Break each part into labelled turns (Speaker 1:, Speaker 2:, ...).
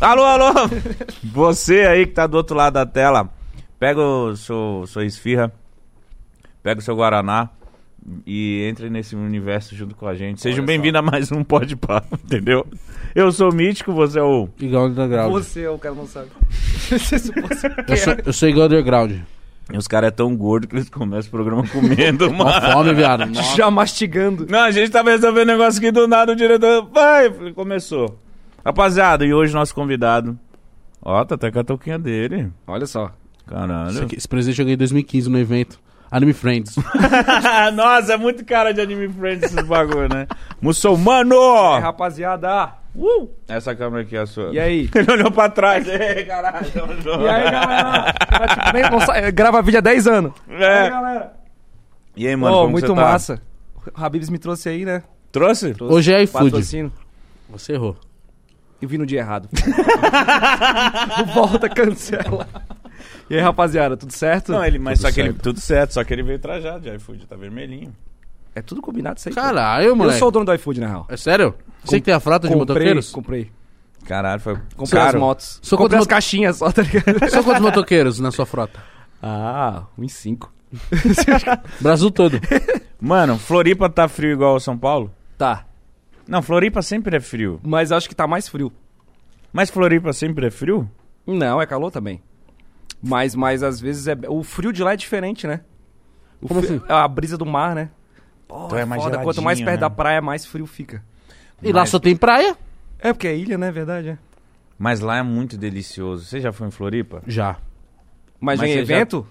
Speaker 1: Alô, alô! Você aí que tá do outro lado da tela, pega o seu, sua esfirra, pega o seu Guaraná e entre nesse universo junto com a gente. Sejam
Speaker 2: só.
Speaker 1: bem-vindos a mais um Pode Pá, entendeu? Eu sou o Mítico, você é o.
Speaker 3: Igual underground.
Speaker 2: Você, o cara não sabe. Você se fosse-
Speaker 3: Eu sou, eu sou igual underground.
Speaker 1: E Os caras é tão gordo que eles começam o programa comendo,
Speaker 3: Mó
Speaker 1: mano.
Speaker 3: fome, viado. Mó-
Speaker 2: Já mastigando.
Speaker 1: Não, a gente tava resolvendo um negócio aqui do nada, o diretor. Vai! eu falei, Começou. Rapaziada, e hoje nosso convidado. Ó, tá até com a touquinha dele.
Speaker 2: Olha só.
Speaker 3: Isso
Speaker 1: Caralho.
Speaker 3: aqui- Esse presente eu ganhei em 2015 no evento. Anime Friends.
Speaker 1: Nossa, é muito cara de anime friends esses bagulho, né? Muçulmano!
Speaker 2: É, rapaziada.
Speaker 1: Uh! Essa câmera aqui é a sua.
Speaker 2: E aí?
Speaker 1: Ele olhou pra trás. Ei, caralho.
Speaker 2: E aí, galera? Tá, Praticamente não sa- é, Grava vídeo há 10 anos. E aí,
Speaker 1: É.
Speaker 2: galera?
Speaker 1: E aí, mano?
Speaker 2: Pô,
Speaker 1: como que
Speaker 2: muito
Speaker 1: você tá?
Speaker 2: massa. O Habibs me trouxe aí, né?
Speaker 1: Trouxe?
Speaker 3: Hoje é iFood.
Speaker 2: Patrocínio.
Speaker 3: Você errou.
Speaker 2: E vi no dia errado. Volta, cancela. E aí, rapaziada, tudo certo?
Speaker 1: Não, ele, mas
Speaker 3: Tudo
Speaker 1: só que ele.
Speaker 3: certo.
Speaker 1: Tudo certo, só que ele veio trajado de iFood, tá vermelhinho.
Speaker 2: É tudo combinado isso aí. pô.
Speaker 3: Caralho,
Speaker 2: eu
Speaker 3: moleque.
Speaker 2: sou o dono do iFood, na real.
Speaker 3: É sério? Você que tem a frota de
Speaker 2: Comprei,
Speaker 3: motoqueiros?
Speaker 2: comprei.
Speaker 1: Caralho, foi.
Speaker 2: Comprei
Speaker 1: caro.
Speaker 2: as motos.
Speaker 3: Sou
Speaker 2: comprei
Speaker 3: contra
Speaker 2: as
Speaker 3: mot-
Speaker 2: caixinhas só, tá ligado?
Speaker 3: São quantos motoqueiros na sua frota?
Speaker 2: Ah, 1,5.
Speaker 3: Brasil todo.
Speaker 1: Mano, Floripa tá frio igual São Paulo?
Speaker 2: Tá.
Speaker 1: Não, Floripa sempre é frio.
Speaker 2: Mas acho que tá mais frio.
Speaker 1: Mas Floripa sempre é frio?
Speaker 2: Não, é calor também. Mas, mas às vezes é. O frio de lá é diferente, né? O
Speaker 3: Como
Speaker 2: frio-
Speaker 3: assim?
Speaker 2: A brisa do mar, né? Pô,
Speaker 1: Então é mais
Speaker 2: Quanto mais
Speaker 1: geladinho,
Speaker 2: perto
Speaker 1: né?
Speaker 2: da praia, mais frio fica.
Speaker 3: E lá
Speaker 1: Mas-
Speaker 3: só tem praia?
Speaker 2: É porque é ilha, né? É verdade, é.
Speaker 1: Mas lá é muito delicioso. Você já foi em Floripa?
Speaker 3: Já.
Speaker 2: Mas,
Speaker 1: Mas
Speaker 2: em
Speaker 1: você já-
Speaker 2: evento?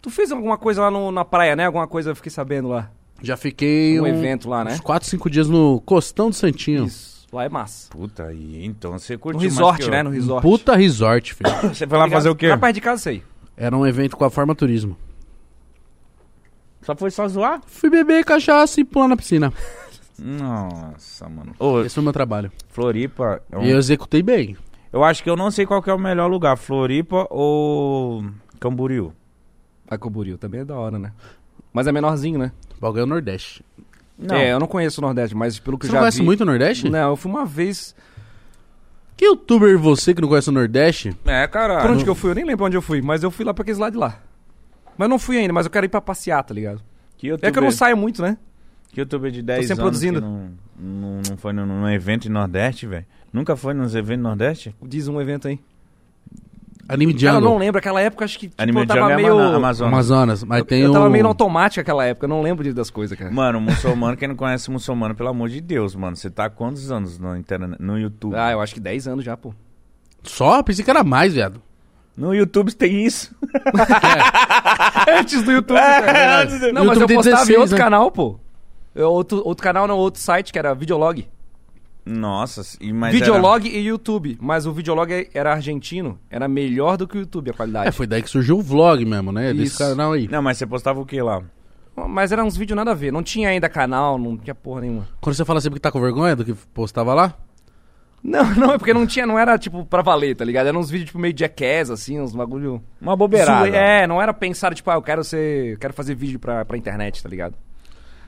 Speaker 2: Tu fez alguma coisa lá no- na praia, né? Alguma coisa eu fiquei sabendo lá.
Speaker 3: Já fiquei
Speaker 2: Um
Speaker 3: um-
Speaker 2: evento lá, né?
Speaker 3: uns 4, 5 dias no Costão do Santinho.
Speaker 2: Isso. Lá é massa.
Speaker 1: Puta aí, então você
Speaker 2: No
Speaker 1: curtiu mais
Speaker 2: resort,
Speaker 1: que
Speaker 2: né?
Speaker 1: eu.
Speaker 2: No resort.
Speaker 3: Puta resort, filho.
Speaker 1: Você foi lá fazer o quê?
Speaker 2: Lá perto de casa, sei.
Speaker 3: Era um evento com a Forma Turismo.
Speaker 1: Só foi só zoar?
Speaker 3: Fui beber cachaça e pular na piscina.
Speaker 1: Nossa, mano. Ô,
Speaker 3: Esse foi o meu trabalho.
Speaker 1: Floripa. é um-
Speaker 3: E eu executei bem.
Speaker 1: Eu acho que eu não sei qual que é o melhor lugar, Floripa ou Camboriú.
Speaker 2: A Camboriú também é da hora, né? Mas é menorzinho, né?
Speaker 3: O bagulho é o Nordeste.
Speaker 1: Não.
Speaker 2: É, eu não conheço o Nordeste, mas pelo que
Speaker 3: Você
Speaker 2: eu
Speaker 3: não
Speaker 2: já
Speaker 3: conhece
Speaker 2: vi...
Speaker 3: muito o Nordeste?
Speaker 2: Não, eu fui uma vez...
Speaker 3: Que youtuber você que não conhece o Nordeste?
Speaker 1: É, caralho.
Speaker 2: Por onde que eu fui? Eu nem lembro onde eu fui, mas eu fui lá pra aqueles lá de lá. Mas não fui ainda, mas eu quero ir pra passear, tá ligado?
Speaker 1: Que youtuber,
Speaker 2: É que eu não saio muito, né?
Speaker 1: que youtuber de 10 anos
Speaker 2: sempre
Speaker 1: produzindo.
Speaker 2: produzindo.
Speaker 1: que não, não, não foi num, num evento em Nordeste, velho? Nunca foi nos eventos Nordeste?
Speaker 2: Diz um evento aí.
Speaker 3: Anime
Speaker 2: Cara, eu Ah, não
Speaker 3: Jungle.
Speaker 2: lembro, aquela época acho que tipo,
Speaker 1: Anime
Speaker 2: eu tava
Speaker 1: Jungle é
Speaker 2: meio...
Speaker 1: Amazon- Amazonas.
Speaker 3: Amazonas. Mas tem
Speaker 2: eu
Speaker 3: um...
Speaker 2: tava meio no automático aquela época, eu não lembro de- das coisas, cara.
Speaker 1: Mano, muçulmano, quem não conhece muçulmano, pelo amor de Deus, mano. Você tá há quantos anos no, internet, no YouTube?
Speaker 2: Ah, eu acho que 10 anos já, pô.
Speaker 3: Só? Pensei que era mais, viado.
Speaker 1: No YouTube tem isso.
Speaker 2: Antes do YouTube, cara.
Speaker 1: antes do-
Speaker 2: Não, mas
Speaker 3: YouTube
Speaker 2: eu
Speaker 3: tem
Speaker 2: postava em
Speaker 3: 16,
Speaker 2: outro
Speaker 3: né?
Speaker 2: canal, pô. Eu- outro, outro canal, não, outro site, que era Videolog.
Speaker 1: Nossa, e mas
Speaker 2: Videolog e YouTube. Mas o Videolog era argentino, era melhor do que o YouTube a qualidade.
Speaker 3: É, foi daí que surgiu o vlog mesmo, né? Desse
Speaker 2: Isso.
Speaker 3: canal aí.
Speaker 1: era- Não, mas você postava o que lá?
Speaker 2: Mas eram uns vídeos nada a ver. Não tinha ainda canal, não tinha porra nenhuma.
Speaker 3: Quando você fala sempre que tá com vergonha do que postava lá,
Speaker 2: Não, não, é porque não tinha, não era tipo pra valer, tá ligado? Eram uns vídeos tipo meio jackass, assim, uns bagulho.
Speaker 1: Uma bobeirada.
Speaker 2: Zoe- É, não era pensado, tipo, ah, eu quero ser. eu quero fazer vídeo pra, pra internet, tá ligado?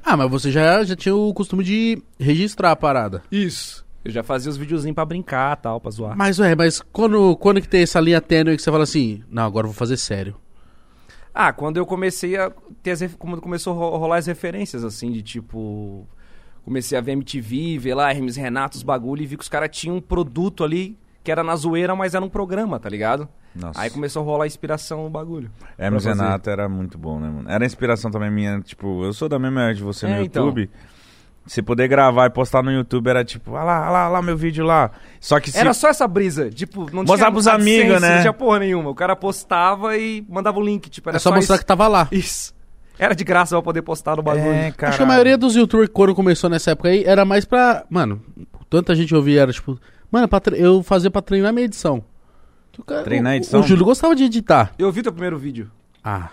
Speaker 3: Ah, mas você já, já tinha o costume de registrar a parada.
Speaker 2: Isso. Eu já fazia os videozinhos pra brincar tal, pra zoar.
Speaker 3: Mas, ué, mas quando, quando que tem essa linha tênue que você fala assim, não, agora eu vou fazer sério.
Speaker 2: Ah, quando eu comecei a ter as ref- quando começou a ro- rolar as referências assim de tipo comecei a ver MTV, ver lá Hermes e Renato os bagulho e vi que os caras tinham um produto ali que era na zoeira, mas era um programa, tá ligado?
Speaker 1: Nossa.
Speaker 2: Aí começou a rolar a inspiração no bagulho.
Speaker 1: Hermes
Speaker 2: pra fazer.
Speaker 1: É, Renato era muito bom, né, mano? Era inspiração também minha, tipo, eu sou da mesma área de você no
Speaker 2: É, então.
Speaker 1: YouTube. Se poder gravar e postar no YouTube era tipo, ah lá, ah lá, ah lá meu vídeo lá. Só que se.
Speaker 2: Era só essa brisa, tipo, não
Speaker 1: Mostrar
Speaker 2: tinha
Speaker 1: pros amigos,
Speaker 2: AdSense,
Speaker 1: né?
Speaker 2: Não tinha porra nenhuma. O cara postava e mandava o link, tipo, era
Speaker 3: é só, mostrar
Speaker 2: isso.
Speaker 3: que tava lá.
Speaker 2: Isso. Era de graça pra poder postar no bagulho.
Speaker 1: É, cara.
Speaker 3: Acho que a maioria dos youtubers, quando começou nessa época aí, era mais pra. Mano, tanta gente ouvia, era tipo. Mano, pra tre- eu fazia pra treinar minha edição. Que o cara-
Speaker 1: Treinar a
Speaker 3: o-
Speaker 1: edição?
Speaker 3: O, Júlio gostava de editar.
Speaker 2: Eu vi teu primeiro vídeo.
Speaker 3: Ah,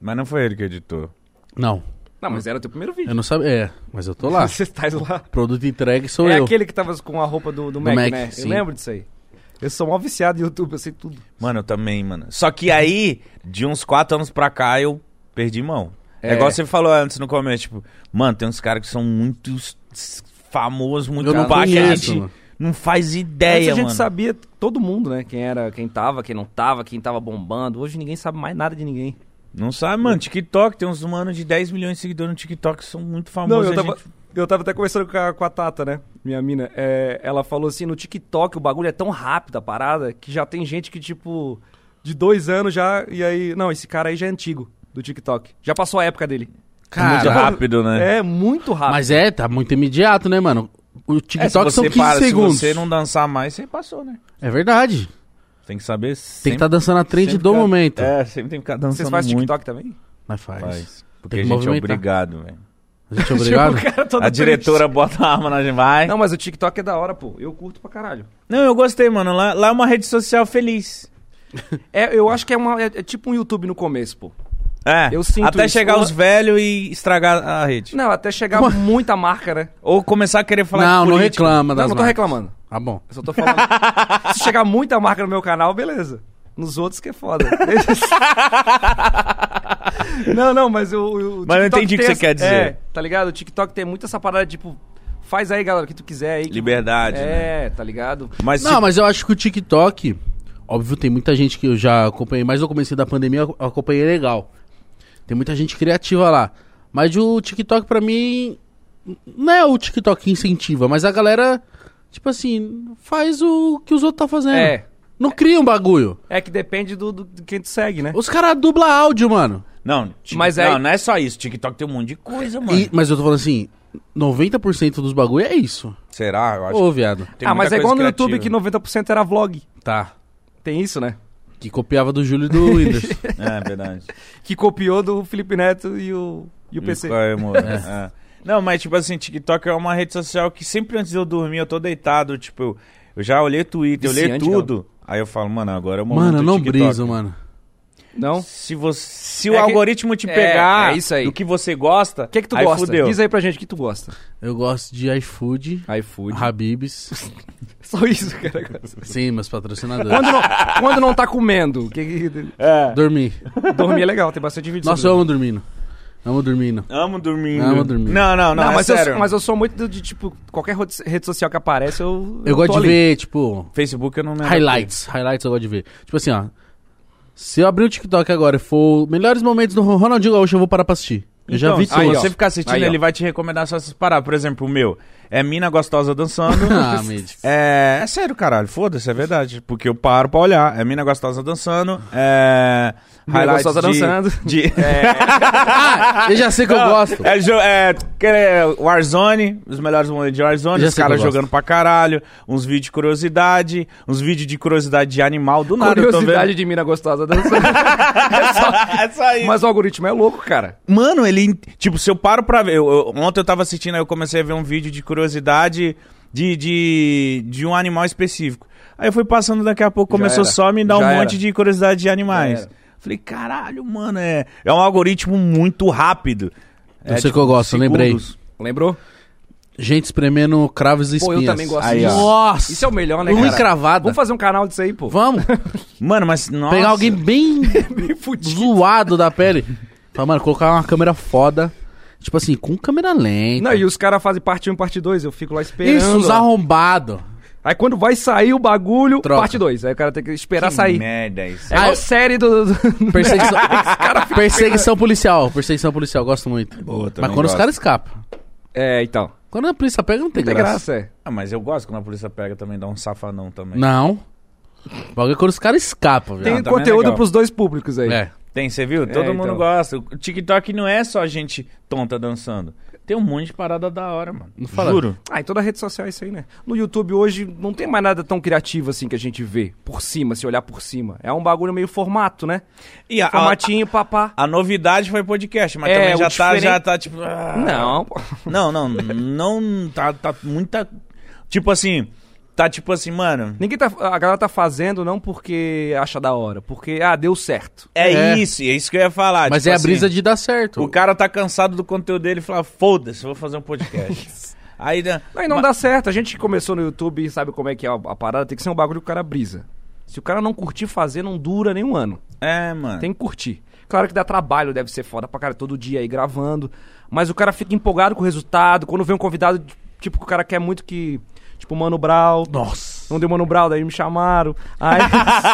Speaker 1: Mas não foi ele que editou.
Speaker 3: não.
Speaker 2: Não, mas era teu primeiro
Speaker 3: Eu
Speaker 2: vídeo.
Speaker 3: não sabia. É, mas eu tô lá.
Speaker 2: Você tá lá.
Speaker 3: Produto entregue sou
Speaker 2: é
Speaker 3: eu.
Speaker 2: aquele que tava com a roupa do, do, Mac,
Speaker 3: Mac,
Speaker 2: né?
Speaker 3: sim.
Speaker 2: Eu lembro disso aí. Eu sou mó viciado em YouTube, eu sei tudo.
Speaker 1: Mano, eu também, mano. Só que aí, de uns quatro anos pra cá, eu perdi mão. É
Speaker 2: É.
Speaker 1: igual você falou antes no começo, tipo, mano, tem uns caras que são muito s- famosos, muito
Speaker 3: Eu não
Speaker 1: pá, que a
Speaker 3: conheço,
Speaker 1: gente
Speaker 3: mano.
Speaker 1: Não faz
Speaker 3: É,
Speaker 1: ideia,
Speaker 2: Antes a gente
Speaker 1: mano.
Speaker 2: sabia todo mundo, né? Quem era, quem tava, quem não tava, quem tava bombando. Hoje ninguém sabe mais nada de ninguém.
Speaker 1: Não sabe, mano. TikTok, tem uns humanos de 10 milhões de seguidores no TikTok, são muito famosos. a gente-
Speaker 2: eu tava até conversando com a, com a Tata, né? Minha mina. É, ela falou assim, no TikTok o bagulho é tão rápido a parada que já tem gente que, tipo, de dois anos já, e aí. Não, esse cara aí já é antigo do TikTok. Já passou a época dele.
Speaker 1: É muito
Speaker 3: Caralho.
Speaker 1: rápido, né?
Speaker 2: É, muito rápido.
Speaker 3: Mas é, tá muito imediato, né, mano? O
Speaker 1: É,
Speaker 3: TikTok são 15
Speaker 1: para-
Speaker 3: segundos.
Speaker 1: Se você não dançar mais, você passou, né?
Speaker 3: É verdade.
Speaker 1: Tem que tá- saber.
Speaker 3: Tem que estar dançando a trend do momento.
Speaker 1: É, sempre tem que ficar dançando
Speaker 2: Vocês fazem
Speaker 1: muito.
Speaker 2: TikTok também?
Speaker 3: Mas faz.
Speaker 1: Faz. Porque
Speaker 3: Tem
Speaker 1: a
Speaker 3: que
Speaker 1: gente é
Speaker 3: movimentar.
Speaker 1: obrigado, velho.
Speaker 3: A gente é obrigado.
Speaker 2: Tipo, o cara todo
Speaker 1: A
Speaker 2: triste.
Speaker 1: diretora bota a arma na gente. Vai.
Speaker 2: Não, mas o TikTok é da hora, pô. Eu curto pra caralho.
Speaker 1: Não, eu gostei, mano. Lá, lá é uma rede social feliz.
Speaker 2: É, eu acho que é, uma, é, é tipo um YouTube no começo, pô.
Speaker 1: É.
Speaker 2: Eu sinto
Speaker 1: até
Speaker 2: isso.
Speaker 1: chegar
Speaker 2: Ou-
Speaker 1: os velhos e estragar a rede.
Speaker 2: Não, até chegar muita marca, né?
Speaker 1: Ou começar a querer falar
Speaker 3: não,
Speaker 1: de
Speaker 3: não
Speaker 1: política.
Speaker 3: reclama
Speaker 2: Não,
Speaker 3: das
Speaker 2: não tô
Speaker 3: marcas.
Speaker 2: reclamando.
Speaker 3: Tá bom.
Speaker 2: Eu só tô falando. Se chegar muita marca no meu canal, beleza. Nos outros que é foda. não, não, mas o. o- o
Speaker 1: Mas eu
Speaker 2: TikTok
Speaker 1: entendi o que
Speaker 2: tem
Speaker 1: você
Speaker 2: essa-
Speaker 1: quer dizer.
Speaker 2: É, tá ligado? O TikTok tem muito essa parada, tipo, faz aí, galera, o que tu quiser aí. que-
Speaker 1: Liberdade, né?
Speaker 2: É, tá ligado?
Speaker 1: Mas
Speaker 3: Não, mas eu acho que o TikTok, óbvio, tem muita gente que eu já acompanhei, mas no começo da pandemia eu acompanhei legal. Tem muita gente criativa lá. Mas o TikTok, pra mim, não é o TikTok que incentiva, mas a galera, tipo assim, faz o que os outros tá fazendo.
Speaker 2: É.
Speaker 3: Não cria um bagulho.
Speaker 2: É que depende do, do- de quem tu segue, né?
Speaker 3: Os caras dublam áudio, mano.
Speaker 1: Não, ti-
Speaker 2: Mas aí-
Speaker 1: não, não é só isso. TikTok tem um monte de coisa, mano.
Speaker 3: E- mas eu tô falando assim, 90% dos bagulho é isso.
Speaker 1: Será? Eu acho
Speaker 3: Ô, viado.
Speaker 1: que tem muita
Speaker 2: ah, mas é
Speaker 1: coisa
Speaker 2: igual no
Speaker 1: criativa.
Speaker 2: YouTube que 90% era vlog.
Speaker 3: Tá.
Speaker 2: Tem isso, né?
Speaker 3: Que copiava do Júlio e do Whindersson.
Speaker 1: É, verdade.
Speaker 2: Que copiou do Felipe Neto e o, e o PC.
Speaker 1: Qual é, amor? É. Não, mas tipo assim, TikTok é uma rede social que sempre antes de eu dormir eu tô deitado, tipo, eu, eu já olhei Twitter, eu olhei
Speaker 2: Viciante,
Speaker 1: tudo. Aí eu falo, mano, agora é o momento
Speaker 3: mano, eu
Speaker 1: do
Speaker 3: não
Speaker 1: TikTok.
Speaker 3: briso, mano.
Speaker 2: Não? O
Speaker 1: Se, você, se
Speaker 2: É
Speaker 1: o
Speaker 2: que-
Speaker 1: algoritmo te
Speaker 2: é,
Speaker 1: pegar
Speaker 2: é isso aí.
Speaker 1: do que você gosta, o
Speaker 2: que, é que tu
Speaker 1: aí
Speaker 2: gosta?
Speaker 1: Fudeu.
Speaker 2: Diz aí pra gente o que tu gosta.
Speaker 3: Eu gosto de iFood,
Speaker 2: iFood.
Speaker 3: Habibs.
Speaker 2: Só isso, cara.
Speaker 3: Sim, meus patrocinadores.
Speaker 2: Quando não, quando não tá comendo, que, que-
Speaker 1: É.
Speaker 3: Dormir.
Speaker 2: dormir é legal, tem bastante vídeo.
Speaker 3: Nossa, eu
Speaker 2: sobre
Speaker 3: amo dormindo. Amo né? dormindo.
Speaker 1: Amo dormir.
Speaker 3: Amo dormindo.
Speaker 1: Não, não, não,
Speaker 2: isso. não,
Speaker 1: é
Speaker 2: mas, eu,
Speaker 1: sério.
Speaker 2: sou- mas eu sou muito do- de, tipo, qualquer ro- rede social que aparece, eu.
Speaker 3: Eu gosto
Speaker 2: tô
Speaker 3: de
Speaker 2: ali.
Speaker 3: ver, tipo,
Speaker 1: Facebook eu não lembro.
Speaker 3: highlights. Highlights eu gosto de ver. Tipo assim, ó. Se eu abrir o TikTok agora e for melhores momentos do Ronaldinho Gaúcho, eu vou parar pra assistir. Eu já
Speaker 1: Então,
Speaker 3: vi
Speaker 1: se
Speaker 3: todos.
Speaker 1: você ficar assistindo,
Speaker 2: Aí, ó.
Speaker 1: ele vai te recomendar só essas paradas. Por exemplo, o meu é Mina Gostosa Dançando.
Speaker 3: ah, Mid.
Speaker 1: É, é sério, caralho. Foda-se, é verdade. Porque eu paro pra olhar. É mina gostosa dançando. É.
Speaker 2: Mina
Speaker 1: highlights
Speaker 2: gostosa
Speaker 1: de-
Speaker 2: dançando.
Speaker 1: De,
Speaker 3: Ah, Eu já sei É. que eu
Speaker 1: Não,
Speaker 3: gosto.
Speaker 1: É, jo- é, que- é Warzone, os melhores momentos de Warzone,
Speaker 3: Já
Speaker 1: os
Speaker 3: sei que
Speaker 1: caras
Speaker 3: eu gosto.
Speaker 1: jogando pra caralho, uns vídeos de curiosidade, uns vídeos de curiosidade de animal, do nada eu tô
Speaker 2: Curiosidade
Speaker 1: vendo.
Speaker 2: de mina gostosa dançando.
Speaker 1: É só isso.
Speaker 2: mas o algoritmo é louco, cara.
Speaker 1: Mano, ele. Tipo, se eu paro pra ver. eu- eu- ontem eu tava assistindo, aí eu comecei a ver um vídeo de curiosidade de, de, de um animal específico. Aí eu fui passando, daqui a pouco
Speaker 2: Já
Speaker 1: começou
Speaker 2: era.
Speaker 1: só a me dar
Speaker 2: Já
Speaker 1: um
Speaker 2: era.
Speaker 1: monte de curiosidade de
Speaker 2: Já
Speaker 1: animais.
Speaker 2: era.
Speaker 1: Falei, caralho, mano, é. É um algoritmo muito rápido.
Speaker 3: Eu sei que eu gosto, eu lembrei.
Speaker 2: Lembrou?
Speaker 3: Gente espremendo cravos e
Speaker 2: Pô,
Speaker 3: espinhas.
Speaker 2: eu também gosto
Speaker 1: Aí,
Speaker 2: disso.
Speaker 1: ó.
Speaker 3: Nossa!
Speaker 2: Isso é o melhor, né,
Speaker 3: Unha
Speaker 2: cara?
Speaker 3: encravada.
Speaker 2: Vamos fazer um canal disso aí, pô.
Speaker 3: Vamos
Speaker 1: Mano, mas. Nossa.
Speaker 3: pegar alguém bem
Speaker 2: Me fudido.
Speaker 3: zoado da pele. Fala, mano, colocar uma câmera foda. Tipo assim, com câmera lenta.
Speaker 2: Não, e os caras fazem parte 1 e parte 2, eu fico lá esperando.
Speaker 3: Isso, os arrombados.
Speaker 2: Aí quando vai sair o bagulho,
Speaker 3: Troca.
Speaker 2: parte 2. Aí o cara tem que esperar
Speaker 1: Que
Speaker 2: sair.
Speaker 1: Merda, isso.
Speaker 2: É igual
Speaker 3: Ah,
Speaker 2: série do. do- do-
Speaker 3: Perseguição,
Speaker 2: cara fica-
Speaker 3: perseguição policial. Perseguição policial, gosto muito.
Speaker 1: Boa, também
Speaker 3: Mas quando os
Speaker 1: gosto.
Speaker 3: caras escapam.
Speaker 2: É, então.
Speaker 3: Quando a polícia pega, não tem,
Speaker 2: Não tem
Speaker 3: graça.
Speaker 2: graça, é.
Speaker 1: Ah, mas eu gosto quando a polícia pega também, dá um safanão também.
Speaker 3: Não. O bagulho é quando os caras escapam,
Speaker 2: Tem
Speaker 3: velho.
Speaker 1: também é
Speaker 2: conteúdo
Speaker 1: legal.
Speaker 2: pros dois públicos aí.
Speaker 3: É.
Speaker 1: Tem, você viu? Todo mundo
Speaker 2: então.
Speaker 1: gosta. O TikTok não é só gente tonta dançando. Tem um monte de parada da hora, mano.
Speaker 3: Não fala.
Speaker 1: Juro.
Speaker 2: Ah, em toda rede social é isso aí, né? No YouTube hoje não tem mais nada tão criativo assim que a gente vê por cima, se olhar por cima. É um bagulho meio formato, né?
Speaker 1: E a, a,
Speaker 2: Formatinho, papá.
Speaker 1: a novidade foi podcast, mas
Speaker 2: É,
Speaker 1: também
Speaker 2: o
Speaker 1: já tá,
Speaker 2: diferen-
Speaker 1: já tá tipo. ah.
Speaker 2: Não, pô.
Speaker 1: Não, não. Não tá, tá muita. Tipo assim. Tá tipo assim, mano.
Speaker 2: Ninguém tá. A galera tá fazendo não porque acha da hora, porque, ah, deu certo.
Speaker 1: É,
Speaker 3: É.
Speaker 1: isso, é isso que eu ia falar.
Speaker 3: Mas
Speaker 1: tipo
Speaker 3: é a
Speaker 1: assim,
Speaker 3: brisa de dar certo.
Speaker 1: O cara tá cansado do conteúdo dele e fala: foda-se, vou fazer um podcast. Aí. né,
Speaker 2: Não, e não
Speaker 1: ma-
Speaker 2: dá certo. A gente que começou no YouTube sabe como é que é a, a parada, tem que ser um bagulho que o cara brisa. Se o cara não curtir fazer, não dura nem um ano.
Speaker 1: É, mano.
Speaker 2: Tem que curtir. Claro que dá trabalho, deve ser foda pra cara todo dia aí gravando. Mas o cara fica empolgado com o resultado. Quando vem um convidado, tipo, que o cara quer muito que. Tipo Mano Brown.
Speaker 3: Nossa.
Speaker 2: Não deu Mano Brown, daí me chamaram. Aí,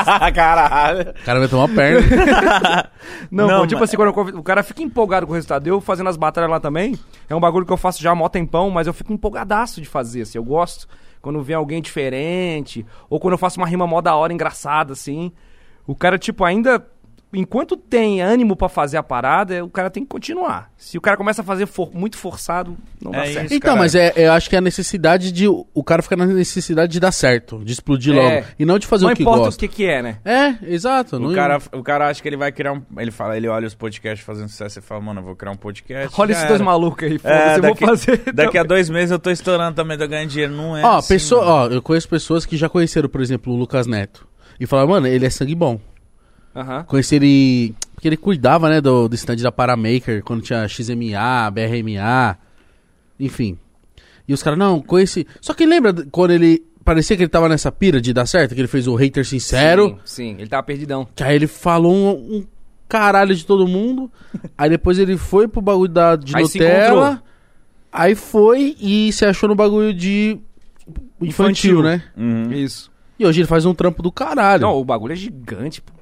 Speaker 1: Caralho.
Speaker 3: O cara vai tomar perna.
Speaker 2: não,
Speaker 1: Não,
Speaker 2: pô, tipo
Speaker 1: mas-
Speaker 2: assim, quando eu convido- o cara fica empolgado com o resultado. Eu fazendo as batalhas lá também, é um bagulho que eu faço já há mó tempão, mas eu fico empolgadaço de fazer, assim. Eu gosto quando vem alguém diferente, ou quando eu faço uma rima mó da hora, engraçada, assim. O cara, tipo, ainda... Enquanto tem ânimo pra fazer a parada, o cara tem que continuar. Se o cara começa a fazer for- muito forçado, não dá
Speaker 1: É
Speaker 2: certo.
Speaker 1: isso.
Speaker 3: então,
Speaker 1: caralho.
Speaker 3: mas é, eu acho que é a necessidade de. O cara fica na necessidade de dar certo, de
Speaker 2: É.
Speaker 3: explodir logo. E não de fazer
Speaker 2: Não
Speaker 3: o que
Speaker 2: importa
Speaker 3: gosta.
Speaker 2: o que que é, né?
Speaker 3: É, exato.
Speaker 1: O
Speaker 3: não-
Speaker 1: cara, o cara acha que ele vai criar um. Ele fala, ele olha os podcasts fazendo sucesso e fala, mano, eu vou criar um podcast.
Speaker 2: Olha
Speaker 1: já
Speaker 2: esses dois
Speaker 1: era.
Speaker 2: malucos aí, foda-se,
Speaker 1: É,
Speaker 2: eu
Speaker 1: daqui,
Speaker 2: vou fazer. então.
Speaker 1: daqui a dois meses eu tô estourando também, tô ganhando dinheiro. Não é.
Speaker 3: Ó,
Speaker 1: assim,
Speaker 3: pessoa,
Speaker 1: mano.
Speaker 3: ó, eu conheço pessoas que já conheceram, por exemplo, o Lucas Neto. E falaram, mano, ele é sangue bom.
Speaker 2: então. Aham.
Speaker 3: Conheci ele. Porque ele cuidava, né, do, do stand da Paramaker, quando tinha XMA, BRMA, enfim. E os caras, não, conheci. Só que lembra d- quando ele. Parecia que ele tava nessa pira de dar certo, que ele fez o hater sincero.
Speaker 2: Sim, sim, ele tava perdidão.
Speaker 3: Que aí ele falou um, um caralho de todo mundo. aí depois ele foi pro bagulho da, de
Speaker 2: Aí se encontrou.
Speaker 3: Nutella. Aí foi e se achou no bagulho de.
Speaker 2: Infantil.
Speaker 3: infantil. né?
Speaker 1: Uhum.
Speaker 2: Isso.
Speaker 3: E hoje ele faz um trampo do caralho.
Speaker 2: Não, o bagulho é gigante, pô.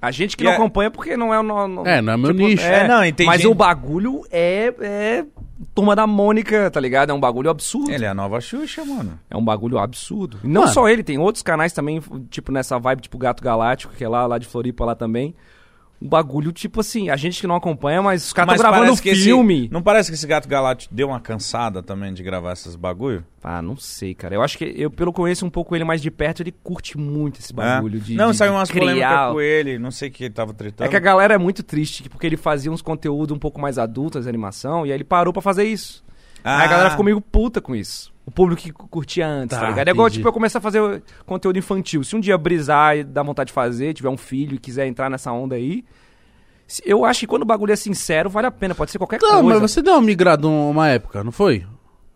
Speaker 2: A gente que
Speaker 1: E
Speaker 2: não
Speaker 1: é-
Speaker 2: acompanha porque não é o nosso.
Speaker 3: É, não é meu
Speaker 2: tipo,
Speaker 3: nicho.
Speaker 1: É, não, entendi.
Speaker 2: Uhum. Mas o bagulho é, é. Turma da Mônica, tá ligado? É um bagulho absurdo.
Speaker 1: Ele é a nova Xuxa, mano.
Speaker 2: É um bagulho absurdo. E Não
Speaker 3: Mano.
Speaker 2: só ele, tem outros canais também, tipo nessa vibe, tipo Gato Galáctico, que é lá, lá de Floripa lá também. Um bagulho, tipo assim, a gente que não acompanha, mas os caras
Speaker 1: Mas
Speaker 2: estão tá gravando um
Speaker 1: parece que esse-
Speaker 2: filme.
Speaker 1: não parece que esse gato galáctico deu uma cansada também de gravar esses bagulho?
Speaker 2: Ah, não sei, cara. Eu acho que eu, pelo que eu conheço um pouco ele mais de perto, ele curte muito esse bagulho
Speaker 1: É.
Speaker 2: de.
Speaker 1: não,
Speaker 2: de,
Speaker 1: saiu
Speaker 2: de
Speaker 1: umas
Speaker 2: criar.
Speaker 1: polêmicas com ele, não sei o que ele tava tretando.
Speaker 2: É que a galera é muito triste, porque ele fazia uns conteúdos um pouco mais adultos, animação, e aí ele parou pra fazer isso.
Speaker 1: Ah,
Speaker 2: Aí a galera ficou meio puta com isso. O público que cu- curtia antes, tá,
Speaker 3: Ah. Tá,
Speaker 2: ligado? É igual,
Speaker 3: entendi.
Speaker 2: tipo, eu começar a fazer conteúdo infantil. Se um dia brisar e dar vontade de fazer, tiver um filho e quiser entrar nessa onda aí, se- eu acho que quando o bagulho é sincero, vale a pena. Pode ser qualquer
Speaker 3: Não,
Speaker 2: coisa.
Speaker 3: mas você deu uma migrada um, uma época, não foi?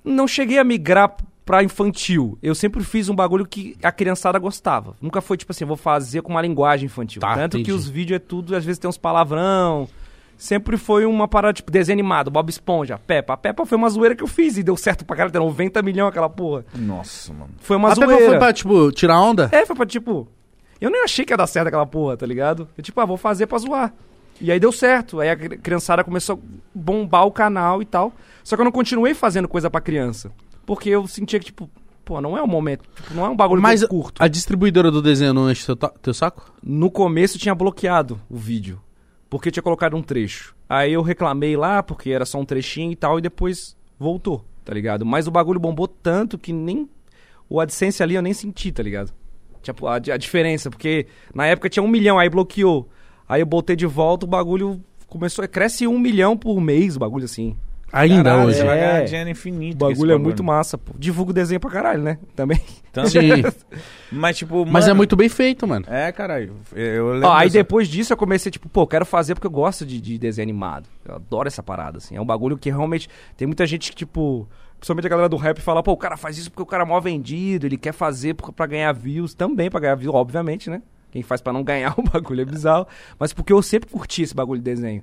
Speaker 2: Não cheguei a migrar pra infantil. Eu sempre fiz um bagulho que a criançada gostava. Nunca foi, tipo assim, vou fazer com uma linguagem infantil.
Speaker 3: Tá,
Speaker 2: Tanto que
Speaker 3: entendi.
Speaker 2: os vídeos é tudo, às vezes tem uns palavrão. Sempre foi uma parada, tipo, desenho animado, Bob Esponja, Peppa. A Peppa foi uma zoeira que eu fiz e deu certo pra caralho, deu 90 milhões aquela porra.
Speaker 1: Nossa, mano.
Speaker 2: Foi uma
Speaker 3: a
Speaker 2: zoeira.
Speaker 3: Peppa foi pra, tipo, tirar onda?
Speaker 2: É, foi pra, tipo... Eu nem achei que ia dar certo aquela porra, tá ligado? Eu, tipo, ah, vou fazer pra zoar. E aí deu certo. Aí a cri- criançada começou a bombar o canal e tal. Só que eu não continuei fazendo coisa pra criança. Porque eu sentia que, tipo... Pô, não é o momento. Tipo, não é um bagulho
Speaker 3: mas
Speaker 2: que eu curto.
Speaker 3: a distribuidora do desenho não enche teu, ta- teu saco?
Speaker 2: No começo tinha bloqueado o vídeo. Porque tinha colocado um trecho. Aí eu reclamei lá, porque era só um trechinho e tal. E depois voltou, tá ligado? Mas o bagulho bombou tanto que nem... O AdSense ali eu nem senti, tá ligado? Tipo, a, di- a diferença, porque na época tinha um milhão, aí bloqueou. Aí eu botei de volta, o bagulho começou. Cresce um milhão por mês, o bagulho assim.
Speaker 3: Ainda
Speaker 1: Caralho,
Speaker 3: hoje.
Speaker 1: Você vai ganhar
Speaker 2: É.
Speaker 1: dinheiro infinito.
Speaker 2: O
Speaker 1: com
Speaker 2: bagulho,
Speaker 1: esse
Speaker 2: é muito massa, pô. Divulga o desenho pra caralho, né? Também.
Speaker 1: Tanto-
Speaker 3: Sim.
Speaker 1: Mas, tipo,
Speaker 3: mas é
Speaker 1: mano,
Speaker 3: muito bem feito, mano.
Speaker 1: É, caralho. Eu, eu lembro
Speaker 2: Ó, aí
Speaker 1: dessa-
Speaker 2: depois disso eu comecei, tipo, pô, eu quero fazer porque eu gosto de, de desenho animado. Eu adoro essa parada, assim. É um bagulho que realmente. Tem muita gente que, tipo. Principalmente a galera do rap fala, pô, o cara faz isso porque o cara é mó vendido, ele quer fazer por- pra ganhar views, também pra ganhar views, obviamente, né? Quem faz pra não ganhar o bagulho é bizarro. Mas porque eu sempre curti esse bagulho de desenho.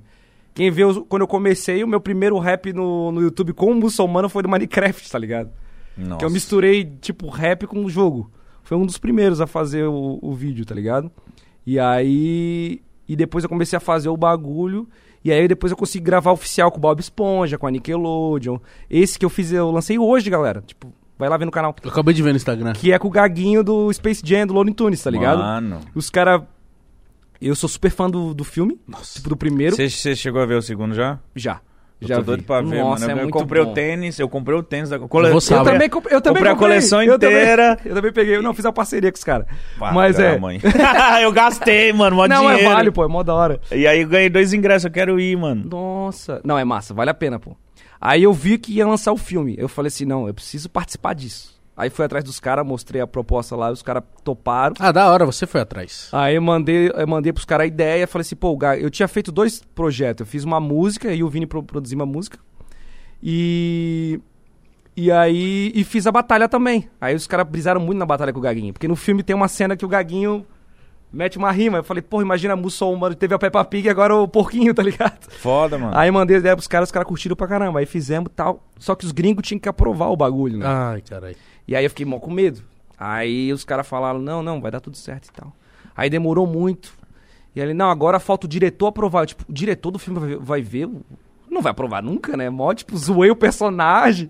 Speaker 2: Quem vê, os- quando eu comecei, o meu primeiro rap no, no YouTube com o muçulmano foi do Minecraft, tá ligado?
Speaker 1: Nossa.
Speaker 2: Que eu misturei, tipo, rap com o jogo. Foi um dos primeiros a fazer o, o vídeo, tá ligado? E aí. E depois eu comecei a fazer o bagulho. E aí depois eu consegui gravar oficial com o Bob Esponja, com a Nickelodeon. Esse que eu fiz, eu lancei hoje, galera. Tipo, vai lá ver no canal.
Speaker 3: Eu acabei de ver no Instagram.
Speaker 2: Que é com o Gaguinho do Space Jam, do Looney Tunes, tá ligado?
Speaker 1: Mano.
Speaker 2: Os caras. Eu sou super fã do, do filme, tipo, do primeiro.
Speaker 1: Você você chegou a ver o segundo já?
Speaker 2: Já.
Speaker 1: Eu
Speaker 2: já
Speaker 1: tô
Speaker 2: vi.
Speaker 1: doido pra ver,
Speaker 2: Nossa,
Speaker 1: mano. Eu,
Speaker 2: é
Speaker 1: eu
Speaker 2: muito
Speaker 1: comprei
Speaker 2: bom.
Speaker 1: o tênis, eu comprei o tênis da cole...
Speaker 3: vou saber.
Speaker 2: Eu
Speaker 3: Comprei-
Speaker 2: também, comp- eu também
Speaker 1: Tá, comprei a coleção inteira.
Speaker 2: Eu também, eu também peguei. Não, fiz a parceria com os caras.
Speaker 1: Pá,
Speaker 2: Mas
Speaker 1: cara,
Speaker 2: é.
Speaker 1: mãe. eu gastei, mano, mó
Speaker 2: Não,
Speaker 1: dinheiro.
Speaker 2: é vale, pô, é mó da hora.
Speaker 1: E aí eu ganhei dois ingressos, eu quero ir, mano.
Speaker 2: Nossa. Não, é massa, vale a pena, pô. Aí eu vi que ia lançar o filme. Eu falei assim, não, eu preciso participar disso. Aí fui atrás dos caras, mostrei a proposta lá, os caras toparam.
Speaker 3: Ah, da hora, você foi atrás.
Speaker 2: Aí eu mandei, eu mandei pros caras a ideia, falei assim, pô, o Ga- eu tinha feito dois projetos. Eu fiz uma música e o Vini pro, produziu uma música. E. E aí. E fiz a batalha também. Aí os caras brisaram muito na batalha com o Gaguinho. Porque no filme tem uma cena que o Gaguinho mete uma rima. Eu falei, pô, imagina a Mussol, teve a Peppa Pig e agora o porquinho, tá ligado?
Speaker 1: Foda, mano.
Speaker 2: Aí mandei a ideia pros caras, os caras curtiram pra caramba. Aí fizemos tal. Só que os gringos tinham que aprovar o bagulho, né?
Speaker 3: Ai, caralho.
Speaker 2: E aí eu fiquei mó com medo. Aí os caras falaram, não, não, vai dar tudo certo e tal. Aí demorou muito. E ele, não, agora falta o diretor aprovar. Eu, tipo, o diretor do filme vai ver, vai ver o- Não vai aprovar nunca, né? Mó, tipo, zoei o personagem.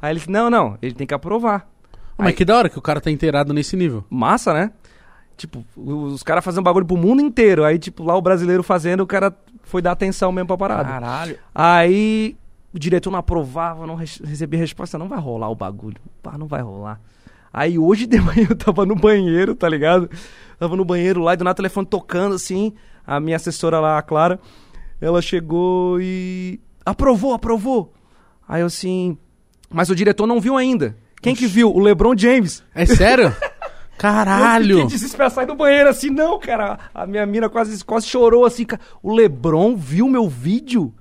Speaker 2: Aí ele, não, não, ele tem que aprovar.
Speaker 3: Ah, Mas
Speaker 2: Aí-
Speaker 3: que da hora que o cara tá inteirado nesse nível.
Speaker 2: Massa, né? Tipo, os caras fazendo bagulho pro mundo inteiro. Aí, tipo, lá o brasileiro fazendo, o cara foi dar atenção mesmo pra parada.
Speaker 1: Caralho.
Speaker 2: Aí o diretor não aprovava, não re- recebia resposta, não vai rolar o bagulho. Pá, não vai rolar. Aí hoje de manhã eu tava no banheiro, tá ligado? Tava no banheiro lá e do nada o telefone tocando assim. A minha assessora lá, a Clara, ela chegou e. Aprovou, aprovou. Aí eu assim. Mas o diretor não viu ainda. Quem que viu? O LeBron James.
Speaker 3: É sério?
Speaker 2: Eu
Speaker 3: Caralho.
Speaker 2: fiquei desesperado, saí do banheiro assim, não, cara. A minha mina quase, quase chorou assim. ca- O Lebron viu meu vídeo?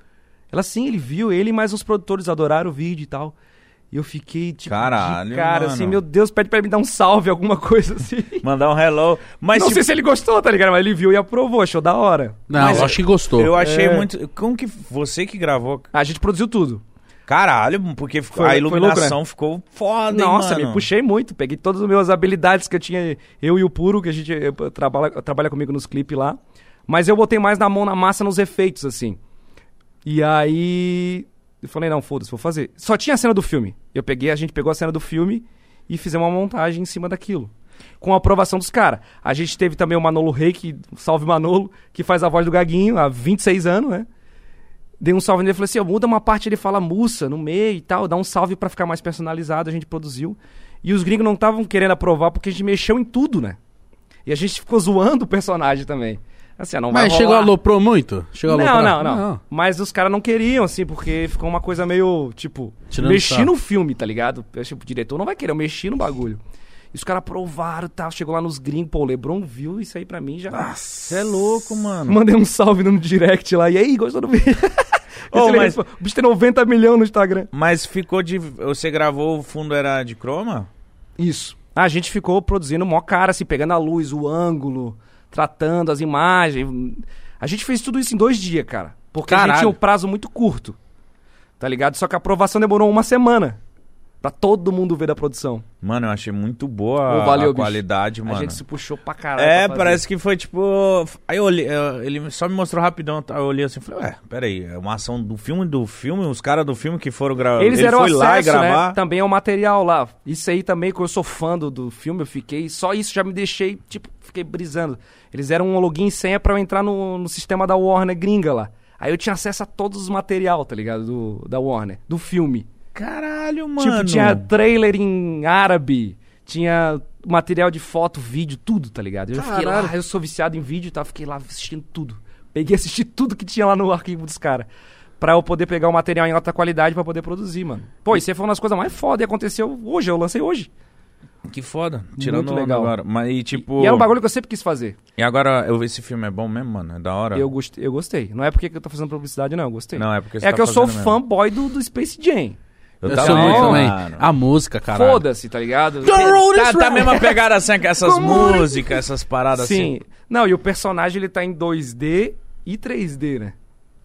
Speaker 2: Ela sim, ele viu, ele mas os produtores adoraram o vídeo e tal. E eu fiquei tipo,
Speaker 1: Caralho,
Speaker 2: de cara,
Speaker 1: mano.
Speaker 2: assim, meu Deus, pede pra ele me dar um salve, alguma coisa assim.
Speaker 1: Mandar um hello. Mas
Speaker 2: não
Speaker 1: tipo,
Speaker 2: sei se ele gostou, tá ligado? Mas ele viu e aprovou, achou da hora.
Speaker 3: Não,
Speaker 1: Mas-
Speaker 3: eu acho que gostou.
Speaker 1: eu achei
Speaker 2: É.
Speaker 1: muito. Como que você que gravou?
Speaker 2: Ah, A gente produziu tudo.
Speaker 1: Caralho, porque ficou-
Speaker 2: Foi-
Speaker 1: a
Speaker 2: foi
Speaker 1: iluminação
Speaker 2: louco,
Speaker 1: ficou foda, hein,
Speaker 2: Nossa,
Speaker 1: mano.
Speaker 2: me puxei muito. Peguei todas as minhas habilidades que eu tinha. Eu e o Puro, que a gente eh, trabalha, trabalha comigo nos clipes lá. Mas eu botei mais na mão na massa nos efeitos, assim. E aí. Eu falei, não, foda-se, vou fazer. Só tinha a cena do filme. Eu peguei, a gente pegou a cena do filme e fizemos uma montagem em cima daquilo. Com a aprovação dos caras. A gente teve também o Manolo Rey, que, salve Manolo, que faz a voz do Gaguinho há 26 anos, né? Dei um salve nele e falei assim: ó, muda uma parte, ele fala mussa no meio e tal, dá um salve pra ficar mais personalizado, a gente produziu. E os gringos não estavam querendo aprovar porque a gente mexeu em tudo, né? E a gente ficou zoando o personagem também. Assim, ah, não vai
Speaker 3: Mas chegou
Speaker 2: rolar.
Speaker 3: aloprou muito? Chegou a
Speaker 2: Não,
Speaker 3: aloprar?
Speaker 2: não, não, Mas os caras não queriam, assim, porque ficou uma coisa meio, tipo,
Speaker 3: Tirando
Speaker 2: mexi
Speaker 3: sarro.
Speaker 2: no filme, tá ligado? Eu, Tipo, o diretor não vai querer, eu mexi no bagulho. E os caras aprovaram e tal, chegou lá nos gringos, pô, o Lebron viu isso aí pra mim já.
Speaker 1: Você é louco, mano.
Speaker 2: Mandei um salve no direct lá, e aí, gostou do vídeo?
Speaker 1: Ô,
Speaker 2: Esse ele
Speaker 1: mas-
Speaker 2: respo- O bicho tem 90 milhões no Instagram.
Speaker 1: Mas ficou de. Você gravou o fundo era de croma?
Speaker 2: Isso. A gente ficou produzindo mó cara, assim, pegando a luz, o ângulo, tratando as imagens. A gente fez tudo isso em dois dias, cara. Porque a
Speaker 3: Caralho.
Speaker 2: gente tinha um prazo muito curto. Tá ligado? Só que a aprovação demorou uma semana. Pra todo mundo ver da produção.
Speaker 1: Mano, eu achei muito boa
Speaker 2: Ô, valeu,
Speaker 1: a
Speaker 2: bicho.
Speaker 1: qualidade, mano.
Speaker 2: A gente se puxou pra caralho.
Speaker 1: É,
Speaker 2: pra fazer.
Speaker 1: parece que foi tipo. Aí eu olhei, eu- ele só me mostrou rapidão. tá? Eu olhei assim e falei, ué, peraí, é uma ação do filme do filme, os caras do filme que foram gravar.
Speaker 2: Eles
Speaker 1: ele
Speaker 2: eram
Speaker 1: foi
Speaker 2: acesso,
Speaker 1: lá e
Speaker 2: né?
Speaker 1: gravar.
Speaker 2: Também é o material lá. Isso aí também, que eu sou fã do, do filme, eu fiquei. Só isso já me deixei, tipo, fiquei brisando. Eles deram um login e senha pra eu entrar no, no sistema da Warner gringa lá. Aí eu tinha acesso a todos os material, tá ligado? Do, da Warner, do filme.
Speaker 1: Caralho, mano.
Speaker 2: Tipo, tinha trailer em árabe, tinha material de foto, vídeo, tudo, tá ligado? Eu já fiquei lá, eu sou viciado em vídeo e tal, fiquei lá assistindo tudo. Peguei e assisti tudo que tinha lá no arquivo dos caras. Pra eu poder pegar o material em alta qualidade pra poder produzir, mano. Pô, isso aí foi uma das coisas mais foda e aconteceu hoje, eu lancei hoje.
Speaker 1: Que foda. Tirando
Speaker 2: Muito
Speaker 1: onda
Speaker 2: legal.
Speaker 1: agora. Mas, e tipo.
Speaker 2: E era um bagulho que eu sempre quis fazer.
Speaker 1: E agora, eu, esse filme é bom mesmo, mano? É da hora?
Speaker 2: Eu gostei, eu gostei. Não é porque que eu tô fazendo publicidade, não, eu gostei.
Speaker 1: Não, é porque você
Speaker 2: É
Speaker 1: tá
Speaker 2: que eu sou
Speaker 1: fazendo mesmo.
Speaker 2: fanboy do, do Space Jam.
Speaker 3: Eu
Speaker 1: tava
Speaker 3: sou
Speaker 1: vendo,
Speaker 3: muito também. Ah,
Speaker 1: mano.
Speaker 3: A música, caralho.
Speaker 2: Foda-se, tá ligado?
Speaker 1: Tá, tá a mesma pegada assim, com essas
Speaker 2: Como é que-
Speaker 1: músicas, essas paradas
Speaker 2: Sim.
Speaker 1: assim.
Speaker 2: Não, e o personagem ele tá em 2D e 3D, né?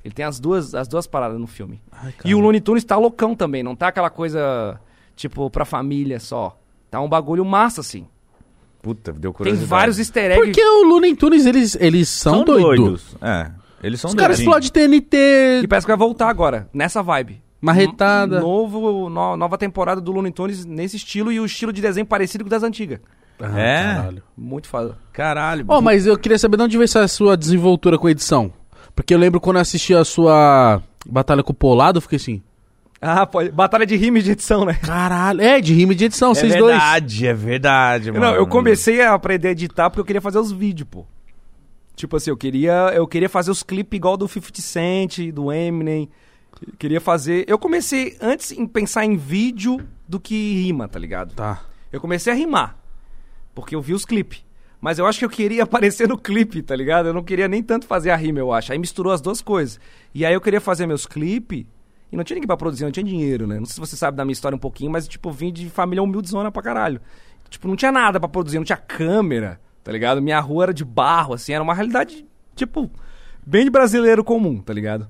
Speaker 2: Ele tem as duas, as duas paradas no filme. e o Looney Tunes tá loucão também, não tá aquela coisa tipo pra família só. Tá um bagulho massa assim.
Speaker 1: Puta, deu
Speaker 2: Tem
Speaker 1: curiosidade.
Speaker 2: vários easter eggs.
Speaker 3: Porque o Looney Tunes, eles, eles são, doidos.
Speaker 1: É. Eles são
Speaker 3: Os caras
Speaker 1: doidinhos.
Speaker 3: explodem TNT,
Speaker 2: E parece que vai voltar agora, nessa vibe.
Speaker 3: marretada.
Speaker 2: Novo, no- nova temporada do Looney Tunes nesse estilo e o estilo de desenho parecido com o das antigas.
Speaker 3: Ah,
Speaker 1: É?
Speaker 3: caralho.
Speaker 2: Muito foda.
Speaker 1: Caralho.
Speaker 3: Ó, mas eu queria saber de onde veio essa sua desenvoltura com edição. Porque eu lembro quando eu assisti a sua batalha com o Polado, eu fiquei assim...
Speaker 2: Ah, pode. Batalha de rimes de edição, né?
Speaker 3: Caralho, é, de rima e de edição,
Speaker 1: é
Speaker 3: vocês dois.
Speaker 1: verdade, é verdade, mano.
Speaker 2: Não, eu comecei a aprender a editar porque eu queria fazer os vídeos, pô. Tipo assim, eu queria, eu queria fazer os clipes igual do 50 Cent, do Eminem. Eu Queria fazer. Eu comecei antes em pensar em vídeo do que rima, tá ligado?
Speaker 3: Tá.
Speaker 2: Eu comecei a rimar. Porque eu vi os clipes. Mas eu acho que eu queria aparecer no clipe, tá ligado? Eu não queria nem tanto fazer a rima, eu acho. Aí misturou as duas coisas. E aí eu queria fazer meus clipes. E não tinha ninguém pra produzir, não tinha dinheiro, né? Não sei se você sabe da minha história um pouquinho, mas, tipo, eu vim de família humildezona pra caralho. Tipo, não tinha nada pra produzir, não tinha câmera, tá ligado? Minha rua era de barro, assim, era uma realidade, tipo, bem de brasileiro comum, tá ligado?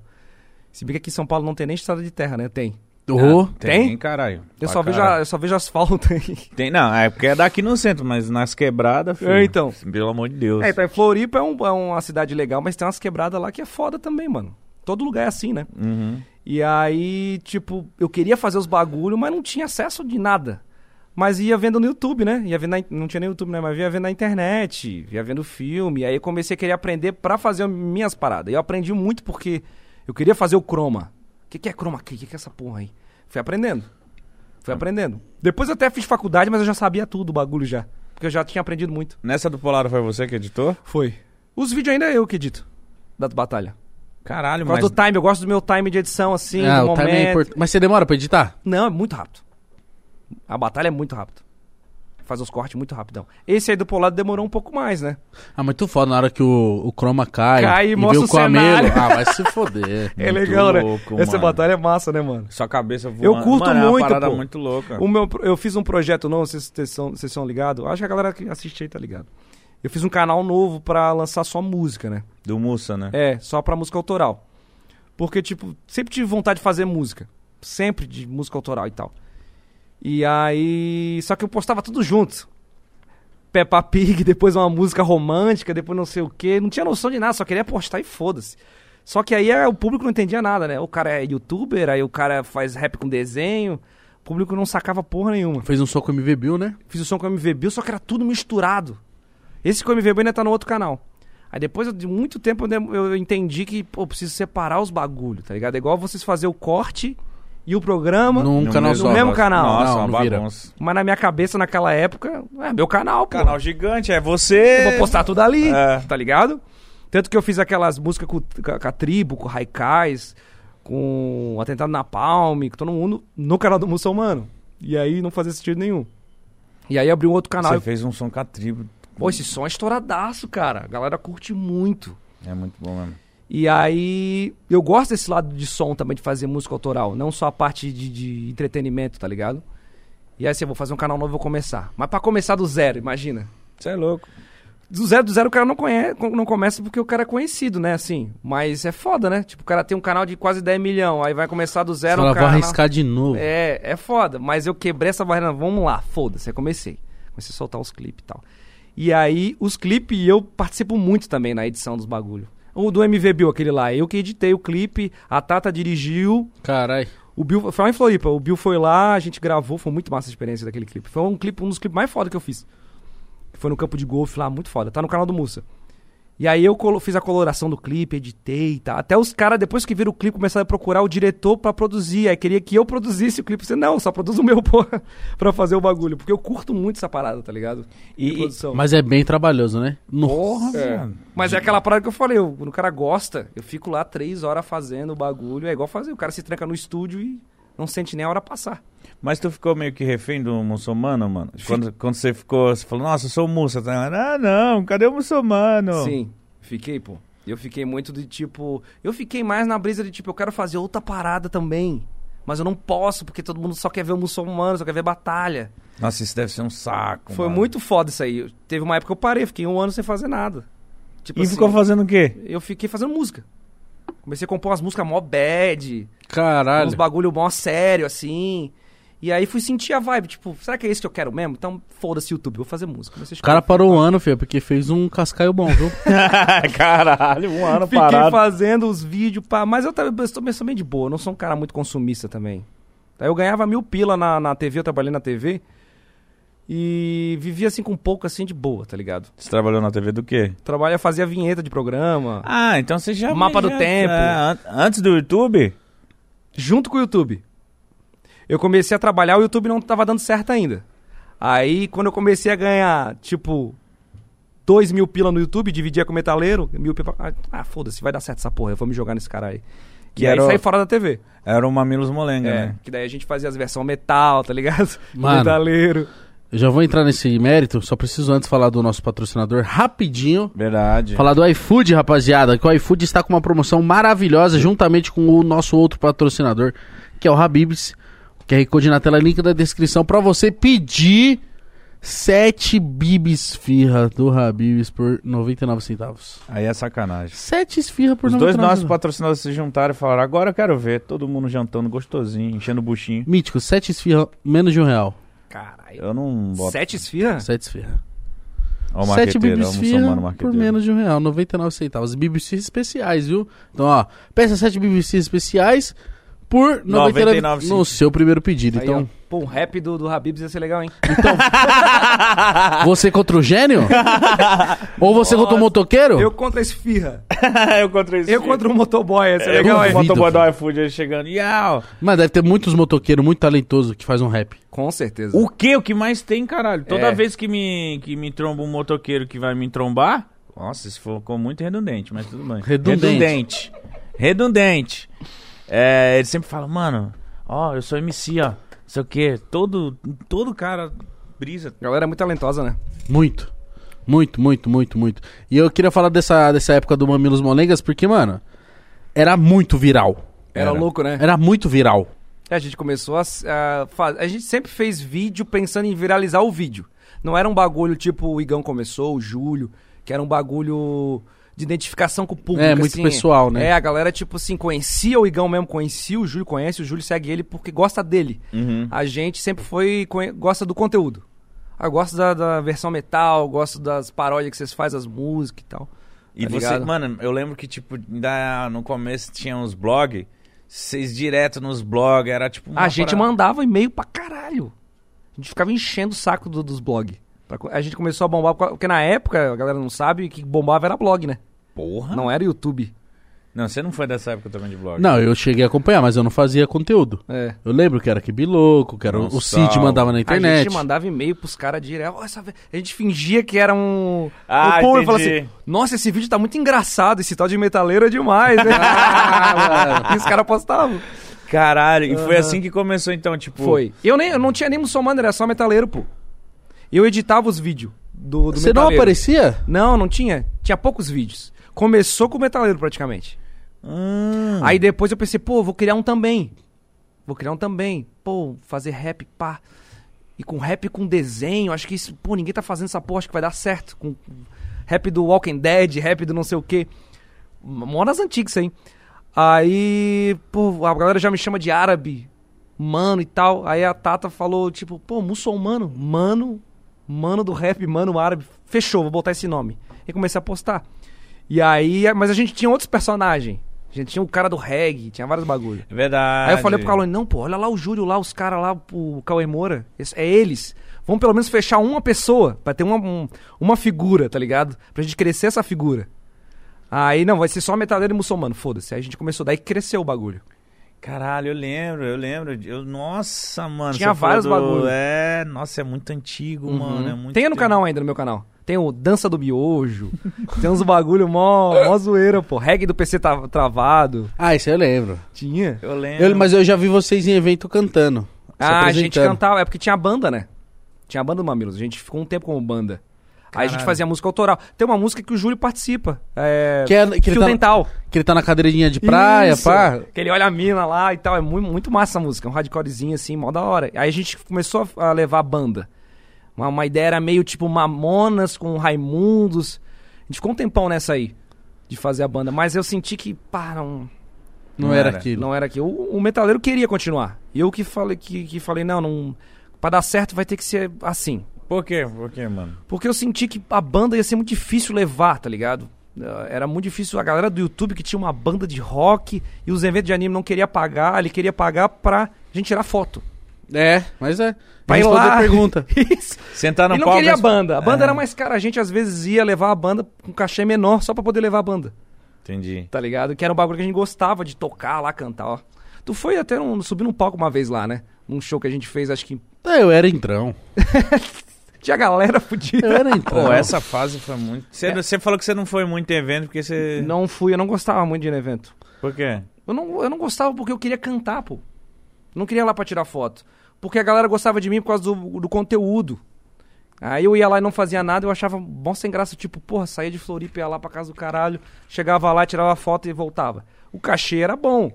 Speaker 2: Se bem que aqui em São Paulo não tem nem estrada de terra, né? Tem.
Speaker 3: Ô,
Speaker 2: Tem?
Speaker 1: caralho.
Speaker 2: Eu,
Speaker 1: Pra
Speaker 2: só vejo, a-
Speaker 1: caralho.
Speaker 2: eu só vejo asfalto aí.
Speaker 1: Tem, não, é porque é daqui no centro, mas nas quebradas, filho.
Speaker 2: É, então.
Speaker 1: Pelo amor de Deus.
Speaker 2: É, então, Floripa é, um- é uma cidade legal, mas tem umas quebradas lá que é foda também, mano. Todo lugar é assim, né?
Speaker 1: Uhum.
Speaker 2: E aí, tipo, eu queria fazer os bagulho, mas não tinha acesso de nada. Mas ia vendo no YouTube, né? Ia vendo na in- não tinha nem YouTube, né? Mas ia vendo na internet, ia vendo filme. Aí eu comecei a querer aprender pra fazer minhas paradas. E eu aprendi muito porque eu queria fazer o croma. O que, que é croma aqui? O que, que é essa porra aí? Fui aprendendo. Fui aprendendo. Depois eu até fiz faculdade, mas eu já sabia tudo o bagulho já. Porque eu já tinha aprendido muito.
Speaker 1: Nessa do Polaro foi você que editou?
Speaker 2: Foi. Os vídeos ainda é eu que edito. Da batalha.
Speaker 1: Caralho,
Speaker 2: Por causa
Speaker 1: mas...
Speaker 2: do time, eu gosto do meu time de edição, assim,
Speaker 3: Ah,
Speaker 2: do
Speaker 3: o
Speaker 2: momento.
Speaker 3: time é importante. Mas você demora pra editar?
Speaker 2: Não, é muito rápido. A batalha é muito rápido. Faz os cortes muito rapidão. Esse aí do Polado demorou um pouco mais, né?
Speaker 3: Ah, mas tu foda na hora que o, o Chroma cai.
Speaker 2: Cai e
Speaker 3: vem
Speaker 2: mostra o cenário.
Speaker 3: Ah, vai se foder.
Speaker 2: é
Speaker 1: Muito
Speaker 2: legal,
Speaker 1: louco,
Speaker 2: né? Essa
Speaker 1: mano.
Speaker 2: batalha é massa, né, mano?
Speaker 1: Sua cabeça voando.
Speaker 2: Eu curto
Speaker 1: Mano,
Speaker 2: muito,
Speaker 1: é uma parada
Speaker 2: pô.
Speaker 1: muito louca.
Speaker 2: O meu, pro- eu fiz um projeto novo, vocês vocês são, vocês são ligados? Acho que a galera que assiste aí tá ligado. Eu fiz um canal novo pra lançar só música, né?
Speaker 1: Do Mussa, né?
Speaker 2: É, só pra música autoral. Porque, tipo, sempre tive vontade de fazer música. Sempre de música autoral e tal. E aí. Só que eu postava tudo junto. Peppa Pig, depois uma música romântica, depois não sei o quê. Não tinha noção de nada, só queria postar e foda-se. Só que aí é, o público não entendia nada, né? O cara é youtuber, aí o cara faz rap com desenho. O público não sacava porra nenhuma
Speaker 3: Fez um som com o MV Bill, né?
Speaker 2: fiz o som com o MV Bill, só que era tudo misturado. Esse com o MV Bill ainda tá no outro canal. Aí depois de muito tempo eu dem- eu entendi que, pô, eu preciso separar os bagulho, tá ligado? É igual vocês fazer o corte e o programa.
Speaker 3: Num
Speaker 1: um No
Speaker 3: canal
Speaker 1: mesmo-
Speaker 3: só.
Speaker 2: no mesmo canal.
Speaker 1: Nossa,
Speaker 3: Não,
Speaker 1: uma
Speaker 3: não vira.
Speaker 1: bagunça.
Speaker 2: Mas na minha cabeça, naquela época, é meu canal, pô.
Speaker 1: Um Canal gigante, é você...
Speaker 2: Eu vou postar tudo ali,
Speaker 1: É.
Speaker 2: tá ligado? Tanto que eu fiz aquelas músicas com, com a- com a tribo, com o Raikais, com o Atentado na Palme, com todo mundo no canal do muçulmano. E aí não fazia sentido nenhum. E aí abriu um outro canal.
Speaker 1: Você
Speaker 2: e-
Speaker 1: fez um som com a tribo.
Speaker 2: Pô, esse som é estouradaço, cara. A galera curte muito.
Speaker 1: É muito bom mesmo.
Speaker 2: E aí, eu gosto desse lado de som também, de fazer música autoral. Não só a parte de, de entretenimento, tá ligado? E aí, assim, eu vou fazer um canal novo, vou começar. Mas pra começar do zero, imagina.
Speaker 1: Você é louco.
Speaker 2: Do zero, do zero, o cara não, conhece, não começa porque o cara é conhecido, né? Assim, mas é foda, né? Tipo, o cara tem um canal de quase 10 milhões, aí vai começar do
Speaker 3: Você
Speaker 2: zero,
Speaker 3: fala,
Speaker 2: o
Speaker 3: vou
Speaker 2: um cara...
Speaker 3: arriscar de novo.
Speaker 2: É, é foda, mas eu quebrei essa barreira. Vamos lá, foda-se, aí comecei. Comecei a soltar os clipes e tal. E aí, os clipes eu participo muito também na edição dos bagulho. O do MV Bill, aquele lá, eu que editei o clipe, a Tata dirigiu.
Speaker 3: Caralho.
Speaker 2: O Bill foi lá em Floripa, o Bill foi lá, a gente gravou, foi muito massa a experiência daquele clipe. Foi um clipe, um dos clipes mais foda que eu fiz. Foi no campo de golfe lá, muito foda. Tá no canal do Mussa. E aí eu colo- fiz a coloração do clipe, editei e tal. Até os caras, depois que viram o clipe, começaram a procurar o diretor pra produzir. Aí queria que eu produzisse o clipe. Você, não, só produz o meu, porra, pra fazer o bagulho. Porque eu curto muito essa parada, tá ligado?
Speaker 1: E-
Speaker 2: De
Speaker 1: e-
Speaker 2: produção.
Speaker 3: Mas é bem trabalhoso, né? Nossa.
Speaker 1: Porra,
Speaker 2: É.
Speaker 1: mano.
Speaker 2: Mas é aquela parada que eu falei, eu- quando o cara gosta, eu fico lá três horas fazendo o bagulho, é igual fazer, o cara se tranca no estúdio e não sente nem a hora passar.
Speaker 1: Mas tu ficou meio que refém do muçulmano, mano? Quando, quando você ficou, você falou, nossa, eu sou muça. Tá? Ah, não, cadê o muçulmano?
Speaker 2: Sim, fiquei, pô. Eu fiquei muito de tipo. Eu fiquei mais na brisa de tipo, eu quero fazer outra parada também. Mas eu não posso, porque todo mundo só quer ver o muçulmano, só quer ver batalha.
Speaker 1: Nossa, isso deve ser um saco,
Speaker 2: Foi
Speaker 1: mano.
Speaker 2: muito foda isso aí. Eu- Teve uma época que eu parei, fiquei um ano sem fazer nada. Tipo
Speaker 1: E
Speaker 2: assim,
Speaker 1: ficou fazendo o quê?
Speaker 2: eu fiquei fazendo música. Comecei a compor umas músicas mó bad,
Speaker 3: Caralho.
Speaker 2: uns bagulho mó sério, assim. E aí fui sentir a vibe, tipo, será que é isso que eu quero mesmo? Então foda-se YouTube, vou fazer música. Comecei a
Speaker 3: O cara
Speaker 2: escrever.
Speaker 3: parou o ano, filho, porque fez um cascaio bom, viu?
Speaker 1: Caralho, um ano
Speaker 2: Fiquei
Speaker 1: parado.
Speaker 2: fazendo os vídeos, pá. Mas eu também eu sou, eu sou bem de boa, eu não sou um cara muito consumista também. Aí eu ganhava mil pila na, na TV, eu trabalhei na TV. E vivia assim com pouco, assim, de boa, tá ligado?
Speaker 1: Você trabalhou na TV do quê?
Speaker 2: Trabalha, fazia vinheta de programa.
Speaker 1: Ah, então você já...
Speaker 2: Mapa do
Speaker 1: já-
Speaker 2: tempo.
Speaker 1: Ah, an- antes do YouTube?
Speaker 2: junto com o YouTube. Eu comecei a trabalhar, o YouTube não tava dando certo ainda. Aí, quando eu comecei a ganhar, tipo, 2 mil pila no YouTube, dividia com o metaleiro, mil pila. Ah, foda-se, vai dar certo essa porra, eu vou me jogar nesse cara aí.
Speaker 1: Que
Speaker 2: e aí
Speaker 1: era o-
Speaker 2: saí fora da TV.
Speaker 1: Era o Mamilos Molenga,
Speaker 2: É,
Speaker 1: né?
Speaker 2: que daí a gente fazia as versões metal, tá ligado?
Speaker 3: Mano.
Speaker 2: Metaleiro.
Speaker 3: Eu já vou entrar nesse mérito, só preciso antes falar do nosso patrocinador rapidinho.
Speaker 1: Verdade.
Speaker 3: Falar do iFood, rapaziada, que o iFood está com uma promoção maravilhosa juntamente com o nosso outro patrocinador, que é o Habibs. QR Code na tela, link na descrição para você pedir Sete bibis firra do Habibs por 99 centavos.
Speaker 1: Aí é sacanagem.
Speaker 3: Sete esfirra por
Speaker 1: Os dois
Speaker 3: 99
Speaker 1: nossos
Speaker 3: centavos.
Speaker 1: patrocinadores se juntaram e falaram: agora eu quero ver todo mundo jantando gostosinho, enchendo o buchinho.
Speaker 3: Mítico, sete esfirra, menos de um real.
Speaker 2: Caralho.
Speaker 1: Eu não boto.
Speaker 2: Sete esfirras?
Speaker 3: Sete esfirra.
Speaker 1: Ó, o
Speaker 3: Sete
Speaker 1: marqueteiro, ó, o
Speaker 3: bibis
Speaker 1: muçulmano
Speaker 3: firra por
Speaker 1: marqueteiro.
Speaker 3: menos de um real, 99 centavos. Bibis firra especiais, viu? Então, ó, peça sete bibis firra especiais por 99
Speaker 1: 99
Speaker 3: no seu primeiro pedido.
Speaker 2: Aí,
Speaker 3: então,
Speaker 2: ó, pô, um rap do, do Habibs ia ser legal, hein?
Speaker 3: você contra o gênio? Ou você contra o motoqueiro?
Speaker 2: Eu contra a esfirra.
Speaker 1: eu contra isso.
Speaker 2: Eu contra o motoboy, ia ser
Speaker 1: É
Speaker 2: legal,
Speaker 1: igual o
Speaker 2: hein?
Speaker 3: duvido,
Speaker 1: motoboy do
Speaker 3: cara.
Speaker 1: iFood ele chegando. Iau!
Speaker 3: Mas deve ter muitos motoqueiros muito talentosos que faz um rap.
Speaker 2: Com certeza.
Speaker 1: O que? O que mais tem, caralho? Toda
Speaker 2: É.
Speaker 1: vez que me, que me tromba um motoqueiro que vai me trombar. Nossa, isso ficou muito redundante, mas tudo bem.
Speaker 3: Redundante.
Speaker 1: Redundante. Redundante. É, ele sempre fala, mano, ó, eu sou MC, ó. Não sei o quê. Todo, todo cara brisa.
Speaker 2: Galera é muito talentosa, né?
Speaker 3: Muito. Muito, muito, muito, muito. E eu queria falar dessa, dessa época do Mamilos Molengas, porque, mano, era muito viral.
Speaker 2: Era,
Speaker 1: Era.
Speaker 2: louco, né?
Speaker 3: Era muito viral.
Speaker 2: É, A gente começou a, s- a fazer. A gente sempre fez vídeo pensando em viralizar o vídeo. Não era um bagulho tipo o Igão começou, o Júlio, que era um bagulho de identificação com o público.
Speaker 3: É, muito
Speaker 2: assim.
Speaker 3: pessoal, né?
Speaker 2: É, a galera, tipo assim, conhecia o Igão mesmo, conhecia o Júlio, conhece, o Júlio segue ele porque gosta dele.
Speaker 3: Uhum.
Speaker 2: A gente sempre foi. conhe- gosta do conteúdo. Ah, gosto da, da versão metal, gosto das paródias que vocês fazem, as músicas e tal.
Speaker 1: E
Speaker 2: Tá
Speaker 1: você,
Speaker 2: ligado?
Speaker 1: mano, eu lembro que, tipo, ainda no começo tinha uns blog. Vocês direto nos blogs, era tipo. uma
Speaker 2: A gente
Speaker 1: parada-
Speaker 2: mandava e-mail pra caralho. A gente ficava enchendo o saco do- dos blogs. A gente começou a bombar, por causa- porque na época, a galera não sabe, que bombava era blog, né?
Speaker 1: Porra!
Speaker 2: Não era YouTube.
Speaker 1: Não, você não foi dessa época também de blog.
Speaker 3: Não, eu cheguei a acompanhar, mas eu não fazia conteúdo.
Speaker 2: É.
Speaker 3: Eu lembro que era que Biloco, que era o- o
Speaker 1: Nossa.
Speaker 3: Cid mandava na
Speaker 2: A
Speaker 3: internet.
Speaker 2: gente mandava e-mail pros caras direto. "Ó, essa ve-" A gente fingia que era um.
Speaker 1: Ah,
Speaker 2: o povo e
Speaker 1: entendi.
Speaker 2: assim: Nossa, esse vídeo tá muito engraçado, esse tal de metaleiro é demais. né?" e os caras postavam.
Speaker 1: Caralho, e foi assim que começou então, tipo.
Speaker 2: Foi. Eu, nem, eu não tinha nem muçulmano, era só metaleiro, pô. Eu editava os vídeos do, do
Speaker 3: Você não
Speaker 2: metaleiro.
Speaker 3: aparecia?
Speaker 2: Não, não tinha. Tinha poucos vídeos. Começou com o Metaleiro, praticamente.
Speaker 1: Hum.
Speaker 2: Aí depois eu pensei, pô, vou criar um também. Vou criar um também. Pô, fazer rap, pá. E com rap com desenho, acho que isso, pô, ninguém tá fazendo essa porra, acho que vai dar certo. Com rap do Walking Dead, rap do não sei o quê. Mó nas antigas, hein? Aí, pô, a galera já me chama de árabe, mano e tal. Aí a Tata falou, tipo, pô, muçulmano, mano, mano do rap, mano árabe. Fechou, vou botar esse nome. E comecei a postar. E aí, mas a gente tinha outros personagens. A gente tinha o cara do reggae, tinha vários bagulhos.
Speaker 1: É Verdade.
Speaker 2: Aí eu falei pro Calone, não, pô, olha lá o Júlio lá, os caras lá, o Cauê Moura, esse- é eles. Vamos pelo menos fechar uma pessoa, pra ter uma, um- uma figura, tá ligado? Pra gente crescer essa figura. Aí, não, vai ser só metaleiro e muçulmano, foda-se. Aí a gente começou, daí cresceu o bagulho.
Speaker 1: Caralho, eu lembro, eu lembro. de- Eu, nossa, mano.
Speaker 2: Tinha
Speaker 1: você falou
Speaker 2: vários bagulho. Uhum.
Speaker 1: É, nossa, é muito antigo, mano. É muito
Speaker 2: Tem no
Speaker 1: tempo.
Speaker 2: canal ainda, no meu canal. Tem o Dança do Biojo, tem uns bagulho mó, mó zoeira, pô. Reggae do PC tá travado,
Speaker 3: Ah, isso aí eu lembro.
Speaker 2: tinha.
Speaker 1: Eu lembro.
Speaker 3: Eu- mas eu já vi vocês em evento cantando. se
Speaker 2: É. Ah, a gente
Speaker 3: apresentando.
Speaker 2: cantava, é porque tinha a banda, né? Tinha a banda do Mamilos, a gente ficou um tempo como banda. Aí a gente
Speaker 1: Caralho.
Speaker 2: fazia música autoral. Tem uma música que o Júlio participa. É...
Speaker 3: Que é- que ele
Speaker 2: Fio
Speaker 3: tá-
Speaker 2: Dental.
Speaker 3: Que ele tá na cadeirinha de praia,
Speaker 2: Isso.
Speaker 3: pá.
Speaker 2: Que ele olha a mina lá e tal. É muito, muito massa a música. É um hardcorezinho assim, mó da hora. Aí a gente começou a a levar a banda. Uma, uma ideia era meio tipo Mamonas com Raimundos. A gente ficou um tempão nessa aí. De fazer a banda. Mas eu senti que, pá, não,
Speaker 1: Não
Speaker 3: Não, era,
Speaker 1: era.
Speaker 3: aquilo.
Speaker 2: não era aqui. O, o metaleiro queria continuar. E eu que falei, que, que falei não, não, pra dar certo vai ter que ser assim.
Speaker 1: Por quê? Por quê, mano?
Speaker 2: Porque eu senti que a banda ia ser muito difícil levar, tá ligado? Ah, Era muito difícil. A galera do YouTube que tinha uma banda de rock e os eventos de anime não queria pagar, ele queria pagar pra gente tirar foto.
Speaker 3: É, mas é.
Speaker 2: Vai
Speaker 3: responder
Speaker 2: lá.
Speaker 3: pergunta. Tá
Speaker 2: Isso.
Speaker 1: Sentar no
Speaker 2: e não
Speaker 1: palco.
Speaker 2: queria
Speaker 3: é
Speaker 2: a
Speaker 1: as-
Speaker 2: banda. A banda
Speaker 1: Ah,
Speaker 2: era mais cara. A gente às vezes ia levar a banda com cachê menor só pra poder levar a banda,
Speaker 1: Entendi.
Speaker 2: tá ligado? Que era um bagulho que a gente gostava de tocar lá, cantar, ó. Tu foi até um, subir num palco uma vez lá, né? Num show que a gente fez, acho que
Speaker 3: Ah, eu era entrão.
Speaker 2: tinha galera fodida.
Speaker 3: Eu era entrão.
Speaker 1: Pô, essa fase foi muito. Você, você falou que você não foi muito em evento porque você.
Speaker 2: É. Não fui, eu não gostava muito de ir no evento.
Speaker 1: Por quê?
Speaker 2: Eu não, eu não gostava porque eu queria cantar, pô. Não queria ir lá pra tirar foto. Porque a galera gostava de mim por causa do, do conteúdo. Aí eu ia lá e não fazia nada, eu achava bom sem graça, tipo, porra, saía de Floripa, ia lá pra casa do caralho, chegava lá, tirava foto e voltava. O cachê era bom,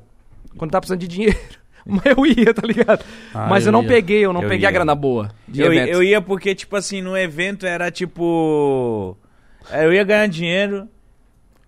Speaker 2: quando tá precisando de dinheiro. Mas eu ia, tá ligado?
Speaker 3: Ah,
Speaker 2: Mas eu,
Speaker 3: eu
Speaker 2: não
Speaker 3: ia.
Speaker 2: peguei, eu não
Speaker 1: Eu
Speaker 2: peguei a
Speaker 1: ia.
Speaker 2: grana boa de
Speaker 1: Eu,
Speaker 2: evento.
Speaker 1: eu ia porque, tipo assim, no evento era tipo. é, Eu ia ganhar dinheiro.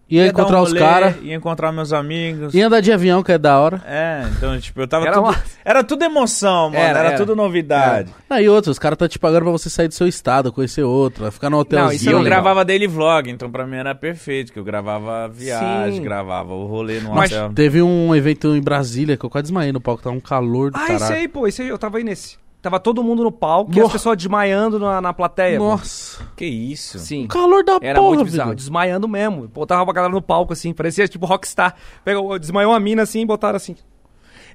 Speaker 2: é
Speaker 3: Ia,
Speaker 1: dar um
Speaker 3: encontrar os
Speaker 1: rolê,
Speaker 3: caras.
Speaker 1: Ia encontrar meus amigos.
Speaker 3: Ia andar de avião, que é da hora.
Speaker 1: É, então, tipo, eu tava.
Speaker 2: Era
Speaker 1: Era tudo,
Speaker 2: uma-
Speaker 1: era tudo emoção, mano.
Speaker 2: Era,
Speaker 1: Era,
Speaker 2: era.
Speaker 1: tudo novidade.
Speaker 3: Ah, e outro, os caras tá te pagando pra você sair do seu estado, conhecer outro, ficar no hotel.
Speaker 2: Não, isso
Speaker 1: E
Speaker 2: era
Speaker 1: eu
Speaker 2: legal.
Speaker 1: gravava daily vlog, então pra mim era perfeito, que eu gravava a viagem,
Speaker 2: Sim.
Speaker 1: gravava o rolê no
Speaker 2: Mas
Speaker 1: hotel.
Speaker 3: Teve um evento em Brasília que eu quase desmaiei no palco, tava um calor do
Speaker 2: Ah, esse
Speaker 3: caralho.
Speaker 2: aí, pô, esse aí, eu tava aí nesse. Tava todo mundo no palco e as
Speaker 3: Nossa.
Speaker 2: pessoas desmaiando na, na plateia. pô.
Speaker 3: Nossa,
Speaker 1: Que isso?
Speaker 2: Sim.
Speaker 3: o calor da
Speaker 2: Era
Speaker 3: porra,
Speaker 2: muito bizarro,
Speaker 3: velho.
Speaker 2: desmaiando mesmo. Botava a galera no palco, assim, parecia tipo rockstar. Pegou, desmaiou uma mina assim e botaram assim.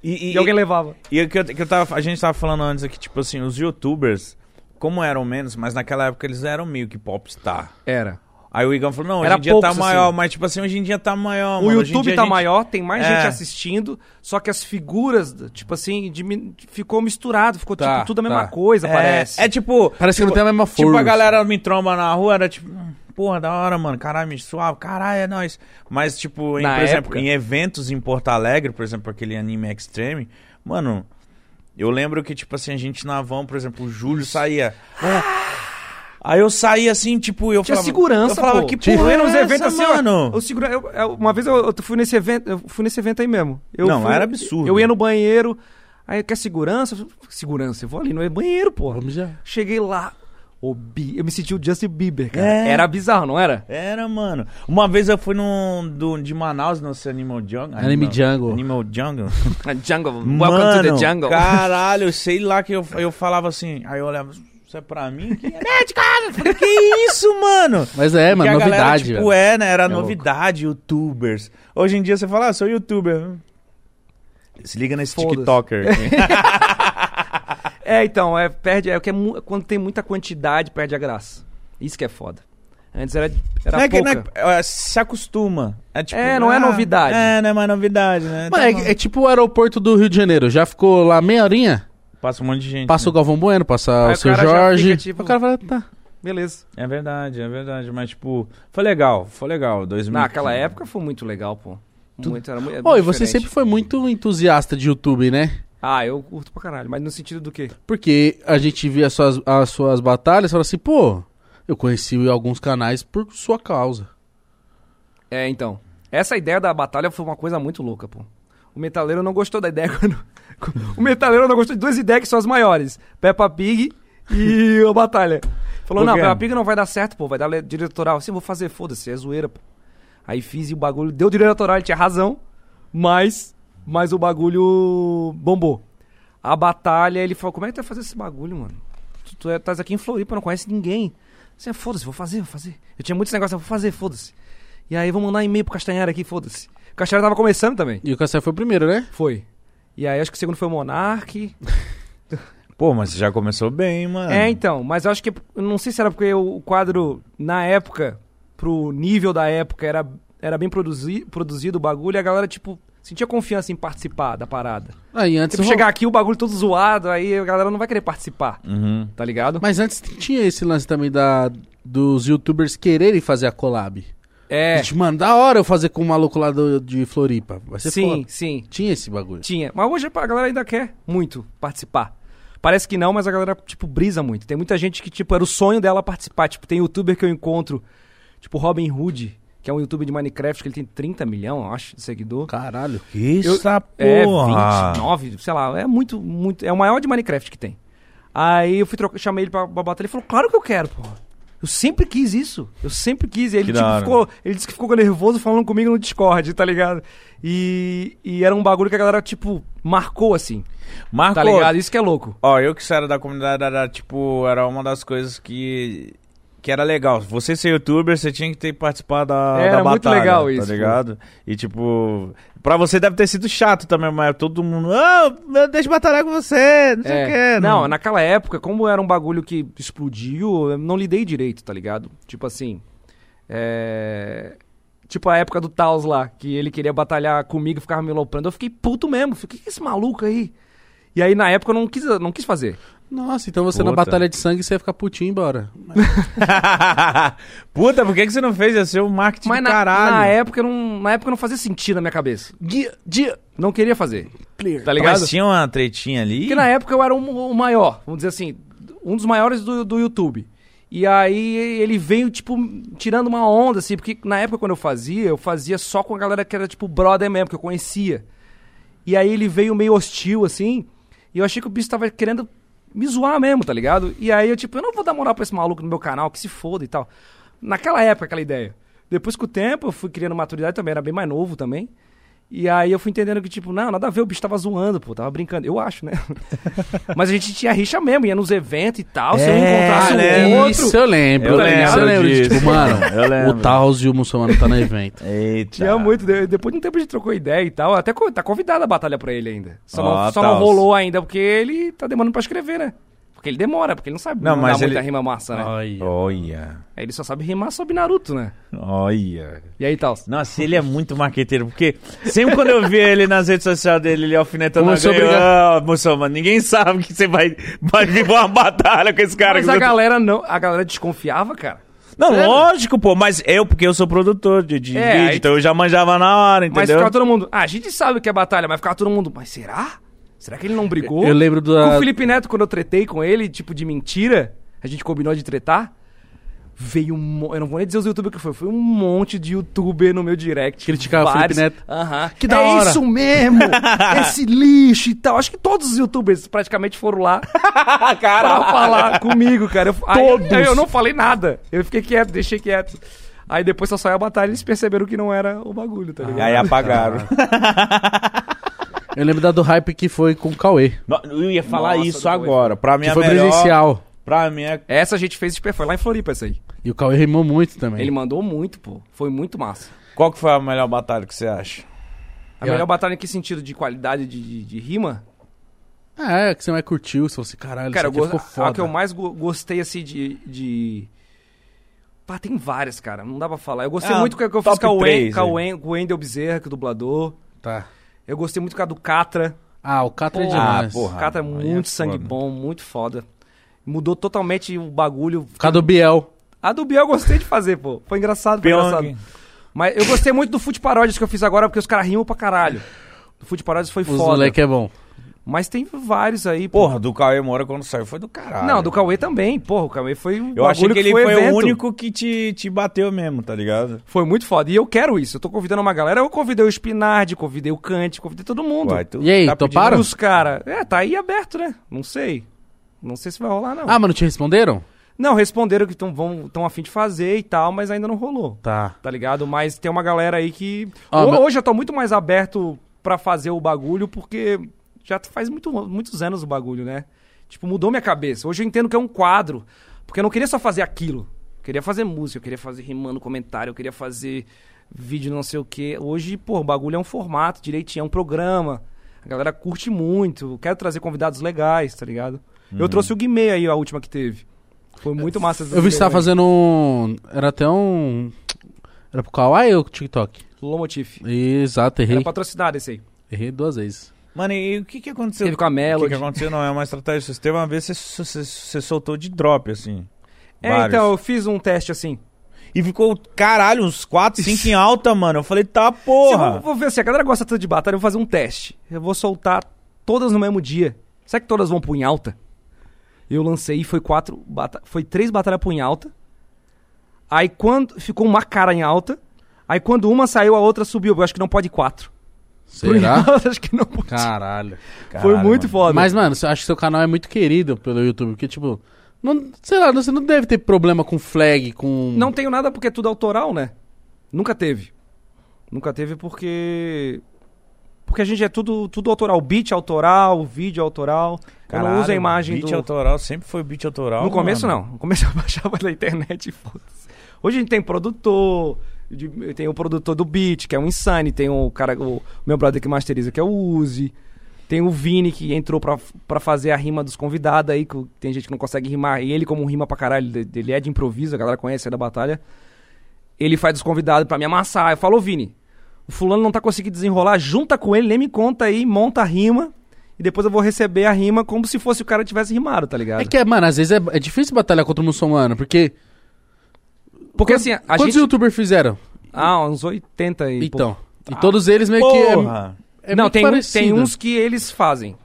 Speaker 1: E,
Speaker 2: E,
Speaker 1: e-
Speaker 2: alguém levava.
Speaker 1: e o que, eu, que eu tava, a gente tava falando antes aqui, tipo assim, os youtubers, como eram menos, mas naquela época eles eram meio que popstar.
Speaker 2: Era.
Speaker 1: Aí o Igão falou, não, hoje
Speaker 2: Era
Speaker 1: em dia tá
Speaker 2: poucos,
Speaker 1: maior,
Speaker 2: assim.
Speaker 1: mas tipo assim, hoje em dia tá maior.
Speaker 2: O
Speaker 1: mano. Hoje em
Speaker 2: YouTube
Speaker 1: dia a
Speaker 2: tá
Speaker 1: gente-
Speaker 2: maior, tem mais
Speaker 1: É.
Speaker 2: gente assistindo, só que as figuras, tipo assim, dimin- ficou misturado, ficou
Speaker 3: Tá,
Speaker 2: tipo tudo a mesma
Speaker 3: tá.
Speaker 2: coisa,
Speaker 1: É,
Speaker 2: parece.
Speaker 1: É tipo,
Speaker 3: Parece que não tem a mesma
Speaker 1: Tipo,
Speaker 3: força.
Speaker 1: a galera me tromba na rua, era tipo, "Hum, porra, da hora, mano, caralho, me suave, caralho, é nóis. Mas, tipo, em,
Speaker 2: Na
Speaker 1: por exemplo,
Speaker 2: época.
Speaker 1: em eventos em Porto Alegre, por exemplo, aquele anime Extreme, mano, eu lembro que, tipo assim, a gente na van, por exemplo, o Júlio saía. "Bora." Aí eu saía assim, tipo, eu
Speaker 2: Tinha
Speaker 1: falava.
Speaker 2: segurança,
Speaker 1: eu falava,
Speaker 2: pô.
Speaker 1: que
Speaker 2: Tinha-
Speaker 1: porra
Speaker 2: era
Speaker 1: é
Speaker 2: uns
Speaker 1: essa,
Speaker 2: eventos assim, ó,
Speaker 1: mano?
Speaker 2: eu segura- eu- eu- uma vez eu, eu fui nesse evento, eu fui nesse evento aí mesmo. Eu
Speaker 1: Não,
Speaker 2: fui-
Speaker 1: era absurdo.
Speaker 2: Eu ia no banheiro, aí quer segurança? Eu falei, Segurança, eu vou ali no banheiro, porra.
Speaker 3: Vamos já.
Speaker 2: Cheguei lá, o Bi- eu me senti o Justin Bieber, cara.
Speaker 1: É.
Speaker 2: Era bizarro, não era?
Speaker 1: Era, mano. Uma vez eu fui num, do, de Manaus, não sei, Animal Jungle.
Speaker 3: Anime Jungle.
Speaker 1: Animal Jungle.
Speaker 2: jungle, welcome to the jungle.
Speaker 1: Caralho, sei lá que eu, eu falava assim. Aí eu olhava, isso é pra mim? Que é de casa? Eu falei, Que isso, mano?
Speaker 3: Mas é, mano,
Speaker 1: Porque a galera,
Speaker 3: novidade,
Speaker 1: tipo,
Speaker 3: velho.
Speaker 1: é, né? Era
Speaker 3: louco.
Speaker 1: novidade, youtubers. Hoje em dia você fala, ah, sou youtuber. Se liga nesse
Speaker 2: Foda-se.
Speaker 1: TikToker.
Speaker 2: É, então, é, perde, é, o que é mu- quando tem muita quantidade, perde a graça. Isso que é foda. Antes era, era
Speaker 1: Não é que- não
Speaker 2: pouca.
Speaker 1: é- é, se acostuma. É, tipo,
Speaker 2: É, não é novidade.
Speaker 1: É, não é mais novidade, né?
Speaker 3: Mas
Speaker 1: Tá
Speaker 3: é, é tipo o aeroporto do Rio de Janeiro, já ficou lá meia horinha,
Speaker 1: bom. Passa um monte de gente.
Speaker 3: passa o
Speaker 1: né?
Speaker 3: Galvão Bueno, passa
Speaker 2: Aí
Speaker 3: o
Speaker 2: o
Speaker 3: seu
Speaker 2: cara já
Speaker 3: Jorge.
Speaker 2: fica, tipo-
Speaker 3: O cara fala, tá.
Speaker 2: Beleza.
Speaker 1: É verdade, é verdade. Mas, tipo, foi legal, foi legal. 2000...
Speaker 2: Naquela época foi muito legal, pô. Muito, era muito, era
Speaker 3: Pô, e
Speaker 2: é muito
Speaker 3: você
Speaker 2: diferente.
Speaker 3: sempre foi muito entusiasta de YouTube, né?
Speaker 2: Ah, eu curto pra caralho, mas no sentido do quê?
Speaker 3: Porque a gente via suas, as suas batalhas e falava assim, pô, eu conheci alguns canais por sua causa.
Speaker 2: É, então. Essa ideia da batalha foi uma coisa muito louca, pô. O metaleiro não gostou da ideia quando. O metaleiro não gostou de duas ideias que são as maiores: Peppa Pig e a batalha. Falou,
Speaker 1: Por
Speaker 2: não,
Speaker 1: quê?
Speaker 2: Peppa Pig não vai dar certo, pô, vai dar le- diretoral. Assim, eu vou fazer, foda-se, é zoeira, pô. Aí fiz e o bagulho deu diretoral, ele tinha razão, mas. Mas o bagulho bombou. A batalha, ele falou: como é que tu vai fazer esse bagulho, mano? Tu, tu é, tás aqui em Floripa, não conhece ninguém. Assim, foda-se, vou fazer, vou fazer. Eu tinha muitos negócios, eu vou fazer, foda-se. E aí, vou mandar um e-mail pro Castanhari aqui, foda-se. O Castanhari tava começando também.
Speaker 3: E o Cassé foi o primeiro, né?
Speaker 2: Foi. E aí, acho que o segundo foi o Monark.
Speaker 1: Pô, mas você já começou bem, mano.
Speaker 2: É, então, mas eu acho que. eu Não sei se era porque o quadro, na época, pro nível da época, era, era bem produzi, produzido o bagulho, e a galera, tipo, sentia confiança em participar da parada.
Speaker 3: Aí antes...
Speaker 2: Tipo,
Speaker 3: ro-
Speaker 2: chegar aqui o bagulho todo zoado, aí a galera não vai querer participar,
Speaker 1: Uhum.
Speaker 2: tá ligado?
Speaker 3: Hum. Mas antes tinha esse lance também da, dos youtubers quererem fazer a collab.
Speaker 2: É,
Speaker 3: Gente, mano, da hora eu fazer com o maluco lá do- de Floripa. Vai ser
Speaker 2: sim,
Speaker 3: foda.
Speaker 2: sim.
Speaker 3: Tinha esse bagulho.
Speaker 2: Tinha. Mas hoje a galera ainda quer muito participar. Parece que não, mas a galera, tipo, brisa muito. Tem muita gente que, tipo, era o sonho dela participar. Tipo, tem youtuber que eu encontro, tipo, Robin Hood, que é um youtuber de Minecraft, que ele tem 30 milhões, eu acho, de seguidor.
Speaker 3: Caralho.
Speaker 1: Isso,
Speaker 2: É,
Speaker 1: porra.
Speaker 2: 29, sei lá, é muito, muito. É o maior de Minecraft que tem. Aí eu fui trocar, chamei ele pra, pra batalha, ele falou, claro que eu quero, porra. Eu sempre quis isso. Eu sempre quis. E ele,
Speaker 1: Que
Speaker 2: tipo,
Speaker 1: da hora.
Speaker 2: ficou, ele disse que ficou nervoso falando comigo no Discord, tá ligado? E, e era um bagulho que a galera, tipo, marcou assim.
Speaker 1: Marco,
Speaker 2: Tá ligado? Isso que é louco.
Speaker 1: ó, eu que era da comunidade, era tipo, era uma das coisas que que era legal. Você ser youtuber, você tinha que ter participado da,
Speaker 2: É, Era
Speaker 1: da
Speaker 2: muito
Speaker 1: batalha,
Speaker 2: legal
Speaker 1: tá
Speaker 2: isso,
Speaker 1: ligado? E tipo, pra você deve ter sido chato também, mas todo mundo, ah, eu deixa eu batalhar com você, não sei o
Speaker 2: É.
Speaker 1: que.
Speaker 2: Não, naquela época, como era um bagulho que explodiu, eu não lidei direito, tá ligado? Tipo assim. É. Tipo a época do Taos lá, que ele queria batalhar comigo e ficava me aloprando. Eu fiquei puto mesmo. Fiquei, o que é esse maluco aí? E aí, na época, eu não quis, não quis fazer.
Speaker 3: Nossa, então você na
Speaker 1: Puta.
Speaker 3: batalha de sangue você ia ficar putinho e ir embora.
Speaker 1: Puta, por que, que você não fez esse o marketing
Speaker 2: Mas
Speaker 1: do
Speaker 2: na,
Speaker 1: Tipo, caralho?
Speaker 2: na época não, na época não fazia sentido na minha cabeça.
Speaker 3: Dia, dia,
Speaker 2: Não queria fazer.
Speaker 3: clear.
Speaker 2: Tá ligado?
Speaker 1: Mas tinha uma tretinha ali.
Speaker 2: Porque na época eu era um- o maior, vamos dizer assim, um dos maiores do, do YouTube. E aí ele veio, tipo, tirando uma onda, assim, porque na época quando eu fazia, eu fazia só com a galera que era, tipo, brother mesmo, que eu conhecia. E aí ele veio meio hostil, assim, e eu achei que o bicho tava querendo me zoar mesmo, tá ligado? E aí eu, tipo, eu não vou dar moral pra esse maluco no meu canal, que se foda e tal. Naquela época, aquela ideia. Depois com o tempo, eu fui criando maturidade também, era bem mais novo também. E aí eu fui entendendo que, tipo, não, nada a ver, o bicho tava zoando, pô, tava brincando. Eu acho, né? Mas a gente tinha rixa mesmo, ia nos eventos e tal, se eu
Speaker 1: É,
Speaker 2: encontrasse um
Speaker 1: né?
Speaker 2: outro...
Speaker 3: Isso eu lembro.
Speaker 1: Eu
Speaker 3: Isso
Speaker 1: lembro
Speaker 3: eu lembro. de,
Speaker 1: disso.
Speaker 3: Tipo, mano,
Speaker 1: Eu lembro.
Speaker 3: o Taos e o muçulmano tá no evento.
Speaker 1: Eita.
Speaker 2: Tinha muito. de- Depois de um tempo a gente trocou ideia e tal. Até co- tá convidada a batalha pra ele ainda. Só,
Speaker 1: Ó,
Speaker 2: não, só não
Speaker 1: Taos.
Speaker 2: rolou ainda, porque ele tá demorando pra escrever, né? Porque ele demora, porque ele não sabe
Speaker 1: Não,
Speaker 2: mandar
Speaker 1: mas
Speaker 2: muita
Speaker 1: ele- Ah.
Speaker 2: rima massa, né?
Speaker 3: Ai,
Speaker 1: Olha.
Speaker 2: Aí Ele só sabe rimar sobre Naruto, né?
Speaker 1: Olha.
Speaker 2: E aí, tal.
Speaker 1: Nossa, ele é muito marqueteiro, porque sempre quando eu vi ele nas redes sociais dele, ele alfinetando
Speaker 3: Moço,
Speaker 1: alguém,
Speaker 3: obrigado.
Speaker 1: "Ah, moço, mano, ninguém sabe que você vai, vai vir uma batalha com esse cara.
Speaker 2: Mas
Speaker 1: que
Speaker 2: a
Speaker 1: você-
Speaker 2: galera não. A galera desconfiava, cara.
Speaker 1: Não, lógico, pô, mas eu, porque eu sou produtor de, de
Speaker 2: É,
Speaker 1: vídeo,
Speaker 2: aí-
Speaker 1: então eu já manjava na hora,
Speaker 2: Mas
Speaker 1: entendeu?
Speaker 2: ficava todo mundo. Ah, a gente sabe que é batalha, mas ficava todo mundo. Mas será? Será que ele não brigou?
Speaker 3: Eu lembro do-
Speaker 2: Com o Felipe Neto, quando eu tretei com ele, tipo, de mentira, a gente combinou de tretar. Veio um. mo- Eu não vou nem dizer os youtubers que foi. Foi um monte de youtuber no meu direct.
Speaker 3: Criticar o Felipe Neto.
Speaker 2: Aham.
Speaker 3: Que da
Speaker 2: é
Speaker 3: hora.
Speaker 2: isso mesmo! esse lixo e tal. Acho que todos os youtubers praticamente foram lá
Speaker 1: Ah,
Speaker 2: pra falar comigo, cara. Eu, aí-
Speaker 1: Todos.
Speaker 2: aí eu não falei nada. Eu fiquei quieto, deixei quieto. Aí depois só saiu a batalha e eles perceberam que não era o bagulho,
Speaker 3: Ah.
Speaker 2: tá ligado?
Speaker 1: E aí apagaram.
Speaker 3: Eu lembro da do hype que foi com o Cauê.
Speaker 1: No- Eu ia falar
Speaker 2: Nossa,
Speaker 1: isso
Speaker 2: depois.
Speaker 1: agora. Pra mim
Speaker 3: Que
Speaker 1: é
Speaker 3: foi
Speaker 1: melhor.
Speaker 3: presencial.
Speaker 1: Pra mim é.
Speaker 2: Essa a gente fez de pé, foi lá em Floripa essa aí.
Speaker 3: E o Cauê rimou muito também.
Speaker 2: Ele mandou muito, pô. Foi muito massa.
Speaker 1: Qual que foi a melhor batalha que você acha?
Speaker 2: A
Speaker 3: Eu-
Speaker 2: melhor batalha em que sentido? De qualidade de, de- de rima?
Speaker 3: Ah, é, que você mais curtiu, você falou assim, caralho,
Speaker 2: Cara, eu
Speaker 3: isso aqui
Speaker 2: go...
Speaker 3: ficou foda.
Speaker 2: a que eu mais go- gostei, assim, de... de... Pá, tem várias, cara. Não dá pra falar. Eu gostei
Speaker 1: Ah,
Speaker 2: muito que que eu
Speaker 1: top
Speaker 2: fiz com a Wen-
Speaker 1: três,
Speaker 2: com a
Speaker 1: aí.
Speaker 2: Wen- com o Wendel Bezerra, que é o dublador.
Speaker 3: Tá.
Speaker 2: Eu gostei muito com a do Catra.
Speaker 3: Ah, o Catra é
Speaker 2: Porra,
Speaker 3: demais.
Speaker 1: porra.
Speaker 2: O Catra é
Speaker 1: aí é
Speaker 2: muito sangue
Speaker 1: foda.
Speaker 2: bom, muito foda. Mudou totalmente o bagulho.
Speaker 3: Por causa do Biel.
Speaker 2: A do Biel eu gostei de fazer, pô. Foi engraçado, foi engraçado.
Speaker 1: Pyong.
Speaker 2: Mas eu gostei muito do Fute Paródias que eu fiz agora, porque os caras rimam pra caralho. O Fute Paródias foi
Speaker 3: Os
Speaker 2: foda.
Speaker 3: moleque é bom.
Speaker 2: Mas tem vários aí, pô.
Speaker 1: Porra, do Cauê Moura quando saiu foi do caralho.
Speaker 2: Não, do Cauê também. Porra, o Cauê foi um
Speaker 1: Ah, Eu achei
Speaker 2: bagulho
Speaker 1: que ele foi,
Speaker 2: evento.
Speaker 1: o único que te, te bateu mesmo, tá ligado?
Speaker 2: Foi muito foda. E eu quero isso. Eu tô convidando uma galera. Eu convidei o Spinardi, convidei o Kant, convidei todo mundo.
Speaker 1: Uai, tu tá
Speaker 3: E aí,
Speaker 1: pedindo-
Speaker 3: toparam? Claro.
Speaker 2: Os caras. É, tá aí aberto, né? Não sei. Não sei se vai rolar, não.
Speaker 3: Ah, mas não te responderam?
Speaker 2: Não, responderam que estão afim de fazer e tal, mas ainda não rolou.
Speaker 3: Tá.
Speaker 2: Tá ligado? Mas tem uma galera aí que.
Speaker 3: Ah,
Speaker 2: Ho-
Speaker 3: mas-
Speaker 2: Hoje eu tô muito mais aberto pra fazer o bagulho, porque já faz muito, muitos anos o bagulho, né? Tipo, mudou minha cabeça. Hoje eu entendo que é um quadro. Porque eu não queria só fazer aquilo. Eu queria fazer música, eu queria fazer rimando comentário, eu queria fazer vídeo não sei o quê. Hoje, pô, o bagulho é um formato direitinho, é um programa. A galera curte muito. Eu Quero trazer convidados legais, tá ligado? Eu trouxe o Guimê aí, a última que teve. Foi muito massa. essa
Speaker 3: Uhum. Eu vi que você tava
Speaker 2: ideia.
Speaker 3: fazendo um... Era até um... Era pro Kawaii ou TikTok?
Speaker 2: Lomotif.
Speaker 3: Exato, errei.
Speaker 2: Era patrocinado esse aí.
Speaker 3: Errei duas vezes.
Speaker 1: Mano, e o que que aconteceu?
Speaker 2: Teve com a
Speaker 1: O que
Speaker 2: Melody.
Speaker 1: que aconteceu não é uma estratégia. Você teve uma vez que você, você, você soltou de drop, assim.
Speaker 2: É,
Speaker 1: Vários.
Speaker 2: então, eu fiz um teste assim.
Speaker 1: E ficou, caralho, uns 4, 5 em alta, mano. Eu falei, tá
Speaker 2: Se eu vou-
Speaker 1: porra.
Speaker 2: vou ver se a galera gosta tanto de batalha, eu vou fazer um teste. Eu vou soltar todas no mesmo dia. Será que todas vão pro em alta? Eu lancei e foi quatro. bata- Foi três batalhas pro em alta. Aí quando. Ficou uma cara em alta. Aí quando uma saiu, a outra subiu. Eu acho que não pode quatro. Pro em
Speaker 3: Será?
Speaker 2: alta, acho que não pode.
Speaker 3: Caralho.
Speaker 2: foi muito
Speaker 1: foda.
Speaker 2: foda.
Speaker 3: Mas, mano, eu acho que seu canal é muito querido pelo YouTube, porque, tipo... Não, sei lá, você não deve ter problema com flag, com...
Speaker 2: Não tenho nada porque é tudo autoral, né? Nunca teve. Nunca teve porque. Porque a gente é tudo, tudo autoral. Beat é autoral, vídeo é autoral. eu não uso a imagem
Speaker 1: beat é
Speaker 2: do.
Speaker 1: autoral, sempre foi beat autoral.
Speaker 2: No começo,
Speaker 1: mano.
Speaker 2: não. No começo eu baixava da internet e foda-se. Hoje a gente tem produtor. de- Tem o produtor do beat, que é o Insane. Tem o cara, o meu brother que masteriza, que é o Uzi. Tem o Vini, que entrou pra, pra fazer a rima dos convidados aí, que tem gente que não consegue rimar. E ele, como rima pra caralho, ele- ele é de improviso, a galera conhece, é da batalha. Ele faz os convidados pra me amassar. Eu falo, "Ô, Vini, o fulano não tá conseguindo desenrolar, junta com ele, nem me conta aí, monta a rima. e depois eu vou receber a rima como se fosse o cara tivesse rimado, tá ligado?
Speaker 3: É que, é, mano, às vezes é, é difícil batalhar contra o muçulmano, porque.
Speaker 2: Porque assim, a
Speaker 3: Quantos
Speaker 2: gente.
Speaker 3: youtubers fizeram?
Speaker 2: Ah, uns 80 e. pouco.
Speaker 3: então. E todos eles meio
Speaker 1: Porra!
Speaker 3: que. É, é
Speaker 2: não,
Speaker 3: muito
Speaker 2: tem, um- tem
Speaker 3: parecido.
Speaker 2: uns que eles fazem.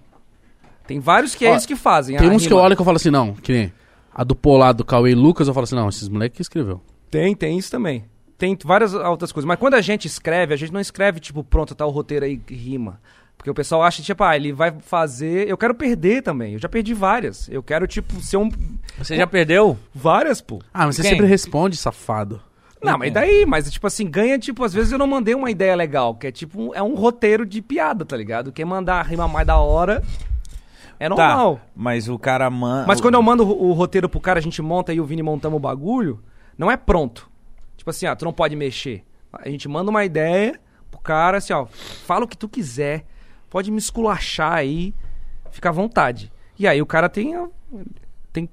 Speaker 2: Tem vários que é
Speaker 3: Ó,
Speaker 2: eles que fazem.
Speaker 3: Tem
Speaker 2: a
Speaker 3: uns que eu
Speaker 2: rima.
Speaker 3: olho e que eu falo assim, não, que nem. A do Polado, Cauê e Lucas, eu falo assim, não, esses moleques que escreveu.
Speaker 2: Tem, tem isso também. Tem várias outras coisas. Mas quando a gente escreve, a gente não escreve, tipo, pronto, tá o roteiro aí, rima. Porque o pessoal acha, tipo, ah, ele vai fazer. Eu quero perder também. Eu já perdi várias. Eu quero, tipo, ser um.
Speaker 4: Você já perdeu?
Speaker 2: Várias, pô.
Speaker 3: Ah, mas você
Speaker 4: Quem?
Speaker 3: sempre responde, safado.
Speaker 2: Não,
Speaker 3: Uhum.
Speaker 2: mas daí, mas tipo assim, ganha, tipo, às vezes eu não mandei uma ideia legal, que é tipo, um- é um roteiro de piada, tá ligado? Quem mandar a rima mais da hora é normal.
Speaker 1: Tá, mas o cara manda.
Speaker 2: Mas quando eu mando o, o roteiro pro cara, a gente monta e o Vini montamos o bagulho, não é pronto. Tipo assim, ó, tu não pode mexer. A gente manda uma ideia pro cara, assim, ó, fala o que tu quiser, pode me esculachar aí, fica à vontade. E aí o cara tem. ó, tem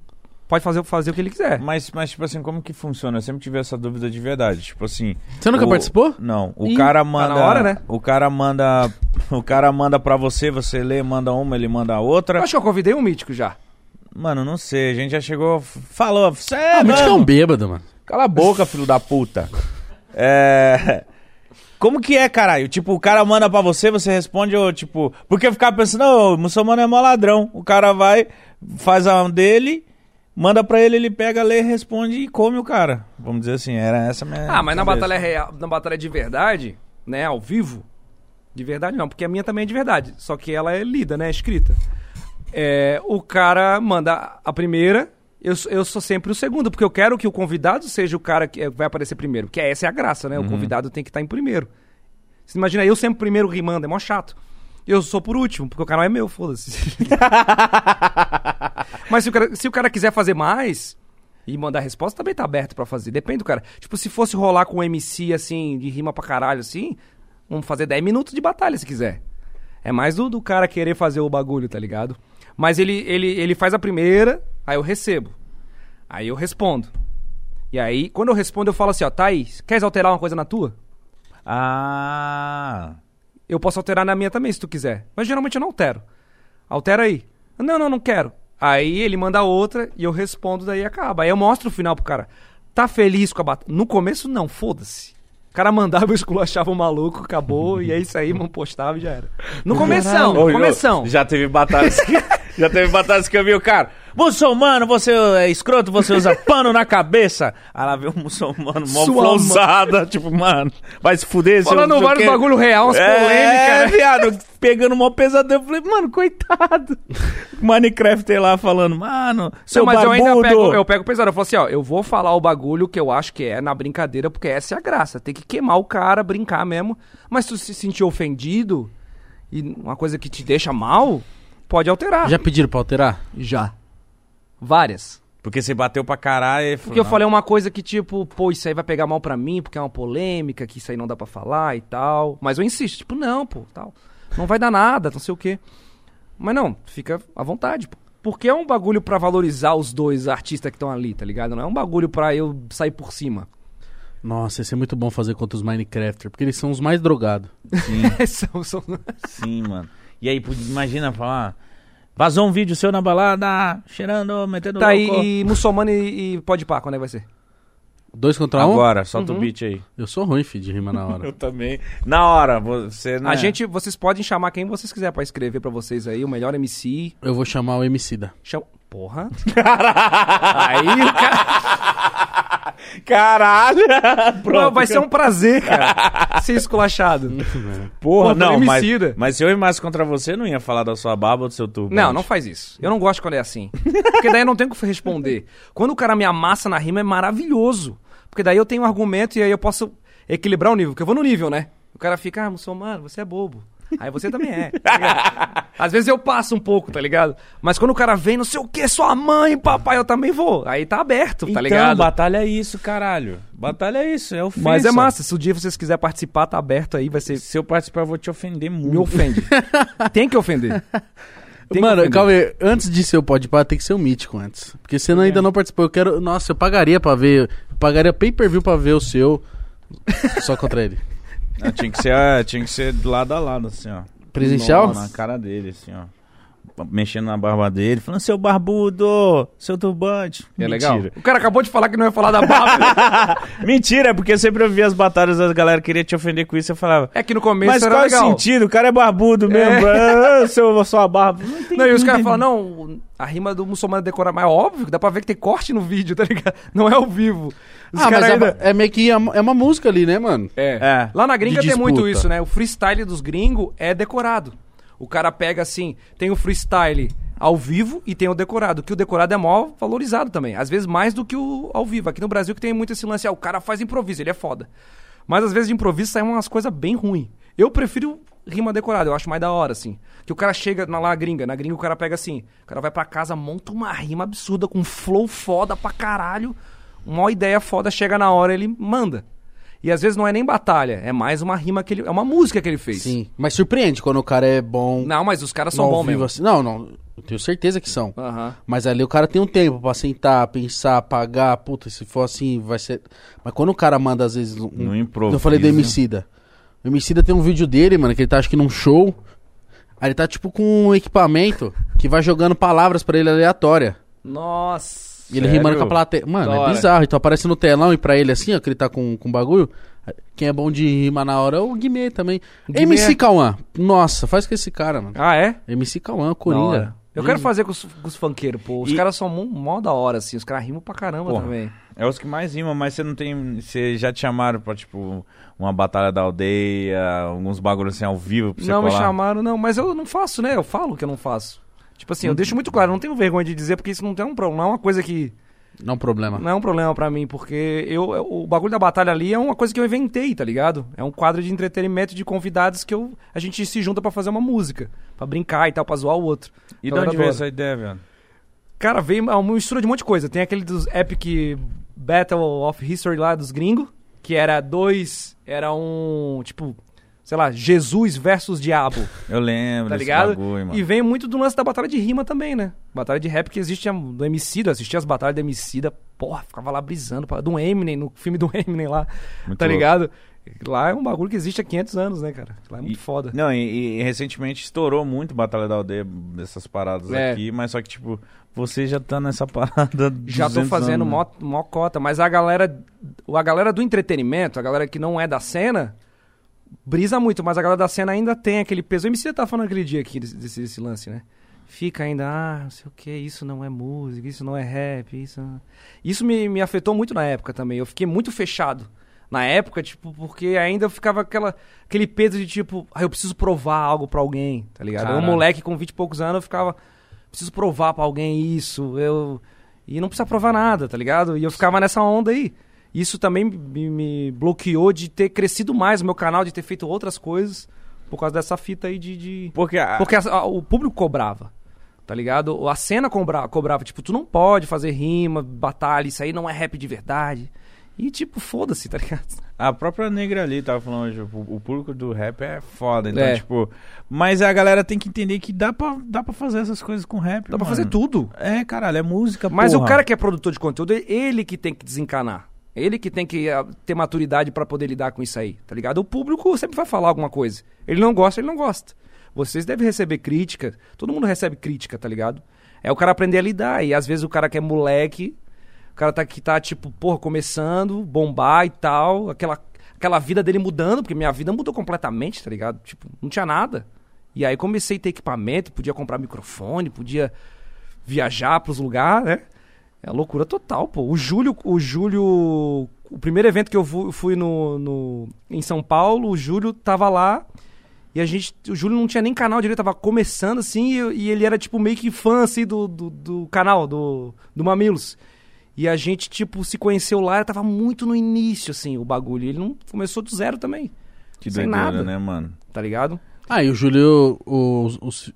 Speaker 2: pode fazer, fazer o que ele quiser.
Speaker 1: Mas, mas, tipo assim, como que funciona? Eu sempre tive essa dúvida de verdade. Tipo assim.
Speaker 3: Você nunca
Speaker 1: o-
Speaker 3: participou?
Speaker 1: Não. O
Speaker 2: Ih,
Speaker 1: cara
Speaker 2: tá
Speaker 1: manda.
Speaker 2: na hora, né?
Speaker 1: O cara manda. O cara manda pra você, você lê, manda uma, ele manda a outra.
Speaker 2: Eu acho que eu convidei um mítico já.
Speaker 1: Mano, não sei. A gente já chegou. f- Falou. Cê,
Speaker 3: Ah, mas é
Speaker 1: mano,
Speaker 3: um bêbado, mano.
Speaker 1: Cala a boca, filho da puta. É. Como que é, caralho? Tipo, o cara manda pra você, você responde, ou tipo. Porque eu ficava pensando, não, o muçulmano é mó ladrão. O cara vai, faz a dele, manda pra ele, ele pega, lê, responde e come o cara. Vamos dizer assim, era essa a minha.
Speaker 2: Ah, mas na
Speaker 1: cabeça.
Speaker 2: batalha real, na batalha de verdade, né, ao vivo, de verdade não, porque a minha também é de verdade, só que ela é lida, né, é escrita. É, o cara manda a primeira, eu, sou- eu sou sempre o segundo, porque eu quero que o convidado seja o cara que é, vai aparecer primeiro, porque essa é a graça, né, o convidado tem que estar em primeiro. Você imagina, eu sempre primeiro rimando, é mó chato. Eu sou por último, porque o canal é meu, foda-se. Mas se o, cara, se o cara quiser fazer mais e mandar resposta, também tá aberto pra fazer. Depende do cara. Tipo, se fosse rolar com um MC, assim, de rima pra caralho, assim, vamos fazer 10 minutos de batalha se quiser. É mais do, do cara querer fazer o bagulho, tá ligado? Mas ele, ele, ele faz a primeira, aí eu recebo. Aí eu respondo. E aí, quando eu respondo, eu falo assim, ó, Thaís, queres alterar uma coisa na tua?
Speaker 1: Ah.
Speaker 2: Eu posso alterar na minha também, se tu quiser. Mas geralmente eu não altero. Altera aí. Não, não, não quero. Aí ele manda outra e eu respondo, daí acaba. Aí eu mostro o final pro cara. Tá feliz com a batalha? No começo, não, foda-se. O cara mandava, eu esculachava o maluco, acabou, e é isso aí, mano, postava e já era. No começão,
Speaker 1: Ô,
Speaker 2: no
Speaker 1: ô,
Speaker 2: começão.
Speaker 1: Já teve batalhas que, já teve batalhas que eu vi o cara. Muçulmano, você é escroto, você usa pano na cabeça. Aí lá vem o muçulmano, mó
Speaker 2: Sua
Speaker 1: flonzada. Tipo, mano, vai se fuder. seu não
Speaker 2: Falando
Speaker 1: sei o
Speaker 2: vários
Speaker 1: quê.
Speaker 2: bagulho real, umas
Speaker 1: É,
Speaker 2: polêmicas, né?
Speaker 1: viado, pegando mó pesadelo. Eu falei, mano, coitado. Minecraft aí lá falando, mano, seu
Speaker 2: Não, mas
Speaker 1: barbudo.
Speaker 2: eu ainda pego, eu pego pesado. Eu falo assim, ó, eu vou falar o bagulho que eu acho que é na brincadeira, porque essa é a graça. Tem que queimar o cara, brincar mesmo. Mas se tu se sentir ofendido e uma coisa que te deixa mal, pode alterar.
Speaker 3: Já pediram pra alterar?
Speaker 2: Já. Várias.
Speaker 1: Porque você bateu pra caralho. e falou,
Speaker 2: Porque eu
Speaker 1: não.
Speaker 2: falei uma coisa que, tipo, pô, isso aí vai pegar mal pra mim, porque é uma polêmica, que isso aí não dá pra falar e tal. Mas eu insisto, tipo, não, pô, tal. Não vai dar nada, não sei o quê. Mas não, fica à vontade, pô. Porque é um bagulho pra valorizar os dois artistas que estão ali, tá ligado? Não é um bagulho pra eu sair por cima.
Speaker 3: Nossa, isso é muito bom fazer contra os Minecrafters, porque eles são os mais drogados.
Speaker 2: são, são...
Speaker 1: Sim, "Assim, mano. E aí, pô, imagina falar. Vazou um vídeo seu na balada, cheirando, metendo
Speaker 2: Tá
Speaker 1: louco.
Speaker 2: aí, e muçulmano e, e pode pá, quando é que vai ser?
Speaker 3: Dois contra um?
Speaker 1: Agora, solta
Speaker 2: Uhum.
Speaker 1: o beat aí.
Speaker 3: Eu sou ruim, filho, de rima na hora.
Speaker 1: também. Na hora, você né?
Speaker 2: A gente, vocês podem chamar quem vocês quiser pra escrever pra vocês aí, o melhor MC.
Speaker 3: Eu vou chamar o MC da.
Speaker 2: Chama... Porra.
Speaker 1: É
Speaker 2: aí o cara...
Speaker 1: Caralho! Pronto.
Speaker 2: Não, vai ser um prazer, cara, ser esculachado.
Speaker 1: Porra,
Speaker 2: Contra
Speaker 1: não,
Speaker 2: o
Speaker 1: mas,
Speaker 2: Emicida.
Speaker 1: mas se eu rimasse contra você, não ia falar da sua barba ou do seu tubo.
Speaker 2: Não, não faz isso. Eu não gosto quando é assim. Porque daí eu não tenho o que responder. Quando o cara me amassa na rima é maravilhoso. Porque daí eu tenho um argumento e aí eu posso equilibrar o nível. Porque eu vou no nível, né? O cara fica, ah, muçulmano, você é bobo. Aí você também é. tá ligado? Às vezes eu passo um pouco, tá ligado? Mas quando o cara vem, não sei o que, sua mãe, papai, eu também vou. Aí tá aberto, tá
Speaker 1: Então,
Speaker 2: ligado?
Speaker 1: batalha é isso, caralho. Batalha é isso, é ofensa.
Speaker 2: Mas é massa. Se o dia vocês quiserem participar, tá aberto aí, vai ser.
Speaker 1: Se eu participar, eu vou te ofender muito.
Speaker 2: Me ofende. Tem que ofender. Tem que
Speaker 3: Mano,
Speaker 2: ofender.
Speaker 3: calma aí, antes de ser o pode tem que ser o mítico antes. Porque você não- ainda não participou. Eu quero. Nossa, eu pagaria pra ver. Eu pagaria pay per view pra ver o seu. Só contra ele.
Speaker 1: ah, Não, tinha, que ser, ah, tinha que ser do lado a lado, assim, ó.
Speaker 3: Presencial?
Speaker 1: Na cara dele, assim, ó. mexendo na barba dele, falando, seu barbudo, seu turbante.
Speaker 2: É legal. O cara acabou de falar que não ia falar da barba.
Speaker 1: Mentira, é porque sempre eu via as batalhas das galera queria te ofender com isso, eu falava.
Speaker 2: é que no começo
Speaker 1: Mas
Speaker 2: era
Speaker 1: qual é o
Speaker 2: legal.
Speaker 1: sentido? O cara é barbudo mesmo. Ah, seu, sua barba. Não, tem
Speaker 2: Não, e os caras
Speaker 1: entendi.
Speaker 2: falam, não, a rima do muçulmano decorar mais óbvio, que dá pra ver que tem corte no vídeo, tá ligado? Não é ao vivo. Os
Speaker 3: Ah, mas
Speaker 2: caras
Speaker 3: é-
Speaker 2: ainda...
Speaker 3: é meio que é uma- é uma música ali, né, mano?
Speaker 2: É.
Speaker 1: É.
Speaker 2: Lá na gringa
Speaker 3: De
Speaker 2: tem muito
Speaker 3: disputa.
Speaker 2: isso, né? O freestyle dos gringos é decorado. O cara pega assim, tem o freestyle ao vivo e tem o decorado, que o decorado é maior valorizado também. Às vezes mais do que o ao vivo. Aqui no Brasil que tem muito esse lance, ah, o cara faz improviso, ele é foda. Mas às vezes de improviso saem umas coisas bem ruins. Eu prefiro rima decorada, eu acho mais da hora, assim. Que o cara chega na, lá na gringa, na gringa o cara pega assim, o cara vai pra casa, monta uma rima absurda, com um flow foda pra caralho, uma ideia foda, chega na hora ele manda. E às vezes não é nem batalha, é mais uma rima que ele. É uma música que ele fez.
Speaker 3: Sim. Mas surpreende quando o cara é bom.
Speaker 2: Não, mas os caras
Speaker 3: no
Speaker 2: são
Speaker 3: ao
Speaker 2: bons
Speaker 3: vivo
Speaker 2: mesmo.
Speaker 3: assim. Não, não. Eu tenho certeza que são.
Speaker 2: Aham.
Speaker 3: Mas ali o cara tem um tempo pra sentar, pensar, pagar. Puta, se for assim, vai ser. Mas quando o cara manda, às vezes. Um...
Speaker 1: Não improvisa.
Speaker 3: Eu falei do Emicida. O Emicida tem um vídeo dele, mano, que ele tá acho que num show. Aí ele tá tipo com um equipamento que vai jogando palavras pra ele aleatória.
Speaker 2: Nossa.
Speaker 3: E ele
Speaker 1: Sério?
Speaker 3: rimando com a plateia. Mano,
Speaker 2: Da
Speaker 3: é
Speaker 2: hora.
Speaker 3: bizarro. Então aparece no telão e pra ele assim, ó, que ele tá com, com bagulho. Quem é bom de rimar na hora é o Guimê também.
Speaker 2: Guimê. é-
Speaker 3: MC Cauã. Nossa, faz com esse cara, mano.
Speaker 2: Ah, é?
Speaker 3: MC Cauã,
Speaker 2: Da
Speaker 3: Coringa. Hum.
Speaker 2: hora. Eu quero fazer com os, com os funkeiros, pô. Os
Speaker 1: E-
Speaker 2: caras são mó, mó da hora, assim. Os caras rimam pra caramba
Speaker 1: Porra.
Speaker 2: também.
Speaker 1: É os que mais rimam, mas você não tem. Você já te chamaram pra, tipo, uma batalha da aldeia, alguns bagulhos assim ao vivo pra você
Speaker 2: não me
Speaker 1: colar?
Speaker 2: chamaram, não. Mas eu não faço, né? Eu falo que eu não faço. Tipo
Speaker 3: Hum.
Speaker 2: assim, eu deixo muito claro, eu não tenho vergonha de dizer, porque isso não tem um problema. Não é uma coisa que.
Speaker 3: Não problema.
Speaker 2: Não é um problema pra mim, porque eu, eu- o bagulho da batalha ali é uma coisa que eu inventei, tá ligado? É um quadro de entretenimento de convidados que eu, a gente se junta pra fazer uma música, pra brincar e tal, pra zoar o outro.
Speaker 1: E de
Speaker 2: Então, eu
Speaker 1: onde veio
Speaker 2: adoro.
Speaker 1: essa ideia, velho?
Speaker 2: Cara, veio uma mistura de um monte de coisa. Tem aquele dos Epic Battle of History lá dos gringos, que era dois. Era um. Tipo, sei lá, Jesus versus Diabo,
Speaker 1: Eu lembro
Speaker 2: tá
Speaker 1: desse
Speaker 2: ligado?
Speaker 1: bagulho, mano.
Speaker 2: e vem muito do lance da batalha de rima também, né? Batalha de rap que existe a- do MC, eu assisti as batalhas do MC, porra, ficava lá brisando, pá, do Eminem, no filme do Eminem lá,
Speaker 1: Muito
Speaker 2: tá
Speaker 1: louco.
Speaker 2: ligado? Lá é um bagulho que existe há 500 anos, né, cara? Lá é muito
Speaker 1: E-
Speaker 2: foda.
Speaker 1: Não, e, e recentemente estourou muito Batalha da Aldeia, essas paradas
Speaker 2: É.
Speaker 1: aqui, mas só que, tipo, você já tá nessa parada.
Speaker 2: Já tô
Speaker 1: 200
Speaker 2: fazendo
Speaker 1: anos, né?
Speaker 2: mó, mó cota, mas a galera, a galera do entretenimento, a galera que não é da cena, brisa muito, mas a galera da cena ainda tem aquele peso. O MC tá falando aquele dia aqui desse, desse- desse lance, né? Fica ainda, ah, não sei o que, isso não é música, isso não é rap, isso. não- Isso me, me afetou muito na época também. Eu fiquei muito fechado na época, tipo, porque ainda eu ficava aquela, aquele peso de tipo, ah, eu preciso provar algo pra alguém, tá ligado? Eu,
Speaker 1: Caralho.
Speaker 2: moleque com 20 e poucos anos, eu ficava, preciso provar pra alguém isso, eu. E não precisa provar nada, tá ligado? E eu ficava nessa onda aí. Isso também me, me bloqueou de ter crescido mais o meu canal, de ter feito outras coisas por causa dessa fita aí de. de-
Speaker 1: Porque, a-
Speaker 2: Porque a- a- o público cobrava, tá ligado? A cena cobra- cobrava, tipo, tu não pode fazer rima, batalha, isso aí não é rap de verdade. E tipo, foda-se, tá ligado?
Speaker 1: A própria negra ali tava falando hoje, o, o público do rap é foda, então,
Speaker 2: É.
Speaker 1: tipo. Mas a galera tem que entender que dá pra, dá pra fazer essas coisas com rap.
Speaker 2: Dá pra fazer tudo.
Speaker 1: É, caralho, é música,
Speaker 2: Mas
Speaker 1: porra.
Speaker 2: o cara que é produtor de conteúdo, é ele que tem que desencanar. É Ele que tem que ah, ter maturidade pra poder lidar com isso aí, tá ligado? O público sempre vai falar alguma coisa. Ele não gosta, ele não gosta. Vocês devem receber crítica. Todo mundo recebe crítica, tá ligado? É o cara aprender a lidar. E às vezes o cara que é moleque, o cara tá que tá tipo, porra, começando, bombar e tal, aquela aquela vida dele mudando, porque minha vida mudou completamente, tá ligado? Tipo, não tinha nada. E aí comecei a ter equipamento, podia comprar microfone, podia viajar pros lugares, né? É loucura total, pô. O Júlio, o Júlio, o primeiro evento que eu fu- fui no, no- em São Paulo, o Júlio tava lá e a gente, o Júlio não tinha nem canal direito, tava começando assim e, e ele era tipo meio que fã assim do, do, do canal do, do Mamilos. E a gente tipo se conheceu lá, tava muito no início assim o bagulho. Ele não começou do zero também,
Speaker 1: Que
Speaker 2: sem
Speaker 1: doideira,
Speaker 2: nada.
Speaker 1: né, mano?
Speaker 2: tá ligado?
Speaker 3: Ah, e o Júlio, os, os,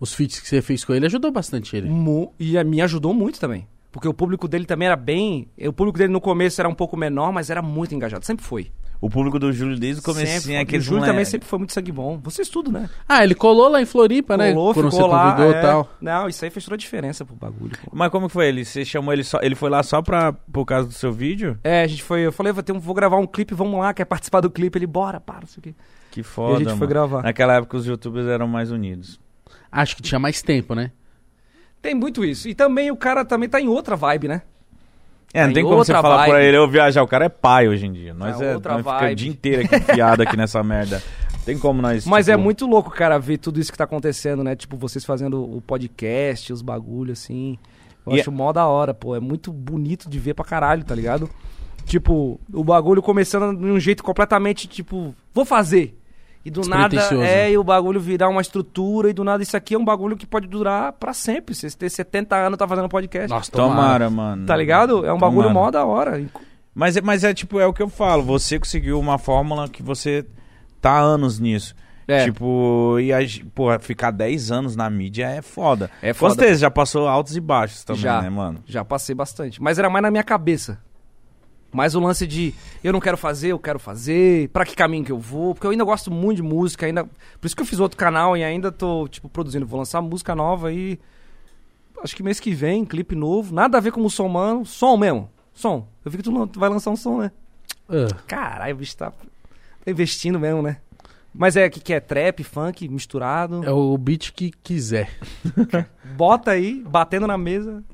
Speaker 3: os feats que você fez com ele ajudou bastante ele.
Speaker 2: Mu- e a- me ajudou muito também. Porque o público dele também era bem. O público dele no começo era um pouco menor, mas era muito engajado. Sempre foi.
Speaker 1: O público do Júlio desde o comecinho, é
Speaker 2: sempre, foi.
Speaker 1: aquele
Speaker 2: O Júlio também sempre foi muito sangue bom. Vocês tudo, né?
Speaker 3: Ah, ele colou lá em Floripa, né?
Speaker 2: Colou,
Speaker 3: Quando
Speaker 2: ficou
Speaker 3: você
Speaker 2: lá.
Speaker 3: convidou e
Speaker 2: é.
Speaker 3: tal.
Speaker 2: Não, isso aí fez toda a diferença pro bagulho. pô.
Speaker 1: Mas como que foi ele? Você chamou ele só. Ele foi lá só pra, por causa do seu vídeo?
Speaker 2: É, a gente foi. Eu falei, vou, ter um- vou gravar um clipe, vamos lá, quer participar do clipe? Ele, bora, para, não sei o quê.
Speaker 1: Que foda.
Speaker 2: e a gente
Speaker 1: mano.
Speaker 2: foi gravar.
Speaker 1: Naquela época os youtubers eram mais unidos.
Speaker 3: Acho que tinha mais tempo, né?
Speaker 2: Tem muito isso. E também o cara também tá em outra vibe, né?
Speaker 1: É, não
Speaker 2: Tem
Speaker 1: tem como você
Speaker 2: outra
Speaker 1: falar
Speaker 2: vibe.
Speaker 1: pra ele, eu viajar, o cara é pai hoje em dia. Nós,
Speaker 2: É
Speaker 1: é,
Speaker 2: outra
Speaker 1: nós fica o
Speaker 2: vibe.
Speaker 1: dia inteiro aqui enfiado aqui nessa merda. Tem como nós.
Speaker 2: Mas é
Speaker 1: tipo,
Speaker 2: muito louco, cara, ver tudo isso que tá acontecendo, né? Tipo, vocês fazendo o podcast, os bagulhos, assim. Eu
Speaker 1: E
Speaker 2: acho mó da hora, pô. É muito bonito de ver pra caralho, tá ligado? Tipo, o bagulho começando de um jeito completamente, tipo, vou fazer. E do nada
Speaker 3: Despretensioso.
Speaker 2: é e o bagulho virar uma estrutura, e do nada isso aqui é um bagulho que pode durar pra sempre. Se Você ter 70 anos tá fazendo podcast.
Speaker 3: Nossa,
Speaker 1: Tomara, mano.
Speaker 2: Tá ligado? É um bagulho
Speaker 1: Tomara.
Speaker 2: mó da hora.
Speaker 1: Mas, é- mas é tipo, é o que eu falo. Você conseguiu uma fórmula que você tá há anos nisso.
Speaker 2: É.
Speaker 1: Tipo, e a ge- porra, ficar 10 anos na mídia é foda.
Speaker 2: É
Speaker 1: Com
Speaker 2: foda,
Speaker 1: certeza, já passou altos e baixos também,
Speaker 2: Já.
Speaker 1: né, mano?
Speaker 2: Já passei bastante. Mas era mais na minha cabeça. Mais o lance de eu não quero fazer, eu quero fazer, pra que caminho que eu vou, porque eu ainda gosto muito de música, ainda. Por isso que eu fiz outro canal e ainda tô, tipo, produzindo. Vou lançar música nova e. Acho que mês que vem, clipe novo. Nada a ver com o som humano, som mesmo. Som. Eu vi que tu, lan- tu vai lançar um som, né?
Speaker 3: Ah,
Speaker 2: Caralho, o bicho tá tá investindo mesmo, né? Mas é o que, que é? Trap, funk, misturado.
Speaker 3: é o beat que quiser.
Speaker 2: Bota aí, batendo na mesa.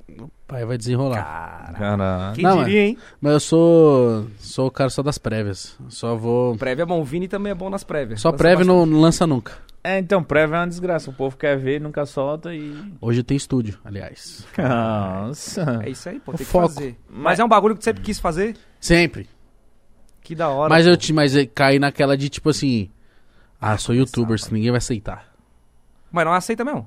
Speaker 3: Pai, vai desenrolar.
Speaker 2: Cara,
Speaker 1: Caralho.
Speaker 2: quem
Speaker 3: Tá. Não,
Speaker 2: diria, hein?
Speaker 3: Mas eu sou. Sou o cara só das prévias. Só vou.
Speaker 2: Prévia é bom, o Vini também é bom nas prévias.
Speaker 3: Só
Speaker 2: Lança
Speaker 3: prévia
Speaker 2: bastante.
Speaker 3: não, não lança nunca.
Speaker 1: É, então, prévia é uma desgraça. O povo quer ver, nunca solta e.
Speaker 3: Hoje tem estúdio, aliás.
Speaker 1: Nossa.
Speaker 2: É isso aí, pô,
Speaker 3: O
Speaker 2: tem
Speaker 3: foco.
Speaker 2: que fazer. Mas é um bagulho que tu sempre quis fazer?
Speaker 3: Sempre.
Speaker 2: Que da hora.
Speaker 3: Mas eu
Speaker 2: pô.
Speaker 3: te, mas eu caí naquela de tipo assim. Ah, sou youtuber, se ninguém vai aceitar.
Speaker 2: Mas não aceita mesmo.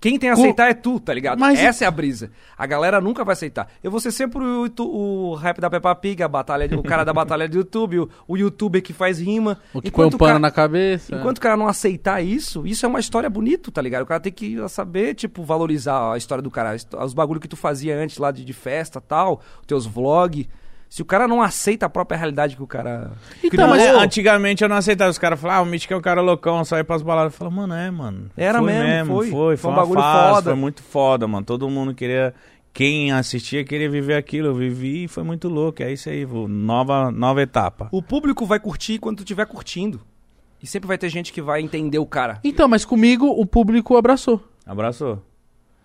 Speaker 2: Quem tem a aceitar é tu, tá ligado?
Speaker 3: Mas-
Speaker 2: Essa é a brisa. A galera nunca vai aceitar. Eu vou ser sempre o, tu- o rap da Peppa Pig, a batalha, de- o cara da batalha do YouTube, o, o youtuber que faz rima.
Speaker 3: O que põe
Speaker 2: Enquanto
Speaker 3: um pano
Speaker 2: cara-
Speaker 3: na
Speaker 1: é.
Speaker 3: cabeça.
Speaker 2: Enquanto o cara não aceitar isso, isso é uma história bonita, tá ligado? O cara tem que saber, tipo, valorizar a história do cara, a histó- os bagulho que tu fazia antes lá de, de festa tal, teus vlogs. Se o cara não aceita a própria realidade que o cara.
Speaker 1: Então,
Speaker 3: Então,
Speaker 1: mas
Speaker 3: mas eu-
Speaker 1: antigamente eu não aceitava. Os caras falavam, ah, o Mitch que é o cara loucão, saiu pras baladas. Eu falava, mano, é, mano.
Speaker 2: Era
Speaker 1: foi
Speaker 2: mesmo, foi.
Speaker 1: Foi, foi um bagulho foda. Foi muito foda, mano. Todo mundo queria. Quem assistia queria viver aquilo. Eu vivi e foi muito louco. É isso aí, vô. nova, nova etapa.
Speaker 2: O público vai curtir quando tu estiver curtindo. E sempre vai ter gente que vai entender o cara.
Speaker 3: Então, mas comigo o público abraçou.
Speaker 1: Abraçou.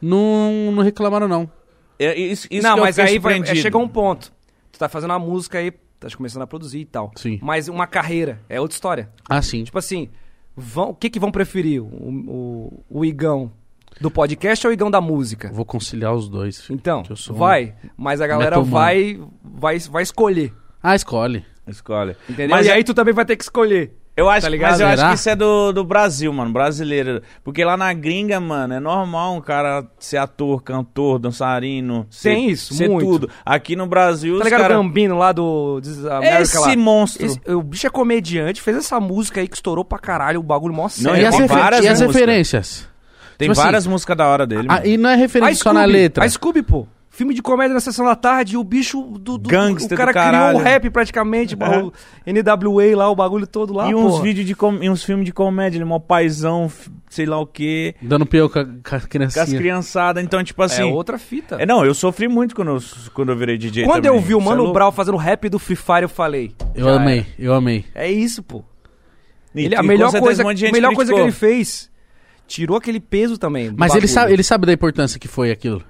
Speaker 3: Não, não reclamaram, não.
Speaker 1: É, isso, isso
Speaker 2: não,
Speaker 1: que eu
Speaker 2: mas
Speaker 1: fiquei
Speaker 2: aí vai, é,
Speaker 1: surpreendido.
Speaker 2: chega um ponto. Tu tá fazendo uma música aí, tá começando a produzir e tal.
Speaker 3: Sim.
Speaker 2: Mas uma carreira é outra história.
Speaker 3: Ah, sim.
Speaker 2: Tipo assim, vão, o que que vão preferir? O, o, o Igão do podcast ou o Igão da música?
Speaker 3: Vou conciliar os dois. filho,
Speaker 2: Então,
Speaker 3: que eu sou um-
Speaker 2: vai. Mas a galera
Speaker 3: metomano.
Speaker 2: vai, vai, vai escolher.
Speaker 3: Ah, escolhe.
Speaker 1: Escolhe.
Speaker 2: Entendeu?
Speaker 1: Mas
Speaker 2: e
Speaker 1: é-
Speaker 2: aí tu também vai ter que escolher.
Speaker 1: Eu acho,
Speaker 2: Tá ligado?
Speaker 1: mas eu acho
Speaker 3: Será?
Speaker 1: que isso é do, do Brasil, mano, brasileiro. Porque lá na gringa, mano, é normal um cara ser ator, cantor, dançarino. Ser,
Speaker 2: Tem isso,
Speaker 1: ser
Speaker 2: muito.
Speaker 1: tudo. Aqui no Brasil,
Speaker 2: Tá
Speaker 1: os
Speaker 2: ligado o
Speaker 1: caras.
Speaker 2: Gambino lá do This is America
Speaker 1: Esse
Speaker 2: lá?
Speaker 1: monstro.
Speaker 2: Esse- o bicho é comediante, fez essa música aí que estourou pra caralho, o bagulho mó
Speaker 1: Não,
Speaker 3: e
Speaker 1: é
Speaker 2: sério.
Speaker 3: as,
Speaker 1: tem
Speaker 3: refer-
Speaker 1: várias
Speaker 3: e as
Speaker 1: músicas.
Speaker 3: referências?
Speaker 1: Tem
Speaker 3: Tipo assim,
Speaker 1: várias músicas da hora dele.
Speaker 3: Ah,
Speaker 1: mano.
Speaker 3: e não é
Speaker 2: A
Speaker 3: referência só na
Speaker 2: Scooby,
Speaker 3: letra.
Speaker 2: A Scooby, pô. Filme de comédia na sessão da tarde, o bicho do. do
Speaker 1: Gangster
Speaker 2: o cara
Speaker 1: do caralho.
Speaker 2: criou um rap praticamente, o NWA lá, o bagulho todo lá.
Speaker 1: E uns
Speaker 2: porra.
Speaker 1: vídeos de com... e uns filmes de comédia, ele é mó paizão, f- sei lá o quê.
Speaker 3: Dando pior com a, com a
Speaker 1: Com as
Speaker 3: criancinha.
Speaker 1: criançadas. Então, tipo assim.
Speaker 2: É outra fita.
Speaker 1: É, não, eu sofri muito quando eu, quando eu virei DJ.
Speaker 2: Quando
Speaker 1: também.
Speaker 2: eu vi o
Speaker 1: Isso é
Speaker 2: Mano
Speaker 1: louco.
Speaker 2: Brown fazendo rap do Free Fire, eu falei.
Speaker 3: eu
Speaker 2: já
Speaker 3: amei,
Speaker 2: era.
Speaker 3: eu amei.
Speaker 2: Ah, É isso, pô.
Speaker 1: E-
Speaker 2: Ele,
Speaker 1: e
Speaker 2: a
Speaker 1: com
Speaker 2: melhor,
Speaker 1: certeza
Speaker 2: coisa,
Speaker 1: um monte de gente
Speaker 2: melhor coisa que
Speaker 1: criticou.
Speaker 2: ele fez. Tirou aquele peso também. do
Speaker 3: Mas ele
Speaker 2: bagulho.
Speaker 3: sabe, ele sabe da importância que foi aquilo.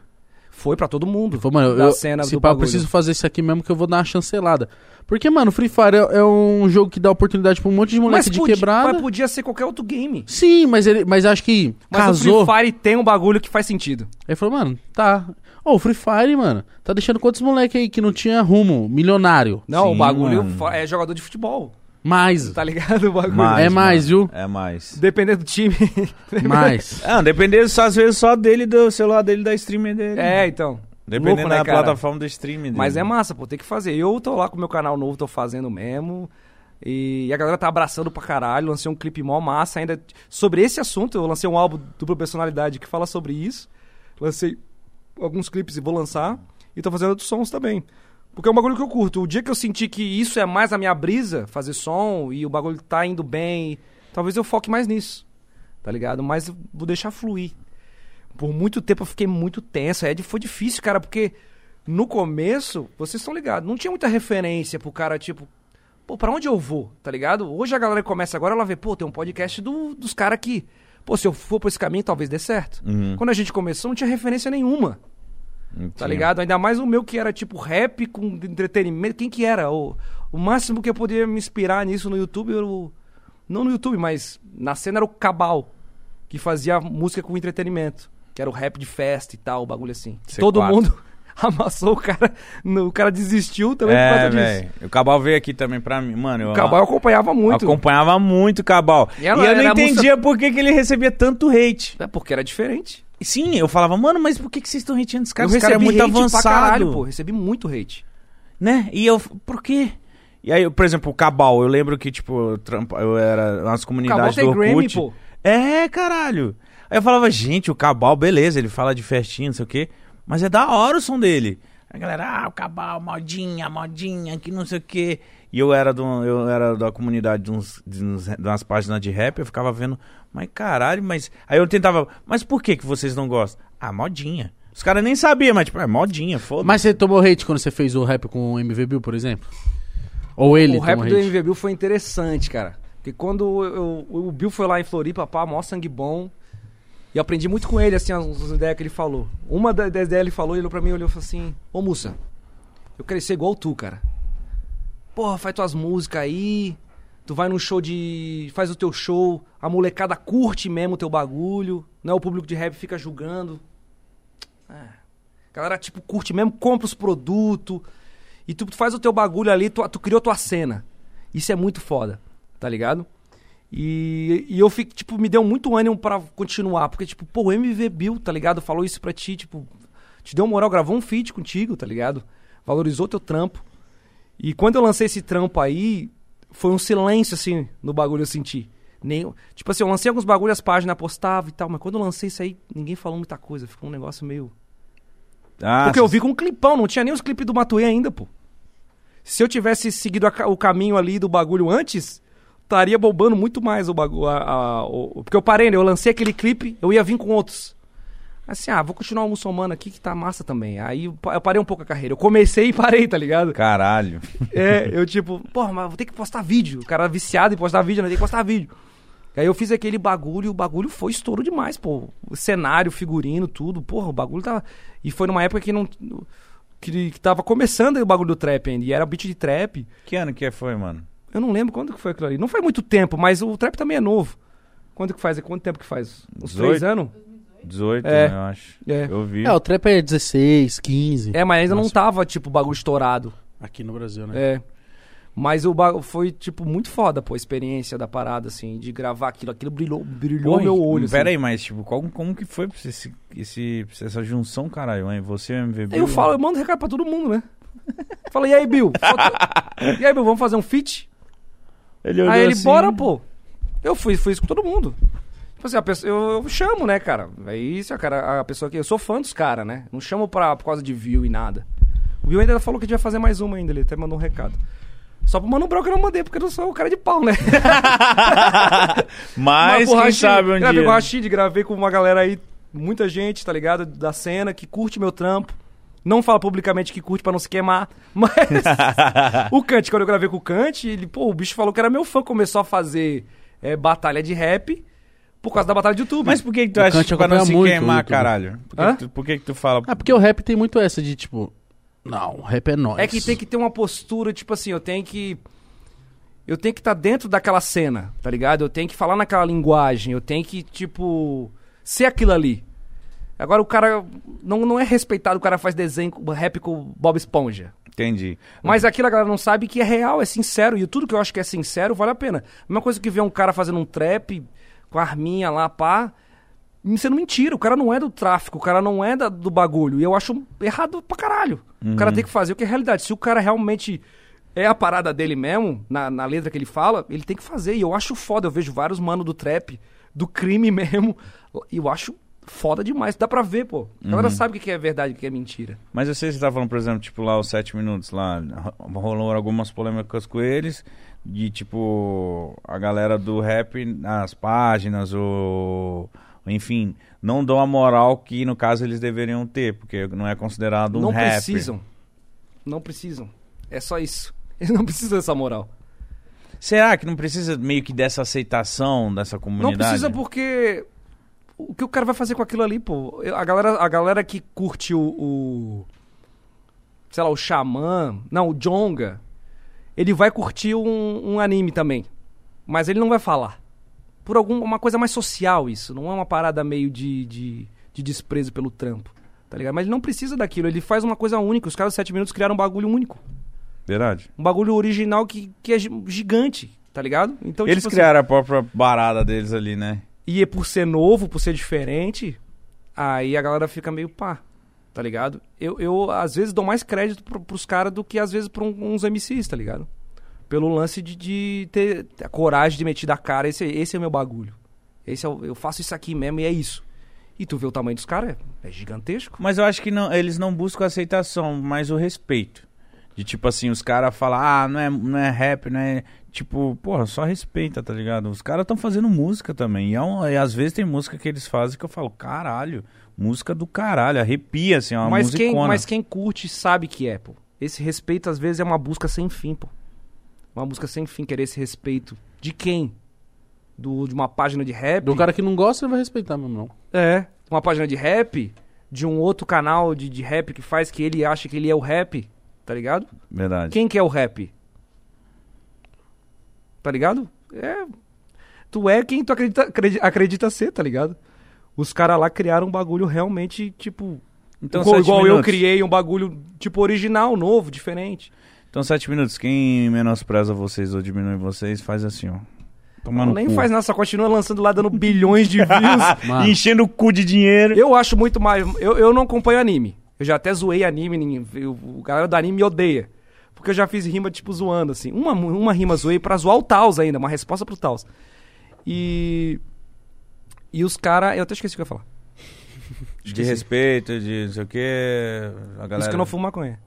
Speaker 2: Foi pra todo mundo.
Speaker 3: Ele falou, mano,
Speaker 2: da
Speaker 3: eu,
Speaker 2: cena
Speaker 3: se
Speaker 2: do
Speaker 3: pá, eu
Speaker 2: bagulho.
Speaker 3: preciso fazer isso aqui mesmo que eu vou dar uma chancelada. Porque, mano, Free Fire é, é um jogo que dá oportunidade pra um monte de moleque de
Speaker 2: podia-
Speaker 3: quebrada.
Speaker 2: mas podia ser qualquer outro game.
Speaker 3: Sim, mas ele, mas acho que
Speaker 2: Mas
Speaker 3: casou.
Speaker 2: o Free Fire tem um bagulho que faz sentido.
Speaker 3: Aí falou, mano, tá. Ô, o Free Fire, mano, tá deixando quantos moleque aí que não tinha rumo, milionário.
Speaker 2: Não,
Speaker 1: Sim,
Speaker 2: o bagulho
Speaker 1: mano.
Speaker 2: fa- é jogador de futebol.
Speaker 3: Mais,
Speaker 2: Tá ligado o bagulho?
Speaker 1: Mais,
Speaker 3: É mais,
Speaker 1: mano.
Speaker 3: viu?
Speaker 1: É mais.
Speaker 2: Dependendo do time.
Speaker 3: mais.
Speaker 1: Ah, dependendo só, às vezes só dele, do celular dele, da streamer dele.
Speaker 2: é, então.
Speaker 1: Dependendo
Speaker 2: Louco, né,
Speaker 1: da
Speaker 2: cara?
Speaker 1: plataforma do streaming dele. né?
Speaker 2: Mas é massa, pô, tem que fazer. Eu tô lá com o meu canal novo, tô fazendo mesmo. E a galera tá abraçando pra caralho. Lancei um clipe mó massa ainda. Sobre esse assunto, eu lancei um álbum dupla personalidade que fala sobre isso. Lancei alguns clipes e vou lançar. E tô fazendo outros sons também. Porque é um bagulho que eu curto. O dia que eu senti que isso é mais a minha brisa, fazer som, e o bagulho tá indo bem, talvez eu foque mais nisso. Tá ligado? Mas eu vou deixar fluir. Por muito tempo eu fiquei muito tenso. É, di- foi difícil, cara, porque no começo, vocês estão ligados, não tinha muita referência pro cara, tipo, pô, pra onde eu vou, tá ligado? Hoje a galera que começa agora, ela vê, pô, tem um podcast do- dos caras aqui. pô, se eu for por esse caminho, talvez dê certo.
Speaker 1: Uhum.
Speaker 2: Quando a gente começou, não tinha referência nenhuma, tá ligado? Ainda mais o meu que era tipo rap com entretenimento. Quem que era? O, o máximo que eu podia me inspirar nisso no YouTube, eu, não no YouTube, mas na cena era o Cabal, que fazia música com entretenimento, que era o rap de festa e tal, o bagulho assim.
Speaker 1: C4.
Speaker 2: Todo mundo amassou o cara, no- o cara desistiu também por
Speaker 1: É,
Speaker 2: causa disso.
Speaker 1: velho. O Cabal veio aqui também pra mim. Mano, eu,
Speaker 2: O Cabal eu acompanhava muito.
Speaker 1: acompanhava muito o Cabal. E,
Speaker 2: E ela
Speaker 1: eu não
Speaker 2: era a moça-
Speaker 1: entendia por que, que ele recebia tanto hate.
Speaker 2: É porque era diferente.
Speaker 1: Sim, eu falava, mano, mas por que, que vocês estão hateando esse cara?
Speaker 2: eu
Speaker 1: esse cara é
Speaker 2: recebi
Speaker 1: muito
Speaker 2: hate
Speaker 1: avançado.
Speaker 2: pra caralho, pô. Recebi muito hate.
Speaker 1: né? E eu, por quê? E aí, por exemplo, o Cabal, eu lembro que, tipo, eu, trampa- eu era nas comunidades do
Speaker 2: tem
Speaker 1: Orkut.
Speaker 2: Grammy, pô.
Speaker 1: É, caralho. Aí eu falava, gente, o Cabal, beleza, ele fala de festinha, não sei o quê, mas é da hora o som dele. Aí A galera, ah, o Cabal, modinha, modinha, que não sei o quê. E eu era, do, eu era da comunidade de, uns, de, uns- de umas páginas de rap, eu ficava vendo, mas caralho, mas... Aí eu tentava, mas por que que vocês não gostam? Ah, modinha. Os caras nem sabiam, mas tipo, é modinha, foda-se.
Speaker 3: Mas você tomou hate quando você fez o rap com o MV Bill, por exemplo? Ou ele
Speaker 2: o rap
Speaker 3: tomou
Speaker 2: do
Speaker 3: hate?
Speaker 2: MV Bill foi interessante, cara. Porque quando eu- eu- o Bill foi lá em Floripa, pá, mó sangue bom. E eu aprendi muito com ele, assim, as, as ideias que ele falou. Uma da- das ideias que ele falou, ele olhou pra mim e olhou e falou assim: Ô Mussa, eu quero ser igual tu, cara. Porra, faz tuas músicas aí. Tu vai num show de. faz o teu show. A molecada curte mesmo o teu bagulho. Não é o público de rap fica julgando. Ah, a galera, tipo, curte mesmo, compra os produtos. E tu faz o teu bagulho ali, tu, tu criou tua cena. Isso é muito foda, tá ligado? E, e eu fico, tipo, me deu muito ânimo pra continuar. Porque, tipo, pô, o MV Bill, tá ligado? Falou isso pra ti, tipo, te deu moral, gravou um feat contigo, tá ligado? Valorizou teu trampo. E quando eu lancei esse trampo aí, foi um silêncio, assim, no bagulho eu senti. Nem, tipo assim, eu lancei alguns bagulhos, as páginas postavam e tal, mas quando eu lancei isso aí, ninguém falou muita coisa. Ficou um negócio meio.
Speaker 1: Ah,
Speaker 2: Porque eu vi com um clipão, não tinha nem os clipes do Matuê ainda, pô. Se eu tivesse seguido a ca- o caminho ali do bagulho antes, estaria bombando muito mais o bagulho. a- a- o- Porque eu parei, né? Eu lancei aquele clipe, eu ia vir com outros. Assim, ah, vou continuar o muçulmano aqui que tá massa também. Aí eu pa- eu parei um pouco a carreira. Eu comecei e parei, tá ligado?
Speaker 1: Caralho.
Speaker 2: É, eu tipo, porra, mas vou ter que postar vídeo. O cara é viciado em postar vídeo, né? Tem que postar vídeo. Aí eu fiz aquele bagulho e o bagulho foi estouro demais, pô. O cenário, figurino, tudo. Porra, o bagulho tava. E foi numa época que não. Que, que tava começando aí o bagulho do trap ainda. E era beat de trap.
Speaker 1: Que ano que foi, mano?
Speaker 2: Eu não lembro quando que foi aquilo ali. Não faz muito tempo, mas o trap também é novo. Quando que faz? Quanto tempo que faz? Uns três
Speaker 1: Dezoito?
Speaker 2: anos?
Speaker 1: 18,
Speaker 2: É.
Speaker 1: né, eu acho.
Speaker 2: É.
Speaker 1: Eu vi.
Speaker 3: É, o trap é 16, 15.
Speaker 2: É, mas ainda não
Speaker 3: Nossa.
Speaker 2: tava, tipo, bagulho estourado.
Speaker 3: Aqui no Brasil, né?
Speaker 2: É. Mas o bagulho foi, tipo, muito foda, pô, a experiência da parada, assim, de gravar aquilo. Aquilo brilhou, brilhou
Speaker 1: Pô,
Speaker 2: meu olho.
Speaker 1: Pera
Speaker 2: assim.
Speaker 1: aí, mas tipo, qual- como que foi pra você esse, esse- pra essa junção, caralho? Hein? Você e o MVB?
Speaker 2: Eu falo, eu mando recado pra todo mundo, né? Fala, e aí, Bill? Falta- e aí, Bill, vamos fazer um feat?
Speaker 1: Ele olhou
Speaker 2: aí ele,
Speaker 1: assim,
Speaker 2: bora, pô. Eu fui, fui isso com todo mundo. Tipo assim, a pessoa, eu, eu chamo, né, cara? É isso, cara. A pessoa que. Eu sou fã dos caras, né? Não chamo pra, por causa de view e nada. O Bill ainda falou que a gente vai fazer mais uma ainda, ele até mandou um recado. Só pro Mano Brown que eu não mandei, porque eu não sou o cara de pau, né?
Speaker 1: Mas
Speaker 2: pro
Speaker 1: quem
Speaker 2: Rashid,
Speaker 1: sabe um
Speaker 2: gravei com o
Speaker 1: dia.
Speaker 2: Rashid, gravei com uma galera aí, muita gente, tá ligado? Da cena, que curte meu trampo. Não fala publicamente que curte pra não se queimar, mas o Kant, quando eu gravei com o Kant, ele, pô, o bicho falou que era meu fã, começou a fazer é, batalha de rap por causa da batalha de YouTube.
Speaker 1: Mas por que, que tu
Speaker 3: O
Speaker 1: acha
Speaker 3: Kant
Speaker 1: que pra não
Speaker 3: acompanha
Speaker 1: se
Speaker 3: muito o
Speaker 1: queimar,
Speaker 3: YouTube.
Speaker 1: caralho? Por que,
Speaker 2: Hã?
Speaker 1: que tu, por que que tu fala?
Speaker 3: Ah, porque o rap tem muito essa de tipo. Não, o rap é nóis.
Speaker 2: É que tem que ter uma postura, tipo assim, eu tenho que. Eu tenho que estar dentro daquela cena, tá ligado? Eu tenho que falar naquela linguagem, eu tenho que, tipo, ser aquilo ali. Agora o cara não, não é respeitado, o cara faz desenho com- rap com Bob Esponja.
Speaker 1: Entendi.
Speaker 2: Mas aquilo a galera não sabe que é real, é sincero. E tudo que eu acho que é sincero vale a pena. A mesma coisa que ver um cara fazendo um trap com a arminha lá, pá. Sendo mentira, o cara não é do tráfico, o cara não é da- do bagulho. E eu acho errado pra caralho. O cara tem que fazer o que é realidade. Se o cara realmente é a parada dele mesmo, na, na letra que ele fala, ele tem que fazer. E eu acho foda. Eu vejo vários mano do trap, do crime mesmo. E eu acho foda demais. Dá pra ver, pô. A galera sabe o que que é verdade e o que que é mentira.
Speaker 1: Mas eu sei que você tá falando, por exemplo, tipo, lá os 7 minutos lá, ro- rolou algumas polêmicas com eles, de tipo, a galera do rap nas páginas, ou. Enfim, não dão a moral que, no caso, eles deveriam ter, porque não é considerado um
Speaker 2: não
Speaker 1: rap.
Speaker 2: precisam. Não precisam. É só isso. Eles não precisam dessa moral.
Speaker 1: Será que não precisa meio que dessa aceitação dessa
Speaker 2: Não
Speaker 1: comunidade?
Speaker 2: precisa porque o que o cara vai fazer com aquilo ali, pô? Eu- A galera, a galera que curte o, o- sei lá, o Xamã, não, o Jonga, ele vai curtir um, um anime também, mas ele não vai falar. Por alguma coisa mais social isso, não é uma parada meio de, de, de desprezo pelo trampo, tá ligado? Mas ele não precisa daquilo, ele faz uma coisa única, os caras do 7 minutos criaram um bagulho único,
Speaker 1: Verdade.
Speaker 2: um bagulho original que, que é gi- gigante, tá ligado? Então,
Speaker 1: Eles
Speaker 2: tipo assim,
Speaker 1: criaram a própria barada deles ali, né?
Speaker 2: e é por ser novo, por ser diferente, aí a galera fica meio pá, tá ligado? Eu, eu às vezes, dou mais crédito pro, pros caras do que, às vezes, pra um- uns MCs, tá ligado? Pelo lance de, de ter a coragem de meter da cara, esse, esse é o meu bagulho. Esse é o- eu faço isso aqui mesmo e é isso. E tu vê o tamanho dos caras, é gigantesco.
Speaker 1: Mas eu acho que não, eles não buscam aceitação, mas o respeito. De tipo assim, os caras falam, ah, não é, não é rap, não é. Tipo, porra, só respeita, tá ligado? Os caras estão fazendo música também. E, é um- e às vezes tem música que eles fazem que eu falo, caralho, música do caralho, arrepia, assim, é uma
Speaker 2: mas, quem,
Speaker 1: musicona.
Speaker 2: mas quem curte sabe que é, pô. Esse respeito, às vezes, é uma busca sem fim, pô. Uma busca sem fim, querer esse respeito. De quem? Do, de uma página de rap?
Speaker 3: Do cara que não gosta, ele vai respeitar mesmo, não.
Speaker 2: É. Uma página de rap, de um outro canal de, de rap que faz que ele acha que ele é o rap, tá ligado?
Speaker 1: Verdade.
Speaker 2: Quem que é o rap? Tá ligado? É. Tu é quem tu acredita, acredi- acredita ser, tá ligado? Os caras lá criaram um bagulho realmente, tipo.
Speaker 1: Então,
Speaker 2: igual
Speaker 1: sete
Speaker 2: igual eu
Speaker 1: minutos.
Speaker 2: criei um bagulho, tipo, original, novo, diferente.
Speaker 1: Então, sete minutos. Quem menospreza vocês ou diminui vocês, faz assim, ó. Toma no
Speaker 2: Nem
Speaker 1: cu.
Speaker 2: faz nada, só continua lançando lá, dando bilhões de views.
Speaker 1: Ah, Enchendo o cu de dinheiro.
Speaker 2: Eu acho muito mais. Eu, eu não acompanho anime. Eu já até zoei anime, ninguém- eu- o galera do anime me odeia. Porque eu já fiz rima, tipo, zoando, assim. Uma, uma rima zoei pra zoar o Taos ainda, uma resposta pro Taos. E. E os caras. Eu até esqueci o que eu ia falar.
Speaker 1: De respeito, de não sei o quê. A galera...
Speaker 2: Isso que eu não fumo maconha.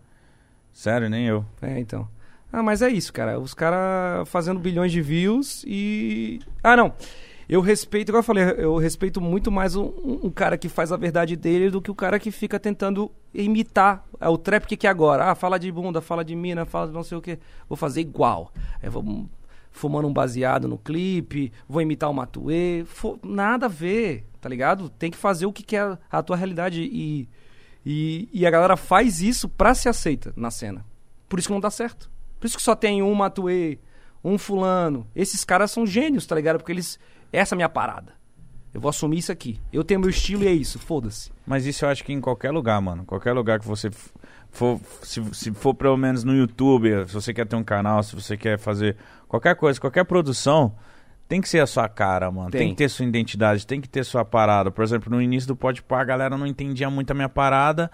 Speaker 1: Sério, nem eu.
Speaker 2: É, então. Ah, mas é isso, cara. Os caras fazendo bilhões de views e. Ah, não. Eu respeito, igual eu falei, eu respeito muito mais um, um- um cara que faz a verdade dele do que o cara que fica tentando imitar. É o trap que que é agora. Ah, fala de bunda, fala de mina, fala de não sei o quê. Vou fazer igual. Aí vou hum, fumando um baseado no clipe, vou imitar o Matuê. Fo- Nada a ver, tá ligado? Tem que fazer o que, que é a tua realidade. E, e, e a galera faz isso pra se aceita na cena. Por isso que não dá certo. Por isso que só tem um Matuê, um fulano. Esses caras são gênios, tá ligado? Porque eles. Essa é a minha parada. Eu vou assumir isso aqui. Eu tenho meu estilo e é isso. Foda-se.
Speaker 1: Mas isso eu acho que em qualquer lugar, mano. Qualquer lugar que você f- for, se, se for pelo menos no YouTube, se você quer ter um canal, se você quer fazer qualquer coisa, qualquer produção, tem que ser a sua cara, mano. Tem,
Speaker 2: Tem.
Speaker 1: que ter sua identidade, tem que ter sua parada. Por exemplo, no início do Pode Par, a galera não entendia muito a minha parada.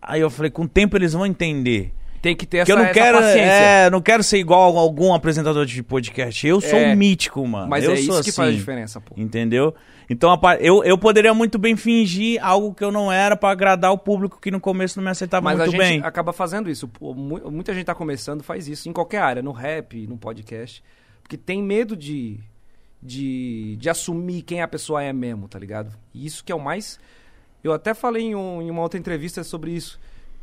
Speaker 1: Aí eu falei, com o tempo eles vão entender.
Speaker 2: Tem que ter essa,
Speaker 1: Porque eu não
Speaker 2: essa
Speaker 1: quero,
Speaker 2: paciência.
Speaker 1: é, eu não quero ser igual a algum apresentador de podcast. Eu sou
Speaker 2: É.
Speaker 1: um mítico, mano.
Speaker 2: Mas
Speaker 1: eu
Speaker 2: é isso
Speaker 1: sou
Speaker 2: que
Speaker 1: assim.
Speaker 2: faz a diferença, pô.
Speaker 1: Entendeu? Então a par- eu, eu poderia muito bem fingir algo que eu não era pra agradar o público que no começo não me aceitava
Speaker 2: Mas a
Speaker 1: tá muito
Speaker 2: gente
Speaker 1: bem.
Speaker 2: acaba fazendo isso. Pô, mu- Muita gente tá começando, faz isso em qualquer área, no rap, no podcast. Porque tem medo de, de, de assumir quem a pessoa é mesmo, tá ligado? E isso que é o mais. Eu até falei em, um- em uma outra entrevista sobre isso.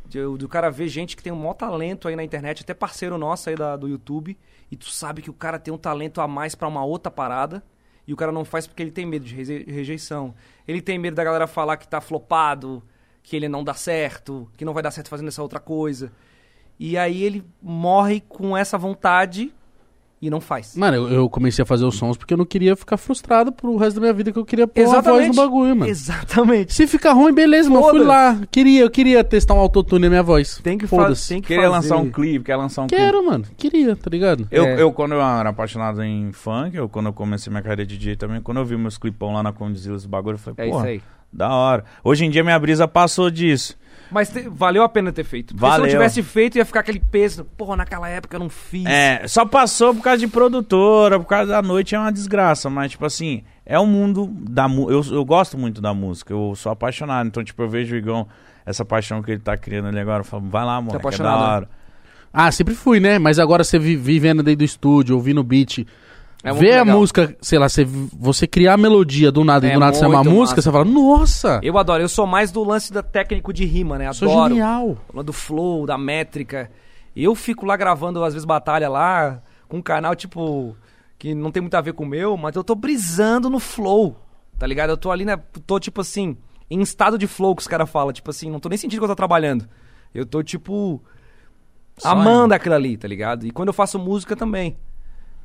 Speaker 2: de- do cara ver gente que tem um maior talento aí na internet, até parceiro nosso aí da- do YouTube, e tu sabe que o cara tem um talento a mais pra uma outra parada, e o cara não faz porque ele tem medo de reze- rejeição. Ele tem medo da galera falar que tá flopado, que ele não dá certo, que não vai dar certo fazendo essa outra coisa. E aí ele morre com essa vontade e não faz.
Speaker 3: Mano, eu, eu comecei a fazer os sons porque eu não queria ficar frustrado pro resto da minha vida que eu queria pôr a voz no bagulho, mano.
Speaker 2: Exatamente.
Speaker 3: Se ficar ruim, beleza, mano. Eu fui lá. Queria, eu queria testar um autotune na minha voz.
Speaker 2: Tem que, fa
Speaker 3: Foda-se.
Speaker 2: tem que
Speaker 1: Queria
Speaker 2: fazer.
Speaker 1: lançar um clipe, quer lançar um clipe.
Speaker 3: Quero, mano. Queria, tá ligado?
Speaker 1: Eu,
Speaker 2: É.
Speaker 1: eu, quando eu era apaixonado em funk, eu, quando eu comecei minha carreira de DJ também, quando eu vi meus clipão lá na Condizila, os bagulho, eu
Speaker 2: É
Speaker 1: falei,
Speaker 2: isso
Speaker 1: porra,
Speaker 2: aí.
Speaker 1: da hora. Hoje em dia minha brisa passou disso.
Speaker 2: Mas te- valeu a pena ter feito. Porque Se
Speaker 1: Valeu.
Speaker 2: não tivesse feito, ia ficar aquele peso. Porra, naquela época eu não fiz.
Speaker 1: É, só passou por causa de produtora, por causa da noite é uma desgraça, mas tipo assim, é o mundo da música. Eu, eu gosto muito da música, eu sou apaixonado, então tipo, eu vejo o Igão, essa paixão que ele tá criando ali agora, eu falo, vai lá, mano, é da
Speaker 2: apaixonado, né?
Speaker 1: hora.
Speaker 3: Ah, sempre fui, né? Mas agora você vi- vivendo dentro do estúdio, ouvindo o beat,
Speaker 2: É muito
Speaker 3: ver a
Speaker 2: legal.
Speaker 3: música, sei lá, você, você criar a melodia do nada e
Speaker 2: É
Speaker 3: do nada você é uma
Speaker 2: muito
Speaker 3: música,
Speaker 2: massa.
Speaker 3: você fala, nossa,
Speaker 2: Eu adoro. Eu sou mais do lance da técnico de rima, né?
Speaker 3: sou
Speaker 2: Adoro.
Speaker 3: genial.
Speaker 2: Lá Do flow, da métrica. Eu fico lá gravando, às vezes, batalha lá com um canal, tipo, que não tem muito a ver com o meu, mas eu tô brisando no flow, tá ligado? Eu tô ali, né? Tô, tipo assim, em estado de flow que os caras falam. Tipo assim, não tô nem sentindo que eu tô trabalhando. Eu tô, tipo, amando aquilo ali, tá ligado? E quando eu faço música também.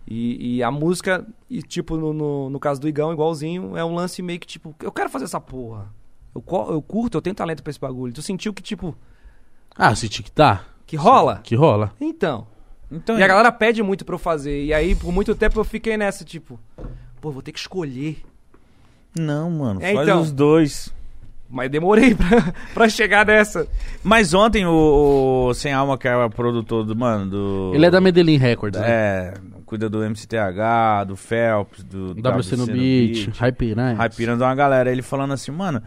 Speaker 2: E, e a música, e tipo, no, no, no caso do Igão, igualzinho, é um lance meio que, tipo, eu quero fazer essa porra. Eu, co- eu curto, eu tenho talento pra esse bagulho. Tu sentiu que, tipo,
Speaker 3: Ah, eu senti que tá.
Speaker 2: que rola?
Speaker 3: Que rola.
Speaker 2: Então.
Speaker 1: Então,
Speaker 2: E a galera pede muito pra eu fazer. E aí, por muito tempo, eu fiquei nessa, tipo, pô, vou ter que escolher.
Speaker 1: Não, mano,
Speaker 2: É,
Speaker 1: faz
Speaker 2: então.
Speaker 1: os dois.
Speaker 2: Mas demorei pra, pra chegar nessa.
Speaker 1: Mas ontem o, o Sem Alma, que era produtor do, mano, do...
Speaker 3: Ele é da Medellín Records, né?
Speaker 1: É, cuida do MCTH, do Phelps, do
Speaker 3: WC no beat, Hype, né?
Speaker 2: é
Speaker 1: Hypirando uma galera. Ele falando assim, mano,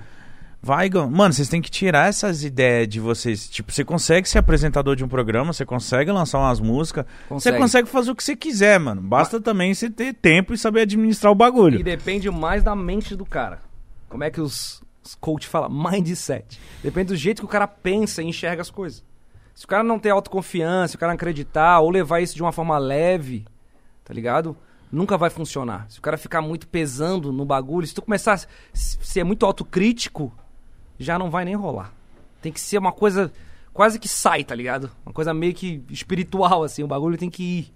Speaker 1: vai, Igão. mano, vocês têm que tirar essas ideias de vocês. Tipo, você consegue ser apresentador de um programa, você consegue lançar umas músicas, você consegue fazer o que você quiser, mano. Basta também você ter tempo e saber administrar o
Speaker 2: E
Speaker 1: bagulho.
Speaker 2: depende mais da mente do cara. Como é que os, os coach falam? Mindset. Depende do jeito que o cara pensa e enxerga as coisas. Se o cara não tem autoconfiança, se o cara não acreditar ou levar isso de uma forma leve, tá ligado? Nunca vai funcionar. Se o cara ficar muito pesando no bagulho, se tu começar a s- ser muito autocrítico, já não vai nem rolar. Tem que ser uma coisa quase que sai, tá ligado? Uma coisa meio que espiritual, assim. O bagulho tem que ir.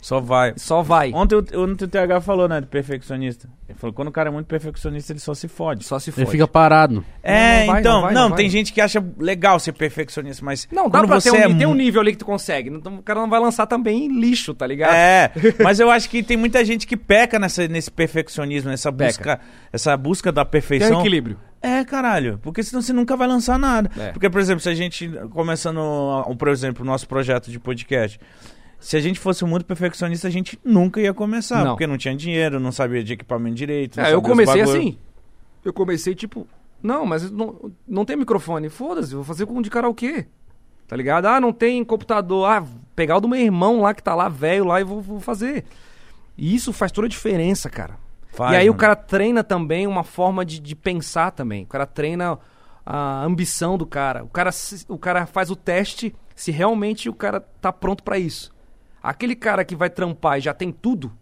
Speaker 1: Só vai.
Speaker 2: Só vai.
Speaker 1: Ontem, o- ontem o TH falou, né, do perfeccionista. Ele falou, quando o cara é muito perfeccionista, ele só se fode.
Speaker 2: Só se for.
Speaker 3: Ele fica parado.
Speaker 1: É,
Speaker 2: Não, não vai,
Speaker 1: então,
Speaker 2: não
Speaker 1: não,
Speaker 2: vai, não vai.
Speaker 1: tem gente que acha legal ser perfeccionista, mas
Speaker 2: Não, dá
Speaker 1: quando
Speaker 2: pra
Speaker 1: você
Speaker 2: ter um,
Speaker 1: é
Speaker 2: tem um
Speaker 1: mu-
Speaker 2: nível ali que tu consegue. Então, o cara não vai lançar também lixo, tá ligado?
Speaker 1: É, mas eu acho que tem muita gente que peca nessa, nesse perfeccionismo, nessa busca, essa busca da
Speaker 2: tem um
Speaker 1: perfeição.
Speaker 2: equilíbrio.
Speaker 1: É, caralho, porque senão você nunca vai lançar nada.
Speaker 2: É.
Speaker 1: Porque, por exemplo, se a gente, começando, ó, por exemplo, o nosso projeto de podcast, se a gente fosse muito perfeccionista, a gente nunca ia começar,
Speaker 2: Não.
Speaker 1: porque não tinha dinheiro, não sabia de equipamento direito. não
Speaker 2: É, eu
Speaker 1: sabia os
Speaker 2: comecei
Speaker 1: bagulho.
Speaker 2: assim. Eu comecei tipo, não, mas não, não tem microfone. Foda-se, vou fazer com um de karaokê. Tá ligado? Ah, não tem computador. Ah, pegar o do meu irmão lá que tá lá, velho lá, e vou, vou fazer. E isso faz toda a diferença, cara.
Speaker 1: Faz,
Speaker 2: e aí o
Speaker 1: mano.
Speaker 2: cara treina também uma forma de, de pensar também. O cara treina a ambição do cara. O cara, se- o cara faz o teste se realmente o cara tá pronto pra isso. Aquele cara que vai trampar e já tem tudo,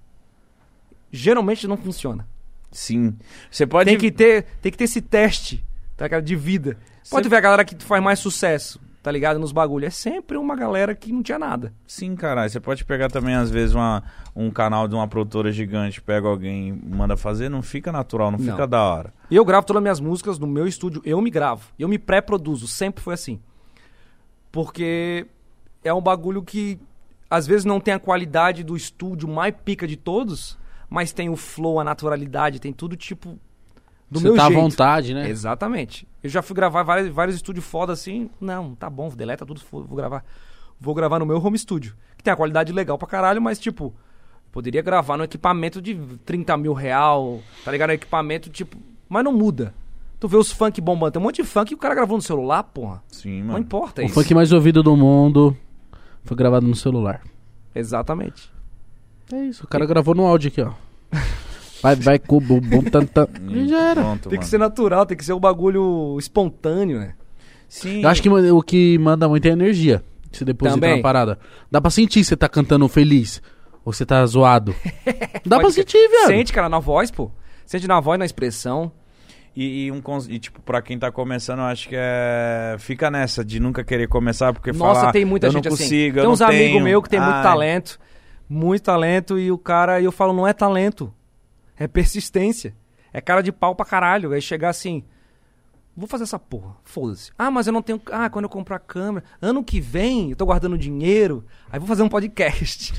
Speaker 2: geralmente não funciona.
Speaker 1: Sim. Você pode.
Speaker 2: Tem que ter, tem que ter esse teste, tá ligado? De vida. Pode
Speaker 1: Sempre-
Speaker 2: ver a galera que faz mais sucesso, tá ligado? Nos bagulhos. É sempre uma galera que não tinha nada.
Speaker 1: Sim, caralho. Você pode pegar também, às vezes, uma, um canal de uma produtora gigante, pega alguém e manda fazer, não fica natural, não,
Speaker 2: Não.
Speaker 1: fica da hora.
Speaker 2: E eu gravo todas as minhas músicas no meu estúdio, eu me gravo. Eu me pré-produzo, sempre foi assim. Porque é um bagulho que às vezes não tem a qualidade do estúdio mais pica de todos, mas tem o flow, a naturalidade, tem tudo tipo do
Speaker 3: você
Speaker 2: meu
Speaker 3: tá à
Speaker 2: jeito.
Speaker 3: vontade, né?
Speaker 2: Exatamente. Eu já fui gravar vários, vários estúdios foda assim. Não, tá bom, deleta tudo, fo- vou gravar. Vou gravar no meu home studio. Que tem a qualidade legal pra caralho, mas tipo, poderia gravar no equipamento de 30 mil real, tá ligado? Um equipamento, tipo. Mas não muda. Tu vê os funk bombando, tem um monte de funk e o cara gravou no celular, porra.
Speaker 1: Sim,
Speaker 2: Não
Speaker 1: mano.
Speaker 2: importa
Speaker 3: o
Speaker 2: isso.
Speaker 3: funk mais ouvido do mundo foi gravado no celular.
Speaker 2: Exatamente.
Speaker 3: É isso, o cara gravou no áudio aqui, ó. Vai, vai, cu, bum, bum, tan, tan. E já era.
Speaker 1: Pronto,
Speaker 2: Tem que
Speaker 1: mano.
Speaker 2: ser natural, tem que ser um bagulho espontâneo, né?
Speaker 1: Sim.
Speaker 3: Eu acho que mano, o que manda muito é a energia. que Você deposita
Speaker 2: Também.
Speaker 3: na parada. Dá pra sentir se você tá cantando feliz ou você tá zoado. Dá pra
Speaker 2: Pode ser.
Speaker 3: sentir, velho.
Speaker 2: Sente, cara, na voz, pô. Sente na voz, na expressão.
Speaker 1: E, e um, cons- e, tipo, pra quem tá começando, eu acho que é. Fica nessa de nunca querer começar, porque
Speaker 2: Nossa,
Speaker 1: falar,
Speaker 2: tem muita
Speaker 1: eu
Speaker 2: gente
Speaker 1: não
Speaker 2: assim.
Speaker 1: consigo, eu
Speaker 2: Tem
Speaker 1: não
Speaker 2: uns amigos
Speaker 1: tenho.
Speaker 2: meus que tem muito
Speaker 1: Ai,
Speaker 2: talento, muito talento, e o cara, e eu falo, não é talento, é persistência. É cara de pau pra caralho. Aí chegar assim, vou fazer essa porra, foda-se. Ah, mas eu não tenho. Ah, quando eu comprar a câmera, ano que vem, eu tô guardando dinheiro, aí vou fazer um podcast.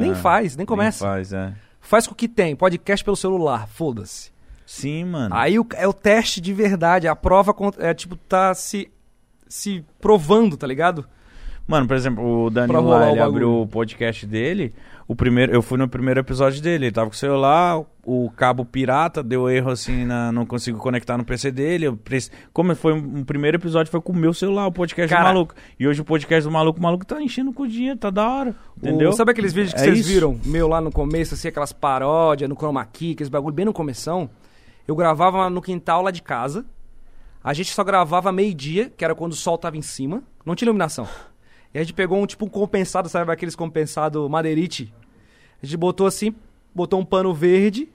Speaker 2: nem faz, nem começa.
Speaker 1: Ah, Nem faz, é.
Speaker 2: Faz com o que tem, podcast pelo celular, foda-se.
Speaker 1: Sim, mano.
Speaker 2: Aí o- é o teste de verdade, a prova cont- é tipo, tá se, se provando, tá ligado?
Speaker 1: Mano, por exemplo, o Danilo
Speaker 2: rolar
Speaker 1: lá,
Speaker 2: o
Speaker 1: ele
Speaker 2: bagulho.
Speaker 1: abriu o podcast dele. O primeiro, eu fui no primeiro episódio dele. Ele tava com o celular, o cabo pirata, deu erro assim, na- não consigo conectar no PC dele. Eu preci- como foi um, um primeiro episódio, foi com o meu celular, o podcast
Speaker 2: Cara.
Speaker 1: do maluco. E hoje o podcast do maluco, o maluco tá enchendo com dinheiro, tá da hora. Entendeu?
Speaker 2: O- sabe aqueles vídeos que
Speaker 1: É
Speaker 2: vocês
Speaker 1: isso.
Speaker 2: viram? Meu lá no começo, assim, aquelas paródias no chroma key, aqueles bagulho bem no começão. Eu gravava no quintal lá de casa. A gente só gravava meio-dia, que era quando o sol tava em cima. Não tinha iluminação. E a gente pegou um tipo um compensado, sabe aqueles compensado madeirite? A gente botou assim, botou um pano verde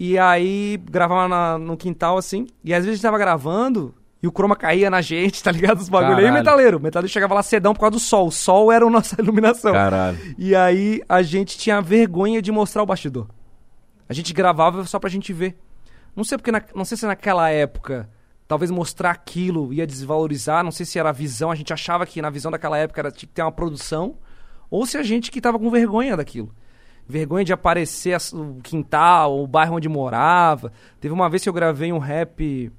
Speaker 2: e aí gravava na- no quintal assim. E às vezes a gente tava gravando e o croma caía na gente, tá ligado? Os bagulho. E
Speaker 3: Caralho.
Speaker 2: o metaleiro. O metaleiro chegava lá cedão por causa do sol. O sol era a nossa iluminação.
Speaker 4: Caralho.
Speaker 2: E aí a gente tinha vergonha de mostrar o bastidor. A gente gravava só pra gente ver. Não sei porque na- não sei se naquela época talvez mostrar aquilo ia desvalorizar, não sei se era a visão, a gente achava que na visão daquela época era tinha que ter uma produção, ou se a gente que tava com vergonha daquilo. Vergonha de aparecer as- o quintal, o bairro onde morava. Teve uma vez que eu gravei um rap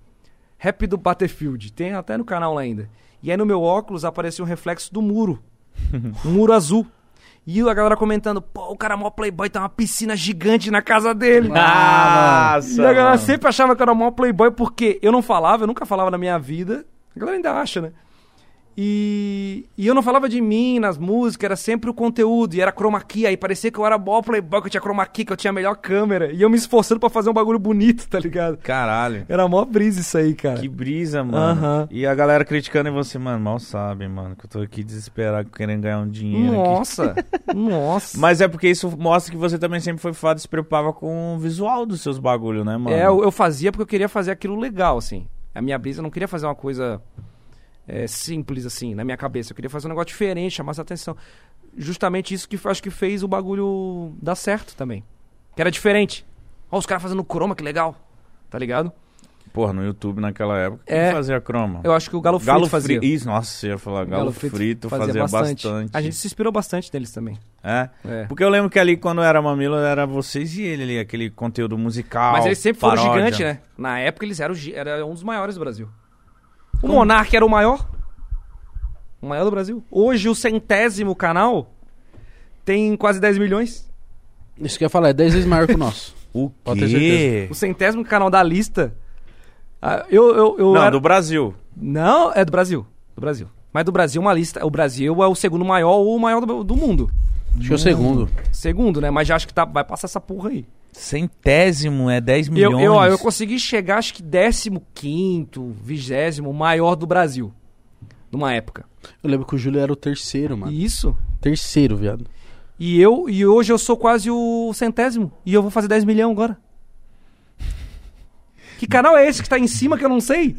Speaker 2: rap do Battlefield, tem até no canal lá ainda. E aí no meu óculos apareceu um reflexo do muro. um muro azul. E a galera comentando, pô, o cara é mó playboy, tá uma piscina gigante na casa dele.
Speaker 1: Nossa,
Speaker 2: E a galera
Speaker 1: Ah, mano.
Speaker 2: sempre achava que eu era o maior playboy porque eu não falava, eu nunca falava na minha vida. A galera ainda acha, né? E, e eu não falava de mim nas músicas, era sempre o conteúdo, e era chroma key, aí parecia que eu era mó playboy, que eu tinha chroma key, que eu tinha a melhor câmera, e eu me esforçando pra fazer um bagulho bonito, tá ligado?
Speaker 4: Caralho.
Speaker 2: Era mó brisa isso aí, cara.
Speaker 1: Que brisa, mano.
Speaker 2: Aham.
Speaker 1: E a galera criticando e você, mano, mal sabe, mano, que eu tô aqui desesperado querendo ganhar um dinheiro aqui.
Speaker 2: Nossa, nossa.
Speaker 1: Mas é porque isso mostra que você também sempre foi foda e se preocupava com o visual dos seus bagulhos, né, mano?
Speaker 2: É, eu, eu fazia porque eu queria fazer aquilo legal, assim. A minha brisa eu não queria fazer uma coisa é, simples, assim, na minha cabeça. Eu queria fazer um negócio diferente, chamasse atenção. Justamente isso que eu acho que fez o bagulho dar certo também. Que era diferente. Ó, os caras fazendo croma, que legal. Tá ligado?
Speaker 1: Porra, no YouTube naquela época, quem
Speaker 2: É.
Speaker 1: fazia croma?
Speaker 2: Eu acho que o Galo Frito fazia.
Speaker 1: Frito. Isso, nossa, eu ia falar, galo, frito, fazia, bastante.
Speaker 2: A gente se inspirou bastante neles também.
Speaker 1: É?
Speaker 2: É.
Speaker 1: Porque eu lembro que ali, quando era Mamilo, era vocês e ele ali, aquele conteúdo musical,
Speaker 2: Mas eles sempre foram
Speaker 1: paródia.
Speaker 2: gigantes, né? Na época eles eram, gi- era um dos maiores do Brasil. O Monark era o maior. O maior do Brasil. Hoje o centésimo canal tem quase 10 milhões.
Speaker 3: Isso que eu ia falar, é 10 vezes maior que o nosso.
Speaker 1: O
Speaker 3: Pode ter
Speaker 1: quê?
Speaker 3: certeza.
Speaker 2: O centésimo canal da lista. ah, Eu, eu, eu
Speaker 1: Não,
Speaker 2: era-
Speaker 1: do Brasil.
Speaker 2: Não, é do Brasil. Do Brasil. Mas do Brasil, uma lista. O Brasil é o segundo maior ou o maior do, do mundo.
Speaker 3: Acho que é o segundo.
Speaker 2: Segundo, né? Mas já acho que tá, vai passar essa porra aí.
Speaker 1: Centésimo é 10
Speaker 2: Eu,
Speaker 1: milhões.
Speaker 2: eu, ó, eu consegui chegar, acho que 15, 20, maior do Brasil. Numa época.
Speaker 3: Eu lembro que o Júlio era o terceiro, mano.
Speaker 2: E isso.
Speaker 3: Terceiro, viado.
Speaker 2: E eu, e hoje eu sou quase o centésimo. E eu vou fazer 10 milhões agora. Que canal é esse que tá em cima que eu não sei?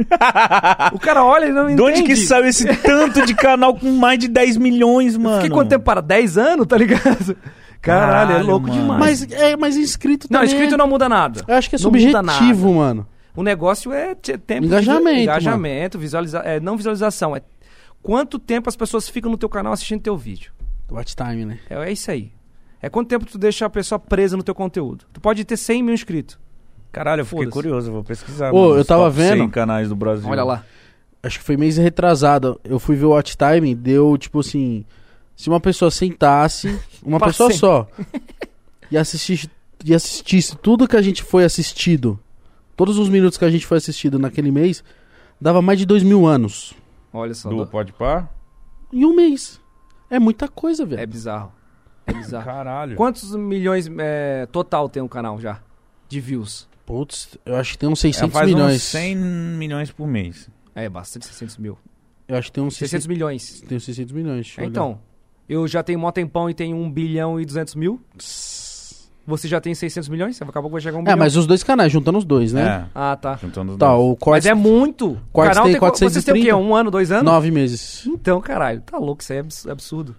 Speaker 2: o cara olha e não entende.
Speaker 1: De onde que saiu esse tanto de canal com mais de 10 milhões, mano?
Speaker 2: Fiquei quanto tempo para? 10 anos, tá ligado? Caralho, é
Speaker 1: Caralho,
Speaker 2: louco
Speaker 1: mano.
Speaker 2: demais.
Speaker 3: Mas, é, mas inscrito
Speaker 2: não,
Speaker 3: também. é-
Speaker 2: escrito não muda nada.
Speaker 3: Eu acho que é
Speaker 2: Não muda nada.
Speaker 3: subjetivo, mano.
Speaker 2: O negócio é te- tempo de-
Speaker 3: Engajamento,
Speaker 2: engajamento, visualiza, é, não visualização, é quanto tempo as pessoas ficam no teu canal assistindo teu vídeo.
Speaker 3: Watch time, né?
Speaker 2: É, é isso aí. É quanto tempo tu deixa a pessoa presa no teu conteúdo. Tu pode ter 100 mil inscritos.
Speaker 1: Caralho, eu fiquei
Speaker 2: Foda-se.
Speaker 1: curioso, eu vou pesquisar.
Speaker 3: Ô, eu
Speaker 1: os
Speaker 3: tava
Speaker 1: top
Speaker 3: vendo.
Speaker 1: 100 canais do Brasil.
Speaker 2: Olha lá.
Speaker 3: Acho que foi mês retrasado. Eu fui ver o watch time, deu tipo assim. Se uma pessoa sentasse, uma
Speaker 2: Pra
Speaker 3: pessoa
Speaker 2: sempre.
Speaker 3: só, e assistisse, e assistisse tudo que a gente foi assistido, todos os minutos que a gente foi assistido naquele mês, dava mais de dois mil anos.
Speaker 2: Olha só.
Speaker 1: Do
Speaker 2: tá Do...
Speaker 1: Pode Par?
Speaker 3: Em um mês. É muita coisa,
Speaker 2: É
Speaker 3: velho.
Speaker 2: bizarro. É bizarro.
Speaker 1: Caralho.
Speaker 2: Quantos milhões é, total tem o canal já? De views?
Speaker 3: Putz, eu acho que tem uns
Speaker 1: Ela
Speaker 3: 600
Speaker 1: É, faz
Speaker 3: milhões.
Speaker 1: uns 100 milhões por mês.
Speaker 2: É, bastante 600 mil.
Speaker 3: Eu acho que tem uns 600,
Speaker 2: 600 milhões.
Speaker 3: Tem uns 600 milhões. deixa eu
Speaker 2: É,
Speaker 3: olhar.
Speaker 2: então, eu já tenho mó tempão e tenho 1 bilhão e 200 mil. Você já tem 600 milhões? Acabou que vai chegar a 1
Speaker 3: É,
Speaker 2: bilhão.
Speaker 3: mas os dois canais, juntando os dois, né?
Speaker 1: É,
Speaker 2: Ah, tá.
Speaker 1: juntando os
Speaker 3: Tá,
Speaker 1: dois.
Speaker 3: o
Speaker 2: Mas
Speaker 3: corte
Speaker 2: é muito. O
Speaker 3: Quartz tem
Speaker 2: qu- Vocês têm o quê?
Speaker 3: 430?
Speaker 2: Um ano, dois anos?
Speaker 3: nove meses.
Speaker 2: Então, caralho, tá louco, isso aí é abs- absurdo.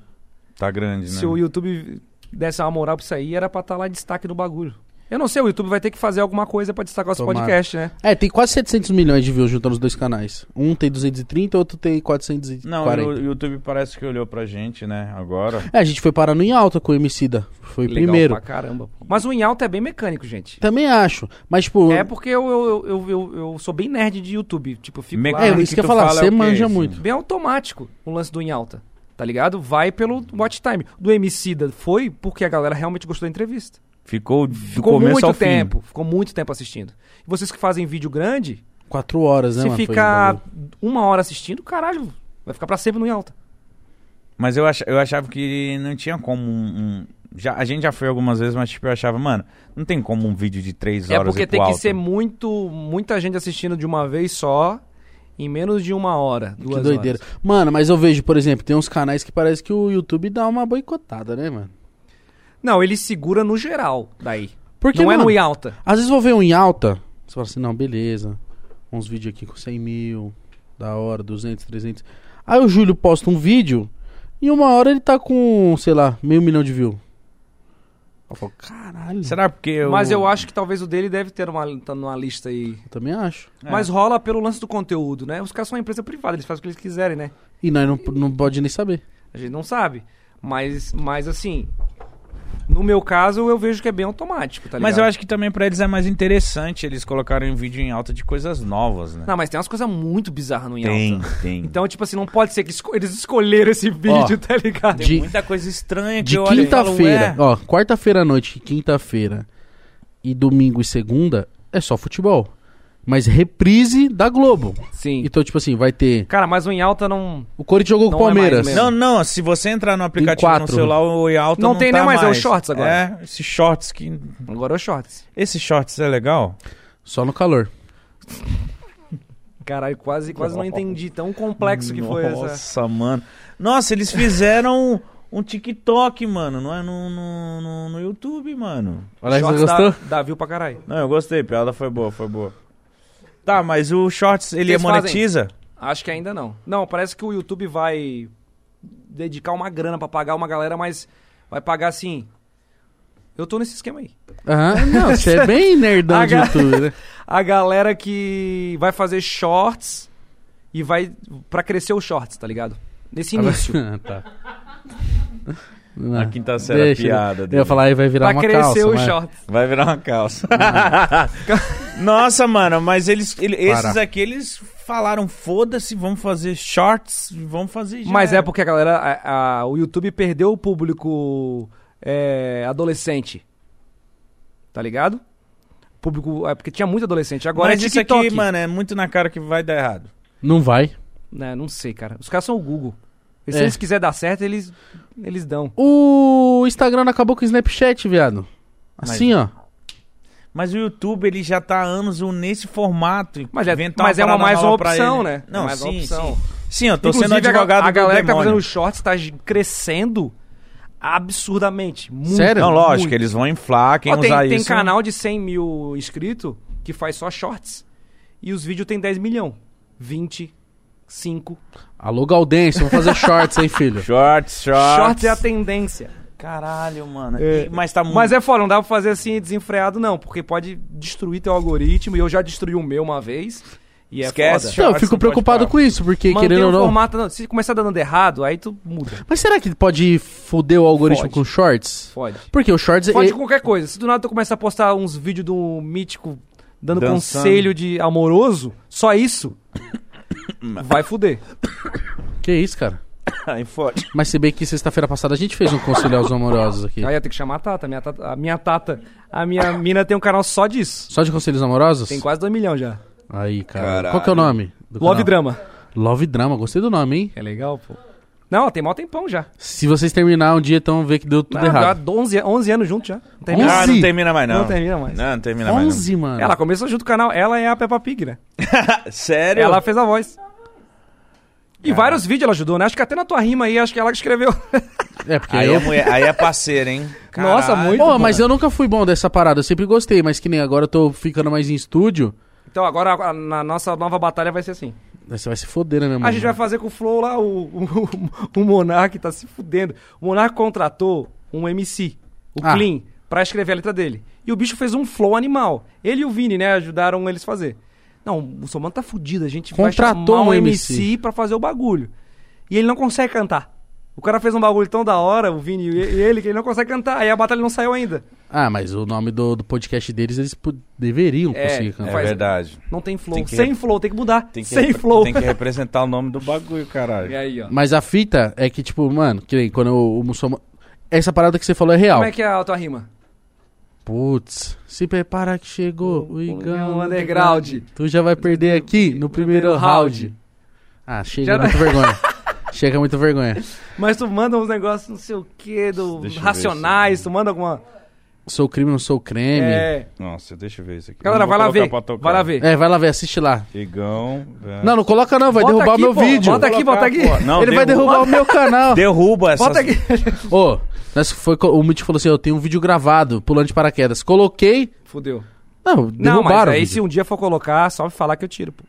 Speaker 1: Tá grande, né?
Speaker 2: Se o YouTube desse uma moral pra isso aí, era pra estar lá em destaque no bagulho. Eu não sei, o YouTube vai ter que fazer alguma coisa pra destacar os
Speaker 3: Tomara.
Speaker 2: podcasts, né?
Speaker 3: É, tem quase 700 milhões de views juntando os dois canais. Um tem 230, outro tem 440.
Speaker 1: Não, o YouTube parece que olhou pra gente, né? Agora.
Speaker 3: É, a gente foi parando em alta com o Emicida. Foi
Speaker 2: Legal
Speaker 3: primeiro.
Speaker 2: Pra caramba. Mas o em alta é bem mecânico, gente.
Speaker 3: Também acho. Mas, tipo...
Speaker 2: É porque eu, eu, eu, eu, eu sou bem nerd de YouTube. Tipo, eu fico lá,
Speaker 3: É, isso
Speaker 1: que
Speaker 3: que eu
Speaker 1: tu
Speaker 3: ia falar,
Speaker 1: fala é
Speaker 3: você
Speaker 1: o quê,
Speaker 3: manja
Speaker 1: assim?
Speaker 3: muito.
Speaker 2: bem automático o lance do em alta. Tá ligado? Vai pelo watch time. Do Emicida foi porque a galera realmente gostou da entrevista.
Speaker 1: Ficou do
Speaker 2: Ficou
Speaker 1: começo ao
Speaker 2: muito
Speaker 1: fim.
Speaker 2: tempo, ficou muito tempo assistindo. E vocês que fazem vídeo grande,
Speaker 3: Quatro horas, né,
Speaker 2: se
Speaker 3: mano? Foi um
Speaker 2: ficar
Speaker 3: bagulho.
Speaker 2: uma hora assistindo, caralho, vai ficar pra sempre no em alta.
Speaker 1: Mas eu, ach, eu achava que não tinha como um. um- já, a gente já foi algumas vezes, mas tipo, eu achava, mano, não tem como um vídeo de três
Speaker 2: É
Speaker 1: horas.
Speaker 2: porque
Speaker 1: ir pro
Speaker 2: tem que
Speaker 1: alto.
Speaker 2: ser muito, muita gente assistindo de uma vez só, em menos de uma hora, duas
Speaker 3: Que doideira.
Speaker 2: horas.
Speaker 3: Mano, mas eu vejo, por exemplo, tem uns canais que parece que o YouTube dá uma boicotada, né, mano?
Speaker 2: Não, ele segura no geral daí.
Speaker 3: Porque,
Speaker 2: não é
Speaker 3: mano,
Speaker 2: no em alta.
Speaker 3: Às vezes vou ver um em alta, você fala assim, não, beleza. Uns vídeos aqui com 100 mil, da hora, 200, 300. Aí o Júlio posta um vídeo, e uma hora ele tá com, sei lá, meio milhão de views. Eu falo, caralho,
Speaker 1: Será porque eu...
Speaker 2: Mas eu acho que talvez o dele deve ter uma, tá numa lista aí.
Speaker 3: eu também acho.
Speaker 1: É.
Speaker 2: Mas rola pelo lance do conteúdo, né? Os caras são uma empresa privada, eles fazem o que eles quiserem, né?
Speaker 3: E nós não, não pode nem saber.
Speaker 2: A gente não sabe. Mas, mas assim, no meu caso, eu vejo que é bem automático, tá ligado?
Speaker 1: Mas eu acho que também pra eles é mais interessante eles colocarem um vídeo em alta de coisas novas, né?
Speaker 2: Não, mas tem umas coisas muito bizarras no em
Speaker 1: tem,
Speaker 2: alta.
Speaker 1: tem.
Speaker 2: Então, tipo assim, não pode ser que esco- eles escolheram esse vídeo, tá ligado?
Speaker 3: de-
Speaker 1: muita coisa estranha que
Speaker 3: De
Speaker 1: eu olho e falo,
Speaker 3: quinta-feira,
Speaker 1: "Ué,
Speaker 3: ó, quarta-feira à noite, quinta-feira e domingo e segunda é só futebol. Mas reprise da Globo.
Speaker 2: Sim.
Speaker 3: Então, tipo assim, vai ter.
Speaker 2: Cara, mas o em alta não.
Speaker 3: O Corinthians jogou com o
Speaker 2: Não é mais
Speaker 3: Palmeiras.
Speaker 2: mesmo.
Speaker 1: Não, não, se você entrar no aplicativo no
Speaker 3: quatro.
Speaker 1: celular, o em alta
Speaker 2: Não
Speaker 1: não,
Speaker 2: tem
Speaker 1: tá
Speaker 2: nem mais, é o Shorts agora.
Speaker 1: É, esse shorts que...
Speaker 2: Agora é o shorts.
Speaker 1: Esse shorts é legal?
Speaker 3: Só no calor.
Speaker 2: Caralho, quase, quase não entendi. Tão complexo que foi essa.
Speaker 1: Nossa, mano. Nossa, eles fizeram um TikTok, mano. Não é no, no, no, no YouTube, mano.
Speaker 3: Olha, você
Speaker 2: Shorts
Speaker 3: gostou?
Speaker 2: Dá, dá view pra caralho.
Speaker 1: Não, eu gostei, piada foi boa, foi boa. Tá, mas o Shorts, ele
Speaker 2: Vocês
Speaker 1: monetiza?
Speaker 2: Acho que ainda não. Não, parece que o YouTube vai dedicar uma grana pra pagar uma galera, mas vai pagar assim. Eu tô nesse esquema aí.
Speaker 3: Aham. Não, você é bem nerdão de
Speaker 2: H.
Speaker 3: YouTube, né?
Speaker 2: A galera que vai fazer shorts e vai pra crescer os shorts, tá ligado? Nesse início.
Speaker 3: Ah, tá. Não,
Speaker 1: A quinta série é
Speaker 3: deixa,
Speaker 1: piada
Speaker 3: Eu
Speaker 1: dele.
Speaker 3: ia falar, aí vai virar
Speaker 2: Pra
Speaker 3: uma
Speaker 2: crescer
Speaker 3: calça. né?
Speaker 2: os
Speaker 3: mas-
Speaker 2: shorts.
Speaker 1: Vai virar uma calça. Nossa, mano, mas eles, ele- esses
Speaker 3: Para.
Speaker 1: aqui, eles falaram, foda-se, vamos fazer shorts, vamos fazer... já
Speaker 2: Mas é
Speaker 1: era."
Speaker 2: porque a galera. a- a- o YouTube perdeu o público é, adolescente. Tá ligado? Público. É porque tinha muito adolescente. Agora
Speaker 1: Mas
Speaker 2: é
Speaker 1: isso
Speaker 2: TikTok.
Speaker 1: aqui, mano, é muito na cara que vai dar errado.
Speaker 3: Não vai.
Speaker 2: Né, não sei, cara. Os caras são o Google. E se
Speaker 3: É.
Speaker 2: eles quiserem dar certo, eles, eles dão.
Speaker 3: O Instagram não acabou com o Snapchat, viado. Assim, ó.
Speaker 1: Mas o YouTube, ele já tá há anos nesse formato. e
Speaker 2: Mas é,
Speaker 1: inventar
Speaker 2: mas é uma
Speaker 1: parada
Speaker 2: mais uma
Speaker 1: nova pra
Speaker 2: opção,
Speaker 1: ele.
Speaker 2: né?
Speaker 1: Não,
Speaker 2: é mais
Speaker 1: sim,
Speaker 2: uma opção.
Speaker 1: sim. Sim, eu tô
Speaker 2: Inclusive,
Speaker 1: sendo advogado
Speaker 2: a, a galera
Speaker 1: do
Speaker 2: que tá fazendo
Speaker 1: demônio.
Speaker 2: os shorts tá gi- crescendo absurdamente. Muito,
Speaker 3: Sério?
Speaker 1: Não, lógico,
Speaker 2: muito.
Speaker 1: eles vão inflar, quem
Speaker 2: Ó, tem
Speaker 1: usar
Speaker 2: tem
Speaker 1: isso...
Speaker 2: canal de 100 mil inscritos que faz só shorts. E os vídeos tem 10 milhão. 20, 5.
Speaker 3: Alô, Gaudense, vamos fazer shorts, hein, filho?
Speaker 1: Shorts, shorts...
Speaker 2: Shorts é a tendência.
Speaker 1: Caralho, mano.
Speaker 2: É.
Speaker 1: E- Mas tá muito...
Speaker 2: Mas é foda, não dá pra fazer assim desenfreado, não, porque pode destruir teu algoritmo. E eu já destruí o meu uma vez. E é
Speaker 1: Esquece.
Speaker 2: foda.
Speaker 3: Então, eu
Speaker 1: Shorts
Speaker 3: fico
Speaker 1: não pode
Speaker 3: preocupado
Speaker 1: parar.
Speaker 3: com isso, porque
Speaker 2: Mantém
Speaker 3: querendo
Speaker 2: o
Speaker 3: ou não.
Speaker 2: formato, não. Se começar dando errado, aí tu muda.
Speaker 3: Mas será que pode foder o algoritmo
Speaker 2: Fode.
Speaker 3: com shorts?
Speaker 2: Fode.
Speaker 3: Porque o shorts
Speaker 2: Fode
Speaker 3: é.
Speaker 2: com qualquer coisa. Se do nada tu começar a postar uns vídeos do mítico dando
Speaker 1: Dançando.
Speaker 2: conselho de amoroso, só isso. vai fuder.
Speaker 3: Que isso, cara?
Speaker 1: Ai, fode.
Speaker 3: Mas se bem que sexta-feira passada a gente fez um conciliar os amorosos aqui.
Speaker 2: Aí eu tenho que chamar a Tata, minha Tata. A minha Tata. A minha mina tem um canal só disso.
Speaker 3: Só de conselhos amorosos?
Speaker 2: Tem quase 2 milhões já.
Speaker 3: Aí, cara.
Speaker 1: Caralho.
Speaker 3: Qual que é o nome? do
Speaker 2: Love
Speaker 3: canal?
Speaker 2: Drama.
Speaker 3: Love Drama, gostei do nome, hein?
Speaker 2: É legal, pô. Não, tem mal tempão já.
Speaker 3: Se vocês terminar um dia, então vê que deu Tá
Speaker 2: Não,
Speaker 3: tudo errado.
Speaker 2: Ah, dá 11, 11 anos junto já. Não tem
Speaker 3: Onze?
Speaker 2: nada.
Speaker 1: Ah, não termina mais, não.
Speaker 2: Não termina mais.
Speaker 1: Não, não termina mais, não.
Speaker 3: 11, mano.
Speaker 2: Ela começou junto com o canal, ela é a Peppa Pig, né?
Speaker 1: Sério?
Speaker 2: Ela fez a voz. E vários vídeos ela ajudou, né? Acho que até na tua rima aí, acho que ela que escreveu.
Speaker 3: É, porque
Speaker 1: Aí
Speaker 3: eu...
Speaker 1: é, né? mulher- aí é parceira, hein?
Speaker 2: Nossa,
Speaker 1: Caralho.
Speaker 2: muito.
Speaker 3: Pô,
Speaker 2: bom.
Speaker 3: mas eu nunca fui bom dessa parada, eu sempre gostei, mas que nem agora eu tô ficando mais em estúdio.
Speaker 2: Então agora a- na nossa nova batalha vai ser assim.
Speaker 3: Você vai se foder, né, meu mano?
Speaker 2: A gente vai fazer com o Flow lá, o, o, o Monark tá se fudendo. O Monark contratou um MC, o
Speaker 3: Ah.
Speaker 2: Clean, pra escrever a letra dele. E o bicho fez um flow animal. Ele e o Vini, né, ajudaram eles a fazer. Não, o Muçulmano tá fudido, a gente vai
Speaker 3: Contratou
Speaker 2: chamar um
Speaker 3: um
Speaker 2: MC,
Speaker 3: MC.
Speaker 2: pra fazer o bagulho. E ele não consegue cantar. O cara fez um bagulho tão da hora, o Vini e e ele, que ele não consegue cantar. Aí a batalha não saiu ainda.
Speaker 3: Ah, mas o nome do, do podcast deles, eles pu- deveriam
Speaker 2: É,
Speaker 3: conseguir
Speaker 1: É
Speaker 3: cantar.
Speaker 2: faz-
Speaker 1: verdade.
Speaker 2: Não tem flow.
Speaker 1: Tem que
Speaker 2: Sem
Speaker 1: rep-
Speaker 2: flow, tem que mudar.
Speaker 1: Tem que
Speaker 2: Sem
Speaker 1: repre-
Speaker 2: flow.
Speaker 1: Tem que representar o nome do bagulho, caralho.
Speaker 2: E aí, ó.
Speaker 3: Mas a fita é que, tipo, mano, que nem quando o, o muçulmano... Essa parada que você falou é real.
Speaker 2: Como é que é a tua rima?
Speaker 3: Putz, se prepara que chegou o Igão
Speaker 2: Igão Underground.
Speaker 3: Tu já vai perder aqui no primeiro round. Ah, chega
Speaker 2: Já não-
Speaker 3: muito vergonha. Chega muito vergonha.
Speaker 2: Mas tu manda uns negócios, não sei o que, do
Speaker 1: Deixa eu ver
Speaker 2: racionais, tu manda alguma.
Speaker 3: Sou crime, não sou creme. É,
Speaker 2: É.
Speaker 4: Nossa, deixa eu ver isso aqui.
Speaker 2: Galera,
Speaker 4: Eu não
Speaker 2: vai lá
Speaker 4: vou
Speaker 2: ver.
Speaker 4: colocar pra tocar.
Speaker 2: Vai lá ver.
Speaker 3: vai lá ver, assiste lá.
Speaker 4: Igão. é.
Speaker 3: Não, não coloca não, vai
Speaker 2: Bota
Speaker 3: derrubar
Speaker 2: aqui,
Speaker 3: meu
Speaker 2: pô,
Speaker 3: vídeo.
Speaker 2: Bota aqui, bota aqui.
Speaker 4: Pô, não,
Speaker 3: Ele vai
Speaker 4: derruba.
Speaker 3: derrubar o meu canal.
Speaker 1: Derruba essa.
Speaker 2: Bota aqui.
Speaker 3: Ô, nós foi, co- o Mitch falou assim, eu tenho um vídeo gravado, pulando de paraquedas. Coloquei...
Speaker 2: Fudeu.
Speaker 3: Não,
Speaker 2: Não, mas
Speaker 3: derrubaram
Speaker 2: aí
Speaker 3: o
Speaker 2: se
Speaker 3: vídeo.
Speaker 2: um dia for colocar, só me falar que eu tiro, pô.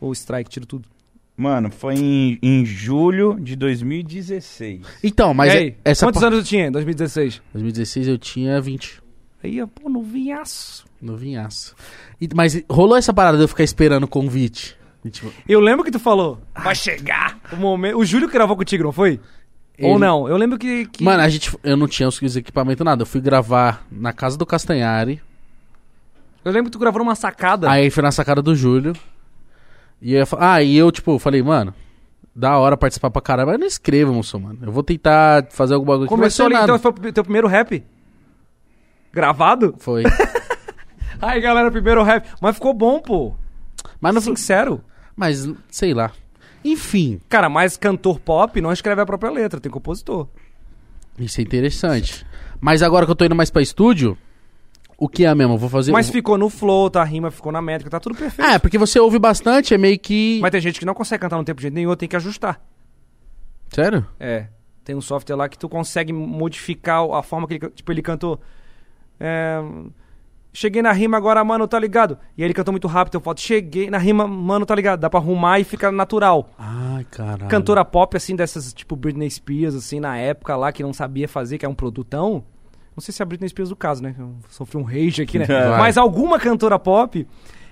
Speaker 2: Ou strike, tiro tudo.
Speaker 4: Mano, foi em, em julho de 2016.
Speaker 3: Então, mas
Speaker 2: e
Speaker 3: é-
Speaker 2: aí?
Speaker 3: essa...
Speaker 2: Quantos
Speaker 3: pa-
Speaker 2: anos eu tinha em 2016?
Speaker 3: 2016 eu tinha 20.
Speaker 2: Aí, pô, novinhaço.
Speaker 3: Novinhaço. E, mas rolou essa parada de eu ficar esperando o convite. E, tipo,
Speaker 2: Eu lembro que tu falou, vai chegar o momento... O Júlio que gravou contigo, não foi? Ou
Speaker 3: Ele-
Speaker 2: não? Eu lembro que... que-
Speaker 3: Mano, a gente, eu não tinha os equipamentos, nada. Eu fui gravar na casa do Castanhari.
Speaker 2: Eu lembro que tu gravou numa sacada.
Speaker 3: Aí foi na sacada do Júlio. E eu, ia fa- ah, e eu, tipo, falei, mano, da hora participar pra caralho, mas eu não escreva, moço, mano. Eu vou tentar fazer algum bagulho que não vai
Speaker 2: Começou
Speaker 3: ser
Speaker 2: ali,
Speaker 3: nada.
Speaker 2: então foi o pri- teu primeiro rap? Gravado?
Speaker 3: Foi.
Speaker 2: Aí, galera, primeiro rap. Mas ficou bom, pô. Ah,
Speaker 3: Mas, não,
Speaker 2: Sincero.
Speaker 3: mas, sei lá. Enfim,
Speaker 2: Cara, mas cantor pop não escreve a própria letra, tem compositor.
Speaker 3: isso é interessante. Mas agora que eu tô indo mais pra estúdio, o que é mesmo? Eu vou fazer...
Speaker 2: Mas
Speaker 3: eu-
Speaker 2: ficou no flow, tá a rima, ficou na métrica, tá tudo perfeito.
Speaker 3: Ah, é porque você ouve bastante, é meio que...
Speaker 2: Mas tem gente que não consegue cantar no tempo de jeito nenhum, tem que ajustar.
Speaker 3: Sério?
Speaker 2: É. Tem um software lá que tu consegue modificar a forma que ele, can- tipo, ele cantou. É, Cheguei na rima agora, mano, tá ligado? E aí ele cantou muito rápido, eu falo, cheguei na rima, mano, tá ligado? Dá pra arrumar e fica natural.
Speaker 3: Ai, caralho.
Speaker 2: cantora pop, assim, dessas, tipo Britney Spears, assim, na época lá, que não sabia fazer, que é um produtão. Não sei se é a Britney Spears o caso, né? Eu sofri um rage aqui, né?
Speaker 4: Vai.
Speaker 2: Mas alguma cantora pop,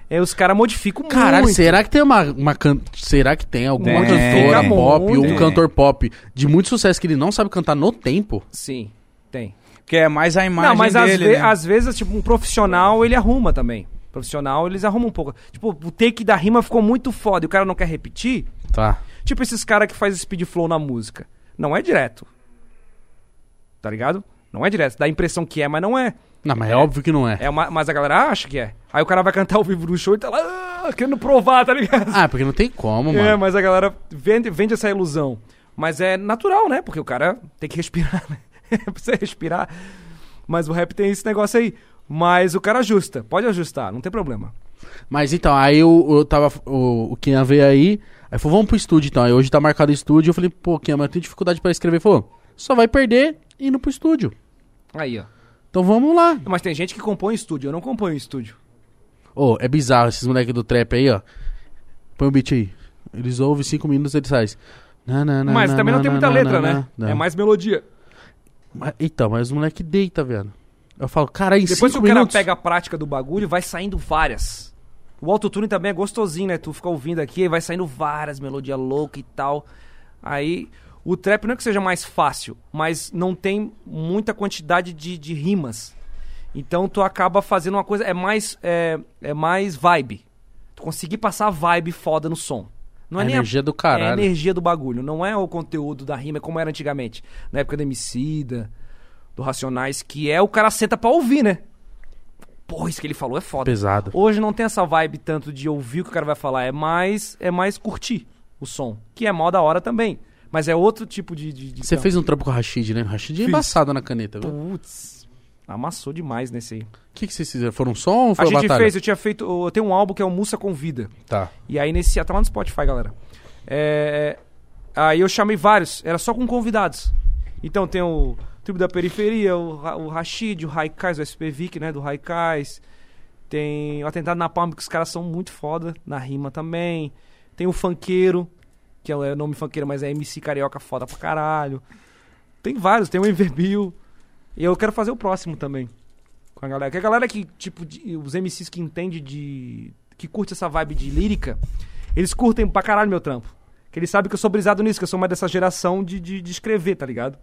Speaker 2: é, os caras modificam
Speaker 3: Caralho, é-
Speaker 2: muito. Né,
Speaker 3: será que tem uma, uma can- será que tem
Speaker 4: Tem.
Speaker 3: alguma cantora
Speaker 4: Tem.
Speaker 3: pop ou um
Speaker 4: Tem.
Speaker 3: cantor pop de muito sucesso que ele não sabe cantar no tempo?
Speaker 2: Sim, tem.
Speaker 1: Que é mais a imagem
Speaker 2: não, mas às,
Speaker 1: dele,
Speaker 2: ve-
Speaker 1: né?
Speaker 2: às vezes, tipo, um profissional, ele arruma também. Profissional, eles arrumam um pouco. Tipo, o take da rima ficou muito foda e o cara não quer repetir.
Speaker 3: Tá.
Speaker 2: Tipo esses caras que faz speed flow na música. Não é direto. Tá ligado? Não é direto. Dá a impressão que é, mas não é.
Speaker 3: Não, mas é óbvio que não é.
Speaker 2: É uma, mas a galera acha que é. Aí o cara vai cantar ao vivo no show e tá lá ah, querendo provar, tá ligado?
Speaker 3: Ah, porque não tem como,
Speaker 2: é,
Speaker 3: mano.
Speaker 2: mas a galera vende, vende essa ilusão. Mas é natural, né? Porque o cara tem que respirar, né? Precisa respirar. Mas o rap tem esse negócio aí. Mas o cara ajusta, pode ajustar, não tem problema.
Speaker 3: Mas então, aí eu, eu tava. O, o Kian veio aí. Aí falou, vamos pro estúdio então. Aí hoje tá marcado o estúdio. Eu falei, pô, Kian, mas eu tenho dificuldade pra escrever. Ele falou, só vai perder indo pro estúdio.
Speaker 2: Aí, ó.
Speaker 3: Então vamos lá.
Speaker 2: Mas tem gente que compõe em estúdio, eu não componho em estúdio.
Speaker 3: Ô, é bizarro esses moleque do trap aí, ó. Põe o beat aí. Eles ouvem cinco minutos, eles saem. Na, na, na,
Speaker 2: Mas
Speaker 3: na,
Speaker 2: também não
Speaker 3: na,
Speaker 2: tem
Speaker 3: na,
Speaker 2: muita
Speaker 3: na,
Speaker 2: letra,
Speaker 3: na,
Speaker 2: né?
Speaker 3: na.
Speaker 2: É mais melodia.
Speaker 3: Mas, então, mas o moleque deita, velho. Eu falo, cara, em
Speaker 2: Depois que
Speaker 3: cinco
Speaker 2: o cara
Speaker 3: minutos...
Speaker 2: pega a prática do bagulho, vai saindo várias. O autotune também é gostosinho, né? Tu fica ouvindo aqui, vai saindo várias, melodia louca e tal. Aí, o trap não é que seja mais fácil, mas não tem muita quantidade de, de rimas. Então tu acaba fazendo uma coisa, é mais, é, é mais vibe. Tu conseguir passar vibe foda no som. Não é
Speaker 3: A
Speaker 2: nem
Speaker 3: energia do
Speaker 2: É a
Speaker 3: caralho.
Speaker 2: energia do bagulho, não é o conteúdo da rima, é como era antigamente. Na época do Emicida, do Racionais, que é o cara senta pra ouvir, né? Porra, isso que ele falou é foda.
Speaker 3: Pesado.
Speaker 2: Hoje não tem essa vibe tanto de ouvir o que o cara vai falar, é mais, é mais curtir o som, que é mó da hora também. Mas é outro tipo de. de- de
Speaker 3: Você
Speaker 2: campo.
Speaker 3: fez um trampo com o Rashid, né? O Rashid é
Speaker 2: Fiz.
Speaker 3: embaçado na caneta. viu? O
Speaker 2: Putz, amassou demais nesse aí.
Speaker 3: que, que vocês fizeram? Foram som ou
Speaker 2: A
Speaker 3: foi uma
Speaker 2: gente
Speaker 3: batalha?
Speaker 2: fez, eu tinha feito. Eu tenho um álbum que é o Mussa Convida.
Speaker 3: Tá.
Speaker 2: E aí nesse. Tá lá no Spotify, galera. É, aí eu chamei vários, era só com convidados. Então tem o Tribo da Periferia, o, Ra- o Rashid, o Raikais, o SPVIC, né? Do Raikais. Tem o Atentado na Palma, que os caras são muito foda na rima também. Tem o Funkeiro, que é o é o nome funkeiro, mas é MC Carioca foda pra caralho. Tem vários, tem o Enverbil. E eu quero fazer o próximo também. Com a galera. Que a galera que, tipo, de- os MCs que entende de. que curte essa vibe de lírica, eles curtem pra caralho meu trampo. Que eles sabem que eu sou brisado nisso, que eu sou mais dessa geração de, de, de escrever, tá ligado?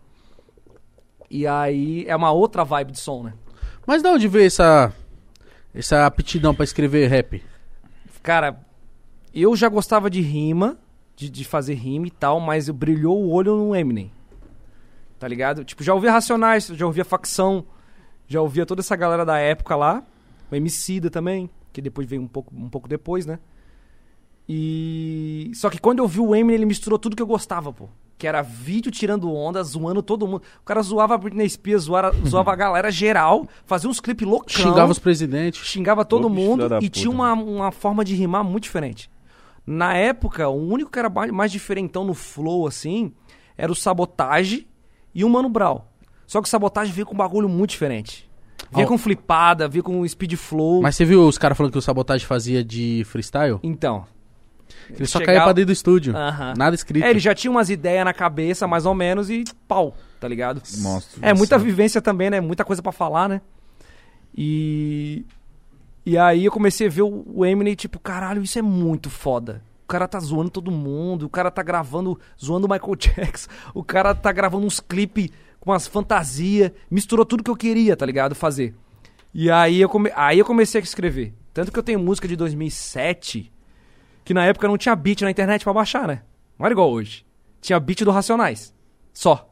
Speaker 2: E aí é uma outra vibe de som, né?
Speaker 3: Mas de onde veio essa... Essa aptidão pra escrever rap?
Speaker 2: Cara, eu já gostava de rima, de, de fazer rima e tal, mas eu brilhou o olho no Eminem. Tá ligado? Tipo, já ouvia Racionais, já ouvia Facção, já ouvia toda essa galera da época lá. O Emicida também, que depois veio um pouco, um pouco depois, né? E. Só que quando eu vi o Eminem, ele misturou tudo que eu gostava, pô. Que era vídeo tirando onda, zoando todo mundo. O cara zoava a Britney Spears, zoava, zoava a galera geral, fazia uns clipes loucão.
Speaker 3: Xingava os presidentes.
Speaker 2: xingava todo
Speaker 1: Ô, bicho,
Speaker 2: mundo
Speaker 1: filha da
Speaker 2: e tinha
Speaker 1: puta.
Speaker 2: uma, uma forma de rimar muito diferente. Na época, o único que era ba- mais diferentão no flow, assim, era o Sabotage e o Mano Brown. Só que o Sabotage veio com um bagulho muito diferente. Veio
Speaker 3: Ó.
Speaker 2: com flipada, veio com speed flow.
Speaker 3: Mas você viu os caras falando que o Sabotagem fazia de freestyle?
Speaker 2: Então.
Speaker 3: Ele só
Speaker 2: chegava-
Speaker 3: caía pra dentro do estúdio.
Speaker 2: Aham.
Speaker 3: Nada escrito.
Speaker 2: É, ele já tinha umas ideias na cabeça, mais ou menos, e pau, tá ligado?
Speaker 1: Monstro.
Speaker 2: É muita vivência também, né? Muita coisa pra falar, né? E. E aí eu comecei a ver o o Eminem, tipo, caralho, isso é muito foda. O cara tá zoando todo mundo, o cara tá gravando, zoando o Michael Jackson, o cara tá gravando uns clipes com umas fantasias, misturou tudo que eu queria, tá ligado? Fazer. E aí eu, come... aí eu comecei a escrever. Tanto que eu tenho música de 2007, que na época não tinha beat na internet pra baixar, né? Não era igual hoje. Tinha beat do Racionais. Só.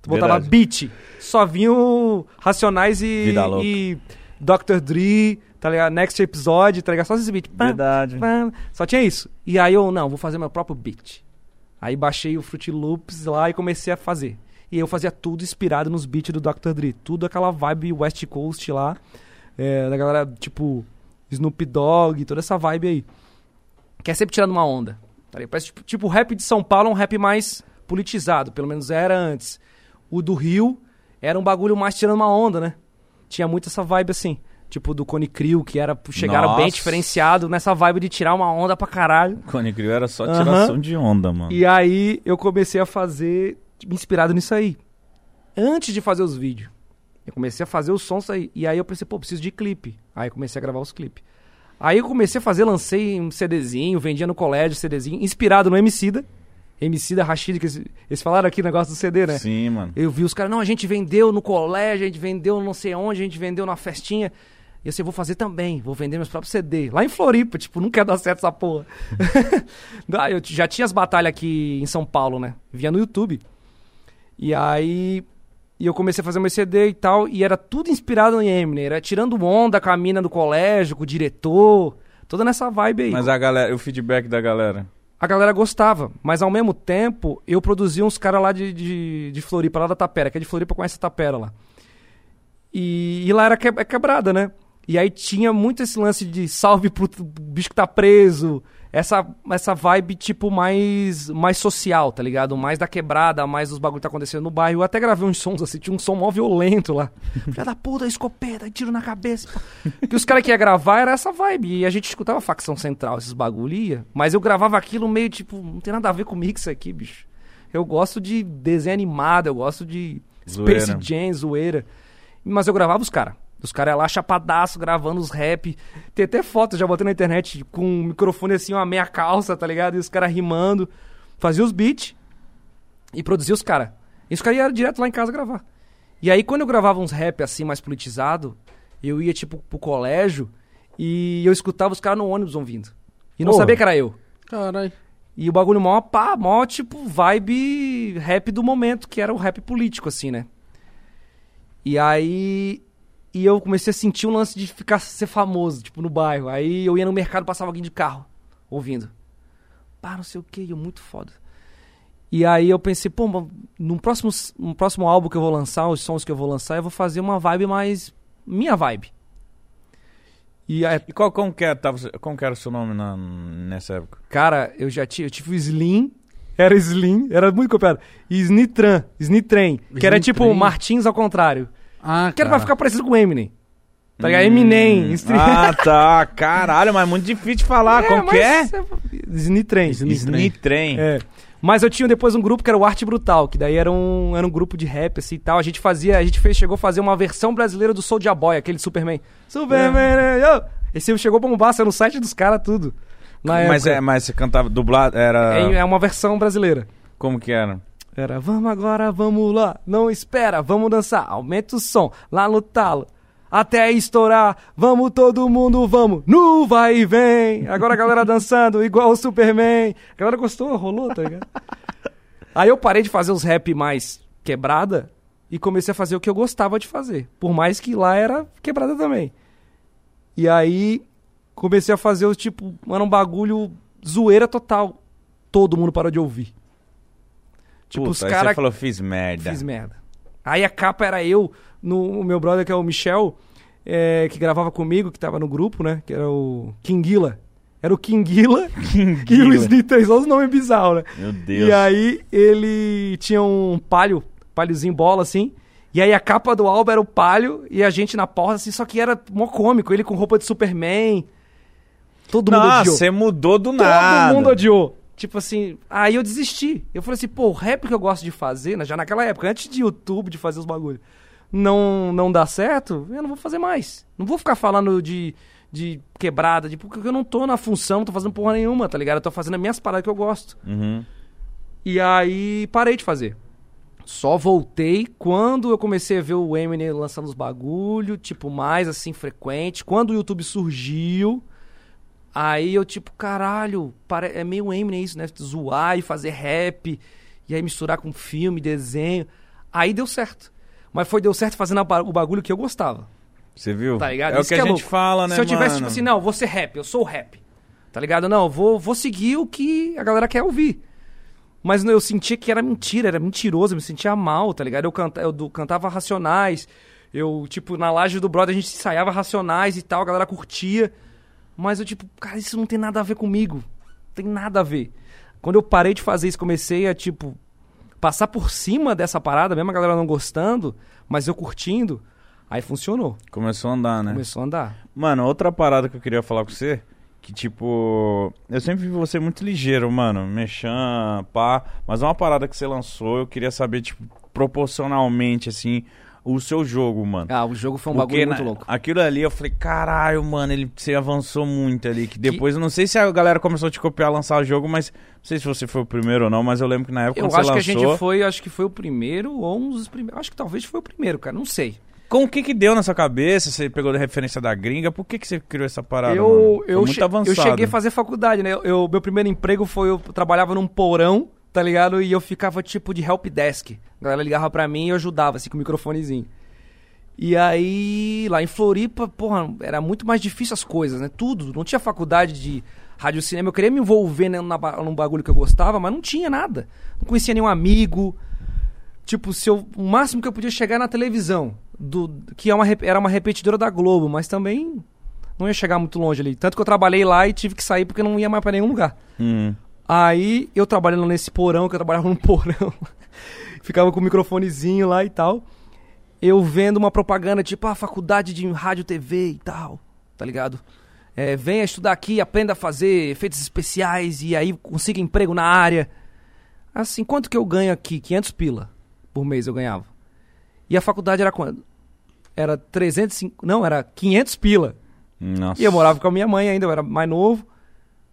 Speaker 2: Tu botava
Speaker 1: Verdade.
Speaker 2: beat. Só vinham Racionais e,
Speaker 1: Vida louca.
Speaker 2: e Dr. Dre, tá ligado? Next episódio, tá ligado? Só esses beats. Pam,
Speaker 4: Verdade.
Speaker 2: pam. Só tinha isso. E aí eu, não, vou fazer meu próprio beat. Aí baixei o Fruit Loops lá e comecei a fazer. E eu fazia tudo inspirado nos beats do Dr. Dre. Tudo aquela vibe West Coast lá. é, da galera, tipo, Snoop Dogg, toda essa vibe aí. Que é sempre tirando uma onda. tá ligado? Parece tipo, tipo, o rap de São Paulo é um rap mais politizado. Pelo menos era antes. O do Rio era um bagulho mais tirando uma onda, né? Tinha muito essa vibe assim. Tipo, do Cone Crew, que era, tipo, chegaram bem
Speaker 1: Nossa.
Speaker 2: diferenciado nessa vibe de tirar uma onda pra caralho.
Speaker 1: Cone Crew era só
Speaker 2: Aham.
Speaker 1: tiração de onda, mano.
Speaker 2: E aí eu comecei a fazer, tipo, inspirado nisso aí. Antes de fazer os vídeos, eu comecei a fazer os sons aí. E aí eu pensei, pô, preciso de clipe. Aí eu comecei a gravar os clipes. Aí eu comecei a fazer, lancei um CDzinho, vendia no colégio CDzinho, inspirado no Emicida. Emicida, Rashid, que eles, eles falaram aqui o negócio do CD, né?
Speaker 1: Sim, mano.
Speaker 2: Eu vi os caras, não, a gente vendeu no colégio, a gente vendeu não sei onde, a gente vendeu na festinha. E eu assim, vou fazer também, vou vender meus próprios CD. Lá em Floripa, tipo, não quer dar certo essa porra. Ah, eu já tinha as batalhas aqui em São Paulo, né? Via no YouTube. E aí. E eu comecei a fazer meu CD e tal, e era tudo inspirado em Eminem. Era tirando onda com a mina do colégio, com o diretor, toda nessa vibe aí.
Speaker 1: Mas a galera, o feedback da galera.
Speaker 2: A galera gostava, mas ao mesmo tempo eu produzia uns caras lá de, de, de Floripa, lá da Tapera, que é de Floripa conhece a Tapera lá. E, e lá era que- é quebrada, né? E aí tinha muito esse lance de salve pro t- bicho que tá preso, essa, essa vibe tipo mais mais social, tá ligado? Mais da quebrada, mais dos bagulho que tá acontecendo no bairro. Eu até gravei uns sons assim, tinha um som mó violento lá. Filha da puta, escopeta, tiro na cabeça. que os caras que ia gravar era essa vibe. E a gente escutava facção central, esses bagulho e ia. Mas eu gravava aquilo meio tipo, não tem nada a ver comigo isso aqui, bicho. Eu gosto de desenho animado, eu gosto de Space
Speaker 1: Zoeira.
Speaker 2: Jam, zoeira. Mas eu gravava os caras. Os caras lá chapadaço, gravando os rap. Tem até foto, já botei na internet, com um microfone assim, uma meia calça, tá ligado? E os caras rimando. Fazia os beats e produzia os caras. E os caras iam direto lá em casa gravar. E aí, quando eu gravava uns rap assim, mais politizado, eu ia, tipo, pro colégio e eu escutava os caras no ônibus ouvindo. E não
Speaker 3: Porra.
Speaker 2: sabia que era eu.
Speaker 3: Caralho.
Speaker 2: E o bagulho mó pá, mó tipo vibe rap do momento, que era o rap político, assim, né? E aí. E eu comecei a sentir o lance de ficar ser famoso, tipo, no bairro. Aí eu ia no mercado, passava alguém de carro, ouvindo. Pá, não sei o que, eu muito foda. E aí eu pensei, pô, mas no próximo, s- no próximo álbum que eu vou lançar, os sons que eu vou lançar, eu vou fazer uma vibe mais. minha vibe. E aí,
Speaker 1: E qual, como, que era, tava, como que era o seu nome na- nessa época?
Speaker 2: Cara, eu já tive, eu tive o Slim, era Slim, era muito copiado. E Snitran, Snitren, que era
Speaker 3: Snitren.
Speaker 2: tipo o Martins ao contrário.
Speaker 3: Ah,
Speaker 2: Que era pra
Speaker 3: cara.
Speaker 2: ficar parecido com o Eminem. Tá ligado? Eminem, Snitren.
Speaker 1: Ah, tá. Caralho, mas é muito difícil de falar. como que é?
Speaker 2: Snitren.
Speaker 1: Snitren.
Speaker 2: É. Mas eu tinha depois um grupo que era o Arte Brutal, que daí era um, era um grupo de rap assim e tal. A gente fazia, a gente fez, chegou a fazer uma versão brasileira do Soulja Boy, aquele Superman. Superman, yo! Esse chegou a bombar, saiu no site dos caras tudo. Na
Speaker 1: Mas, ah.
Speaker 2: época.
Speaker 1: é, mas você cantava dublado, era...
Speaker 2: É- é uma versão brasileira.
Speaker 1: Como que era?
Speaker 2: Era, vamos agora, vamos lá, não espera, vamos dançar, aumenta o som, lá no talo, até estourar, vamos todo mundo, vamos, nu vai e vem. Agora a galera dançando, igual o Superman. A galera gostou, rolou, tá ligado? Aí eu parei de fazer os rap mais quebrada e comecei a fazer o que eu gostava de fazer, por mais que lá era quebrada também. E aí comecei a fazer os tipo, era um bagulho zoeira total. Todo mundo parou de ouvir. Tipo,
Speaker 1: Puta,
Speaker 2: os
Speaker 1: aí
Speaker 2: caras
Speaker 1: Você falou, fiz merda.
Speaker 2: Fiz merda. Aí a capa era eu, no, o meu brother, que é o Michel, é, que gravava comigo, que tava no grupo, né? Que era o Kinguila. Era o Kinguila e o Snitters, olha os nomes bizarros, né?
Speaker 1: Meu Deus.
Speaker 2: E aí ele tinha um palho, palhozinho bola assim. E aí a capa do álbum era o palho e a gente na porta, assim, só que era mó cômico. Ele com roupa de Superman. Todo mundo
Speaker 1: Nossa,
Speaker 2: odiou.
Speaker 1: você mudou do
Speaker 2: Todo
Speaker 1: nada.
Speaker 2: mundo odiou. Tipo assim, aí eu desisti. Eu falei assim, pô, o rap que eu gosto de fazer, né, já naquela época, antes de YouTube, de fazer os bagulhos, não, não dá certo, eu não vou fazer mais. Não vou ficar falando de, de quebrada, de, porque eu não tô na função, não tô fazendo porra nenhuma, tá ligado? Eu tô fazendo as minhas paradas que eu gosto.
Speaker 1: Uhum.
Speaker 2: E aí parei de fazer. Só voltei quando eu comecei a ver o Eminem lançando os bagulho, tipo, mais assim, frequente. Quando o YouTube surgiu, aí eu tipo, caralho, pare- é meio Eminem isso, né? Zoar e fazer rap, e aí misturar com filme, desenho. Aí deu certo. Mas foi, deu certo fazendo a ba- o bagulho que eu gostava.
Speaker 1: Você viu?
Speaker 2: Tá ligado?
Speaker 1: É o
Speaker 2: Isso
Speaker 1: que, a
Speaker 2: é
Speaker 1: gente
Speaker 2: louco.
Speaker 1: fala, né,
Speaker 2: Se eu tivesse,
Speaker 1: mano?
Speaker 2: tipo assim, não, vou ser rap, eu sou o rap. Tá ligado? Não, eu vou, vou seguir o que a galera quer ouvir. Mas eu sentia que era mentira, era mentiroso, eu me sentia mal, tá ligado? Eu, canta, eu do- cantava Racionais, eu, tipo, na laje do brother a gente ensaiava Racionais e tal, a galera curtia. Mas eu, tipo, cara, isso não tem nada a ver comigo. Tem nada a ver. Quando eu parei de fazer isso, comecei a, tipo, passar por cima dessa parada, mesmo a galera não gostando, mas eu curtindo, aí funcionou.
Speaker 1: Começou a andar, né?
Speaker 2: Começou a andar.
Speaker 1: Mano, outra parada que eu queria falar com você, que tipo, eu sempre vi você muito ligeiro, mano, mexam, pá, mas é uma parada que você lançou, eu queria saber, tipo, proporcionalmente, assim, o seu jogo, mano.
Speaker 2: Ah, o jogo foi um
Speaker 1: Porque
Speaker 2: bagulho
Speaker 1: na-
Speaker 2: muito louco.
Speaker 1: Aquilo ali, eu falei, caralho, mano, ele, você avançou muito ali. Que depois, eu não sei se a galera começou a te copiar, lançar o jogo, mas não sei se você foi o primeiro ou não, mas eu lembro que na época
Speaker 2: Eu
Speaker 1: quando
Speaker 2: acho
Speaker 1: você
Speaker 2: que a
Speaker 1: lançou...
Speaker 2: gente foi, acho que foi o primeiro ou um dos primeiros. Acho que talvez foi o primeiro, cara, não sei.
Speaker 1: Com o que que deu na sua cabeça? Você pegou da referência da gringa? Por que que você criou essa parada,
Speaker 2: eu,
Speaker 1: mano? Foi
Speaker 2: eu,
Speaker 1: muito
Speaker 2: che-
Speaker 1: avançado.
Speaker 2: eu cheguei a fazer faculdade, né? Eu- Eu, meu primeiro emprego foi eu trabalhava num porão, tá ligado? E eu ficava tipo de help desk. A galera ligava pra mim e eu ajudava, assim, com o microfonezinho. E aí, lá em Floripa, porra, era muito mais difícil as coisas, né? Tudo. Não tinha faculdade de rádio e cinema. Eu queria me envolver né, na, ba- num bagulho que eu gostava, mas não tinha nada. Não conhecia nenhum amigo. Tipo, se eu, o máximo que eu podia chegar é na televisão, do, que é uma, rep- era uma repetidora da Globo, mas também não ia chegar muito longe ali. Tanto que eu trabalhei lá e tive que sair porque não ia mais pra nenhum lugar.
Speaker 1: Hum.
Speaker 2: Aí eu trabalhando nesse porão, que eu trabalhava num porão, ficava com o microfonezinho lá e tal. Eu vendo uma propaganda tipo, ah, faculdade de rádio, TV e tal, tá ligado? É, venha estudar aqui, aprenda a fazer efeitos especiais e aí consiga emprego na área. Assim, quanto que eu ganho aqui? 500 pila por mês eu ganhava. E a faculdade era quando? Era 305, não, era 500 pila.
Speaker 1: Nossa.
Speaker 2: E eu morava com a minha mãe ainda, eu era mais novo.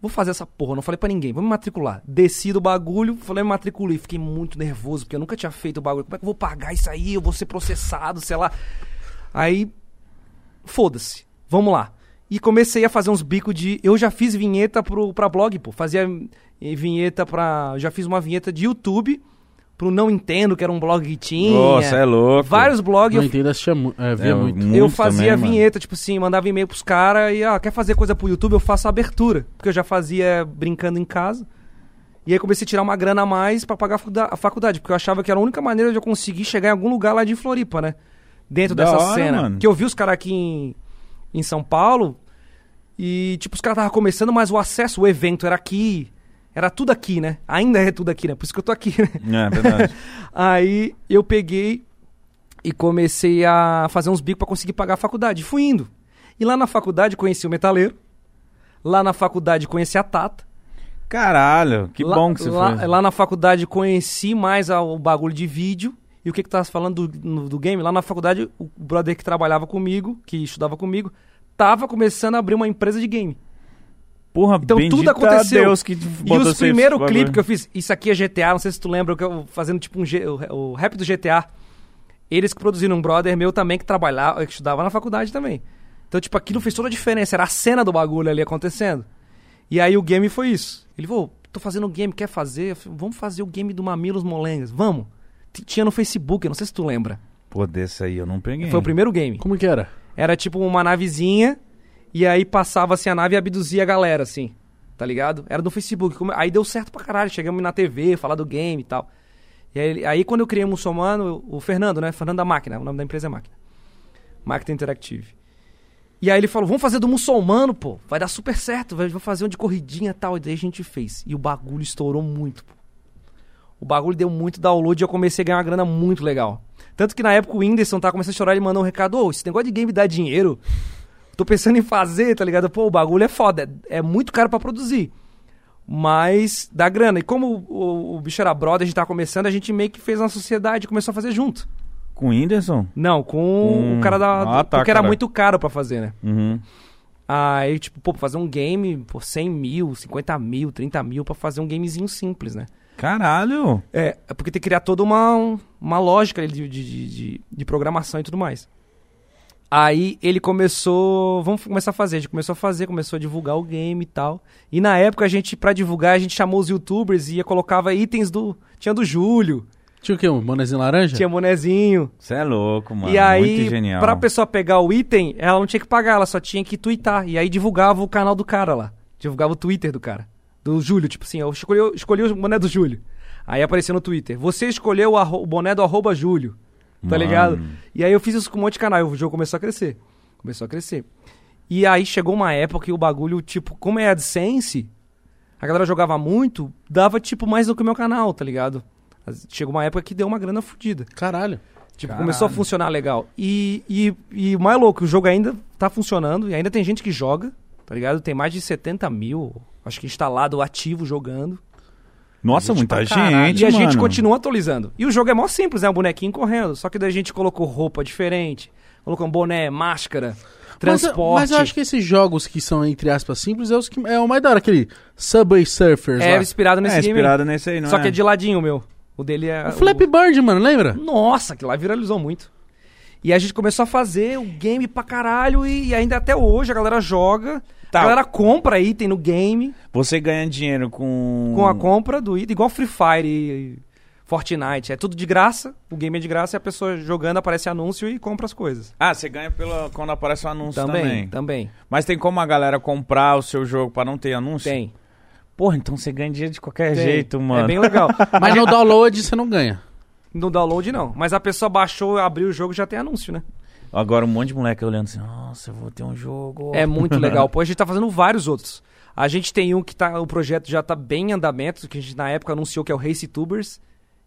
Speaker 2: Vou fazer essa porra, não falei pra ninguém, vou me matricular. Desci do bagulho, falei, me matriculei. Fiquei muito nervoso, porque eu nunca tinha feito o bagulho. Como é que eu vou pagar isso aí? Eu vou ser processado, sei lá. Aí, foda-se, vamos lá. E comecei a fazer uns bicos de. Eu já fiz vinheta pro, pra blog, pô. Fazia eh, vinheta pra. Já fiz uma vinheta de YouTube pro Não Entendo, que era um blog que tinha.
Speaker 1: Nossa, é louco.
Speaker 2: Vários blogs
Speaker 3: Não
Speaker 2: eu
Speaker 3: entendo, assistia mu- é, via
Speaker 1: É,
Speaker 3: muito.
Speaker 1: mu-
Speaker 2: eu
Speaker 1: Muito
Speaker 2: fazia
Speaker 1: também,
Speaker 2: vinheta, tipo assim, mandava e-mail pros caras e, ah, quer fazer coisa pro YouTube? Eu faço a abertura. Porque eu já fazia brincando em casa. E aí comecei a tirar uma grana a mais pra pagar a faculda- a faculdade, porque eu achava que era a única maneira de eu conseguir chegar em algum lugar lá de Floripa, né? Dentro
Speaker 1: Da
Speaker 2: dessa
Speaker 1: hora,
Speaker 2: cena.
Speaker 1: mano.
Speaker 2: Que eu vi os caras aqui em, em São Paulo e, tipo, os caras estavam começando, mas o acesso, o evento era aqui. Era tudo aqui, né? Ainda é tudo aqui, né? Por isso que eu tô aqui, né?
Speaker 1: É, verdade.
Speaker 2: Aí eu peguei e comecei a fazer uns bicos pra conseguir pagar a faculdade. Fui indo. E lá na faculdade conheci o metaleiro. Lá na faculdade conheci a Tata.
Speaker 1: Caralho, que
Speaker 2: Lá-
Speaker 1: bom que você
Speaker 2: lá,
Speaker 1: foi.
Speaker 2: Lá na faculdade conheci mais a- o bagulho de vídeo. E o que que tava falando do, no- do game? Lá na faculdade, o brother que trabalhava comigo, que estudava comigo, tava começando a abrir uma empresa de game.
Speaker 1: Porra,
Speaker 2: Então
Speaker 1: bendita
Speaker 2: tudo aconteceu.
Speaker 1: a Deus que
Speaker 2: E
Speaker 1: botou
Speaker 2: os primeiros clipes que eu fiz, isso aqui é GTA, não sei se tu lembra, que eu fazendo tipo um G- o, o rap do GTA. Eles que produziram um brother meu também que trabalhava, que estudava na faculdade também. Então, tipo, aquilo fez toda a diferença, era a cena do bagulho ali acontecendo. E aí o game foi isso. Ele falou, tô fazendo um game, quer fazer? Eu falei, Vamos fazer o game do Mamilos Molengas, vamos. T- Tinha no Facebook, eu não sei se tu lembra.
Speaker 1: Pô, desse aí eu não peguei.
Speaker 2: Foi o primeiro game.
Speaker 3: Como que era?
Speaker 2: Era tipo uma navezinha, e aí passava assim a nave e abduzia a galera, assim. tá ligado? Era do Facebook. Como- Aí deu certo pra caralho. Chegamos na TV, falar do game e tal. E aí, aí quando eu criei o Muçulmano, o Fernando, né? Fernando da Máquina, o nome da empresa é Máquina. Máquina Interactive. E aí ele falou, vamos fazer do muçulmano, pô. Vai dar super certo, vai- vamos fazer um de corridinha e tal. E daí a gente fez. E o bagulho estourou muito, pô. O bagulho deu muito download e eu comecei a ganhar uma grana muito legal. Tanto que na época o Whindersson tava começando a chorar, ele mandou um recado, ô, esse negócio de game dá dinheiro. Tô pensando em fazer, tá ligado? Pô, o bagulho é foda, é, é muito caro pra produzir. Mas dá grana. E como o, o- o bicho era brother, a gente tava começando, a gente meio que fez uma sociedade e começou a fazer junto.
Speaker 1: Com o Whindersson?
Speaker 2: Não, com
Speaker 1: Hum,
Speaker 2: o cara da.
Speaker 1: ah, tá,
Speaker 2: porque era
Speaker 1: cara.
Speaker 2: muito caro pra fazer, né?
Speaker 1: Uhum.
Speaker 2: Aí, tipo, pô, pra fazer um game por 100 mil, 50 mil, 30 mil pra fazer um gamezinho simples, né?
Speaker 1: Caralho!
Speaker 2: É, é porque tem que criar toda uma, um- uma lógica ali de, de, de- de- de programação e tudo mais. Aí ele começou. Vamos começar a fazer. A gente começou a fazer, começou a divulgar o game e tal. E na época a gente, pra divulgar, a gente chamou os youtubers e ia- colocava itens do. Tinha do Júlio,
Speaker 3: Tinha o quê? Um bonezinho laranja?
Speaker 2: tinha Monezinho.
Speaker 1: Você é louco, mano.
Speaker 2: e aí,
Speaker 1: Muito genial.
Speaker 2: pra pessoa pegar o item, ela não tinha que pagar, ela só tinha que twittar. E aí divulgava o canal do cara lá. Divulgava o Twitter do cara. Do Júlio, tipo assim, eu escolhi, escolhi o boné do Júlio. Aí apareceu no Twitter. Você escolheu o arro- o boné do arroba Júlio. Tá
Speaker 1: Mano.
Speaker 2: ligado? E aí eu fiz isso com um monte de canal. E o jogo começou a crescer. Começou a crescer. E aí chegou uma época que o bagulho, tipo, como é AdSense, a galera jogava muito, dava, tipo, mais do que o meu canal, tá ligado? Mas Chegou uma época que deu uma grana fodida.
Speaker 3: Caralho.
Speaker 2: Tipo, começou a funcionar legal. E, e, e o mais louco, o jogo ainda tá funcionando e ainda tem gente que joga, tá ligado? Tem mais de 70 mil, acho que instalado, ativo, jogando.
Speaker 1: Nossa, muita gente,
Speaker 2: e a gente
Speaker 1: mano.
Speaker 2: continua atualizando. E o jogo é mó simples, né? Um bonequinho correndo. Só que daí a gente colocou roupa diferente, colocou um boné, máscara,
Speaker 3: Mas eu-
Speaker 2: transporte.
Speaker 3: Mas, eu acho que esses jogos que são, entre aspas, simples, é, os que, é o mais da hora. Aquele Subway Surfers
Speaker 2: É
Speaker 3: lá.
Speaker 2: inspirado nesse
Speaker 1: É,
Speaker 2: game.
Speaker 1: inspirado nesse aí, não
Speaker 2: Só
Speaker 1: é?
Speaker 2: que é de ladinho o meu. O dele é...
Speaker 3: O Flappy Bird, mano, lembra?
Speaker 2: Nossa, que lá viralizou muito. E a gente começou a fazer o game pra caralho e, e ainda até hoje a galera joga.
Speaker 1: Tá.
Speaker 2: A galera compra item no game
Speaker 1: Você ganha dinheiro com...
Speaker 2: com a compra do item, igual Free Fire e Fortnite. É tudo de graça, o game é de graça e a pessoa jogando aparece anúncio e compra as coisas.
Speaker 1: Ah, você ganha pela... quando aparece o anúncio também.
Speaker 2: Também, também.
Speaker 1: Mas tem como a galera comprar o seu jogo pra não ter anúncio?
Speaker 2: Tem.
Speaker 1: Porra, então você ganha dinheiro de qualquer
Speaker 2: tem.
Speaker 1: jeito, mano.
Speaker 2: É bem legal.
Speaker 3: Mas no download você não ganha.
Speaker 2: no download não. Mas a pessoa baixou, abriu o jogo já tem anúncio, né?
Speaker 1: Agora um monte de moleque olhando assim, nossa, eu vou ter um jogo.
Speaker 2: É muito legal. Pô, a gente tá fazendo vários outros. A gente tem um que tá. O projeto já tá bem em andamento, que a gente na época anunciou que é o Race Tubers,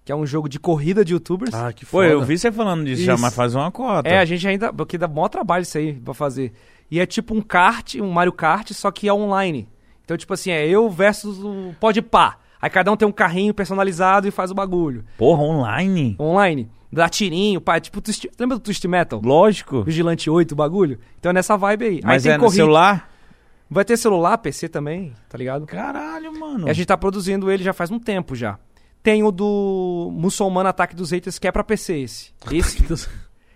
Speaker 2: que é um jogo de corrida de youtubers.
Speaker 3: que
Speaker 1: Pô, eu vi você falando disso já,
Speaker 2: Isso.
Speaker 1: mas faz uma cota.
Speaker 2: é, a gente ainda. Porque dá maior trabalho isso aí pra fazer. E é tipo um kart, um Mario Kart, só que é online. Então, tipo assim, é eu versus o pode pá. Aí cada um tem um carrinho personalizado e faz o bagulho.
Speaker 1: Porra, online?
Speaker 2: Online. Dá tirinho, pá. é Tipo, twist, lembra do Twist Metal?
Speaker 1: Lógico.
Speaker 2: Vigilante 8, o bagulho? Então é nessa vibe aí.
Speaker 1: Mas
Speaker 2: aí
Speaker 1: é no celular?
Speaker 2: Vai ter celular, PC também, tá ligado?
Speaker 1: Caralho, mano.
Speaker 2: E a gente tá produzindo ele já faz um tempo já. Tem o do Muçulmano Ataque dos Haters, que é pra PC esse. Esse,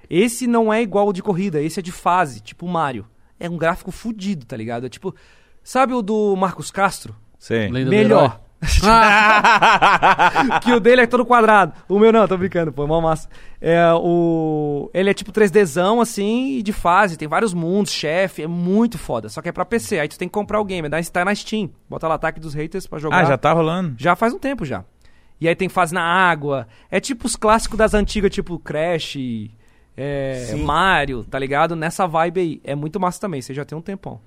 Speaker 2: esse não é igual o de corrida, esse é de fase, tipo o Mario. É um gráfico fudido, tá ligado? É tipo. Sabe o do Marcos Castro?
Speaker 1: Sei. Ah,
Speaker 3: Lenda do
Speaker 2: Melhor.
Speaker 3: herói. Ah,
Speaker 2: que o dele é todo quadrado. O meu não, tô brincando, pô, é mó massa. É, o... Ele é tipo 3Dzão, assim, e de fase, tem vários mundos, chefe, é muito foda. Só que é pra PC, aí tu tem que comprar o game, daí tá na Steam. Bota lá Ataque dos Haters pra jogar.
Speaker 1: Ah, já tá rolando?
Speaker 2: Já faz um tempo já. E aí tem fase na água. É tipo os clássicos das antigas, tipo Crash, é, Mario, tá ligado? Nessa vibe aí. É muito massa também, você já tem um tempão.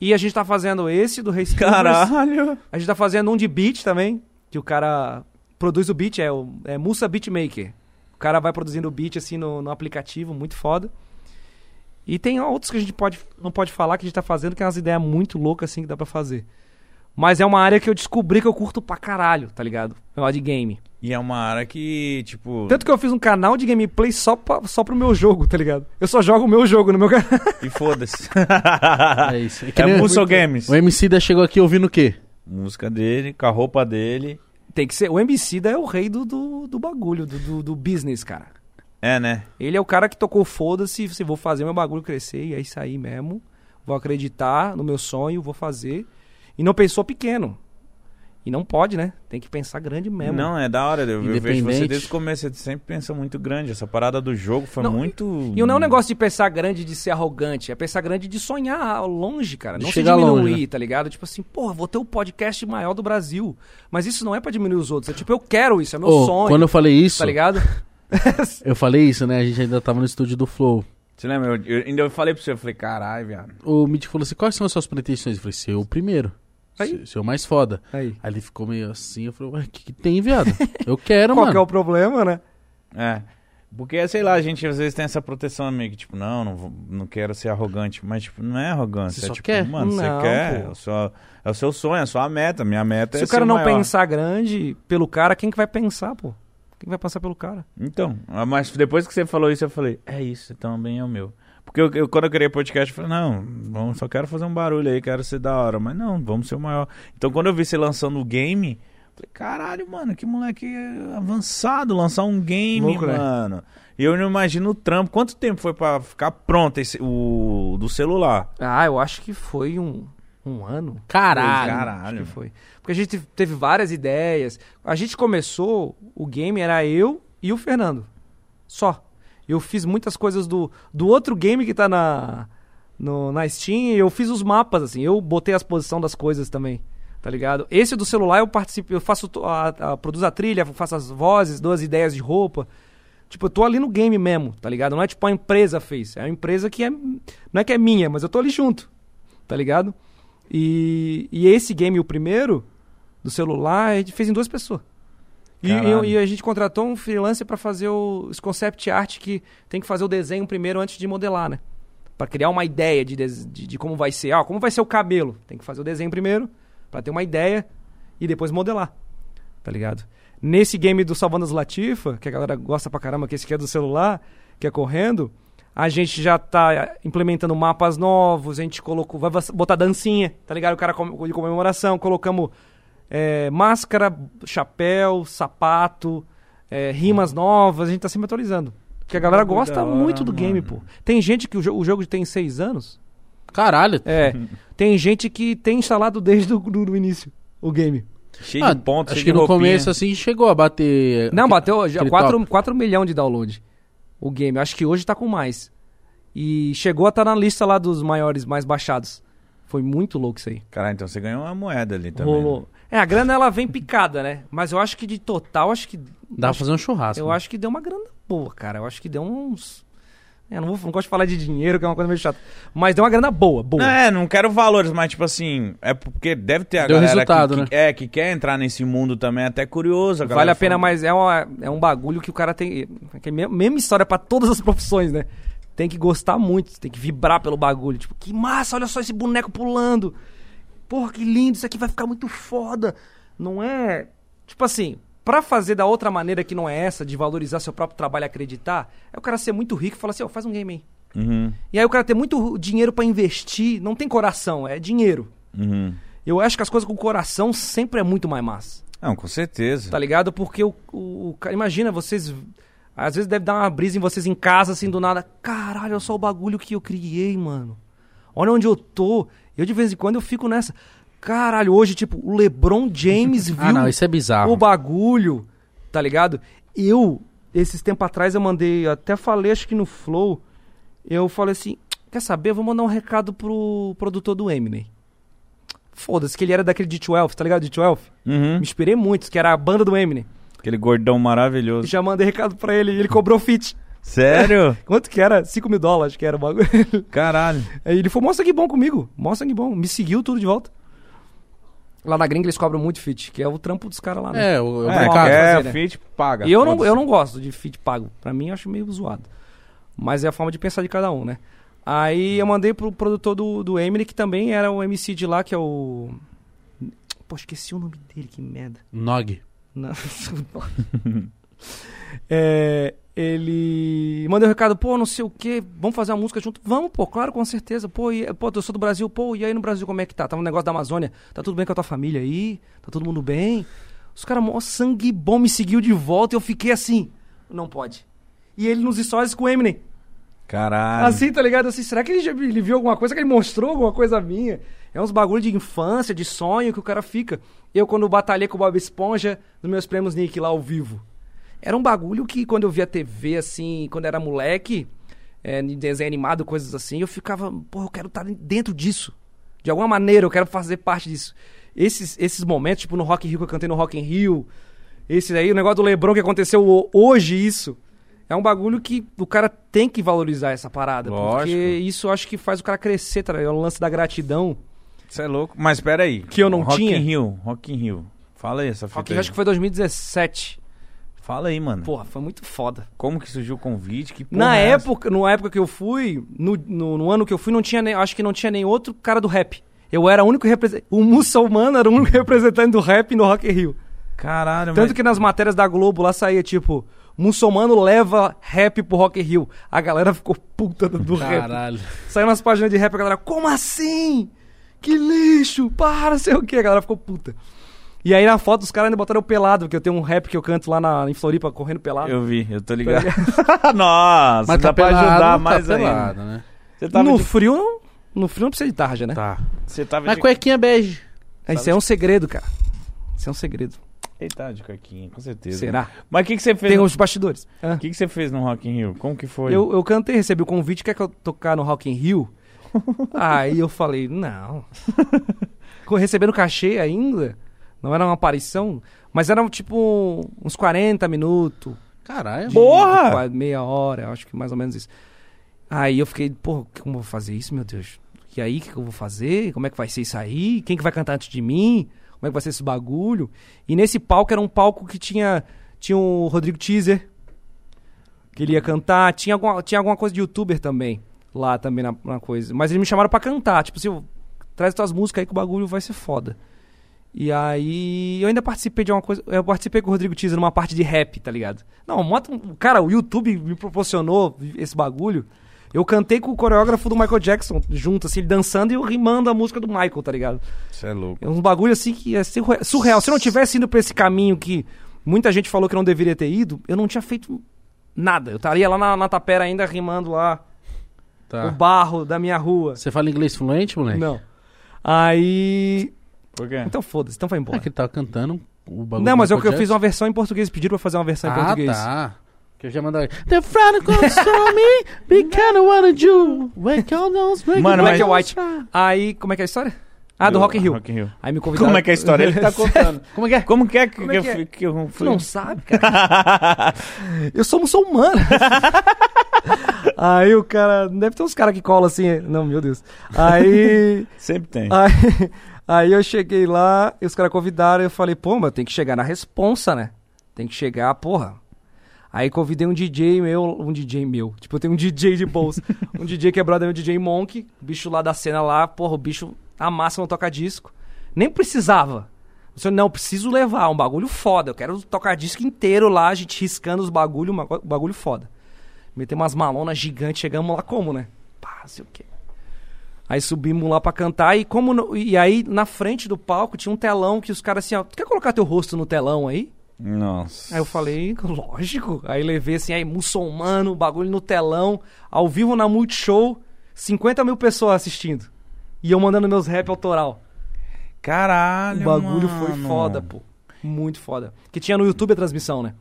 Speaker 2: E a gente tá fazendo esse do Race Cubers.
Speaker 1: Caralho.
Speaker 2: A gente tá fazendo um de beat também, que o cara produz o beat, é, o, é Musa Beatmaker. O cara vai produzindo o beat assim no, no aplicativo, muito foda. E tem outros que a gente pode, não pode falar que a gente tá fazendo, que é umas ideias muito loucas assim que dá pra fazer. Mas é uma área que eu descobri que eu curto pra caralho, tá ligado? Negócio de game.
Speaker 1: E é uma área que, tipo...
Speaker 2: Tanto que eu fiz um canal de gameplay só, pra, só pro meu jogo, tá ligado? Eu só jogo o meu jogo no meu canal.
Speaker 1: E foda-se.
Speaker 3: é isso. É que
Speaker 1: é
Speaker 3: nem-
Speaker 1: Muscle Games.
Speaker 3: O MC da chegou aqui ouvindo o quê?
Speaker 1: Música dele, com a roupa dele.
Speaker 2: Tem que ser. O MC da é o rei do, do, do bagulho, do- do, do business, cara.
Speaker 1: É, né?
Speaker 2: Ele é o cara que tocou foda-se, se vou fazer meu bagulho crescer, e é isso aí mesmo. Vou acreditar no meu sonho, vou fazer. E não pensou pequeno. E não pode, né? Tem que pensar grande mesmo.
Speaker 1: Não, é da hora. Eu, eu vejo você
Speaker 3: Independente.
Speaker 1: desde o começo. Você sempre pensa muito grande. Essa parada do jogo foi
Speaker 2: Não,
Speaker 1: muito.
Speaker 2: E não é um negócio de pensar grande, de ser arrogante. É pensar grande de sonhar longe, cara.
Speaker 3: De
Speaker 2: Não se
Speaker 3: chegar
Speaker 2: diminuir,
Speaker 3: longe, né?
Speaker 2: tá ligado? Tipo assim, porra, vou ter o podcast maior do Brasil. Mas isso não é pra diminuir os outros. É tipo, eu quero isso, é meu
Speaker 3: Ô,
Speaker 2: sonho.
Speaker 3: Quando eu falei isso,
Speaker 2: Tá ligado?
Speaker 3: eu falei isso, né? A gente ainda tava no estúdio do Flow.
Speaker 1: Você lembra? Eu, eu- ainda eu falei pra você. Eu falei, caralho, viado.
Speaker 3: O Mitch falou assim: quais são as suas pretensões? Eu falei, ser o primeiro.
Speaker 2: Aí.
Speaker 3: Ser- Ser o mais foda.
Speaker 2: Aí.
Speaker 3: Aí ele ficou meio assim, eu falei, ué, o que, que tem, viado? Eu quero,
Speaker 2: Qual que é
Speaker 3: mano.
Speaker 2: o problema, né?
Speaker 1: É. Porque, sei lá, a gente às vezes tem essa proteção meio que, tipo, não, não, vou- não quero ser arrogante. Mas, tipo, não é arrogância.
Speaker 3: Você
Speaker 1: é
Speaker 3: só
Speaker 1: tipo,
Speaker 3: quer?
Speaker 1: mano,
Speaker 2: Não,
Speaker 1: você quer.
Speaker 2: pô.
Speaker 1: É o, seu, é o seu sonho, é a sua meta. Minha meta
Speaker 2: Se
Speaker 1: é
Speaker 2: o cara
Speaker 1: ser
Speaker 2: não
Speaker 1: maior.
Speaker 2: pensar grande pelo cara, quem que vai pensar, pô? Quem vai passar pelo cara?
Speaker 1: Então, mas depois que você falou isso, eu falei, é isso, também é o meu. Porque eu, eu- quando eu queria podcast, eu falei, não, vamos, só quero fazer um barulho aí, quero ser da hora. Mas não, vamos ser o maior. Então quando eu vi você lançando o game, eu falei, caralho, mano, que moleque avançado lançar um game,
Speaker 3: Louco, né?
Speaker 1: mano. E eu não imagino o trampo. Quanto tempo foi pra ficar pronto esse, o do celular?
Speaker 2: Ah, eu acho que foi um, um ano.
Speaker 3: Caralho.
Speaker 2: Dois anos,
Speaker 1: Caralho.
Speaker 2: Acho que foi. Porque a gente teve- teve várias ideias. A gente começou, o game era eu e o Fernando. Só. Eu fiz muitas coisas do, do outro game que tá na, no, na Steam. Eu fiz os mapas, assim. Eu botei as posições das coisas também. Tá ligado? Esse do celular eu participo, eu faço to- a, a- produzo a trilha, faço as vozes, dou as ideias de roupa. Tipo, eu tô ali no game mesmo, tá ligado? Não é tipo a empresa fez. É uma empresa que é. Não é que é minha, mas eu tô ali junto. Tá ligado? E, e esse game, o primeiro, do celular, a gente fez em duas pessoas. E,
Speaker 1: Caralho.
Speaker 2: e- e a gente contratou um freelancer pra fazer o, esse concept art que tem que fazer o desenho primeiro antes de modelar, né? Pra criar uma ideia de, des- de, de como vai ser. Ah, como vai ser o cabelo? Tem que fazer o desenho primeiro, pra ter uma ideia e depois modelar. Tá ligado? Nesse game do Salvando as Latifa, que a galera gosta pra caramba, que esse aqui é do celular, que é correndo, a gente já tá implementando mapas novos, a gente colocou. Vai botar dancinha, tá ligado? O cara com- de comemoração, colocamos é, máscara, chapéu, sapato, é, rimas novas, a gente tá sempre atualizando. Porque a galera
Speaker 1: bagulho da
Speaker 2: gosta
Speaker 1: hora,
Speaker 2: muito do game,
Speaker 1: mano.
Speaker 2: pô. Tem gente que o, jo- o jogo tem seis anos.
Speaker 3: Caralho.
Speaker 2: É. tem gente que tem instalado desde o do, do início o game.
Speaker 1: Cheio
Speaker 3: Ah,
Speaker 1: de pontos,
Speaker 3: acho
Speaker 1: cheio
Speaker 3: que
Speaker 1: de
Speaker 3: no
Speaker 1: roupinha.
Speaker 3: começo, assim, chegou a bater. é,
Speaker 2: Não, bateu já
Speaker 3: aquele
Speaker 2: 4,
Speaker 3: top.
Speaker 2: milhões de download o game. Acho que hoje tá com mais. E chegou a estar na lista lá dos maiores, mais baixados. Foi muito louco isso aí.
Speaker 1: Caralho, então você ganhou uma moeda ali também. né?
Speaker 2: Rolou. É, a grana ela vem picada, né? Mas eu acho que de total, acho que.
Speaker 3: Dá pra
Speaker 2: acho,
Speaker 3: fazer um churrasco.
Speaker 2: eu acho que deu uma grana boa, cara. Eu acho que deu uns. É, não, vou, não gosto de falar de dinheiro, que é uma coisa meio chata. Mas deu uma grana boa, boa.
Speaker 1: Não, é, não quero valores, mas tipo assim, é porque deve ter a
Speaker 3: Deu
Speaker 1: galera
Speaker 3: resultado,
Speaker 1: que,
Speaker 3: né?
Speaker 1: que- é, que quer entrar nesse mundo também, é até curioso. galera
Speaker 2: Vale a pena,
Speaker 1: fala-
Speaker 2: mas é, uma- é um bagulho que o cara tem. Que é me- mesma história pra todas as profissões, né? Tem que gostar muito, tem que vibrar pelo bagulho. Tipo, que massa, olha só esse boneco pulando. Porra, que lindo, isso aqui vai ficar muito foda. Não é. Tipo assim, pra fazer da outra maneira que não é essa, de valorizar seu próprio trabalho e acreditar, é o cara ser muito rico e falar assim: ó, faz um game aí.
Speaker 1: Uhum,
Speaker 2: E aí o cara ter muito dinheiro pra investir, não tem coração, é dinheiro.
Speaker 1: uhum.
Speaker 2: Eu acho que as coisas com coração sempre é muito mais massa.
Speaker 1: Não, com certeza.
Speaker 2: Tá ligado? Porque o, o, o cara. Imagina, vocês. Às vezes deve dar uma brisa em vocês em casa, assim, do nada. Caralho, olha só o bagulho que eu criei, mano. Olha onde eu tô. Eu, de vez em quando, eu fico nessa. Caralho, hoje, tipo, o LeBron James viu
Speaker 3: Ah, não, isso é bizarro.
Speaker 2: o bagulho, tá ligado? Eu, esses tempos atrás, eu mandei, eu até falei, acho que no Flow, eu falei assim, quer saber, eu vou mandar um recado pro produtor do Eminem. Foda-se, que ele era daquele de 12, tá ligado? De 12.
Speaker 1: Uhum.
Speaker 2: Me inspirei muito, que era a banda do Eminem.
Speaker 1: Aquele gordão maravilhoso.
Speaker 2: Já mandei recado pra ele e ele cobrou fit.
Speaker 1: Sério?
Speaker 2: Quanto que era? 5 mil dólares, acho que era o bagulho.
Speaker 1: Caralho.
Speaker 2: Aí ele falou, mostra que bom comigo, mostra que bom. Me seguiu tudo de volta. Lá na gringa eles cobram muito fit, que é o trampo dos caras lá, né?
Speaker 3: É, o, o
Speaker 1: É,
Speaker 3: mercado.
Speaker 1: quer
Speaker 2: fazer, né?
Speaker 1: fit, paga.
Speaker 2: E eu não,
Speaker 1: É. Foda-se.
Speaker 2: eu não gosto de feed pago. Pra mim, eu acho meio zoado. Mas é a forma de pensar de cada um, né? Aí eu mandei pro produtor do, do Emily, que também era o MC de lá, que é o. Pô, esqueci o nome dele, que merda.
Speaker 3: Nog.
Speaker 2: Não, É, ele mandei um recado, pô, não sei o que, vamos fazer uma música junto? Vamos, pô, claro, com certeza. Pô, e, pô, eu sou do Brasil, pô, e aí no Brasil como é que tá? Tava um negócio da Amazônia, tá tudo bem com a tua família aí? Tá todo mundo bem? Os caras, mó sangue bom, me seguiu de volta e eu fiquei assim, não pode. E ele nos stories com o Eminem.
Speaker 1: Caralho.
Speaker 2: Assim, tá ligado? Assim, será que ele, já, ele viu alguma coisa? Será que ele mostrou alguma coisa minha? É uns bagulho de infância, de sonho que o cara fica. Eu, quando batalhei com o Bob Esponja, nos meus prêmios Nick lá ao vivo. Era um bagulho que, quando eu via TV, assim, quando era moleque, é, em desenho animado, coisas assim, eu ficava, pô, eu quero estar dentro disso. De alguma maneira, eu quero fazer parte disso. Esses, esses momentos, tipo no Rock in Rio, que eu cantei no Rock in Rio, esse aí, o negócio do Lebron que aconteceu ho- hoje, isso. É um bagulho que o cara tem que valorizar essa parada. Porque
Speaker 1: Lógico.
Speaker 2: isso eu acho que faz o cara crescer, tá? ligado? É o lance da gratidão.
Speaker 1: Você é louco. Mas pera aí.
Speaker 2: Que eu não
Speaker 1: Rock
Speaker 2: tinha?
Speaker 1: Rock in Rio, Rock in Rio. Fala aí essa fita
Speaker 2: Rock in
Speaker 1: aí.
Speaker 2: Rio, acho que foi 2017.
Speaker 1: Fala aí, mano.
Speaker 2: Porra, foi muito foda.
Speaker 1: Como que surgiu o convite? Que porra
Speaker 2: Na
Speaker 1: é essa?
Speaker 2: época, na época que eu fui, no, no, no ano que eu fui, não tinha nem, acho que não tinha nem outro cara do rap. Eu era o único representante. O muçulmano era o único representante do rap no Rock in Rio.
Speaker 1: Caralho,
Speaker 2: Tanto
Speaker 1: mas-
Speaker 2: que nas matérias da Globo lá saía tipo, muçulmano leva rap pro Rock in Rio. A galera ficou puta do, do rap.
Speaker 3: Caralho.
Speaker 2: Saiu nas páginas de rap a galera, como assim? Que lixo, para, sei o que. A galera ficou puta. E aí na foto os caras ainda botaram eu pelado, porque eu tenho um rap que eu canto lá na, em Floripa, correndo pelado.
Speaker 1: Eu vi, eu tô ligado. Nossa,
Speaker 3: Mas tá
Speaker 1: dá pra ajudar
Speaker 3: pelado,
Speaker 1: mais
Speaker 3: tá
Speaker 1: ainda.
Speaker 3: pelado, né?
Speaker 1: Você tava,
Speaker 2: no
Speaker 1: de...
Speaker 2: frio, não- no frio não precisa de tarja, né?
Speaker 3: Tá.
Speaker 1: Você tava
Speaker 3: Mas
Speaker 1: de...
Speaker 3: cuequinha bege.
Speaker 2: Isso é um segredo, cara. Isso é um segredo.
Speaker 1: Eita, tá de cuequinha, com certeza.
Speaker 2: Será?
Speaker 1: Mas o que, que você fez?
Speaker 2: Tem
Speaker 1: no-
Speaker 2: os bastidores. Ah.
Speaker 1: O que, que você fez no Rock in Rio? Como que foi?
Speaker 2: Eu, eu cantei, recebi o convite, quer que eu tocar no Rock in Rio? Aí eu falei, não. Com- Recebendo cachê ainda, não era uma aparição, mas eram tipo uns 40 minutos,
Speaker 3: Caralho.
Speaker 1: Porra!
Speaker 2: qua- meia hora, acho que mais ou menos isso. Aí eu fiquei, pô, como eu vou fazer isso, meu Deus? E aí, o que, que eu vou fazer? Como é que vai ser isso aí? Quem que vai cantar antes de mim? Como é que vai ser esse bagulho? E nesse palco era um palco que tinha, tinha o Rodrigo Teaser, que ele ia cantar. Tinha alguma, tinha alguma coisa de youtuber também, lá também na, na coisa. Mas eles me chamaram pra cantar, tipo assim, traz tuas músicas aí que o bagulho vai ser foda. E aí, eu ainda participei de uma coisa. Eu participei com o Rodrigo Teaser numa parte de rap, tá ligado? Não, moto, cara, o YouTube me proporcionou esse bagulho. Eu cantei com o coreógrafo do Michael Jackson junto, assim, ele dançando e eu rimando a música do Michael, tá ligado?
Speaker 1: Você é louco.
Speaker 2: É uns bagulho assim que é surre- surreal. Se eu não tivesse ido pra esse caminho que muita gente falou que eu não deveria ter ido, eu não tinha feito nada. Eu estaria lá na, na tapera ainda rimando lá o
Speaker 3: Tá. né?
Speaker 2: barro da minha rua.
Speaker 3: Você fala inglês fluente, moleque?
Speaker 2: Não. Aí.
Speaker 1: Por quê?
Speaker 2: Então foda-se, então vai
Speaker 3: É
Speaker 2: embora.
Speaker 3: que ele tava cantando um o bagulho.
Speaker 2: Não, mas
Speaker 3: do
Speaker 2: eu, eu
Speaker 3: Michael
Speaker 2: fiz uma versão em português, pediram pra fazer uma versão em
Speaker 3: ah,
Speaker 2: português.
Speaker 3: tá. Que eu já mandava. The Friday comes on me, be kind of what I do. Wake all those break
Speaker 1: Mano,
Speaker 2: Black
Speaker 1: Ah, mas-
Speaker 2: and White. Aí, como é que é a história? Ah, do, Rock in Rio.
Speaker 1: Rock in Rio.
Speaker 2: Aí me convidaram.
Speaker 1: Como é que é a história? Ele tá contando.
Speaker 3: Como é que é?
Speaker 1: Como que é que,
Speaker 2: Como
Speaker 1: que,
Speaker 2: é que
Speaker 1: eu
Speaker 2: é?
Speaker 1: fui- que eu
Speaker 2: Tu
Speaker 1: fui?
Speaker 2: não sabe, cara? eu sou muçulmano. aí o cara. Deve ter uns caras que colam assim. é. Não, meu Deus. Aí.
Speaker 1: Sempre tem.
Speaker 2: Ah. aí, aí eu cheguei lá, e os caras convidaram, eu falei, pô, mas tem que chegar na responsa, né? Tem que chegar, porra. Aí convidei um DJ meu, um DJ meu. Tipo, eu tenho um DJ de bolsa. um DJ que é brother meu, DJ Monk. Bicho lá da cena lá, porra, o bicho amassa no toca-disco. Nem precisava. Eu falei, não, preciso levar um bagulho foda. Eu quero o toca-disco inteiro lá, a gente riscando os bagulho, uma- bagulho foda. Metemos umas malonas gigantes, chegamos lá como, né? Pá, sei o quê. Aí subimos lá pra cantar e como no- e aí na frente do palco tinha um telão que os caras assim, ó, tu quer colocar teu rosto no telão aí?
Speaker 1: Nossa.
Speaker 2: Aí eu falei, lógico. Aí levei assim, aí muçulmano, bagulho no telão, ao vivo na Multishow, 50 mil pessoas assistindo. E eu mandando meus rap autoral.
Speaker 1: Caralho,
Speaker 2: O bagulho
Speaker 1: mano.
Speaker 2: foi foda, pô. Muito foda. Que tinha no YouTube a transmissão, né?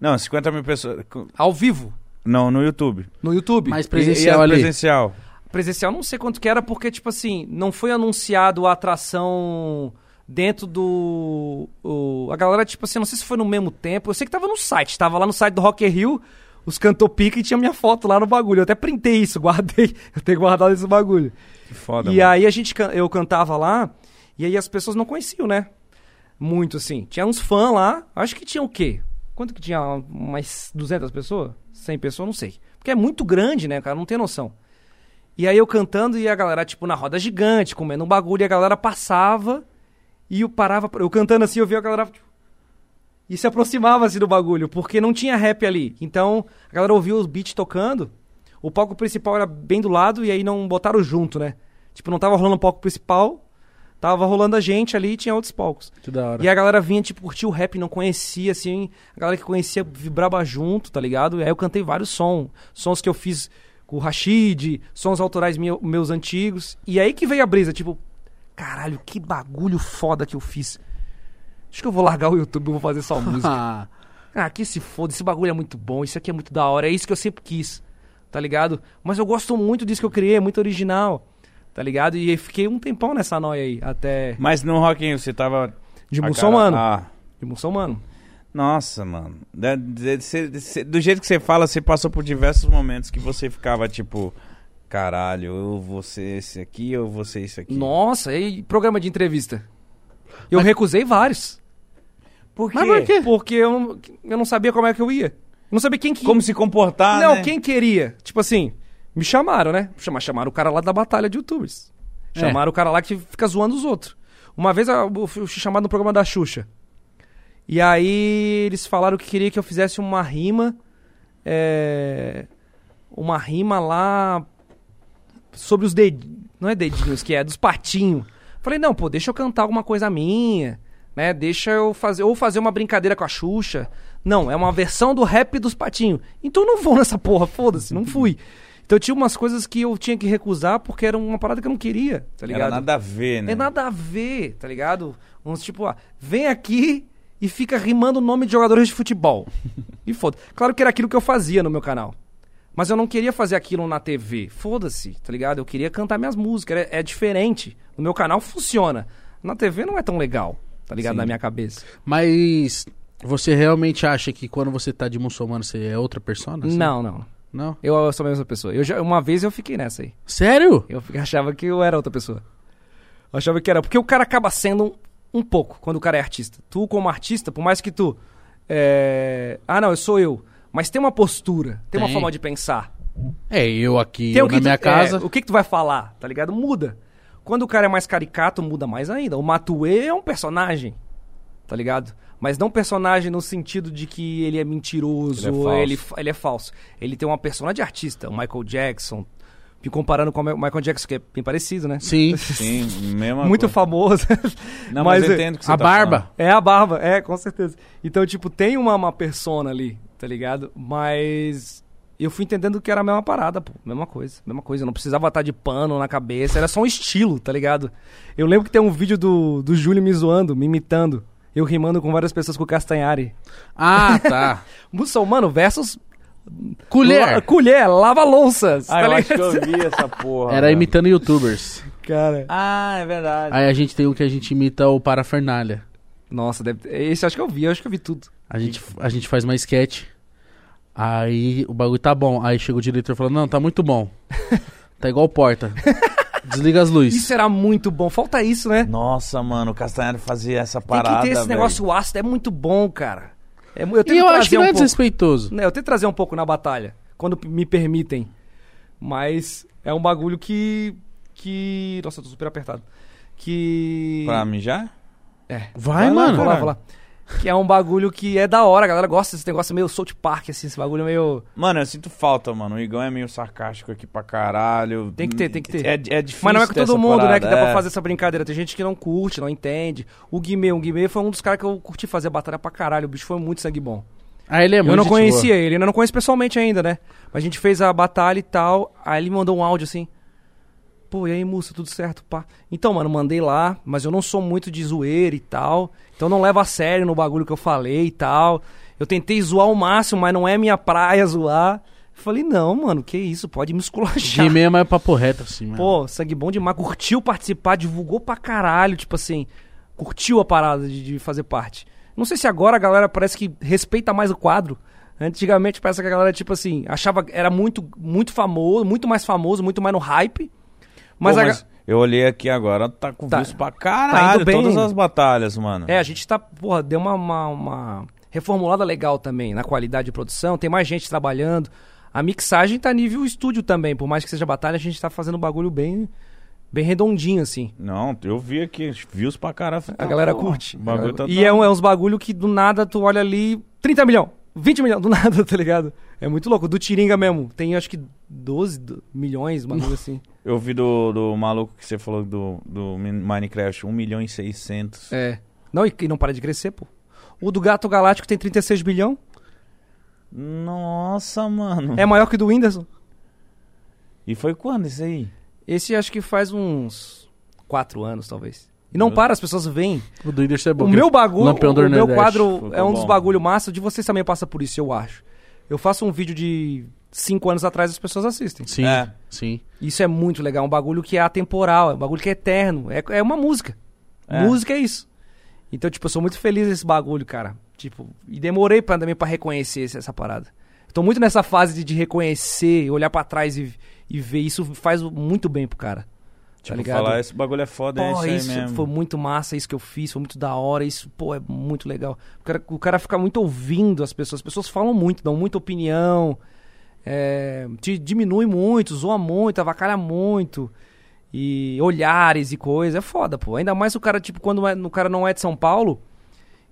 Speaker 1: Não, 50 mil pessoas. co-
Speaker 2: Ao vivo,
Speaker 1: Não, no YouTube.
Speaker 2: no YouTube.
Speaker 3: Mais
Speaker 1: E- e
Speaker 3: presencial
Speaker 1: as
Speaker 3: ali.
Speaker 1: presencial.
Speaker 2: presencial, não sei quanto que era, porque, tipo assim, não foi anunciado a atração dentro do... o- a galera, tipo assim, não sei se foi no mesmo tempo, eu sei que tava no site, tava lá no site do Rock in Rio, os cantou pica e tinha minha foto lá no bagulho, eu até printei isso, guardei, eu tenho guardado esse bagulho.
Speaker 1: Que foda,
Speaker 2: e
Speaker 1: mano.
Speaker 2: aí a gente, can- eu cantava lá, e aí as pessoas não conheciam, né? Muito, assim. Tinha uns fãs lá, acho que tinha o quê? Quanto que tinha? Umas 200 pessoas? 100 pessoas? Não sei. Porque é muito grande, né, cara? Não tem noção. E aí eu cantando e a galera, tipo, na roda gigante, comendo um bagulho, e a galera passava e eu parava. pra- Eu cantando assim, eu via a galera. tipo, e se aproximava assim do bagulho, porque não tinha rap ali. Então, a galera ouvia os beats tocando. O palco principal era bem do lado e aí não botaram junto, né? Tipo, não tava rolando o palco principal, tava rolando a gente ali e tinha outros palcos.
Speaker 3: Que da hora.
Speaker 2: E a galera vinha, tipo, curtir o rap, não conhecia, assim. A galera que conhecia vibrava junto, tá ligado? E aí eu cantei vários sons. Sons que eu fiz com o Rashid, sons autorais meu- meus antigos. E aí que veio a brisa, tipo, caralho, que bagulho foda que eu fiz. Acho que eu vou largar o YouTube e vou fazer só música.
Speaker 3: Ah,
Speaker 2: Ah, que se foda, esse bagulho é muito bom, isso aqui é muito da hora, é isso que eu sempre quis, tá ligado? Mas eu gosto muito disso que eu criei, é muito original, tá ligado? E eu fiquei um tempão nessa noia aí, até
Speaker 1: Mas no Rock in Rio você tava...
Speaker 2: de
Speaker 1: a
Speaker 2: muçulmano.
Speaker 1: cara- Ah.
Speaker 2: De muçulmano.
Speaker 1: Nossa, mano. Da- de- cê- cê- do jeito que você fala, você passou por diversos momentos que você ficava tipo, caralho, eu vou ser esse aqui, eu vou ser esse aqui.
Speaker 2: Nossa, e programa de entrevista? Eu recusei vários.
Speaker 1: Por quê?
Speaker 3: Mas por quê?
Speaker 2: Porque eu, não- eu não sabia como é que eu ia. Eu não sabia quem que
Speaker 1: Como se comportar,
Speaker 2: Não,
Speaker 1: né?
Speaker 2: quem queria? Tipo assim, me chamaram, né? Chama- chamaram o cara lá da batalha de youtubers.
Speaker 1: É.
Speaker 2: Chamaram o cara lá que fica zoando os outros. Uma vez ah, eu eu fui chamado no programa da Xuxa. E aí eles falaram que queria que eu fizesse uma rima. é, Uma rima lá. Sobre os dedinhos. Não é dedinhos, que é dos patinhos. Falei, não, pô, deixa eu cantar alguma coisa minha. Né? Deixa eu fazer. Ou fazer uma brincadeira com a Xuxa. Não, é uma versão do rap dos patinhos. Então eu não vou nessa porra, foda-se, não fui. Então tinha umas coisas que eu tinha que recusar porque era uma parada que eu não queria, tá ligado?
Speaker 1: Era nada a ver, né?
Speaker 2: É nada a ver, tá ligado? Uns tipo, ah, vem aqui e fica rimando o nome de jogadores de futebol. e foda Claro que era aquilo que eu fazia no meu canal. Mas eu não queria fazer aquilo na TV. Foda-se, tá ligado? Eu queria cantar minhas músicas. era- É, diferente. No meu canal funciona. Na TV não é tão legal, tá ligado? Na minha cabeça.
Speaker 3: mas você realmente acha que quando você tá de muçulmano você é outra persona? assim?
Speaker 2: Não, não.
Speaker 3: Não?
Speaker 2: Eu, eu sou a mesma pessoa. Eu já, uma vez eu fiquei nessa aí.
Speaker 3: Sério?
Speaker 2: Eu fica- achava que eu era outra pessoa. Eu achava que era. Porque o cara acaba sendo um, um pouco quando o cara é artista. Tu, como artista, por mais que tu. é, Ah, não, eu sou eu. Mas tem uma postura, tem, uma
Speaker 3: Tem.
Speaker 2: forma de pensar.
Speaker 3: É, eu aqui,
Speaker 2: Tem
Speaker 3: eu na
Speaker 2: tu-
Speaker 3: minha casa.
Speaker 2: é, o que, que tu vai falar, tá ligado? Muda. Quando o cara é mais caricato, muda mais ainda. O Matue é um personagem, tá ligado? Mas não personagem no sentido de que ele é mentiroso,
Speaker 1: Ele é
Speaker 2: ele,
Speaker 1: falso.
Speaker 2: fa- ele é falso. Ele tem uma persona de artista, o Michael Jackson. Me comparando com o Michael Jackson, que é bem parecido, né?
Speaker 3: Sim.
Speaker 1: Sim, mesma
Speaker 2: muito
Speaker 1: coisa.
Speaker 2: famoso.
Speaker 1: Não, mas, eu
Speaker 2: é-
Speaker 1: entendo o que você
Speaker 3: A
Speaker 1: tá
Speaker 3: barba.
Speaker 1: falando.
Speaker 2: É a barba, é, com certeza. Então, tipo, tem uma, uma persona ali, tá ligado? Mas eu fui entendendo que era a mesma parada, pô. Mesma coisa, mesma coisa. Eu não precisava estar de pano na cabeça, era só um estilo, tá ligado? Eu lembro que tem um vídeo do, do Júlio me zoando, me imitando. Eu rimando com várias pessoas com o Castanhari.
Speaker 3: Ah, tá.
Speaker 2: Muçulmano versus... La-
Speaker 3: Colher.
Speaker 2: colher, lava louças.
Speaker 1: Ah,
Speaker 2: tá
Speaker 1: eu acho que
Speaker 2: ligado?
Speaker 1: eu vi essa porra.
Speaker 3: Era
Speaker 1: velho.
Speaker 3: imitando youtubers.
Speaker 2: Cara...
Speaker 1: Ah, é verdade.
Speaker 3: Aí a gente tem um que a gente imita o Parafernália.
Speaker 2: Nossa, deve... esse eu acho que eu vi, eu acho que eu vi tudo.
Speaker 3: A gente, a gente faz uma sketch. Aí o bagulho tá bom. Aí chega o diretor falando, não, tá muito bom. Tá igual porta. Desliga as luzes.
Speaker 2: Isso era muito bom, falta isso, né?
Speaker 1: Nossa, mano, o Castanheiro fazia essa parada,
Speaker 2: Tem que ter esse
Speaker 1: velho.
Speaker 2: negócio ácido, é muito bom, cara. É, mu- eu tento
Speaker 3: E eu
Speaker 2: trazer
Speaker 3: acho que
Speaker 2: um
Speaker 3: não é
Speaker 2: pouco,
Speaker 3: desrespeitoso.
Speaker 2: né, Eu tento trazer um pouco na batalha, quando p- me permitem. Mas é um bagulho que. que. Nossa, eu tô super apertado. Que.
Speaker 1: Pra mim já?
Speaker 2: É.
Speaker 3: Vai,
Speaker 1: Vai lá,
Speaker 3: mano.
Speaker 2: Vou lá, vou lá. Que é um bagulho que é da hora, a galera gosta desse negócio meio South Park, assim, esse bagulho meio.
Speaker 1: Mano, eu sinto falta, mano. O Igão é meio sarcástico aqui pra caralho.
Speaker 2: Tem que ter, tem que ter.
Speaker 1: É, é difícil.
Speaker 2: Mas não é com
Speaker 1: ter
Speaker 2: todo
Speaker 1: essa
Speaker 2: mundo, né,
Speaker 1: parada,
Speaker 2: que dá pra
Speaker 1: é.
Speaker 2: fazer essa brincadeira. Tem gente que não curte, não entende. O Guimê, o Guimê foi um dos caras que eu curti fazer batalha pra caralho. O bicho foi muito sangue bom.
Speaker 3: Aí ele é muito
Speaker 2: eu não
Speaker 3: gente
Speaker 2: conhecia
Speaker 3: boa.
Speaker 2: ele, eu não conheço pessoalmente ainda, né? Mas a gente fez a batalha e tal, aí ele mandou um áudio assim. Pô, e aí, moça, tudo certo, pá? Então, mano, mandei lá, mas eu não sou muito de zoeira e tal. Então não leva a sério no bagulho que eu falei e tal. Eu tentei zoar o máximo, mas não é minha praia zoar. Eu falei, não, mano, que isso, pode me esculachar.
Speaker 3: Guimê é mais papo reto, assim, mano.
Speaker 2: Pô, sangue bom demais. Curtiu participar, divulgou pra caralho, tipo assim. Curtiu a parada de, de fazer parte. Não sei se agora a galera parece que respeita mais o quadro. Antigamente parece que a galera, tipo assim, achava que era muito, muito famoso, muito mais famoso, muito mais no hype. Mas,
Speaker 1: Pô,
Speaker 2: a,
Speaker 1: mas
Speaker 2: ga-
Speaker 1: eu olhei aqui agora, tá com
Speaker 2: Tá.
Speaker 1: views pra caralho.
Speaker 2: bem.
Speaker 1: Todas as batalhas, mano.
Speaker 2: É, a gente tá, porra, deu uma, uma, uma reformulada legal também na qualidade de produção, tem mais gente trabalhando. A mixagem tá nível estúdio também, por mais que seja batalha, a gente tá fazendo um bagulho bem, bem redondinho, assim.
Speaker 1: Não, eu vi aqui, views pra caralho.
Speaker 2: A galera
Speaker 1: Pô,
Speaker 2: curte.
Speaker 1: O bagulho tá
Speaker 2: e é, um- é uns bagulho que do nada tu olha ali, 30 milhão, 20 milhão, do nada, tá ligado? É muito louco. Do Tiringa mesmo, tem acho que 12 do- milhões, bagulho assim.
Speaker 1: Eu vi do, do maluco que você falou do, do Min- Minecraft, 1 milhão e 600.
Speaker 2: É. Não, e, e não para de crescer, pô. O do Gato Galáctico tem 36 bilhão,
Speaker 1: Nossa, mano.
Speaker 2: é maior que o do Whindersson.
Speaker 1: E foi quando isso aí?
Speaker 2: Tá Esse acho que faz uns quatro anos, talvez. E não para, as pessoas veem.
Speaker 3: O do Whindersson é bom.
Speaker 2: O
Speaker 3: que
Speaker 2: meu bagulho,
Speaker 3: Lampião do
Speaker 2: o meu
Speaker 3: Nordeste.
Speaker 2: quadro
Speaker 1: Ficou
Speaker 2: é um dos
Speaker 1: bom.
Speaker 2: bagulho massa. De vocês também passa por isso, eu acho. Eu faço um vídeo de cinco anos atrás as pessoas assistem.
Speaker 3: Sim,
Speaker 1: É.
Speaker 3: sim.
Speaker 2: Isso é muito legal. É um bagulho que é atemporal, é um bagulho que é eterno. É, é uma música.
Speaker 1: É.
Speaker 2: Música é isso. Então, tipo, eu sou muito feliz nesse bagulho, cara. Tipo, e demorei pra, também pra reconhecer esse- essa parada. Tô muito nessa fase de, de reconhecer, olhar pra trás e, e ver. Isso faz muito bem pro cara.
Speaker 1: Tipo,
Speaker 2: ligado?
Speaker 1: falar, esse bagulho é foda, é
Speaker 2: Porra,
Speaker 1: isso,
Speaker 2: isso,
Speaker 1: aí mesmo.
Speaker 2: foi muito massa, isso que eu fiz, foi muito da hora, isso, pô, é muito legal. O cara, o cara fica muito ouvindo as pessoas, as pessoas falam muito, dão muita opinião, é, te diminui muito, zoa muito, avacalha muito, e olhares e coisa, é foda, pô. Ainda mais o cara, tipo, quando é- o cara não é de São Paulo,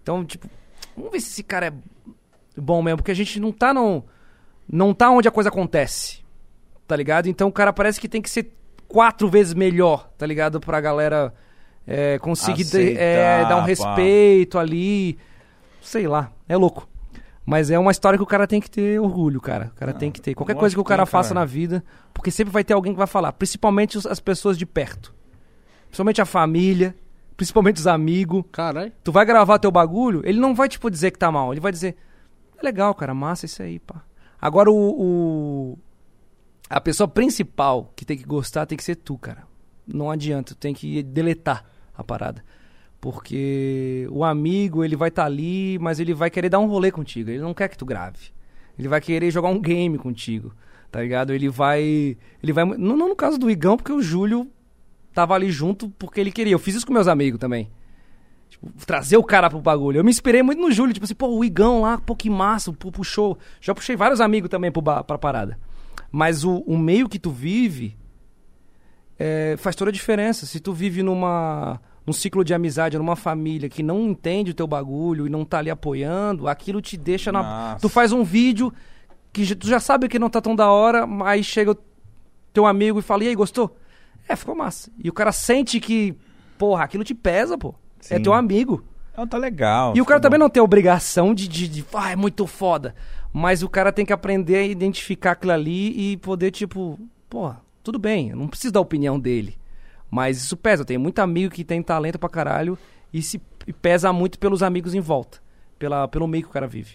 Speaker 2: então, tipo, vamos ver se esse cara é bom mesmo, porque a gente não tá no, não tá onde a coisa acontece, tá ligado? Então o cara parece que tem que ser quatro vezes melhor, tá ligado? Pra galera é, conseguir de-
Speaker 1: Aceitar,
Speaker 2: é, dar um
Speaker 1: pá.
Speaker 2: respeito ali. Sei lá, é louco. Mas é uma história que o cara tem que ter orgulho, cara. O cara tem que ter. Qualquer
Speaker 1: lógico
Speaker 2: coisa que o
Speaker 1: Ah, que
Speaker 2: cara
Speaker 1: tem,
Speaker 2: faça
Speaker 1: caralho.
Speaker 2: na vida, porque sempre vai ter alguém que vai falar. Principalmente os- as pessoas de perto. Principalmente a família, principalmente os amigos
Speaker 3: Caralho.
Speaker 2: tu vai gravar teu bagulho, ele não vai, tipo, dizer que tá mal. Ele vai dizer, é legal, cara, massa isso aí, pá. Agora, o, o- A pessoa principal que tem que gostar tem que ser tu, cara. Não adianta, tu tem que deletar a parada. Porque o amigo, ele vai estar ali, mas ele vai querer dar um rolê contigo. Ele não quer que tu grave. Ele vai querer jogar um game contigo, tá ligado? Ele vai... Ele vai... Não, não no caso do Igão, porque o Júlio tava ali junto porque ele queria. Eu fiz isso com meus amigos também. Tipo, trazer o cara pro bagulho. Eu me inspirei muito no Júlio, tipo assim, pô, o Igão lá, pô, que massa, pu- puxou. Já puxei vários amigos também pro ba- pra parada. Mas o, o meio que tu vive é, faz toda a diferença. Se tu vive numa num ciclo de amizade, numa família que não entende o teu bagulho e não tá ali apoiando, aquilo te deixa na.
Speaker 1: Nossa.
Speaker 2: Tu faz um vídeo que já- tu já sabe que não tá tão da hora, mas chega o teu amigo e fala, e aí, gostou? É, ficou massa. E o cara sente que, porra, aquilo te pesa, pô. É
Speaker 1: Sim.
Speaker 2: teu amigo.
Speaker 1: Então tá legal.
Speaker 2: E o cara também não tem obrigação de, de, de, ah, é muito foda. Mas o cara tem que aprender a identificar aquilo ali e poder, tipo, pô, tudo bem, eu não preciso da opinião dele. Mas isso pesa. Eu tenho muito amigo que tem talento pra caralho e se e pesa muito pelos amigos em volta, pela, pelo meio que o cara vive.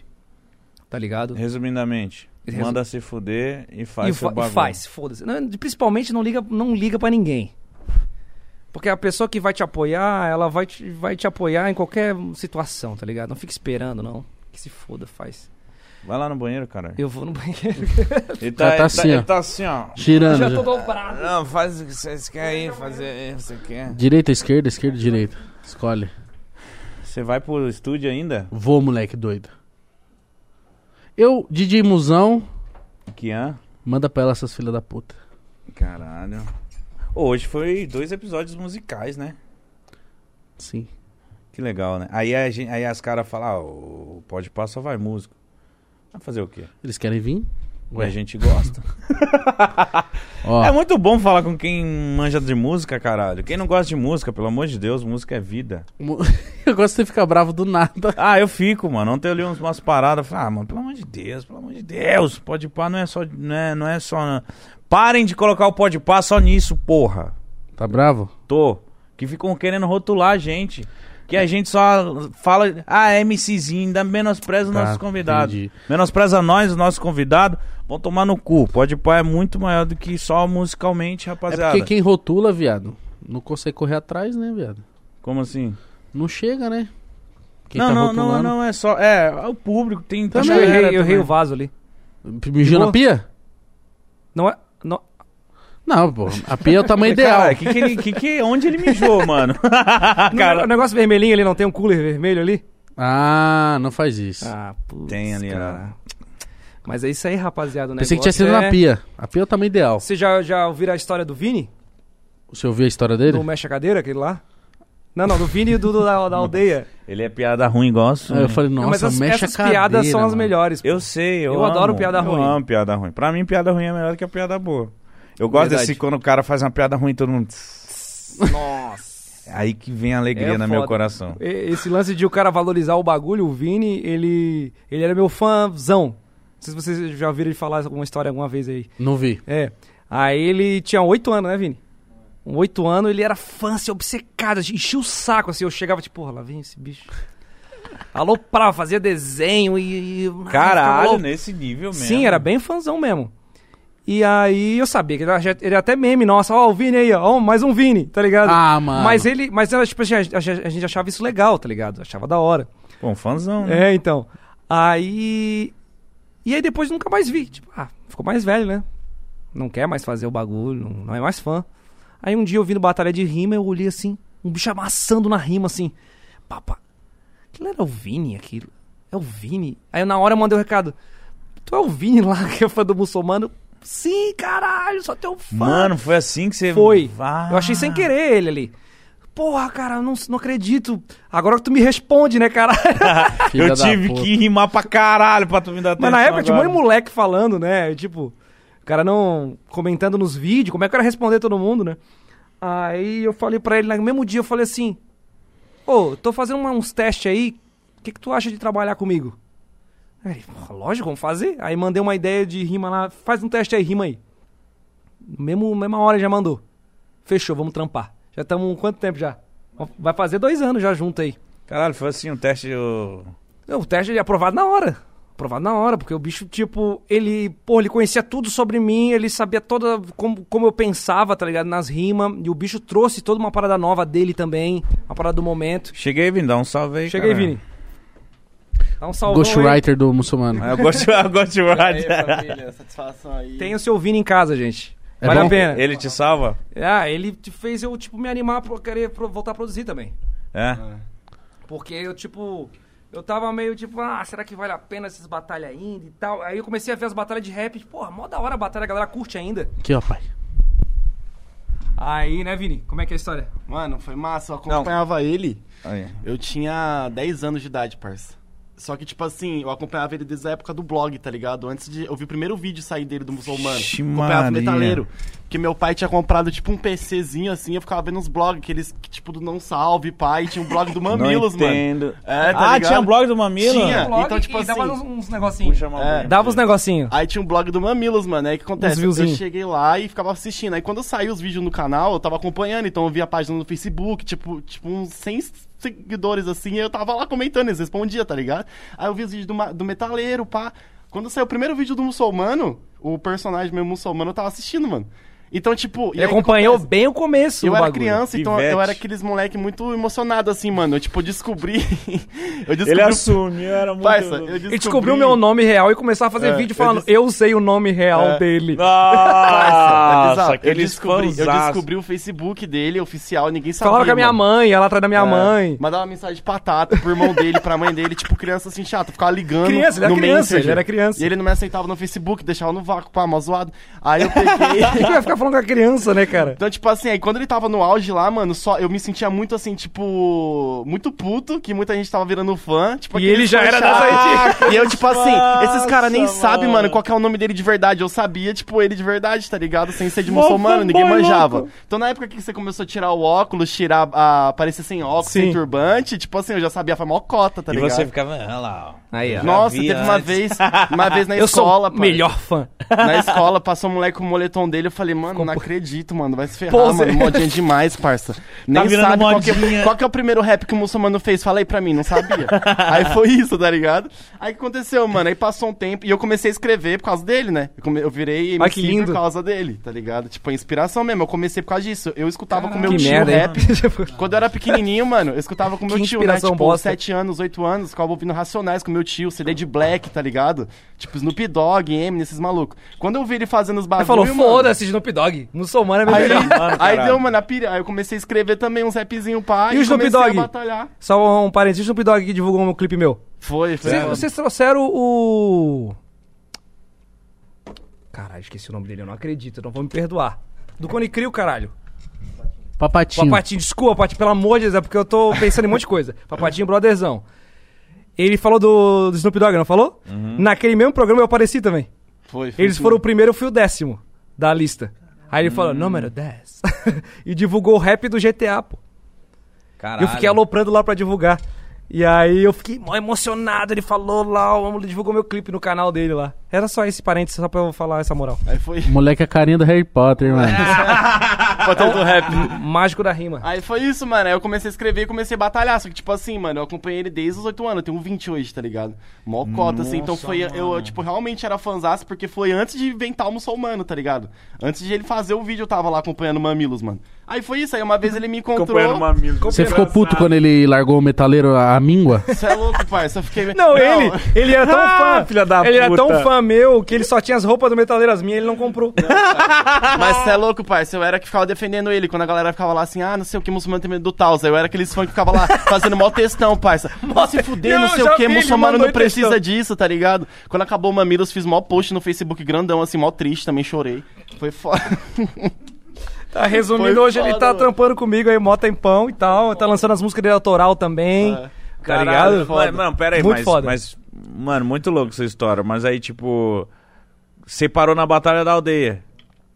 Speaker 2: Tá ligado?
Speaker 1: Resumidamente,
Speaker 2: Resu-
Speaker 1: manda se fuder e faz
Speaker 2: e,
Speaker 1: seu
Speaker 2: fa- e
Speaker 1: bagulho.
Speaker 2: faz, foda-se. Não, Principalmente não liga, não liga para ninguém. Porque a pessoa que vai te apoiar, ela vai te, vai te apoiar em qualquer situação, tá ligado? Não fica esperando, não. Que se foda, faz.
Speaker 1: Vai lá no banheiro, cara.
Speaker 2: Eu vou no banheiro.
Speaker 1: Ele
Speaker 3: Já
Speaker 1: tá,
Speaker 3: tá
Speaker 1: ele
Speaker 3: assim,
Speaker 1: tá, ele
Speaker 3: ó.
Speaker 1: tá assim, ó.
Speaker 3: Girando.
Speaker 2: Já tô
Speaker 3: já.
Speaker 2: dobrado.
Speaker 1: Não, faz o que vocês querem aí, fazer aí, você quer.
Speaker 3: Direita, esquerda, esquerda, direita. Escolhe.
Speaker 1: Você vai pro estúdio ainda?
Speaker 3: Vou, moleque doido. Eu, DJ Musão,
Speaker 1: Kian?
Speaker 3: manda pra ela essas filhas da puta.
Speaker 1: Caralho. Ô, Hoje foi dois episódios musicais, né?
Speaker 3: Sim.
Speaker 1: Que legal, né? Aí, a gen- aí as caras falam, "Ô, pode passar, vai músico. Vai fazer o quê?
Speaker 3: Eles querem vir?
Speaker 1: Ué, a gente gosta.
Speaker 3: Ó,
Speaker 1: É muito bom falar com quem manja de música, caralho. Quem não gosta de música, pelo amor de Deus, música é vida.
Speaker 3: mu- eu gosto de ficar bravo do nada.
Speaker 1: Ah, eu fico, mano. Ontem eu li uns- umas paradas. eu Falei, ah, mano, pelo amor de Deus, pelo amor de Deus. Pode pá não é só. Não é, não é só. Parem de colocar o pode pá só nisso, porra.
Speaker 3: Tá bravo?
Speaker 1: Tô. Que ficam querendo rotular a gente. Que a gente só fala. Ah, é MCzinho, ainda menospreza os
Speaker 3: Tá,
Speaker 1: nossos convidados.
Speaker 3: entendi.
Speaker 1: Menospreza nós, os nossos convidados. Vão tomar no cu. Pode pá é muito maior do que só musicalmente,
Speaker 3: É
Speaker 1: rapaziada.
Speaker 3: porque quem rotula, viado, não consegue correr atrás, né, viado?
Speaker 1: Como assim?
Speaker 3: Não chega, né? Quem
Speaker 1: não,
Speaker 3: tá
Speaker 1: não, não,
Speaker 3: rotulando.
Speaker 1: não, é só. É, o público tem.
Speaker 2: Eu
Speaker 1: tem
Speaker 2: errei-
Speaker 1: galera
Speaker 2: eu errei
Speaker 1: também.
Speaker 2: o vaso ali.
Speaker 3: Mijou na
Speaker 2: Boa.
Speaker 3: pia?
Speaker 2: Não é. Não,
Speaker 3: Não, pô. A pia é o tamanho ideal.
Speaker 1: Cara, que que ele, que que, onde ele mijou, mano? Ah,
Speaker 2: Não, o negócio vermelhinho ali não tem um cooler vermelho ali?
Speaker 3: Ah, não faz isso.
Speaker 2: Ah, putz,
Speaker 1: Tem ali,
Speaker 2: cara. Mas é isso aí, rapaziada. o
Speaker 3: Pensei que tinha
Speaker 2: negócio é-
Speaker 3: sido na pia. A pia é o tamanho ideal.
Speaker 2: Você já, já ouviram a história do Vini?
Speaker 3: Você ouviu a história dele?
Speaker 2: Do Mexe a Cadeira, aquele lá? Não, não, do Vini e do, do- da, da aldeia.
Speaker 1: Ele é piada ruim, igual a sua.
Speaker 3: Aí eu falei, nossa,
Speaker 2: Não, mas as,
Speaker 3: mexe
Speaker 2: essas
Speaker 3: a cadeira,
Speaker 2: piadas são as
Speaker 3: mano.
Speaker 2: melhores. pô.
Speaker 1: Eu sei, eu,
Speaker 2: Eu adoro
Speaker 1: amo.
Speaker 2: piada ruim.
Speaker 1: Eu amo piada ruim. Pra mim, piada ruim é melhor que a piada boa. Eu gosto
Speaker 2: Verdade.
Speaker 1: desse quando o cara faz uma piada ruim todo mundo.
Speaker 2: Nossa.
Speaker 1: É Aí que vem a alegria
Speaker 2: É
Speaker 1: no meu
Speaker 2: foda.
Speaker 1: coração.
Speaker 2: E- Esse lance de o cara valorizar o bagulho, o Vini, ele, ele era meu fãzão. Não sei se vocês já ouviram ele falar alguma história alguma vez aí.
Speaker 3: Não vi.
Speaker 2: É. Aí ele tinha oito anos, né, Vini? Com oito anos, ele era fã, assim, obcecado, enchia o saco, assim. Eu chegava, tipo, porra, lá vem esse bicho. Aloprava, fazia desenho e... e-
Speaker 1: Caralho,
Speaker 2: Alô-
Speaker 1: nesse nível mesmo.
Speaker 2: Sim, era bem fãzão mesmo. E aí eu sabia que ele era- ele era até meme, nossa, ó, o Vini aí, ó, ó, mais um Vini, tá ligado?
Speaker 3: Ah, mano.
Speaker 2: Mas ele, mas era, tipo, assim, a, gente- a gente achava isso legal, tá ligado? Achava da hora.
Speaker 1: Pô, um fãzão, né?
Speaker 2: É, então. Aí. E aí depois nunca mais vi. Tipo, ah, ficou mais velho, né? Não quer mais fazer o bagulho, não, não é mais fã. Aí um dia eu vi no Batalha de Rima, eu olhei assim, um bicho amassando na rima assim. Papa, aquilo era o Vini, aquilo. É o Vini. Aí eu na hora mandei o recado. Tu é o Vini lá, que é fã do muçulmano? Sim, caralho, só teu fã.
Speaker 1: Mano, foi assim que você...
Speaker 2: Foi.
Speaker 1: Ah.
Speaker 2: Eu achei sem querer ele ali. Porra, cara, eu não, não acredito. Agora que tu me responde, né, caralho?
Speaker 3: Filha
Speaker 1: Eu
Speaker 3: da
Speaker 1: tive
Speaker 3: puta.
Speaker 1: que rimar pra caralho pra tu me dar atenção
Speaker 2: Mas na época tinha um monte de
Speaker 1: agora.
Speaker 2: moleque falando, né? Tipo, o cara não. comentando nos vídeos, como é que eu ia responder todo mundo, né? Aí eu falei pra ele, no mesmo dia, eu falei assim: Ô, tô fazendo uma- uns testes aí, o que, que tu acha de trabalhar comigo? Aí ele, "Porra, lógico, vamos fazer. Aí mandei uma ideia de rima lá, faz um teste aí, rima aí. Mesmo, mesma hora ele já mandou. Fechou, vamos trampar. Já estamos quanto tempo já? Vai fazer dois anos já junto aí.
Speaker 1: Caralho, foi assim um teste... eu-
Speaker 2: Não, o teste ele é aprovado na hora. Aprovado na hora, porque o bicho, tipo, ele, pô, ele conhecia tudo sobre mim, ele sabia toda como, como eu pensava, tá ligado? Nas rimas. E o bicho trouxe toda uma parada nova dele também, uma parada do momento.
Speaker 1: Cheguei, Vini, dá um salve aí,
Speaker 2: Cheguei,
Speaker 1: caralho.
Speaker 2: Vini. Dá um salve.
Speaker 3: Ghostwriter do muçulmano.
Speaker 1: Ah, Eu gosto, eu gosto de
Speaker 5: E
Speaker 1: Rod.
Speaker 5: aí, família, satisfação aí.
Speaker 2: Tem o seu Vini em casa, gente.
Speaker 3: É
Speaker 2: vale
Speaker 3: bom?
Speaker 2: a pena.
Speaker 1: Ele te salva?
Speaker 2: Ah, ele te fez eu, tipo, me animar pra eu querer pro- voltar a produzir também.
Speaker 1: É.
Speaker 2: Porque eu, tipo, eu tava meio tipo, ah, será que vale a pena essas batalhas ainda e tal? Aí eu comecei a ver as batalhas de rap, e, porra, mó da hora a batalha, a galera curte ainda.
Speaker 3: Aqui, ó, pai.
Speaker 2: Aí, né, Vini? Como é que é a história?
Speaker 5: Mano, foi massa, eu acompanhava ele.
Speaker 1: Aí.
Speaker 5: Eu tinha 10 anos de idade, parça. Só que, tipo assim, eu acompanhava ele desde a época do blog, tá ligado? Antes de. Eu vi o primeiro vídeo sair dele do muçulmano.
Speaker 1: Vixe,
Speaker 5: acompanhava o
Speaker 1: Maria.
Speaker 5: metaleiro. Porque meu pai tinha comprado, tipo, um PCzinho assim, eu ficava vendo uns blogs, aqueles, que, tipo, do Não Salve, pai. Tinha um blog do Mamilos,
Speaker 1: Não
Speaker 5: mano.
Speaker 1: entendo.
Speaker 5: É, tá
Speaker 1: ah,
Speaker 5: ligado?
Speaker 1: tinha blog do Mamilo?
Speaker 5: Tinha.
Speaker 2: Blog
Speaker 5: então, tipo
Speaker 2: Um e dava
Speaker 5: assim-
Speaker 2: uns, uns negocinhos.
Speaker 5: É.
Speaker 2: Dava uns negocinhos.
Speaker 5: Aí tinha um blog do Mamilos, mano. Aí o que
Speaker 2: Uns
Speaker 5: acontece? Eu
Speaker 2: viewzinho.
Speaker 5: cheguei lá e ficava assistindo. Aí quando saiu os vídeos no canal, eu tava acompanhando. Então eu vi a página no Facebook, tipo, tipo uns 100 seguidores assim. E eu tava lá comentando, eles respondiam, tá ligado? Aí eu vi os vídeos do, ma- do Metaleiro, pá. Quando saiu o primeiro vídeo do muçulmano, o personagem meu muçulmano eu tava assistindo, mano. Então, tipo. e
Speaker 2: Ele
Speaker 5: aí que
Speaker 2: acompanhou
Speaker 5: acontece?
Speaker 2: bem o começo
Speaker 5: Eu
Speaker 2: do
Speaker 5: era
Speaker 2: bagulho.
Speaker 5: criança, então
Speaker 1: Pivete.
Speaker 5: eu era aqueles moleque muito emocionado, assim, mano. Eu, tipo, descobri. eu descobri.
Speaker 1: Ele assume, eu era muito...
Speaker 5: Parça, eu descobri.
Speaker 2: Ele descobriu o meu nome real e começou a fazer
Speaker 5: É,
Speaker 2: vídeo
Speaker 5: eu
Speaker 2: falando, eu,
Speaker 5: disse-
Speaker 2: sei o nome real
Speaker 5: É.
Speaker 2: dele.
Speaker 5: Parça, é
Speaker 1: Nossa,
Speaker 5: bizarro. eu
Speaker 1: aqueles
Speaker 5: descobri, eu
Speaker 1: fãzaço.
Speaker 5: descobri o Facebook dele, oficial, ninguém sabia.
Speaker 2: Falaram com a minha
Speaker 5: mano.
Speaker 2: mãe, ela atrás da minha
Speaker 5: É,
Speaker 2: mãe.
Speaker 5: Mandava mensagem de patata pro irmão dele, pra mãe dele, tipo criança assim chata, ficava ligando.
Speaker 2: Criança, ele era
Speaker 5: no
Speaker 2: criança,
Speaker 5: Messenger.
Speaker 2: ele era criança.
Speaker 5: E ele não me aceitava no Facebook, deixava no vácuo, pá, mó zoado. Aí eu peguei.
Speaker 2: Por que vai ficar falando com a criança, né, cara?
Speaker 5: Então, tipo assim, aí quando ele tava no auge lá, mano, só eu me sentia muito assim, tipo, muito puto, que muita gente tava virando fã. Tipo,
Speaker 2: E ele
Speaker 5: aqueles
Speaker 2: já
Speaker 5: fã
Speaker 2: era
Speaker 5: chato.
Speaker 2: dessa idade.
Speaker 5: E eu, tipo assim, esses caras nem
Speaker 1: Nossa,
Speaker 5: sabem,
Speaker 1: mano,
Speaker 5: mano, qual que é o nome dele de verdade. Eu sabia, tipo, ele de verdade, tá ligado? Sem ser de
Speaker 1: Mó
Speaker 5: muçulmano, ninguém
Speaker 1: fanboy
Speaker 5: manjava.
Speaker 1: louco.
Speaker 5: Então, na época que você começou a tirar o óculos, tirar a. aparecer sem óculos,
Speaker 2: Sim.
Speaker 5: sem turbante, tipo assim, eu já sabia, foi mó cota, tá
Speaker 1: E
Speaker 5: ligado?
Speaker 1: você ficava, olha lá, ó.
Speaker 2: Aí, ó.
Speaker 5: Nossa,
Speaker 1: via
Speaker 5: teve uma
Speaker 1: antes.
Speaker 5: vez, uma vez na
Speaker 2: eu
Speaker 5: escola,
Speaker 2: sou
Speaker 5: pai.
Speaker 2: o melhor fã.
Speaker 5: Na escola, passou um moleque com o moletom dele. Eu falei, mano, não acredito, mano. Vai se ferrar,
Speaker 2: Pose.
Speaker 5: mano. Modinha demais, parça. Nem
Speaker 1: Tá virando
Speaker 5: sabe qual que,
Speaker 1: modinha.
Speaker 5: qual que é o primeiro rap que o muçulmano fez. Fala aí pra mim, não sabia. aí foi isso, tá ligado? Aí o que aconteceu, mano? Aí passou um tempo e eu comecei a escrever por causa dele, né? Eu, come- eu virei MC
Speaker 2: Ah, que lindo.
Speaker 5: por causa dele, tá ligado? Tipo, a inspiração mesmo. Eu comecei por causa disso. Eu escutava com meu
Speaker 2: que
Speaker 5: tio
Speaker 2: merda, hein?
Speaker 5: rap. Quando eu era pequenininho, mano, eu escutava com meu
Speaker 2: Que
Speaker 5: tio, né?
Speaker 2: inspiração
Speaker 5: Tipo,
Speaker 2: bosta.
Speaker 5: 7 anos, 8 anos, ficava ouvindo Racionais com meu tio, CD de Black, tá ligado? Tipo Snoop Dogg, Eminem, esses malucos. Quando eu vi ele fazendo os
Speaker 2: Ele
Speaker 5: bagulho,
Speaker 2: falou,
Speaker 5: mano,
Speaker 2: foda-se, Snoop Dogg. Muçulmano é meu
Speaker 5: Aí,
Speaker 2: melhor.
Speaker 5: aí
Speaker 1: caralho.
Speaker 5: deu, mano, a pira. Aí eu comecei a escrever também uns rapzinho pá.
Speaker 2: E o Snoop
Speaker 5: comecei a
Speaker 2: Dogg?
Speaker 5: batalhar.
Speaker 2: Só um parênteses, o Snoop Dogg que divulgou um clipe meu.
Speaker 5: Foi, foi.
Speaker 2: Cê-
Speaker 5: mano.
Speaker 2: Vocês trouxeram o. Caralho, esqueci o nome dele, eu não acredito, não vou me perdoar. Do Cone Crio, caralho.
Speaker 3: Papatinho.
Speaker 2: Papatinho, desculpa, Papatinho, pelo amor de Deus, é porque eu tô pensando em um monte de coisa. Papatinho, brotherzão. Ele falou do, do Snoop Dogg, não falou? Naquele mesmo programa eu apareci também.
Speaker 5: Foi, foi.
Speaker 2: Eles foram o primeiro, eu fui o décimo da lista. Aí ele falou, número 10. e divulgou o rap do GTA, pô.
Speaker 1: Caralho.
Speaker 2: E eu fiquei aloprando lá pra divulgar. E aí eu fiquei mó emocionado, ele falou lá, o Amulo divulgou meu clipe no canal dele lá. Era só esse parênteses, só pra eu falar essa moral.
Speaker 5: Aí foi.
Speaker 3: Moleque é a carinha do Harry Potter, mano.
Speaker 5: Botão do rap.
Speaker 2: Mágico da rima.
Speaker 5: Aí foi isso, mano. Aí eu comecei a escrever e comecei a batalhar. Só que, tipo assim, mano, eu acompanhei ele desde os 8 anos. Eu tenho 20 hoje, tá ligado? Mó cota, assim. Então foi. Eu, tipo, realmente era fanzaço porque foi antes de inventar o muçulmano, tá ligado? Antes de ele fazer o vídeo, eu tava lá acompanhando o Mamilos, mano. Aí foi isso. Aí uma vez ele me
Speaker 4: Acompanhando
Speaker 5: encontrou.
Speaker 4: uma amiga.
Speaker 3: Você ficou puto quando ele largou o metaleiro a a míngua?
Speaker 5: Você é louco, parça. Eu fiquei.
Speaker 2: Não, ele, ele era tão
Speaker 4: Ah,
Speaker 2: fã,
Speaker 4: filha da
Speaker 2: Ele era
Speaker 4: puta.
Speaker 2: tão fã meu que ele só tinha as roupas do Metaleiras minhas, ele não comprou.
Speaker 5: Mas você é louco, parça. Eu era que ficava defendendo ele. Quando a galera ficava lá assim, ah, não sei o que, muçulmano tem medo do Taus. Eu era aqueles fãs que ficava lá fazendo mó textão, parça. Mó se fuder, não,
Speaker 2: Não,
Speaker 5: sei
Speaker 2: já
Speaker 5: o que,
Speaker 2: vi, ele
Speaker 5: muçulmano
Speaker 2: mandou
Speaker 5: não
Speaker 2: em
Speaker 5: precisa
Speaker 2: textão.
Speaker 5: disso, tá ligado? Quando acabou o Mamilos, fiz mó post no Facebook grandão, assim, mó triste também, chorei. Foi foda.
Speaker 2: Tá resumindo,
Speaker 5: Foi
Speaker 2: hoje ele
Speaker 5: foda,
Speaker 2: tá
Speaker 5: mano.
Speaker 2: trampando comigo aí, mó tempão e tal. Tá lançando as músicas dele autoral também. Tá ligado?
Speaker 5: foda.
Speaker 1: Mas, mano, pera aí,
Speaker 2: Muito
Speaker 1: mas,
Speaker 2: foda.
Speaker 1: mas, mano, muito louco essa história. Mas aí, tipo, você parou na Batalha da Aldeia.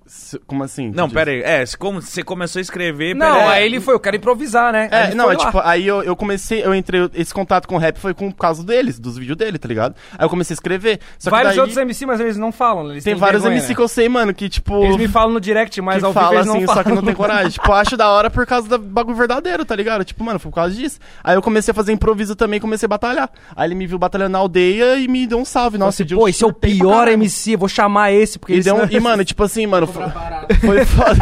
Speaker 5: S- Como assim?
Speaker 1: Não,
Speaker 5: Tu
Speaker 1: pera aí. É, cê como você começou a escrever...
Speaker 2: Não,
Speaker 1: pera
Speaker 2: aí ele foi, eu quero improvisar, né? Aí
Speaker 5: É,
Speaker 2: ele
Speaker 5: não,
Speaker 2: foi
Speaker 5: é
Speaker 2: lá.
Speaker 5: tipo, aí eu, eu comecei, eu entrei, esse contato com o rap foi com, por causa deles, dos vídeos dele, tá ligado? Aí eu comecei a escrever. Só
Speaker 2: Vários
Speaker 5: que daí,
Speaker 2: outros MC, mas eles não falam. né? Eles
Speaker 5: tem
Speaker 2: têm
Speaker 5: vários
Speaker 2: vergonha,
Speaker 5: MC
Speaker 2: né?
Speaker 5: que eu sei, mano, que tipo.
Speaker 2: Eles me falam no direct, mas
Speaker 5: que
Speaker 2: ao vivo
Speaker 5: fala
Speaker 2: eles não
Speaker 5: assim,
Speaker 2: falam.
Speaker 5: só que não tem coragem. tipo, eu acho da hora por causa do bagulho verdadeiro, tá ligado? Tipo, mano, foi por causa disso. Aí eu comecei a fazer improviso também, comecei a batalhar. Aí ele me viu batalhando na aldeia e me deu um salve. Nossa,
Speaker 2: Nossa,
Speaker 5: esse dia eu
Speaker 2: pô, esse é o
Speaker 5: surtei pra
Speaker 2: pior
Speaker 5: caralho.
Speaker 2: MC, eu vou chamar esse, porque
Speaker 5: E,
Speaker 2: ele
Speaker 5: deu um- e, mano, tipo assim, mano, foi, foi foda.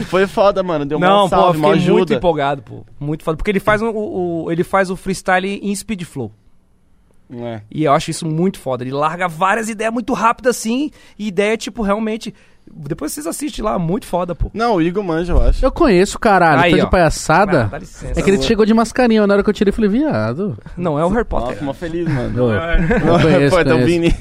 Speaker 5: foi foda, mano. Deu
Speaker 2: Não,
Speaker 5: um
Speaker 2: pô, eu
Speaker 5: salve, mó
Speaker 2: fiquei muito
Speaker 5: ajuda.
Speaker 2: empolgado, pô. Muito foda. Porque ele faz, um- o, o- ele faz o freestyle em speed flow.
Speaker 5: É.
Speaker 2: E eu acho isso muito foda. Ele larga várias ideias muito rápido assim. E ideia, tipo, realmente. Depois vocês assistem lá, muito foda, pô.
Speaker 5: Não, o Igor manja, eu acho.
Speaker 3: Eu conheço, caralho.
Speaker 2: Aí,
Speaker 3: tá
Speaker 2: ó.
Speaker 3: de palhaçada.
Speaker 2: Ah, dá licença.
Speaker 3: é que ele chegou de mascarinha. Na hora que eu tirei, eu falei, viado.
Speaker 2: Não, é o Harry Potter.
Speaker 5: Nossa, mó feliz, mano.
Speaker 3: Eu, eu conheço,
Speaker 5: Pô, então,
Speaker 3: conheço.
Speaker 5: Vini.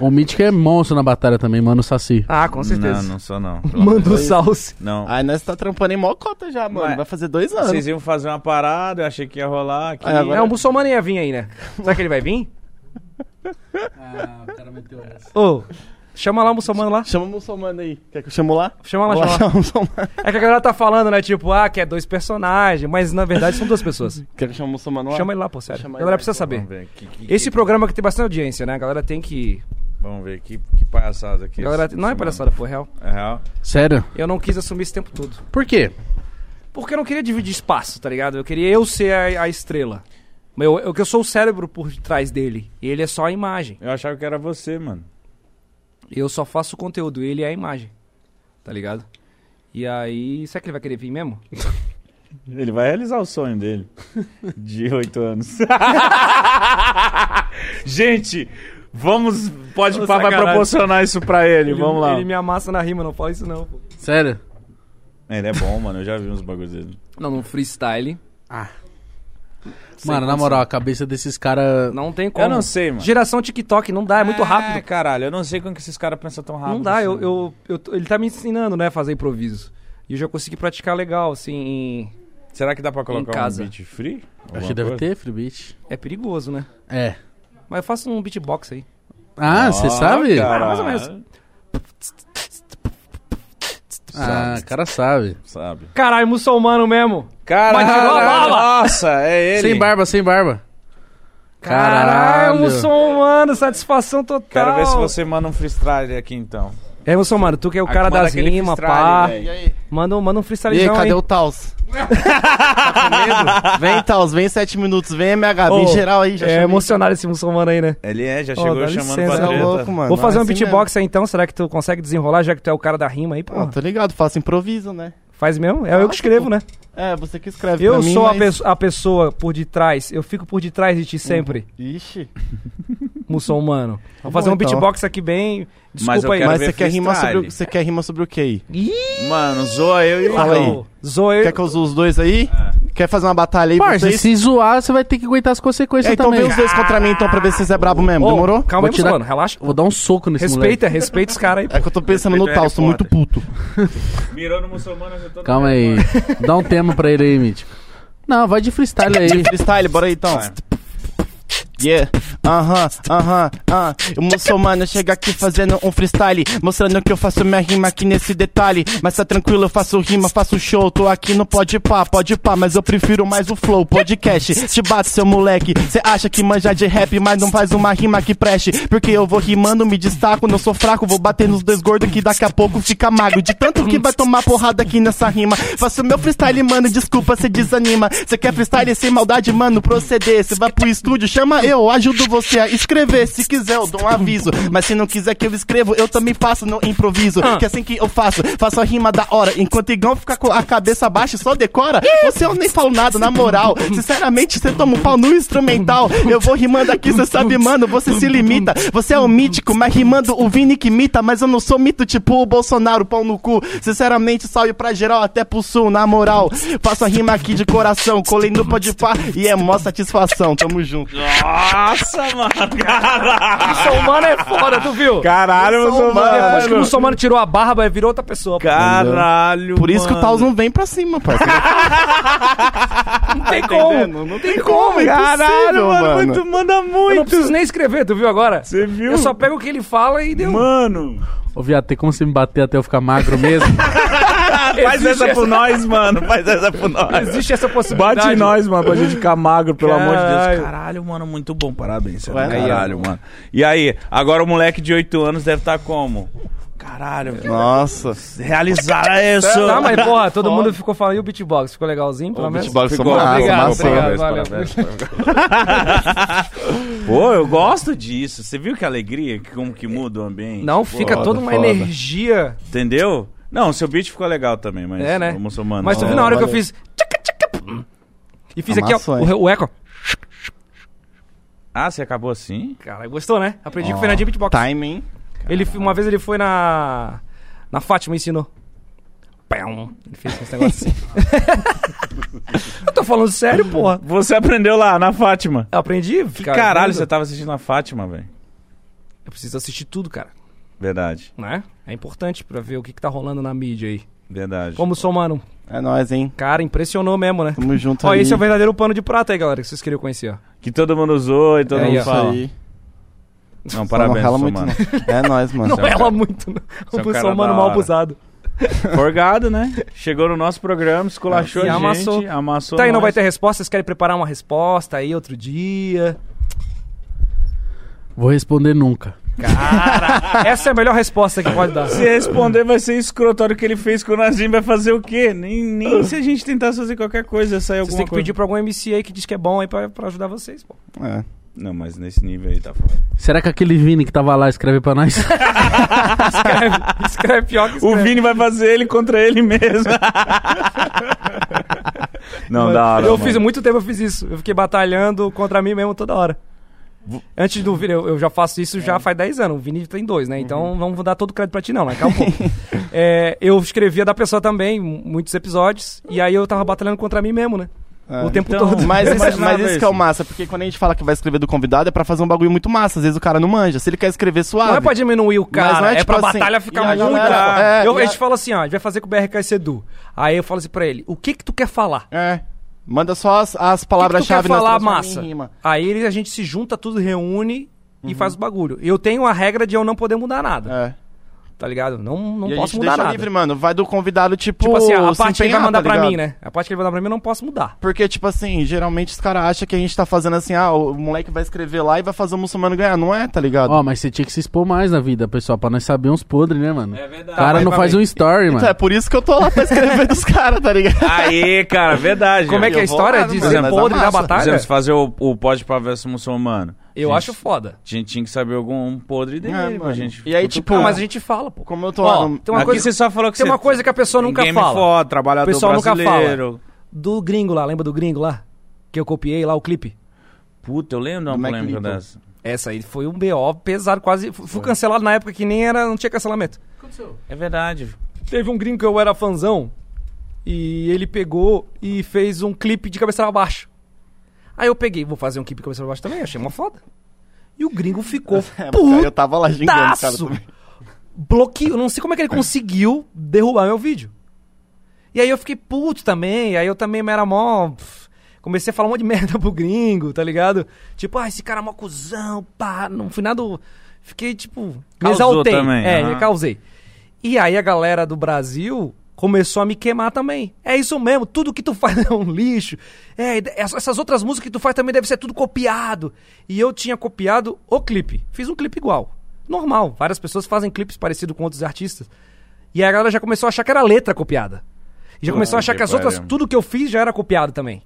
Speaker 3: O Mítico é monstro na batalha também, mano, o Saci.
Speaker 2: Ah, com certeza.
Speaker 1: Não, não sou não.
Speaker 2: Manda o salse.
Speaker 1: Não.
Speaker 5: Aí nós tá trampando em mó cota já, mano.
Speaker 1: Mas-
Speaker 5: Vai fazer dois anos.
Speaker 1: Vocês iam fazer uma parada, eu achei que ia rolar aqui.
Speaker 5: Aí agora-
Speaker 2: É, o muçulmano ia vir aí, né? Será que ele vai vir?
Speaker 3: Ah, o cara meteu essa.
Speaker 2: Ô, chama lá o muçulmano lá.
Speaker 5: Chama o muçulmano aí. Quer que eu chamo lá?
Speaker 2: Chama lá,
Speaker 5: Vou
Speaker 2: chama lá.
Speaker 5: chamar o muçulmano.
Speaker 2: É que a galera tá falando, né? Tipo, ah, que é dois personagens, mas na verdade são duas pessoas.
Speaker 5: Quer que eu chame o muçulmano lá?
Speaker 2: Chama ele lá, pô, sério. A
Speaker 5: Chama ele
Speaker 2: galera
Speaker 5: lá, então,
Speaker 2: precisa
Speaker 1: Vamos
Speaker 2: saber.
Speaker 1: ver, que, que,
Speaker 2: Esse
Speaker 1: que-
Speaker 2: programa que tem bastante audiência, né? A galera tem que.
Speaker 1: Vamos ver, que, que palhaçada aqui.
Speaker 2: A galera... Não é palhaçada, pô, é real.
Speaker 1: É real?
Speaker 3: Sério?
Speaker 2: Eu não quis assumir esse tempo todo.
Speaker 3: Por quê?
Speaker 2: Porque eu não queria dividir espaço, tá ligado? Eu queria eu ser a, a estrela. Eu, eu, que eu sou o cérebro por trás dele. E ele é só a imagem.
Speaker 1: Eu achava que era você, mano.
Speaker 2: Eu só faço o conteúdo, ele é a imagem. Tá ligado? E aí, será que ele vai querer vir mesmo?
Speaker 1: Ele vai realizar o sonho dele. De oito anos. Gente, vamos. Pode
Speaker 2: Ô,
Speaker 1: pá, vai
Speaker 2: sacanagem.
Speaker 1: proporcionar isso pra ele. vamos lá.
Speaker 2: Ele me amassa na rima, não fala isso não, pô.
Speaker 3: Sério?
Speaker 1: Ele é bom, mano. Eu já vi uns bagulhos dele.
Speaker 2: Não, no freestyle.
Speaker 3: mano, na moral, a cabeça desses caras.
Speaker 2: Não tem como.
Speaker 1: Eu não sei, mano. Ah,
Speaker 2: Geração TikTok, não dá, é muito rápido.
Speaker 1: caralho. Eu não sei como que esses caras pensam tão rápido.
Speaker 2: Não dá,
Speaker 1: assim.
Speaker 2: eu, eu, eu tô- ele tá me ensinando, né, a fazer improviso. E eu já consegui praticar legal, assim. em-
Speaker 1: Será que dá pra colocar
Speaker 2: casa.
Speaker 1: um beat free?
Speaker 3: Acho
Speaker 1: Alguma
Speaker 3: que deve
Speaker 1: coisa?
Speaker 3: ter free beat.
Speaker 2: É perigoso, né?
Speaker 3: É.
Speaker 2: Mas eu faço um beatbox aí.
Speaker 3: Ah, você
Speaker 1: Ah,
Speaker 3: sabe?
Speaker 1: Cara.
Speaker 2: mais ou menos.
Speaker 3: Ah, o cara sabe.
Speaker 1: Sabe.
Speaker 2: Caralho, é muçulmano mesmo. tirou a
Speaker 1: Caralho,
Speaker 2: bala.
Speaker 1: nossa, é ele.
Speaker 3: Sem barba, sem barba.
Speaker 2: Caralho,
Speaker 3: Caralho.
Speaker 2: É muçulmano, satisfação total.
Speaker 1: Quero ver se você manda um freestyle aqui então.
Speaker 2: É, muçulmano, tu que é o
Speaker 1: Ah,
Speaker 2: cara
Speaker 1: manda
Speaker 2: das
Speaker 1: aquele
Speaker 2: rimas,
Speaker 1: freestyle,
Speaker 2: pá.
Speaker 1: velho.
Speaker 5: E aí?
Speaker 2: Manda, um- manda um
Speaker 5: E aí,
Speaker 2: freestylezão
Speaker 5: cadê
Speaker 2: aí.
Speaker 5: o Taos? Vem, Taos, vem sete minutos, vem MH,
Speaker 2: Tá Ô,
Speaker 5: vem geral aí, já
Speaker 2: É
Speaker 5: chamei.
Speaker 2: emocionado esse muçulmano aí, né?
Speaker 1: Ele é, já
Speaker 2: Ô,
Speaker 1: chegou
Speaker 2: dá
Speaker 1: chamando
Speaker 2: licença,
Speaker 1: pra
Speaker 5: Você é
Speaker 1: treta.
Speaker 5: louco, mano.
Speaker 2: Vou fazer
Speaker 5: é
Speaker 2: um
Speaker 5: assim
Speaker 2: beatbox aí então, será que tu consegue desenrolar, já que tu é o cara da rima aí, pô?
Speaker 5: mesmo. Ah, tô ligado, faço improviso, né?
Speaker 2: Faz mesmo? É eu que escrevo, né?
Speaker 5: É, você que escreve
Speaker 2: Eu
Speaker 5: pra mim,
Speaker 2: sou a,
Speaker 5: mas-
Speaker 2: pesso- a pessoa por detrás, eu fico por detrás de ti sempre,
Speaker 5: Ixi.
Speaker 2: muçulmano. Vou
Speaker 5: Uhum. bom,
Speaker 2: fazer um
Speaker 5: então.
Speaker 2: beatbox aqui bem. Desculpa
Speaker 1: Mas eu
Speaker 2: aí.
Speaker 1: quero
Speaker 5: Mas
Speaker 1: ver
Speaker 5: você quer, rima
Speaker 1: freestyle.
Speaker 5: sobre, o- você quer rima sobre o que aí?
Speaker 1: Mano, zoa eu e o
Speaker 5: Fala
Speaker 1: Marcão.
Speaker 5: aí.
Speaker 2: Zoe.
Speaker 5: Quer que eu use os dois aí? Quer fazer uma batalha aí?
Speaker 3: Parça,
Speaker 5: vocês?
Speaker 3: se zoar, você vai ter que aguentar as consequências
Speaker 5: É, então
Speaker 3: também.
Speaker 5: vem os dois contra mim então pra ver se vocês é brabo mesmo,
Speaker 2: Ô,
Speaker 5: demorou?
Speaker 2: Calma aí,
Speaker 3: Vou tirar-
Speaker 2: muçulmano, relaxa.
Speaker 3: Vou dar um soco nesse moleque.
Speaker 2: Respeita, respeita os caras aí.
Speaker 5: É que eu tô pensando
Speaker 1: Respeito
Speaker 5: no
Speaker 1: ao
Speaker 5: Taos, tô
Speaker 1: Harry
Speaker 5: muito puto.
Speaker 1: Mirou no muçulmano, acertou no
Speaker 3: Calma aí. Dá um tema pra ele aí, Mítico. Não, vai de freestyle aí.
Speaker 5: Freestyle, bora aí então. Yeah, aham, aham, aham. O muçulmano chega aqui fazendo um freestyle, mostrando que eu faço minha rima aqui nesse detalhe. Mas tá tranquilo, eu faço rima, faço show. Tô aqui no pode pá, pode pá, mas eu prefiro mais o flow. Podcast, te bato, seu moleque. Cê acha que manja de rap, mas não faz uma rima que preste. Porque eu vou rimando, me destaco, não sou fraco. Vou bater nos dois gordos que daqui a pouco fica magro. De tanto que vai tomar porrada aqui nessa rima. Faço meu freestyle, mano, desculpa, cê desanima. Cê quer freestyle sem maldade, mano, proceder. Cê vai pro estúdio, chama eu, ajudo você a escrever. Se quiser, eu dou um aviso. Mas se não quiser que eu escrevo, eu também faço no improviso. Que é assim que eu faço, faço a rima da hora. Enquanto Igão fica com a cabeça baixa e só decora, você eu nem falo nada, na moral. Sinceramente, cê toma um pau no instrumental. Eu vou rimando aqui, cê sabe, mano, você se limita. Você é o mítico, mas rimando o Vini que imita. Mas eu não sou mito tipo o Bolsonaro, pau no cu. Sinceramente, salve pra geral, até pro sul, na moral. Faço a rima aqui de coração, colei no pode e é mó satisfação. Tamo junto.
Speaker 1: Nossa, mano. Caralho.
Speaker 2: Muçulmano é foda, tu viu?
Speaker 1: Caralho,
Speaker 2: Muçulmano. Depois que o
Speaker 1: mano.
Speaker 2: muçulmano tirou a barba, ele virou outra pessoa. pô.
Speaker 1: Caralho,
Speaker 5: Por isso que tá o
Speaker 1: mano.
Speaker 5: Taus não vem pra cima, parceiro.
Speaker 2: Não tem como.
Speaker 5: entendendo? Não tem como, é impossível,
Speaker 1: Caralho, mano,
Speaker 5: mano.
Speaker 1: muito- manda
Speaker 2: Eu não
Speaker 1: muito.
Speaker 2: preciso nem escrever, tu viu agora?
Speaker 1: Você viu?
Speaker 2: Eu só pego o que ele fala e deu.
Speaker 1: Mano,
Speaker 3: Ô, viado, tem como você me bater até eu ficar magro mesmo?
Speaker 1: faz
Speaker 2: Existe
Speaker 1: essa
Speaker 2: essa-
Speaker 1: por nós, mano. Faz essa por nós.
Speaker 2: Existe essa possibilidade.
Speaker 1: Bate em nós, mano, pra gente ficar magro, pelo amor de
Speaker 2: Caralho.
Speaker 1: Deus. Caralho, mano, muito bom. Parabéns, você é do
Speaker 5: Vai lá.
Speaker 1: caralho, mano. E aí, agora o moleque de 8 anos deve estar como? Caralho,
Speaker 5: Nossa.
Speaker 1: realizar isso.
Speaker 2: Tá, mas porra, todo mundo ficou falando. E o beatbox? Ficou legalzinho, pelo menos?
Speaker 5: beatbox
Speaker 2: ficou
Speaker 5: foi massa,
Speaker 2: Obrigado,
Speaker 5: massa,
Speaker 2: obrigado,
Speaker 5: parabéns,
Speaker 2: valeu.
Speaker 1: Pô, eu gosto disso. Você viu que alegria, que como que muda o ambiente?
Speaker 2: Não, fica
Speaker 5: Foda,
Speaker 2: toda uma
Speaker 5: foda.
Speaker 2: energia.
Speaker 1: Entendeu? Não, seu beat ficou legal também, mas
Speaker 2: É, né?
Speaker 1: o muçulmano.
Speaker 2: Mas tu viu
Speaker 5: é,
Speaker 2: na hora que eu
Speaker 5: valeu. É
Speaker 2: fiz. tchaca, tchaca, pum, E fiz aqui, ó,
Speaker 5: Amassou,
Speaker 2: o, o eco.
Speaker 1: Ah, você acabou assim?
Speaker 2: Cara, gostou, né? Aprendi com o Fernandinho Beatbox.
Speaker 5: Timing.
Speaker 2: Ele, uma vez ele foi na. Na Fátima e ensinou. Pão. Ele fez esse negócio assim. eu tô falando sério, porra.
Speaker 1: Você aprendeu lá na Fátima.
Speaker 2: Eu aprendi.
Speaker 1: Que caralho você tava assistindo na Fátima, velho?
Speaker 5: tá-
Speaker 2: Eu preciso assistir tudo, cara.
Speaker 1: Verdade,
Speaker 2: Né? É importante pra ver o que, que tá rolando na mídia aí.
Speaker 1: verdade.
Speaker 2: Como sou, mano.
Speaker 5: É nóis, hein?
Speaker 2: Cara, impressionou mesmo, né?
Speaker 5: Tamo junto
Speaker 2: Ó,
Speaker 5: aí.
Speaker 2: esse é o verdadeiro pano de prata aí, galera, que vocês queriam conhecer, ó.
Speaker 1: Que todo mundo usou e todo
Speaker 2: É
Speaker 1: mundo
Speaker 2: isso
Speaker 1: fala.
Speaker 5: aí.
Speaker 1: Não,
Speaker 5: Só não
Speaker 1: parabéns,
Speaker 5: rala muito,
Speaker 1: muçulmano.
Speaker 5: não. É nóis, mano.
Speaker 2: Não
Speaker 1: é um
Speaker 2: ela
Speaker 1: cara-
Speaker 2: muito, não.
Speaker 1: é um
Speaker 2: O
Speaker 1: cara
Speaker 2: muçulmano
Speaker 1: da
Speaker 2: mal
Speaker 1: hora.
Speaker 2: abusado.
Speaker 1: Forgado, né? Chegou no nosso programa, esculachou
Speaker 2: E
Speaker 1: a gente,
Speaker 2: amassou.
Speaker 1: É, amassou
Speaker 2: Tá aí, não
Speaker 1: nós.
Speaker 2: vai ter resposta? Vocês querem preparar uma resposta aí outro dia?
Speaker 3: Vou responder nunca.
Speaker 2: Essa é a melhor resposta que pode dar.
Speaker 1: Se responder vai ser escroto. A hora que ele fez com o Nazim vai fazer o quê? Nem, nem se a gente tentasse fazer qualquer coisa, sair
Speaker 2: Vocês
Speaker 1: alguma
Speaker 2: têm que
Speaker 1: coisa.
Speaker 2: pedir pra algum MC aí que diz que é bom aí pra, pra ajudar vocês, pô.
Speaker 5: É.
Speaker 1: Não, mas nesse nível aí tá foda.
Speaker 3: Será que aquele Vini que tava lá escreve pra nós?
Speaker 2: Escreve, escreve pior que
Speaker 1: O
Speaker 2: escreve.
Speaker 1: Vini vai fazer ele contra ele mesmo. não, dá hora.
Speaker 2: eu
Speaker 1: mano.
Speaker 2: fiz um muito tempo eu fiz isso. Eu fiquei batalhando contra mim mesmo toda hora. Antes do Vini, eu, eu já faço isso
Speaker 1: É.
Speaker 2: já faz 10 anos. O Vini tem dois, né? Então
Speaker 1: Uhum.
Speaker 2: não vou dar todo o crédito pra ti, não, né? Calma um pouco. É, eu escrevia da pessoa também, m- muitos episódios, e aí eu tava batalhando contra mim mesmo, né?
Speaker 5: É.
Speaker 2: O tempo
Speaker 1: Então,
Speaker 2: todo.
Speaker 5: Mas,
Speaker 1: Eu
Speaker 5: mas,
Speaker 1: imaginava
Speaker 5: mas isso que
Speaker 1: isso.
Speaker 5: é o massa, porque quando a gente fala que vai escrever do convidado é pra fazer um bagulho muito massa. Às vezes o cara não manja. Se ele quer escrever suave.
Speaker 2: Não é pra diminuir o cara,
Speaker 5: não
Speaker 2: é,
Speaker 5: é tipo
Speaker 2: pra
Speaker 5: assim,
Speaker 2: batalha
Speaker 5: e
Speaker 2: ficar
Speaker 5: a
Speaker 2: muito.
Speaker 5: galera-
Speaker 2: alta.
Speaker 5: é,
Speaker 2: eu,
Speaker 5: e
Speaker 2: a
Speaker 5: a-
Speaker 2: gente fala assim, ó, a gente vai fazer com o BRK Sedu. Aí eu falo assim pra ele: o que que tu quer falar?
Speaker 5: É. Manda só
Speaker 2: O que
Speaker 5: as, as
Speaker 2: que tu quer
Speaker 5: palavras-chave nós
Speaker 2: falar
Speaker 5: transformamos em
Speaker 2: massa?
Speaker 5: rima.
Speaker 2: Aí ele- a gente se junta, tudo reúne e faz o bagulho. Eu tenho a regra de eu não poder mudar nada,
Speaker 5: Uhum. É.
Speaker 2: tá ligado? Não, não
Speaker 5: e a
Speaker 2: posso
Speaker 5: gente
Speaker 2: mudar
Speaker 5: deixa
Speaker 2: nada.
Speaker 5: livre, mano. Vai do convidado, tipo.
Speaker 2: Tipo assim, a
Speaker 5: se
Speaker 2: parte que ele vai
Speaker 5: empenhar,
Speaker 2: mandar
Speaker 5: tá
Speaker 2: pra
Speaker 5: ligado?
Speaker 2: mim, né? A parte que ele vai mandar pra mim eu não posso mudar.
Speaker 5: Porque, tipo assim, geralmente os caras acham que a gente tá fazendo assim, ah, o moleque vai escrever lá e vai fazer o muçulmano ganhar. Não é, tá ligado?
Speaker 3: Ó, mas você tinha que se expor mais na vida, pessoal, pra nós saber uns podres, né, mano? É
Speaker 2: verdade.
Speaker 3: O cara não faz um story,
Speaker 5: Então é
Speaker 3: mano.
Speaker 5: por isso que eu tô lá pra escrever dos caras, tá ligado?
Speaker 1: Aí, cara, verdade.
Speaker 2: Como é que é a
Speaker 5: Eu vou
Speaker 2: história
Speaker 5: lá,
Speaker 2: de
Speaker 5: mano,
Speaker 2: ser
Speaker 5: mas
Speaker 2: podre da
Speaker 5: amassa.
Speaker 1: Por
Speaker 2: batalha?
Speaker 1: exemplo, se fazer o, o pódio pra versus muçulmano.
Speaker 2: Eu
Speaker 1: Gente,
Speaker 2: acho foda.
Speaker 1: A gente tinha que saber algum um podre dele
Speaker 5: É,
Speaker 1: pra
Speaker 5: mano.
Speaker 1: gente.
Speaker 5: E aí,
Speaker 1: cutucar.
Speaker 5: tipo,
Speaker 2: Não, mas a gente fala, pô.
Speaker 5: Como eu tô
Speaker 2: Ó,
Speaker 5: lá. no-
Speaker 2: tem uma
Speaker 1: Aqui
Speaker 2: coisa-
Speaker 1: você só falou que
Speaker 2: Tem
Speaker 1: você-
Speaker 2: uma coisa que a pessoa
Speaker 1: tem
Speaker 2: nunca
Speaker 1: game
Speaker 2: fala.
Speaker 1: Foda, trabalhador
Speaker 2: O pessoal nunca
Speaker 1: brasileiro.
Speaker 2: Do gringo lá, lembra do gringo lá? Que eu copiei lá o clipe.
Speaker 1: Puta, eu lembro de
Speaker 5: Do
Speaker 2: é
Speaker 1: uma
Speaker 5: Mac
Speaker 1: polêmica
Speaker 5: Little.
Speaker 1: dessa.
Speaker 2: Essa aí foi um BO pesado, quase. Fui cancelado na época que nem era, não tinha cancelamento.
Speaker 1: É verdade.
Speaker 2: Teve um gringo que eu era fanzão e ele pegou e fez um clipe de cabeça pra baixo. Aí eu peguei, vou fazer um clipe de cabeça pra baixo também, achei uma foda. E o gringo ficou
Speaker 5: É, porque eu
Speaker 2: putaço.
Speaker 5: tava lá gingando, os caras. também.
Speaker 2: Bloqueio, não sei como é que ele conseguiu derrubar meu vídeo. E aí eu fiquei puto também, aí eu também era mó. pff, Comecei a falar um monte de merda pro gringo, tá ligado? Tipo, ah, esse cara é mó cuzão, pá. Não fui nada. Fiquei, tipo, me
Speaker 1: Causou
Speaker 2: exaltei.
Speaker 1: também,
Speaker 2: é,
Speaker 1: aham.
Speaker 2: causei. E aí a galera do Brasil começou a me queimar também. É isso mesmo, tudo que tu faz é um lixo. É, e de- ess- essas outras músicas que tu faz também deve ser tudo copiado. E eu tinha copiado o clipe. Fiz um clipe igual. Normal, várias pessoas fazem clipes parecidos com outros artistas. E aí a galera já começou a achar que era letra copiada. E já começou a achar
Speaker 4: que
Speaker 2: que as outras,
Speaker 4: pariu. Uhum.
Speaker 2: tudo que eu fiz já era copiado também.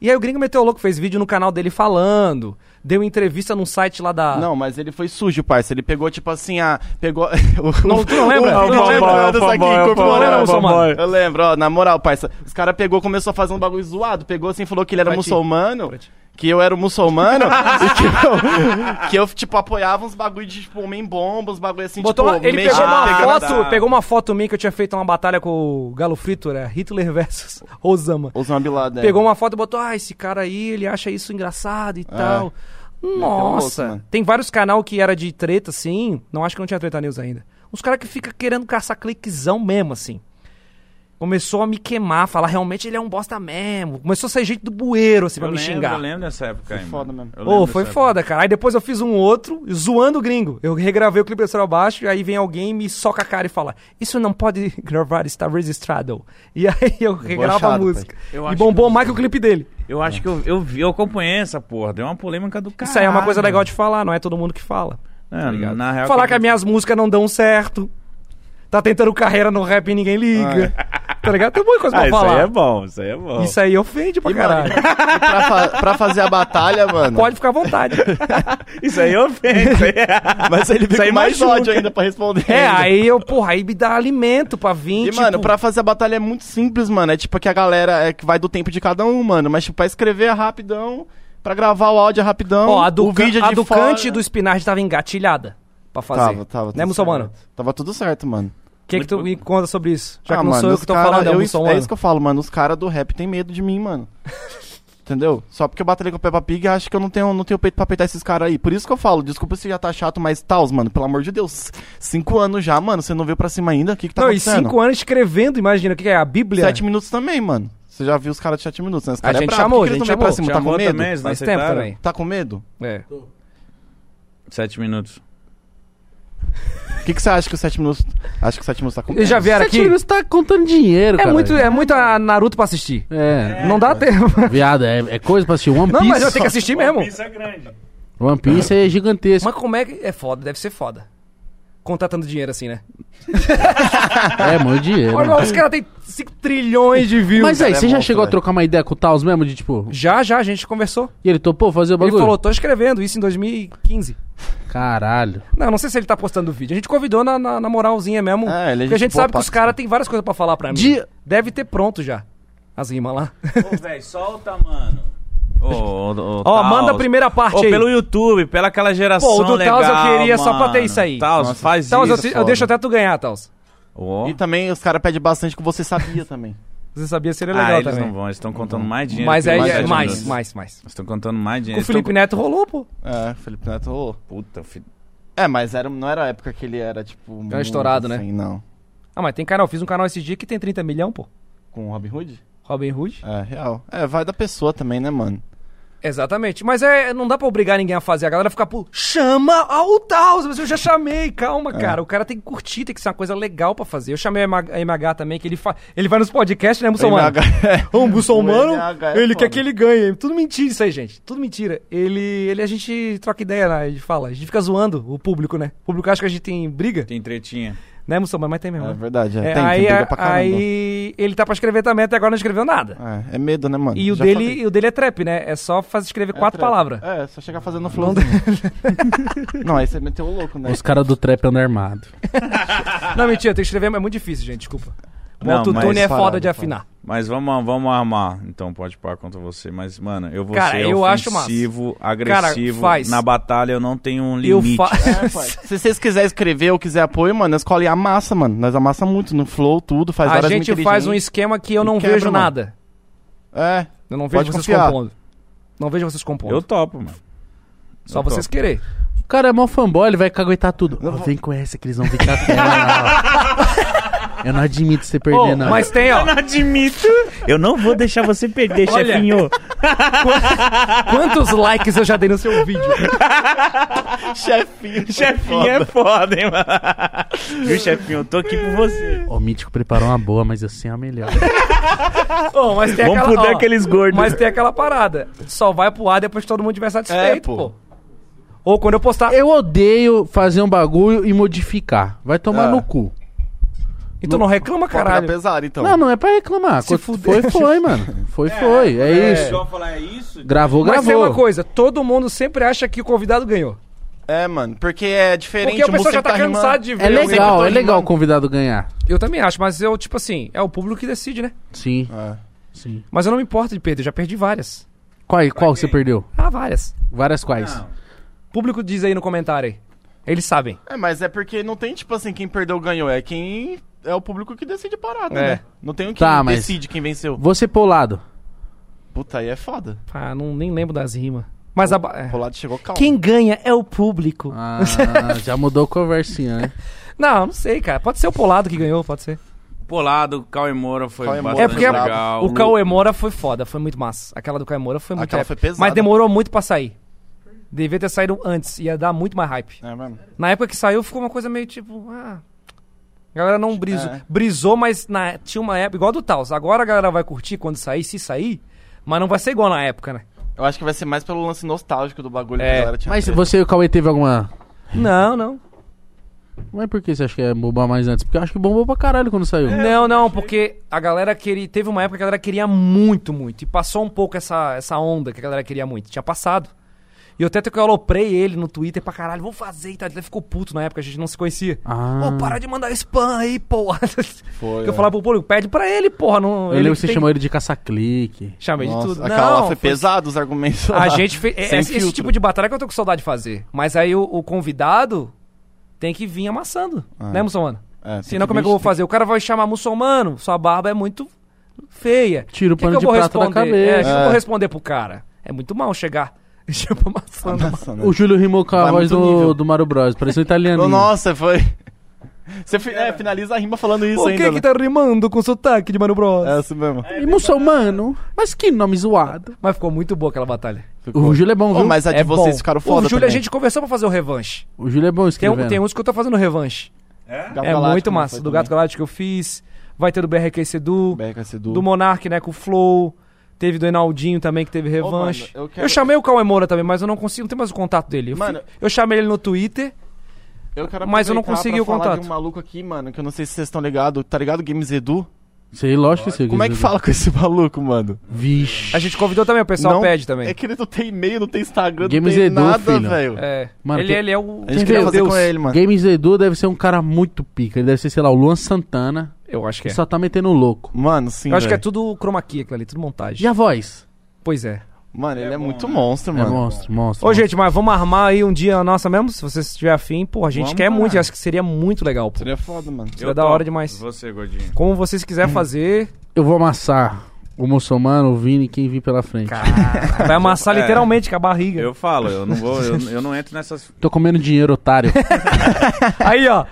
Speaker 2: E aí o Gringo Meteu Louco fez vídeo no canal dele falando, deu entrevista num site lá da...
Speaker 5: Não, mas ele foi sujo, parça. Ele pegou, tipo assim, a. Pegou.
Speaker 2: Não, tu não lembra? Tu não
Speaker 5: não
Speaker 2: lembra?
Speaker 5: lembra dessa aqui,
Speaker 2: fanboy, é
Speaker 5: incorporando
Speaker 2: o fanboy.
Speaker 5: Eu lembro, ó, na moral, parça. Os caras pegou, começou a fazer um bagulho zoado. Pegou assim, falou que ele era
Speaker 2: Pra ti.
Speaker 5: muçulmano.
Speaker 2: Pra ti.
Speaker 5: Que eu era um muçulmano e que eu, que eu, tipo, apoiava uns bagulho de, tipo, homem-bomba, uns bagulho assim,
Speaker 2: Botou
Speaker 5: tipo,
Speaker 2: uma- ele
Speaker 5: mexer-
Speaker 2: pegou uma,
Speaker 5: pegando-
Speaker 2: foto,
Speaker 4: da-
Speaker 2: pegou uma foto minha que eu tinha feito uma batalha com o Galo Frito, era Hitler versus Osama.
Speaker 5: Osama Bin Laden.
Speaker 2: Pegou uma foto e botou, ah, esse cara aí, ele acha isso engraçado e tal.
Speaker 5: louco,
Speaker 2: Nossa,
Speaker 5: mano.
Speaker 2: tem vários canal que era de treta, assim, não acho que não tinha treta news ainda. Uns caras que fica querendo caçar cliquezão mesmo, assim. Começou a me queimar, falar, realmente ele é um bosta mesmo. Começou a sair gente do bueiro, assim, pra
Speaker 4: eu
Speaker 2: me
Speaker 4: lembro,
Speaker 2: xingar.
Speaker 4: Eu lembro dessa época aí.
Speaker 5: foda
Speaker 4: mano.
Speaker 5: mesmo.
Speaker 4: Eu lembro
Speaker 2: Ô, foi
Speaker 4: dessa
Speaker 2: foda, cara. Aí depois eu fiz um outro, zoando o gringo. Eu regravei o clipe do Astral Baixo, e aí vem alguém e me soca a cara e fala: Isso não pode gravar, está registrado. E aí eu regravo a
Speaker 5: Debochado,
Speaker 2: música.
Speaker 1: Eu
Speaker 2: E
Speaker 1: acho
Speaker 2: bombou mais que o clipe dele.
Speaker 1: época. Eu acho que eu, eu vi, eu acompanhei essa porra. Deu uma polêmica do cara.
Speaker 2: Isso aí é uma coisa legal de falar, não é todo mundo que fala.
Speaker 1: na real,
Speaker 2: falar
Speaker 1: que-
Speaker 2: que as minhas músicas não dão certo. Tá tentando carreira no rap e ninguém liga. Tá ligado? Tem muita coisa pra
Speaker 1: Ah, isso
Speaker 2: falar.
Speaker 1: aí é bom, isso aí é bom.
Speaker 2: Isso aí ofende pra
Speaker 5: E,
Speaker 2: caralho.
Speaker 5: mano, pra, fa- pra fazer a batalha, mano.
Speaker 2: Pode ficar à vontade.
Speaker 1: Isso aí ofende. isso aí
Speaker 2: Tá
Speaker 1: é-
Speaker 5: Mas ele
Speaker 1: Isso
Speaker 5: veio
Speaker 1: aí
Speaker 5: com mais
Speaker 1: machuca.
Speaker 5: ódio ainda pra responder.
Speaker 2: É,
Speaker 5: ainda.
Speaker 2: aí eu, porra, aí me dá alimento pra vir.
Speaker 5: então. E,
Speaker 2: tipo,
Speaker 5: mano, pra fazer a batalha é muito simples, mano. É tipo que a galera é que vai do tempo de cada um, mano. Mas, tipo, pra escrever é rapidão, pra gravar o áudio é rapidão.
Speaker 2: Ó, a do,
Speaker 5: o vídeo é de
Speaker 2: a do
Speaker 5: fora.
Speaker 2: Cante e do Spinard tava engatilhada pra fazer.
Speaker 5: Tava, tava.
Speaker 2: Né,
Speaker 5: tudo
Speaker 2: muçulmano?
Speaker 5: certo. Tava tudo certo, mano.
Speaker 2: O que, que tu me conta sobre isso? Já
Speaker 5: Ah,
Speaker 2: que não sou eu
Speaker 5: os
Speaker 2: que tô
Speaker 5: cara-
Speaker 2: falando, é o
Speaker 5: eu- É
Speaker 2: muçulmano.
Speaker 5: isso que eu falo, mano. Os caras do rap tem medo de mim, mano. Entendeu? Só porque eu batalhei com o Peppa Pig, acho que eu não tenho, não tenho peito pra peitar esses caras aí. Por isso que eu falo, desculpa se já tá chato, mas tals, mano, pelo amor de Deus. Cinco anos já, mano, você não veio pra cima ainda? O que que tá
Speaker 2: não, e
Speaker 5: acontecendo?
Speaker 2: cinco anos escrevendo, imagina, o que que é? A Bíblia?
Speaker 5: Sete minutos também, mano. Você já viu os caras de sete minutos, né? Os
Speaker 2: A
Speaker 5: caras
Speaker 2: gente
Speaker 5: é brabo.
Speaker 2: chamou,
Speaker 5: Por que que
Speaker 2: a gente
Speaker 5: eles não vêm pra
Speaker 2: chamou.
Speaker 5: cima? Tá com
Speaker 1: Chamou
Speaker 5: medo?
Speaker 1: também, eles não
Speaker 2: Faz tempo
Speaker 1: aceitaram.
Speaker 2: também.
Speaker 5: Tá com medo?
Speaker 2: É.
Speaker 1: Sete minutos.
Speaker 5: O que, que você acha que os sete minutos. Acho que os sete minutos tá com medo.
Speaker 2: Eles já vieram
Speaker 3: Sete
Speaker 2: aqui?
Speaker 3: minutos tá contando dinheiro,
Speaker 2: É
Speaker 3: cara.
Speaker 2: muito, é muito a Naruto pra assistir.
Speaker 3: É,
Speaker 2: não dá tempo.
Speaker 3: viado, é, é coisa pra assistir. One
Speaker 2: Não,
Speaker 3: Piece,
Speaker 2: mas eu tenho que assistir mesmo.
Speaker 1: Isso é grande.
Speaker 3: One Piece é gigantesco.
Speaker 2: Mas como é que... É foda, deve ser foda. Contratando dinheiro assim, né?
Speaker 3: É, muito dinheiro.
Speaker 2: Olha lá, os caras têm 5 trilhões de views.
Speaker 3: Mas aí,
Speaker 5: cara é
Speaker 3: você já
Speaker 5: monstro,
Speaker 3: chegou a
Speaker 5: velho.
Speaker 3: trocar uma ideia com o Taos mesmo? De tipo,
Speaker 2: Já, já, a gente conversou.
Speaker 3: e ele topou fazer o bagulho?
Speaker 2: Ele falou, tô escrevendo isso em 2015.
Speaker 3: Caralho.
Speaker 2: Não, não sei se ele tá postando o vídeo. A gente convidou na, na, na moralzinha mesmo.
Speaker 5: É, ele é
Speaker 2: porque a gente
Speaker 5: gente boa
Speaker 2: sabe que
Speaker 5: pra
Speaker 2: os caras têm várias coisas pra falar pra mim.
Speaker 3: De-
Speaker 2: Deve ter pronto já. As rimas lá.
Speaker 1: Ô, velho, solta, mano. Ô, ô, ô,
Speaker 2: Ó,
Speaker 1: Taos.
Speaker 2: manda a primeira parte
Speaker 1: Ô,
Speaker 2: aí.
Speaker 1: pelo YouTube, pela aquela geração
Speaker 2: Pô, o do
Speaker 1: legal,
Speaker 2: Taos eu queria só pra
Speaker 1: mano.
Speaker 2: ter isso aí.
Speaker 1: Taos, faz
Speaker 2: Taos, eu,
Speaker 1: isso.
Speaker 2: se- eu
Speaker 5: foda.
Speaker 2: deixo até tu ganhar, Taos.
Speaker 1: Ó.
Speaker 5: E também os caras pedem bastante que você sabia também.
Speaker 2: Você sabia seria
Speaker 1: ah,
Speaker 2: legal
Speaker 1: eles
Speaker 2: também.
Speaker 1: não vão, eles estão contando mais dinheiro.
Speaker 2: Mas
Speaker 1: que
Speaker 2: aí
Speaker 1: os
Speaker 2: é
Speaker 1: sete
Speaker 2: mais,
Speaker 1: minutos.
Speaker 2: mais, mais.
Speaker 1: Eles estão contando mais
Speaker 2: Com
Speaker 1: dinheiro.
Speaker 2: o Felipe
Speaker 1: Neto.
Speaker 2: Neto rolou, pô.
Speaker 5: é, Felipe Neto. ô.
Speaker 1: Puta, filho.
Speaker 5: É, mas era, não era a época que ele era, tipo. muito
Speaker 2: estourado, né?
Speaker 5: assim, Não.
Speaker 2: Ah, mas tem canal. Fiz um canal esse dia que tem 30 milhão, pô.
Speaker 5: Com o Robin Hood?
Speaker 2: Robin Hood.
Speaker 5: É, real. É, vai da pessoa também, né, mano?
Speaker 2: Exatamente. Mas é, não dá pra obrigar ninguém a fazer. A galera fica, pô, chama ao Taos. Mas eu já chamei. Calma,
Speaker 5: É.
Speaker 2: cara. O cara tem que curtir, tem que ser uma coisa legal pra fazer. Eu chamei a MH a MH também, que ele, fa... ele vai nos podcasts, né, muçulmano?
Speaker 5: MH.
Speaker 2: O muçulmano,
Speaker 5: é. O MH é
Speaker 2: um ele
Speaker 5: foda.
Speaker 2: quer que ele ganhe. Tudo mentira isso aí, gente. Tudo mentira. Ele, ele a gente troca ideia, né? a gente fala. A gente fica zoando o público, né? O público acha que a gente tem briga,
Speaker 1: Tem tretinha.
Speaker 2: né, muçulmano? Mas tem mesmo.
Speaker 5: É
Speaker 2: né?
Speaker 5: verdade, é.
Speaker 2: É,
Speaker 5: tem,
Speaker 2: aí,
Speaker 5: tem briga pra caramba.
Speaker 2: aí ele tá pra escrever também, até agora não escreveu nada.
Speaker 5: É, é medo, né, mano?
Speaker 2: E o
Speaker 5: Já
Speaker 2: dele,
Speaker 5: falei.
Speaker 2: o dele é trap, né? É só faz escrever
Speaker 5: É
Speaker 2: quatro
Speaker 5: trap.
Speaker 2: palavras.
Speaker 5: É, só chegar fazendo flowzinho. não, aí você meteu o louco, né?
Speaker 3: Os caras do trap andam armado.
Speaker 2: Não, mentira, tem que escrever, mas é muito difícil, gente, desculpa. O
Speaker 1: Não,
Speaker 2: autotune
Speaker 1: mas
Speaker 2: é
Speaker 5: parado,
Speaker 2: foda de
Speaker 5: parado.
Speaker 2: afinar.
Speaker 1: Mas vamos, vamos armar. Então pode parar contra você. Mas, mano, eu vou
Speaker 2: Cara,
Speaker 1: ser
Speaker 2: eu acho massa.
Speaker 1: ofensivo, agressivo.
Speaker 2: Cara, faz.
Speaker 1: Na batalha eu não tenho um limite.
Speaker 2: Eu faço.
Speaker 5: É, pai. Se vocês quiserem escrever ou quiser apoio, mano, a escola amassa, mano. Nós amassa muito no flow, tudo, faz
Speaker 2: A
Speaker 5: várias
Speaker 2: gente
Speaker 5: muito
Speaker 2: faz um
Speaker 5: inteligente.
Speaker 2: esquema que eu
Speaker 5: E
Speaker 2: não
Speaker 5: quebra,
Speaker 2: vejo
Speaker 5: mano.
Speaker 2: nada.
Speaker 5: É.
Speaker 2: Eu não vejo
Speaker 5: Pode
Speaker 2: vocês
Speaker 5: confiar.
Speaker 2: compondo. Não vejo vocês compondo.
Speaker 1: Eu topo, mano.
Speaker 2: Só
Speaker 1: eu
Speaker 2: vocês
Speaker 1: topo.
Speaker 2: querer.
Speaker 3: O cara é mó fanboy, ele vai caguetar tudo. Ó, Vem com essa que eles vão ficar com ela. Eu não admito você perder, não.
Speaker 2: Mas tem, ó.
Speaker 1: Eu não admito. Eu não vou deixar você perder,
Speaker 2: Olha.
Speaker 1: chefinho.
Speaker 2: Quantos likes eu já dei no seu vídeo?
Speaker 5: Chefinho.
Speaker 1: Chefinho é foda, hein, mano. Viu, chefinho? Eu tô aqui por você.
Speaker 3: O Mítico preparou uma boa, mas eu sei a melhor.
Speaker 2: Ô, mas tem
Speaker 1: Vamos
Speaker 2: aquela,
Speaker 1: fuder
Speaker 2: ó,
Speaker 1: aqueles gordos.
Speaker 2: Mas tem aquela parada. Só vai pro ar depois que todo mundo tiver satisfeito,
Speaker 5: É, pô.
Speaker 2: pô. Ou quando eu postar.
Speaker 3: Eu odeio fazer um bagulho e modificar. Vai tomar
Speaker 2: Ah.
Speaker 5: É.
Speaker 3: no cu.
Speaker 2: Então não reclama,
Speaker 5: Caralho.
Speaker 2: caralho.
Speaker 5: pesado, então.
Speaker 3: Não, não é pra reclamar.
Speaker 2: Se
Speaker 3: Quando
Speaker 2: fuder.
Speaker 3: Foi, foi, mano. Foi, foi. É, isso.
Speaker 1: falar é isso?
Speaker 3: Gravou,
Speaker 2: Mas tem
Speaker 3: gravou.
Speaker 2: uma coisa, todo mundo sempre acha que o convidado ganhou.
Speaker 5: É, mano, porque é diferente.
Speaker 2: Porque a pessoa
Speaker 5: Mussem
Speaker 2: já tá
Speaker 5: rimando.
Speaker 2: cansada de ver.
Speaker 3: É
Speaker 2: alguém-
Speaker 5: sempre tô
Speaker 3: legal, é legal
Speaker 5: animando.
Speaker 3: o convidado ganhar.
Speaker 2: Eu também acho, mas eu, tipo assim, é o público que decide, né?
Speaker 3: Sim,
Speaker 5: É.
Speaker 3: sim.
Speaker 2: Mas eu não me importo de perder, já perdi várias.
Speaker 3: Qual, qual você perdeu?
Speaker 2: Ah, várias.
Speaker 3: Várias quais?
Speaker 2: Público diz aí no comentário aí. Eles sabem.
Speaker 5: É, mas é porque não tem, tipo assim, quem perdeu ganhou. É quem. É o público que decide a parada,
Speaker 2: É.
Speaker 5: né? Não tem o que
Speaker 3: Tá, mas-
Speaker 5: decide quem venceu.
Speaker 3: Você poulado.
Speaker 5: Puta, aí é foda.
Speaker 2: Ah, não, nem lembro das rimas. Mas a. ba- é.
Speaker 5: O Rolado chegou calmo.
Speaker 2: Quem ganha é o público.
Speaker 3: Ah, já mudou a conversinha, né?
Speaker 2: Não, não sei, cara. Pode ser o Polado que ganhou, pode ser.
Speaker 1: Polado, Cauê Moura foi
Speaker 5: Cauê Moura.
Speaker 1: bastante
Speaker 2: É porque a-
Speaker 1: legal.
Speaker 2: o Cauê Moura foi foda, foi muito massa. Aquela do Cauê Moura foi muito
Speaker 5: Aquela
Speaker 2: épica.
Speaker 5: foi pesada.
Speaker 2: Mas demorou muito pra sair. Devia ter saído antes, ia dar muito mais hype.
Speaker 5: É, mano.
Speaker 2: Na época que saiu, ficou uma coisa meio tipo. Ah. A galera não brisou.
Speaker 5: É.
Speaker 2: Brisou, mas na- tinha uma época. Igual a do Taos. Agora a galera vai curtir quando sair, se sair. Mas não vai ser igual na época, né?
Speaker 5: Eu acho que vai ser mais pelo lance nostálgico do bagulho
Speaker 2: É,
Speaker 5: que a galera tinha.
Speaker 3: Mas
Speaker 5: feito.
Speaker 3: você e o Cauê teve alguma.
Speaker 2: Não, não.
Speaker 3: Mas por que você acha que é bombar mais antes? Porque eu acho que bombou pra caralho quando saiu. Né?
Speaker 2: Não, não, porque a galera queria. Teve uma época que a galera queria muito, muito. E passou um pouco essa, essa onda que a galera queria muito. Tinha passado. E eu até que eu aloprei ele no Twitter pra caralho, vou fazer e tal. Ele até ficou puto na época, a gente não se conhecia.
Speaker 3: Ah.
Speaker 2: Ô, para de mandar spam aí, porra.
Speaker 5: Foi,
Speaker 2: que eu
Speaker 5: é.
Speaker 2: falava pro público, pede pra ele, porra. Não,
Speaker 3: Eu lembro que você
Speaker 2: tem-
Speaker 3: chamou ele de caça-clique.
Speaker 2: Chamei
Speaker 5: Nossa,
Speaker 2: de tudo.
Speaker 5: Aquela
Speaker 2: não,
Speaker 5: lá foi, pesado os argumentos.
Speaker 2: A
Speaker 5: lá.
Speaker 2: gente fez.
Speaker 5: Sem
Speaker 2: Esse, esse
Speaker 5: filtro.
Speaker 2: tipo de batalha que eu tô com saudade de fazer. Mas aí o, o convidado tem que vir amassando. Né, muçulmano?
Speaker 5: É, tem
Speaker 2: Senão, como é que eu vou fazer? O cara vai chamar muçulmano, sua barba é muito feia.
Speaker 3: Tira o
Speaker 2: Que que
Speaker 3: pano
Speaker 2: eu
Speaker 3: de
Speaker 2: vou
Speaker 3: prata da
Speaker 2: responder?
Speaker 3: cabeça.
Speaker 2: É, que eu
Speaker 5: É.
Speaker 2: vou responder pro cara? É muito mal chegar. e chamar amassando.
Speaker 5: Nossa, né?
Speaker 3: O Júlio rimou com a
Speaker 5: Vai
Speaker 3: voz
Speaker 5: muito
Speaker 3: do,
Speaker 5: nível.
Speaker 3: do Mario Bros. Parecia um italiano.
Speaker 5: Nossa, foi. Você fi- é, finaliza a rima falando isso
Speaker 2: Por que
Speaker 5: ainda.
Speaker 2: que tá rimando com sotaque de Mano Bros?
Speaker 5: né? É isso mesmo.
Speaker 3: E muçulmano? Mas que nome zoado.
Speaker 2: Mas ficou muito boa aquela batalha.
Speaker 3: O Júlio é bom,
Speaker 5: Ô,
Speaker 3: viu?
Speaker 5: mas a de
Speaker 2: É bom.
Speaker 5: vocês ficaram foda.
Speaker 2: O Júlio, a
Speaker 5: também.
Speaker 2: gente conversou pra fazer o revanche.
Speaker 3: O Júlio é bom
Speaker 2: Tem,
Speaker 3: escrevendo.
Speaker 2: um- tem uns que eu tô fazendo revanche.
Speaker 5: Gato
Speaker 2: é
Speaker 5: Galáctico,
Speaker 2: muito
Speaker 5: né,
Speaker 2: massa.
Speaker 5: foi
Speaker 2: Do Gato
Speaker 5: também.
Speaker 2: Galáctico que eu fiz. Vai ter do BRQ Sedu.
Speaker 5: Beca, Sedu.
Speaker 2: Do Monark, né? Com o Flow. Teve do Enaldinho também, que teve revanche.
Speaker 5: mano, eu
Speaker 2: eu,
Speaker 5: quero-
Speaker 2: chamei o Cauê Moura também, mas eu não consigo, não tem mais o contato dele. Eu, fi-
Speaker 5: Mano-
Speaker 2: eu chamei ele no Twitter.
Speaker 5: Eu quero
Speaker 2: Mas eu não
Speaker 5: aproveitar
Speaker 2: consegui
Speaker 5: pra
Speaker 2: o
Speaker 5: falar
Speaker 2: contato.
Speaker 5: de um maluco aqui, mano, que eu não sei se vocês estão ligados. Tá ligado, Games Edu?
Speaker 3: Sei, lógico que sei.
Speaker 5: Como é que fala com esse maluco, mano?
Speaker 3: Vixe.
Speaker 2: A gente convidou também, o pessoal
Speaker 5: Não-
Speaker 2: pede também.
Speaker 5: É que ele não tem e-mail, não tem Instagram,
Speaker 3: Games
Speaker 5: não tem
Speaker 3: Edu,
Speaker 5: nada,
Speaker 3: filho.
Speaker 5: velho.
Speaker 2: É.
Speaker 3: Mano,
Speaker 2: ele,
Speaker 3: tem-
Speaker 2: ele é o.
Speaker 5: A
Speaker 2: ele
Speaker 5: gente
Speaker 2: é
Speaker 5: queria
Speaker 2: o
Speaker 5: fazer
Speaker 2: Deus.
Speaker 5: com ele, mano.
Speaker 3: Games Edu deve ser um cara muito pica. Ele deve ser, sei lá, o Luan Santana.
Speaker 2: Eu acho que
Speaker 3: Que
Speaker 2: é.
Speaker 3: só tá metendo louco.
Speaker 5: Mano, sim,
Speaker 2: eu acho que é
Speaker 5: velho.
Speaker 2: tudo chroma key aquilo ali, tudo montagem.
Speaker 3: E a voz?
Speaker 2: Pois é.
Speaker 5: Mano, ele é, muito monstro,
Speaker 3: É
Speaker 5: mano.
Speaker 3: monstro, monstro.
Speaker 5: um
Speaker 2: Ô, gente, mas vamos armar aí um dia a nossa mesmo? Se você estiver afim, pô, a gente
Speaker 1: Vamos,
Speaker 2: quer muito.
Speaker 1: caralho.
Speaker 2: Eu acho que seria muito legal, pô.
Speaker 5: Seria foda, mano.
Speaker 2: Seria da hora demais.
Speaker 1: Você, gordinho.
Speaker 2: Como vocês
Speaker 5: Hum.
Speaker 2: quiserem fazer,
Speaker 3: Eu vou amassar o muçulmano, o Vini, quem vir pela frente.
Speaker 2: vai amassar
Speaker 1: É.
Speaker 2: literalmente com a barriga.
Speaker 1: Eu falo, eu não vou, eu, eu não entro nessas.
Speaker 3: Tô comendo dinheiro, otário.
Speaker 2: Aí, ó.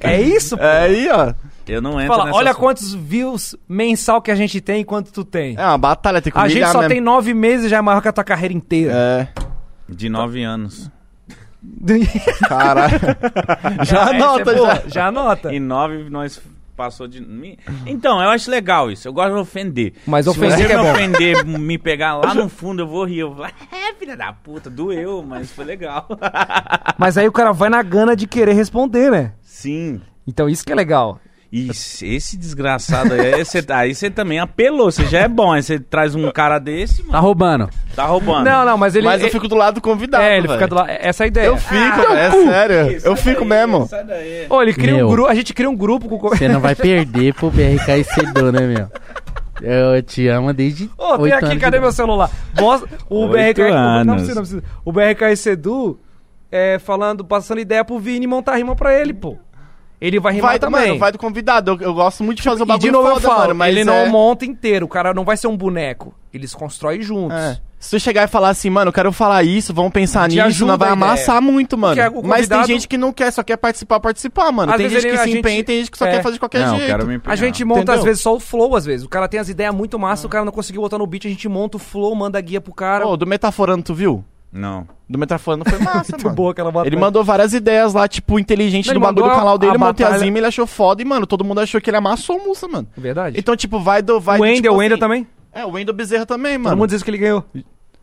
Speaker 2: É isso, pô.
Speaker 5: É aí, ó.
Speaker 1: Eu não entro
Speaker 2: Fala,
Speaker 1: nessas.
Speaker 2: olha quantos views mensal que a gente tem e quanto tu tem.
Speaker 5: É uma batalha, tem que
Speaker 2: a gente
Speaker 5: humilhar
Speaker 2: só
Speaker 5: mesmo.
Speaker 2: tem nove meses e já é maior que a tua carreira inteira.
Speaker 5: É,
Speaker 1: De nove anos.
Speaker 5: caralho. já
Speaker 2: Essa é
Speaker 5: anota,
Speaker 2: boa,
Speaker 5: já.
Speaker 2: Já anota.
Speaker 1: E nove nós passou de. me- Então, eu acho legal isso. Eu gosto de ofender.
Speaker 2: Mas
Speaker 1: Se
Speaker 2: ofender
Speaker 1: você
Speaker 2: que é
Speaker 1: me
Speaker 2: bom.
Speaker 1: ofender, me pegar lá no fundo, eu vou rir. Eu vou falar, é, filha da puta, doeu, mas foi legal.
Speaker 2: Mas aí o cara vai na gana de querer responder, né?
Speaker 1: Sim.
Speaker 2: Então isso que é legal.
Speaker 1: E se- esse desgraçado aí, aí você- aí você também apelou, você já é bom. Aí você traz um cara desse, mano,
Speaker 3: Tá roubando.
Speaker 1: tá roubando.
Speaker 2: Não, não, mas ele.
Speaker 5: Mas eu
Speaker 2: ele-
Speaker 5: fico do lado do convidado,
Speaker 2: É, ele fica
Speaker 5: velho.
Speaker 2: do lado. Essa é a ideia.
Speaker 5: Eu fico, velho, é sério. Eu
Speaker 2: é
Speaker 5: fico mesmo.
Speaker 1: Sai daí.
Speaker 2: Ô, ele cria
Speaker 3: Meu.
Speaker 2: um grupo. A gente cria um grupo com.
Speaker 3: Você não vai perder pro BRK e Cedo, né, meu? Eu te amo desde.
Speaker 2: Ô, tem
Speaker 3: oito
Speaker 2: aqui,
Speaker 3: anos
Speaker 2: cadê
Speaker 3: de
Speaker 2: meu celular? Mostra- o
Speaker 1: Oito
Speaker 2: BRK. Não
Speaker 1: anos.
Speaker 2: precisa, não precisa. é, O BRK Sedu é, falando, passando ideia pro Vini montar rima pra ele, pô. Ele vai rimar
Speaker 5: Vai,
Speaker 2: também. Tipo,
Speaker 5: mano, vai do convidado. Eu, eu gosto muito de fazer
Speaker 2: e
Speaker 5: o bagulho
Speaker 2: de novo eu
Speaker 5: foda,
Speaker 2: falo,
Speaker 5: mano, mas
Speaker 2: ele
Speaker 5: é-
Speaker 2: não monta inteiro, o cara não vai ser um boneco. Eles constroem juntos.
Speaker 5: É. Se tu chegar e falar assim, mano, eu quero falar isso, vão pensar
Speaker 2: Te
Speaker 5: nisso,
Speaker 2: ajuda
Speaker 5: não vai
Speaker 2: a ideia.
Speaker 5: amassar muito, mano.
Speaker 2: Porque o
Speaker 5: Mas tem
Speaker 2: convidado-
Speaker 5: gente que não quer, só quer participar, participar, mano.
Speaker 2: Às
Speaker 5: tem
Speaker 2: vezes
Speaker 5: gente que
Speaker 2: ele- a
Speaker 5: se empenha,
Speaker 2: gente-
Speaker 5: tem gente que só
Speaker 2: é.
Speaker 5: quer fazer de qualquer
Speaker 4: Não,
Speaker 5: jeito.
Speaker 4: quero me
Speaker 2: A
Speaker 4: empenhar.
Speaker 2: gente monta,
Speaker 5: é, Entendeu? É.
Speaker 2: às vezes, só o flow, às vezes. O cara tem as ideias muito massa, o cara não conseguiu botar no beat, a gente monta o flow, manda a guia pro cara.
Speaker 5: Ô, do Metaforando, tu viu?
Speaker 4: Não.
Speaker 5: Do Metaforando foi massa,
Speaker 2: muito
Speaker 5: mano.
Speaker 2: boa aquela batalha.
Speaker 5: Ele mandou várias ideias lá, tipo, inteligente
Speaker 2: Não,
Speaker 5: no
Speaker 2: ele
Speaker 5: bagulho do
Speaker 2: mandou a-
Speaker 5: canal dele,
Speaker 2: a
Speaker 5: eu montei
Speaker 2: batalha-
Speaker 5: as rimas, ele achou foda e, mano, todo mundo achou que ele amassou a moça, mano.
Speaker 2: Verdade.
Speaker 5: Então, tipo, vai do. Vai
Speaker 2: o
Speaker 5: do,
Speaker 2: Wendel,
Speaker 5: tipo,
Speaker 2: o Wendel
Speaker 5: assim-
Speaker 2: também.
Speaker 5: É, o Wendel Bezerra também,
Speaker 2: Todo
Speaker 5: mano.
Speaker 2: mundo diz que ele ganhou.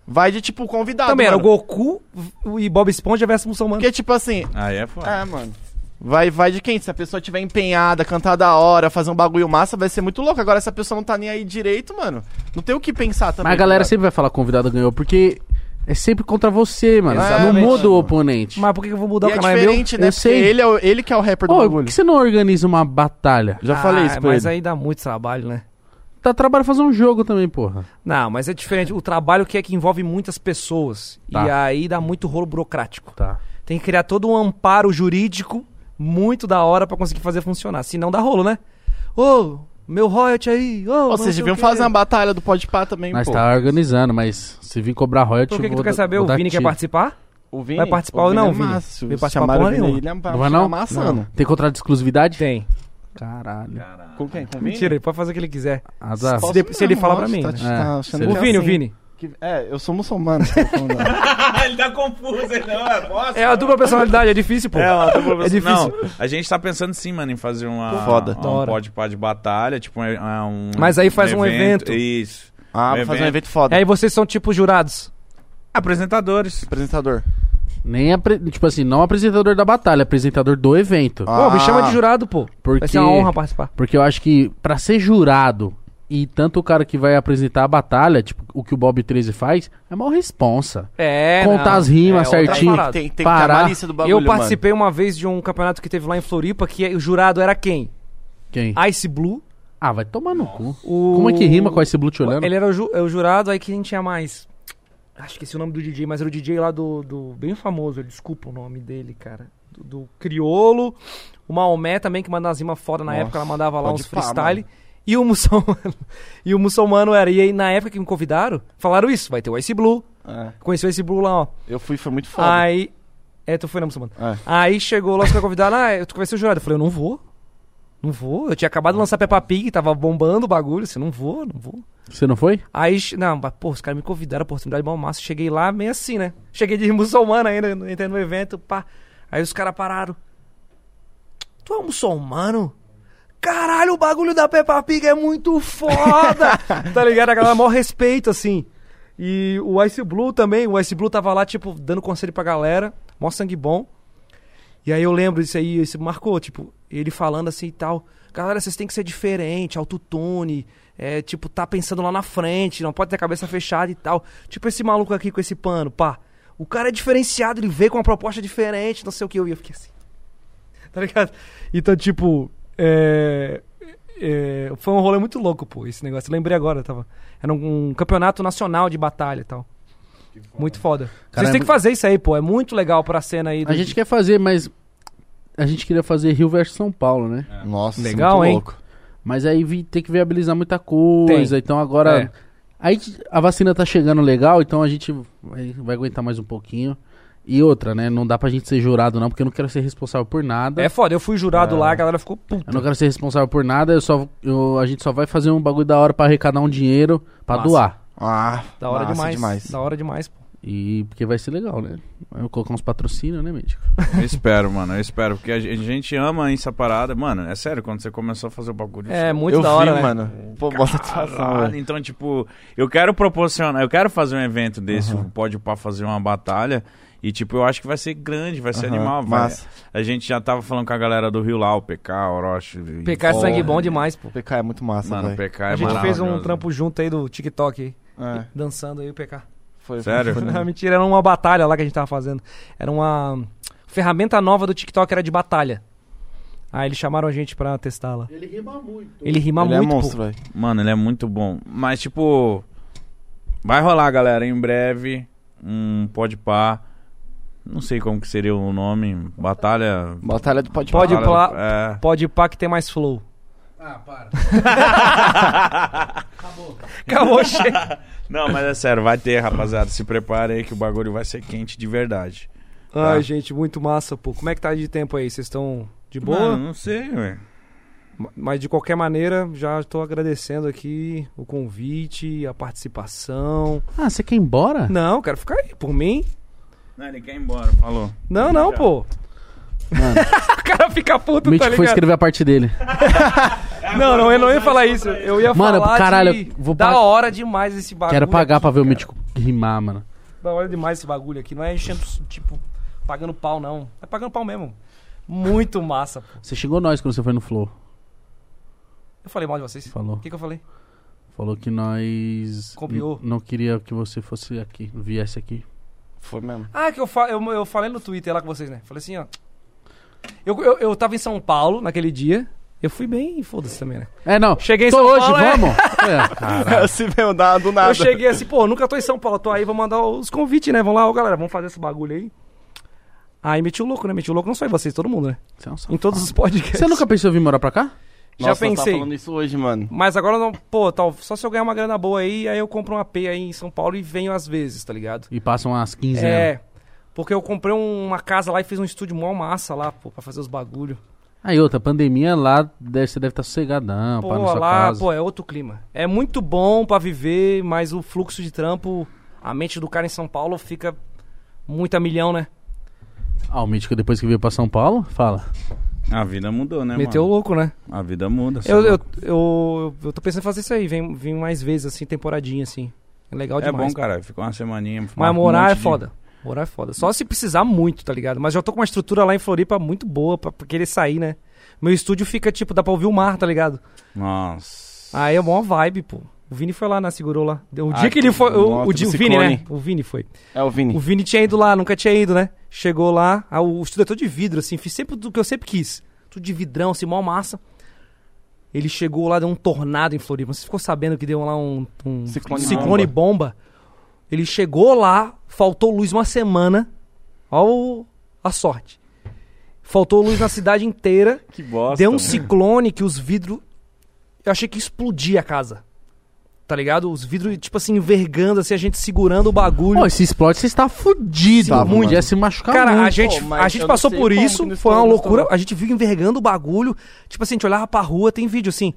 Speaker 5: Vai de, tipo, convidado.
Speaker 2: também era
Speaker 5: mano.
Speaker 2: o Goku e Bob Esponja versus Muçulmano.
Speaker 5: Porque, tipo assim,
Speaker 4: Aí é foda.
Speaker 5: É, mano. Vai, vai de quem? Se a pessoa tiver empenhada, cantar da hora, fazer um bagulho massa, vai ser muito louco. Agora, se a pessoa não tá nem aí direito, mano, não tem o que pensar também.
Speaker 3: Mas a galera
Speaker 5: tá
Speaker 3: sempre vai falar convidado ganhou, porque é sempre contra você, mano. não
Speaker 5: Exatamente.
Speaker 3: muda o oponente.
Speaker 2: Mas por que que eu vou mudar
Speaker 5: ligado?
Speaker 2: o
Speaker 5: E
Speaker 2: canal?
Speaker 5: é diferente,
Speaker 3: meu?
Speaker 5: né?
Speaker 3: Eu sei.
Speaker 5: Porque Ele é, o- ele que é o rapper do
Speaker 3: Pô, por
Speaker 5: bagulho.
Speaker 3: que você não organiza uma batalha?
Speaker 5: Já falei isso pra
Speaker 2: Ah, Mas
Speaker 5: ele.
Speaker 2: aí dá muito trabalho, né?
Speaker 3: Dá trabalho fazer um jogo também, porra.
Speaker 2: Não, mas é diferente. O trabalho que é que envolve muitas pessoas. E aí dá muito rolo burocrático.
Speaker 3: Tá.
Speaker 2: Tem que criar todo um amparo jurídico muito da hora pra conseguir fazer funcionar. Senão dá rolo, né? Ô, meu royalty aí. Ô,
Speaker 5: Pô,
Speaker 2: não
Speaker 5: vocês
Speaker 2: sei o
Speaker 5: deviam
Speaker 2: quê.
Speaker 5: fazer uma batalha do Pode Pá também,
Speaker 3: Nós
Speaker 5: pô.
Speaker 3: tá organizando, mas se vir cobrar royalty,
Speaker 2: Então, o que,
Speaker 3: eu
Speaker 2: que tu
Speaker 3: vou
Speaker 2: quer
Speaker 3: da-
Speaker 2: saber?
Speaker 3: vou
Speaker 2: O
Speaker 3: dar
Speaker 2: Vini quer
Speaker 3: tiro.
Speaker 2: participar?
Speaker 5: O é
Speaker 2: Vai participar ou não, Vini?
Speaker 5: Massa.
Speaker 2: Vai participar
Speaker 5: Chamaram
Speaker 2: porra
Speaker 5: o Vini aí,
Speaker 2: nenhuma.
Speaker 5: ele é
Speaker 3: Não vai não?
Speaker 5: amassando.
Speaker 3: Tem contrato de exclusividade?
Speaker 2: Tem.
Speaker 3: Caralho.
Speaker 5: Com quem? Com o Vini?
Speaker 2: Mentira, ele pode fazer o que ele quiser.
Speaker 3: Azar.
Speaker 5: Posso
Speaker 2: ele- se ele
Speaker 5: mesmo,
Speaker 2: falar pra
Speaker 5: lógico,
Speaker 2: mim,
Speaker 5: tá
Speaker 2: né?
Speaker 5: te- tá
Speaker 3: É,
Speaker 5: achando
Speaker 3: se
Speaker 2: O
Speaker 5: que é
Speaker 2: Vini, o
Speaker 5: assim.
Speaker 2: Vini.
Speaker 5: Que- É, eu sou muçulmano. tô falando.
Speaker 1: ele tá confuso, ele não é bosta.
Speaker 2: É a dupla personalidade, é difícil, pô.
Speaker 1: É, uma dupla
Speaker 2: É difícil.
Speaker 1: Não, a gente tá pensando sim, mano, em fazer uma.
Speaker 5: Foda.
Speaker 2: Da
Speaker 1: Um
Speaker 2: hora.
Speaker 1: pode de batalha, tipo é, é um.
Speaker 2: Mas aí faz um evento.
Speaker 1: Isso.
Speaker 5: Ah, vou fazer um evento foda.
Speaker 2: Aí vocês são tipo jurados.
Speaker 1: Apresentadores.
Speaker 5: Apresentador.
Speaker 3: Nem, apre- tipo assim, não apresentador da batalha, apresentador do evento.
Speaker 5: Ah.
Speaker 2: Pô, me chama de jurado, pô. Vai
Speaker 3: Porque-
Speaker 2: ser uma honra participar.
Speaker 3: Porque eu acho que pra ser jurado e tanto o cara que vai apresentar a batalha, tipo o que o Bob 13 faz, é maior responsa.
Speaker 2: É,
Speaker 3: Contar as rimas
Speaker 2: outra
Speaker 3: certinho.
Speaker 2: parada.
Speaker 5: Tem, tem que ter a
Speaker 3: Parar.
Speaker 5: malícia do Tá bagulho,
Speaker 2: eu participei uma vez de um campeonato que teve lá em Floripa que o jurado era quem?
Speaker 3: Quem?
Speaker 2: Ice Blue.
Speaker 3: Ah, vai tomar no cu.
Speaker 2: O...
Speaker 3: Como é que rima com esse Blue te olhando?
Speaker 2: Ele era o, ju- é o jurado, aí quem tinha mais. Acho que esse é o nome do DJ, mas era o DJ lá do. do- bem famoso, ele- desculpa o nome dele, cara. Do, do Criolo, o Maomé também, que mandava as rimas fora na
Speaker 5: Nossa,
Speaker 2: época, ela mandava lá
Speaker 5: pode
Speaker 2: uns
Speaker 5: pá,
Speaker 2: freestyle. E o muçulmano. e o muçulmano era. E aí, na época que me convidaram, falaram isso: vai ter o Ice Blue.
Speaker 5: mano. É,
Speaker 2: Conheceu o Ice Blue lá, ó.
Speaker 5: Eu fui, foi muito foda.
Speaker 2: Aí. É, tu foi na muçulmana.
Speaker 5: É.
Speaker 2: Aí chegou lá, os caras convidaram, ah, tu vai ser o jurado. Eu falei, eu não vou. Não vou. Eu tinha acabado de lançar Peppa Pig, tava bombando o bagulho. Assim, não vou, não vou.
Speaker 3: Você não foi?
Speaker 2: Aí, che- não, mas, pô, os caras me convidaram, oportunidade mal massa. Cheguei lá meio assim, né? Cheguei de muçulmano ainda, no- entrei no evento, pá. Aí os caras pararam. Tu é muçulmano? Caralho, o bagulho da Peppa Pig é muito foda! tá ligado? A galera, maior respeito, assim. E o Ice Blue também, o Ice Blue tava lá, tipo, dando conselho pra galera, mó sangue bom. E aí eu lembro disso aí, isso marcou, tipo, ele falando assim e tal. Galera, vocês têm que ser diferente, autotune, é, tipo, tá pensando lá na frente, não pode ter a cabeça fechada e tal. Tipo esse maluco aqui com esse pano, pá. O cara é diferenciado, ele veio com uma proposta diferente, não sei o que, eu ia fiquei assim. Tá ligado? Então, tipo, é, é, foi um rolê muito louco, pô, esse negócio. Eu lembrei agora, eu tava. Era um, um campeonato nacional de batalha e tal. Muito foda.
Speaker 3: Cara,
Speaker 2: Vocês
Speaker 3: é
Speaker 2: têm
Speaker 3: mu-
Speaker 2: que fazer isso aí, pô. É muito legal pra cena aí. do-
Speaker 3: A gente quer fazer, mas a gente queria fazer Rio versus São Paulo, né?
Speaker 2: É.
Speaker 5: Nossa,
Speaker 2: Legal,
Speaker 5: muito
Speaker 2: hein?
Speaker 5: louco.
Speaker 3: Mas aí vi- tem que viabilizar muita coisa.
Speaker 2: Tem.
Speaker 3: Então agora.
Speaker 2: É.
Speaker 3: Aí a vacina tá chegando legal, então a gente vai, vai aguentar mais um pouquinho. E outra, né? Não dá pra gente ser jurado, não, porque eu não quero ser responsável por nada.
Speaker 2: É foda, eu fui jurado lá, a galera ficou puta.
Speaker 3: Eu não quero ser responsável por nada, eu só, eu- a gente só vai fazer um bagulho da hora pra arrecadar um dinheiro pra
Speaker 2: Massa.
Speaker 3: doar.
Speaker 5: Ah,
Speaker 2: Da hora
Speaker 5: massa
Speaker 2: demais, Da hora demais, pô.
Speaker 3: E porque vai ser legal, né? Eu vou colocar uns patrocínios, né, médico?
Speaker 4: Eu espero, mano. Eu espero. Porque a gen- a gente ama essa parada. Mano, é sério, quando você começou a fazer o bagulho.
Speaker 2: É,
Speaker 4: você-
Speaker 2: muito
Speaker 5: eu
Speaker 2: da hora,
Speaker 5: vi,
Speaker 2: né?
Speaker 5: mano. Pô, boa satisfação,
Speaker 4: Caralho,
Speaker 5: velho.
Speaker 4: então, tipo, eu quero proporcionar, eu quero fazer um evento desse, pode para fazer uma batalha. E, tipo, eu acho que vai ser grande, vai ser
Speaker 5: Aham,
Speaker 4: animal. Vai.
Speaker 5: massa.
Speaker 4: A gente já tava falando com a galera do Rio lá, o PK, o Orochi. e-
Speaker 2: Pecar de é sangue
Speaker 4: Porra,
Speaker 2: bom demais, pô.
Speaker 5: O PK é muito massa,
Speaker 4: Mano, o
Speaker 5: velho.
Speaker 4: PK é
Speaker 2: A gente fez um
Speaker 4: maravilhoso.
Speaker 2: trampo junto aí do TikTok aí,
Speaker 5: É,
Speaker 2: dançando aí o PK.
Speaker 5: foi,
Speaker 4: Sério?
Speaker 5: foi-
Speaker 2: Não, mentira, era uma batalha lá que a gente tava fazendo. Era uma ferramenta nova do TikTok, era de batalha. Aí eles chamaram a gente pra testar lá.
Speaker 3: Ele rima muito.
Speaker 2: Ele rima
Speaker 5: Ele é
Speaker 2: muito,
Speaker 5: monstro,
Speaker 2: pô.
Speaker 5: velho.
Speaker 4: Mano, ele é muito bom. Mas, tipo, vai rolar, galera, em breve. Um pode par. Não sei como que seria o nome. Batalha.
Speaker 6: Batalha do Pode
Speaker 2: Pode
Speaker 6: Pá.
Speaker 2: ir pra,
Speaker 4: É.
Speaker 2: pode ir pra que tem mais flow.
Speaker 3: Ah, para.
Speaker 2: Acabou, chega.
Speaker 4: Não, mas é sério, vai ter, rapaziada. Se prepare aí que o bagulho vai ser quente de verdade.
Speaker 5: Tá.
Speaker 2: Ai, gente, muito massa, pô. Como é que tá de tempo aí? Vocês estão de boa?
Speaker 4: Mano, não sei, velho.
Speaker 2: Ma- Mas de qualquer maneira, já estou agradecendo aqui o convite, a participação.
Speaker 3: Ah, você quer ir embora?
Speaker 2: Não, quero ficar aí, por mim.
Speaker 4: Não, ele quer ir embora, falou.
Speaker 2: Não, não, pô. o cara fica puto,
Speaker 3: O Mitch
Speaker 2: tá
Speaker 3: foi
Speaker 2: ligado?
Speaker 3: escrever a parte dele.
Speaker 2: Não, não, eu não ia falar isso. Eu ia
Speaker 3: Mano,
Speaker 2: falar
Speaker 3: caralho,
Speaker 2: de...
Speaker 3: eu vou
Speaker 2: da
Speaker 3: pa-
Speaker 2: hora demais esse bagulho.
Speaker 3: Quero pagar
Speaker 2: aqui,
Speaker 3: pra ver o
Speaker 2: Tá cara.
Speaker 3: Mítico rimar, mano.
Speaker 2: Da hora demais esse bagulho aqui. Não é enchendo, tipo, pagando pau, não. É pagando pau mesmo. Muito massa. pô.
Speaker 3: Você xingou nós quando você foi no Flow.
Speaker 2: Eu falei mal de vocês.
Speaker 3: Falou.
Speaker 2: O que, que eu falei?
Speaker 3: Falou que nós.
Speaker 2: Copiou.
Speaker 3: n- Não queria que você fosse aqui, viesse aqui.
Speaker 5: Foi mesmo.
Speaker 2: Ah, que eu, fa... eu, eu falei no Twitter lá com vocês, né? Falei assim, ó. Eu, eu, eu tava em São Paulo naquele dia. Eu fui bem, foda-se também, né?
Speaker 3: É, não.
Speaker 2: Cheguei em
Speaker 3: tô
Speaker 2: São
Speaker 3: hoje,
Speaker 2: Paulo, é.
Speaker 3: vamos? É, cara.
Speaker 5: Se veio dar do nada.
Speaker 2: Eu cheguei assim, pô, nunca tô em São Paulo, tô aí, vou mandar os convites, né? Vamos lá, ô galera, vamos fazer esse bagulho aí. Aí meti o louco, né? Meti o louco, não só em vocês, todo mundo, né?
Speaker 3: Você, é um safado.
Speaker 2: Em todos os podcasts.
Speaker 3: Você nunca pensou em vir morar pra cá?
Speaker 2: Já
Speaker 5: Nossa, Eu tava
Speaker 2: pensei.
Speaker 5: falando isso hoje, mano.
Speaker 2: Mas agora não, pô, tal, só se eu ganhar uma grana boa aí, aí eu compro um AP aí em São Paulo e venho às vezes, tá ligado?
Speaker 3: E passam umas 15 anos.
Speaker 2: É. Porque eu comprei um- uma casa lá e fiz um estúdio mó massa lá, pô, pra fazer os bagulho.
Speaker 3: Aí outra, pandemia lá, deve, você deve estar sossegadão,
Speaker 2: Pô,
Speaker 3: pá, na sua
Speaker 2: lá,
Speaker 3: casa.
Speaker 2: pô, é outro clima. É muito bom pra viver, mas o fluxo de trampo, a mente do cara em São Paulo fica muito a milhão, né?
Speaker 3: Ah, o Mítico depois que veio pra São Paulo, fala.
Speaker 4: A vida mudou, né,
Speaker 2: Meteu o
Speaker 4: mano?
Speaker 2: louco, né?
Speaker 4: A vida muda. cê é
Speaker 2: Eu, eu,
Speaker 4: louco.
Speaker 2: eu, eu tô pensando em fazer isso aí, vem, vem mais vezes, assim, temporadinha, assim. É legal
Speaker 4: É
Speaker 2: demais.
Speaker 4: bom, cara. Ficou uma semaninha.
Speaker 2: Mas
Speaker 4: um
Speaker 2: morar
Speaker 4: monte
Speaker 2: é
Speaker 4: de- Hum.
Speaker 2: foda. Morar é foda. Só se precisar muito, tá ligado? Mas já tô com uma estrutura lá em Floripa muito boa pra, pra querer sair, né? Meu estúdio fica, tipo, dá pra ouvir o mar, tá ligado?
Speaker 4: Nossa.
Speaker 2: Aí é mó vibe, pô. O Vini foi lá, né? Segurou lá. Deu- O
Speaker 5: Ah,
Speaker 2: dia que ele foi. O,
Speaker 5: nossa,
Speaker 2: o dia- o
Speaker 5: do
Speaker 2: Vini,
Speaker 5: Ciclone.
Speaker 2: né? O Vini foi.
Speaker 5: É o Vini.
Speaker 2: O Vini tinha ido lá, nunca tinha ido, né? Chegou lá, ah, o estúdio é todo de vidro, assim, fiz sempre do que eu sempre quis. Tudo de vidrão, assim, mó massa. Ele chegou lá, deu um tornado em Floripa. Você ficou sabendo que deu lá um, um
Speaker 5: Ciclone
Speaker 2: bomba. Ele chegou lá, faltou luz uma semana. Olha o- a sorte. Faltou luz na cidade inteira.
Speaker 4: Que bosta.
Speaker 2: Deu um
Speaker 4: mano.
Speaker 2: ciclone que os vidros. Eu achei que explodia a casa. Tá ligado? Os vidros, tipo assim, envergando, assim, a gente segurando o bagulho.
Speaker 3: Pô, esse explode, você está fudido.
Speaker 5: Tá,
Speaker 3: muito.
Speaker 5: mano.
Speaker 3: Ia se machucar
Speaker 2: Cara, a
Speaker 3: muito.
Speaker 2: gente,
Speaker 5: Pô, mas
Speaker 2: a gente
Speaker 5: eu
Speaker 2: passou
Speaker 5: não sei
Speaker 2: por
Speaker 5: como
Speaker 2: isso,
Speaker 5: que não
Speaker 2: foi uma
Speaker 5: estourou, não
Speaker 2: loucura.
Speaker 5: estourou.
Speaker 2: A gente vive envergando o bagulho. Tipo assim, a gente olhava pra rua, tem vídeo assim.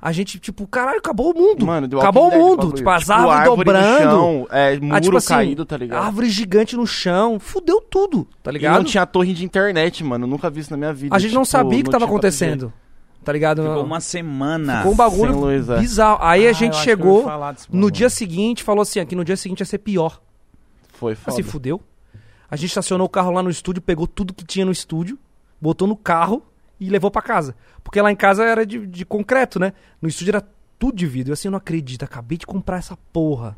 Speaker 2: A gente, tipo, caralho, acabou o mundo.
Speaker 5: Mano, deu
Speaker 2: acabou o
Speaker 5: Walking Dead
Speaker 2: mundo.
Speaker 5: bagulho.
Speaker 2: Tipo, as
Speaker 5: árvore
Speaker 2: árvores
Speaker 5: no
Speaker 2: dobrando.
Speaker 5: chão, é, muro
Speaker 2: Ah, tipo assim,
Speaker 5: caído, tá ligado?
Speaker 2: Árvore gigante no chão. Fudeu tudo, tá
Speaker 5: E não
Speaker 2: ligado?
Speaker 5: tinha torre de internet, mano. Nunca vi isso na minha vida.
Speaker 2: A gente não
Speaker 5: tipo,
Speaker 2: sabia o que
Speaker 5: não
Speaker 2: tava
Speaker 5: tinha 4G.
Speaker 2: acontecendo. Tá ligado?
Speaker 4: Ficou uma semana.
Speaker 2: Ficou um bagulho
Speaker 5: Sem luz, é.
Speaker 2: bizarro. Aí
Speaker 4: Ah,
Speaker 2: a
Speaker 4: eu
Speaker 2: gente
Speaker 4: acho que eu ouvi
Speaker 2: chegou
Speaker 4: falar desse
Speaker 2: no
Speaker 4: bagulho.
Speaker 2: dia seguinte, falou assim, aqui no dia seguinte ia ser pior.
Speaker 5: Foi
Speaker 2: Ah,
Speaker 5: foda.
Speaker 2: se fudeu. A gente estacionou o carro lá no estúdio, pegou tudo que tinha no estúdio, botou no carro e levou pra casa. Porque lá em casa era de, de concreto, né? No estúdio era tudo de vidro. Eu assim, eu não acredito, acabei de comprar essa porra.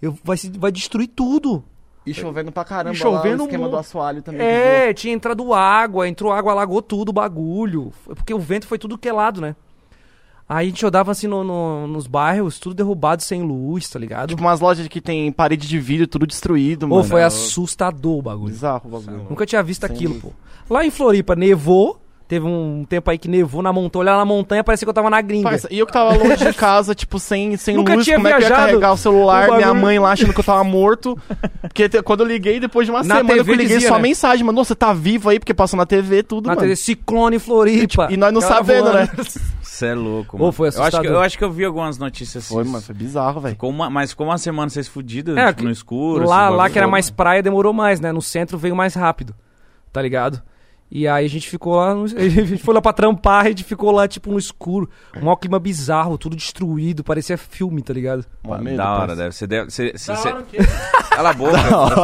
Speaker 2: Eu, vai, se- vai destruir tudo.
Speaker 5: E chovendo pra caramba.
Speaker 2: E chovendo
Speaker 5: lá, o esquema
Speaker 2: muito.
Speaker 5: do assoalho também. que voou.
Speaker 2: É, tinha entrado água, entrou água, alagou tudo o bagulho. Foi Porque o vento foi tudo quelado, né? Aí a gente andava assim no- no- nos bairros, tudo derrubado, sem luz, tá ligado?
Speaker 5: Tipo umas lojas que tem parede de vidro, tudo destruído,
Speaker 2: Pô,
Speaker 5: mano. É
Speaker 2: foi assustador o bagulho.
Speaker 5: Bizarro o bagulho.
Speaker 2: Nunca tinha visto
Speaker 5: Sem
Speaker 2: aquilo,
Speaker 5: luz.
Speaker 2: pô. Lá em Floripa, nevou. Teve um tempo aí que nevou na montanha. Olhar na montanha, parecia que eu tava na gringa.
Speaker 5: Parça, e eu que é tava longe de casa, tipo, sem, sem
Speaker 2: Nunca
Speaker 5: luz,
Speaker 2: tinha
Speaker 5: como é que eu ia
Speaker 2: viajado.
Speaker 5: carregar o celular,
Speaker 2: O
Speaker 5: minha
Speaker 2: bagulho-
Speaker 5: mãe lá achando que eu tava morto. Porque te- quando eu liguei, depois de uma
Speaker 2: Na
Speaker 5: semana
Speaker 2: TV
Speaker 5: que eu liguei,
Speaker 2: dizia,
Speaker 5: só
Speaker 2: né?
Speaker 5: mensagem, mano, "Nossa, você tá vivo aí, porque passou na TV tudo,
Speaker 2: na
Speaker 5: mano.
Speaker 2: TV, ciclone em Floripa.
Speaker 5: E nós não
Speaker 2: Ela
Speaker 5: sabendo, né?
Speaker 2: voando.
Speaker 4: Cê é louco,
Speaker 2: Ô,
Speaker 4: mano.
Speaker 2: foi
Speaker 4: eu, acho que,
Speaker 2: assustador.
Speaker 4: eu acho que eu vi algumas notícias assim.
Speaker 5: Foi, mano, foi bizarro, velho.
Speaker 4: Ficou uma- mas ficou uma semana vocês fudidos,
Speaker 2: É,
Speaker 4: tipo,
Speaker 2: que-
Speaker 4: no escuro.
Speaker 2: Lá,
Speaker 4: esses
Speaker 2: lá que era
Speaker 4: bagulho.
Speaker 2: mais praia, demorou mais, né? No centro veio mais rápido. Tá ligado? E aí a gente ficou lá, no- a gente foi lá pra trampar, a gente ficou lá, tipo, no escuro. Um maior clima bizarro, tudo destruído, parecia filme, tá ligado?
Speaker 5: Mó
Speaker 4: Da
Speaker 5: medo,
Speaker 4: hora, né?
Speaker 5: parça.
Speaker 4: deve. Você deve. Você, você, você- Cala a boca.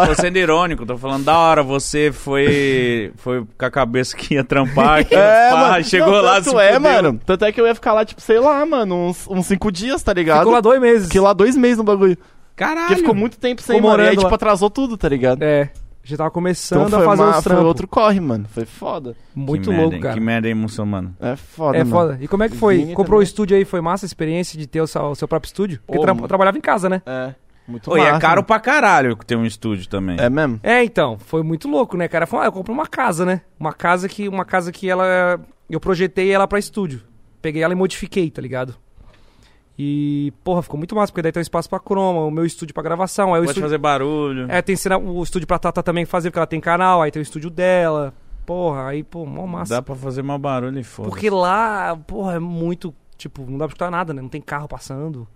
Speaker 4: eu Tô sendo irônico, tô falando da hora. Você foi. Foi com a cabeça que ia trampar. Que
Speaker 5: É,
Speaker 4: pá,
Speaker 5: mano.
Speaker 4: chegou
Speaker 5: Não,
Speaker 4: lá,
Speaker 5: tanto
Speaker 4: se
Speaker 5: é,
Speaker 4: fudeu.
Speaker 5: mano. Tanto é que eu ia ficar lá, tipo, sei lá, mano, uns, uns cinco dias, tá ligado?
Speaker 2: Ficou lá dois meses.
Speaker 5: Fiquei lá dois meses no bagulho. Porque
Speaker 4: Caralho.
Speaker 5: ficou muito tempo sem,
Speaker 2: Ficou
Speaker 5: mano. E aí,
Speaker 2: morando
Speaker 5: tipo,
Speaker 2: lá.
Speaker 5: atrasou tudo, tá ligado?
Speaker 2: É, a gente tava começando
Speaker 5: Então
Speaker 2: a
Speaker 5: foi,
Speaker 2: fazer
Speaker 5: uma,
Speaker 2: uns
Speaker 5: foi
Speaker 2: trampos.
Speaker 5: outro corre, mano. Foi foda.
Speaker 2: Muito
Speaker 4: que merda,
Speaker 2: louco,
Speaker 4: hein?
Speaker 2: cara.
Speaker 4: Que merda, hein, muçulmano?
Speaker 5: É foda,
Speaker 2: É
Speaker 5: mano.
Speaker 2: foda. E como é que foi?
Speaker 5: Vini
Speaker 2: Comprou o
Speaker 5: também.
Speaker 2: estúdio aí? Foi massa a experiência de ter o seu, o seu próprio estúdio? Porque
Speaker 5: Pô,
Speaker 2: tra-
Speaker 5: mano.
Speaker 2: trabalhava em casa, né?
Speaker 5: É. Muito
Speaker 1: Pô, e é
Speaker 5: massa.
Speaker 1: caro pra caralho ter um estúdio também.
Speaker 5: É mesmo?
Speaker 2: É, então, foi muito louco, né, cara? Falou, ah, eu comprei uma casa, né? Uma casa que uma casa que ela eu projetei ela pra estúdio. Peguei ela e modifiquei, tá ligado? E, porra, ficou muito massa, porque daí tem um espaço pra croma, o meu estúdio pra gravação, aí o
Speaker 1: Pode
Speaker 2: estúdio...
Speaker 1: fazer barulho.
Speaker 2: É, tem cena- o estúdio pra Tata também fazer, porque ela tem canal, aí tem o estúdio dela. Porra, aí, pô, mó massa.
Speaker 1: Dá pra fazer mal barulho e foda.
Speaker 2: Porque lá, porra, é muito, tipo, não dá pra escutar nada, né? Não tem carro passando.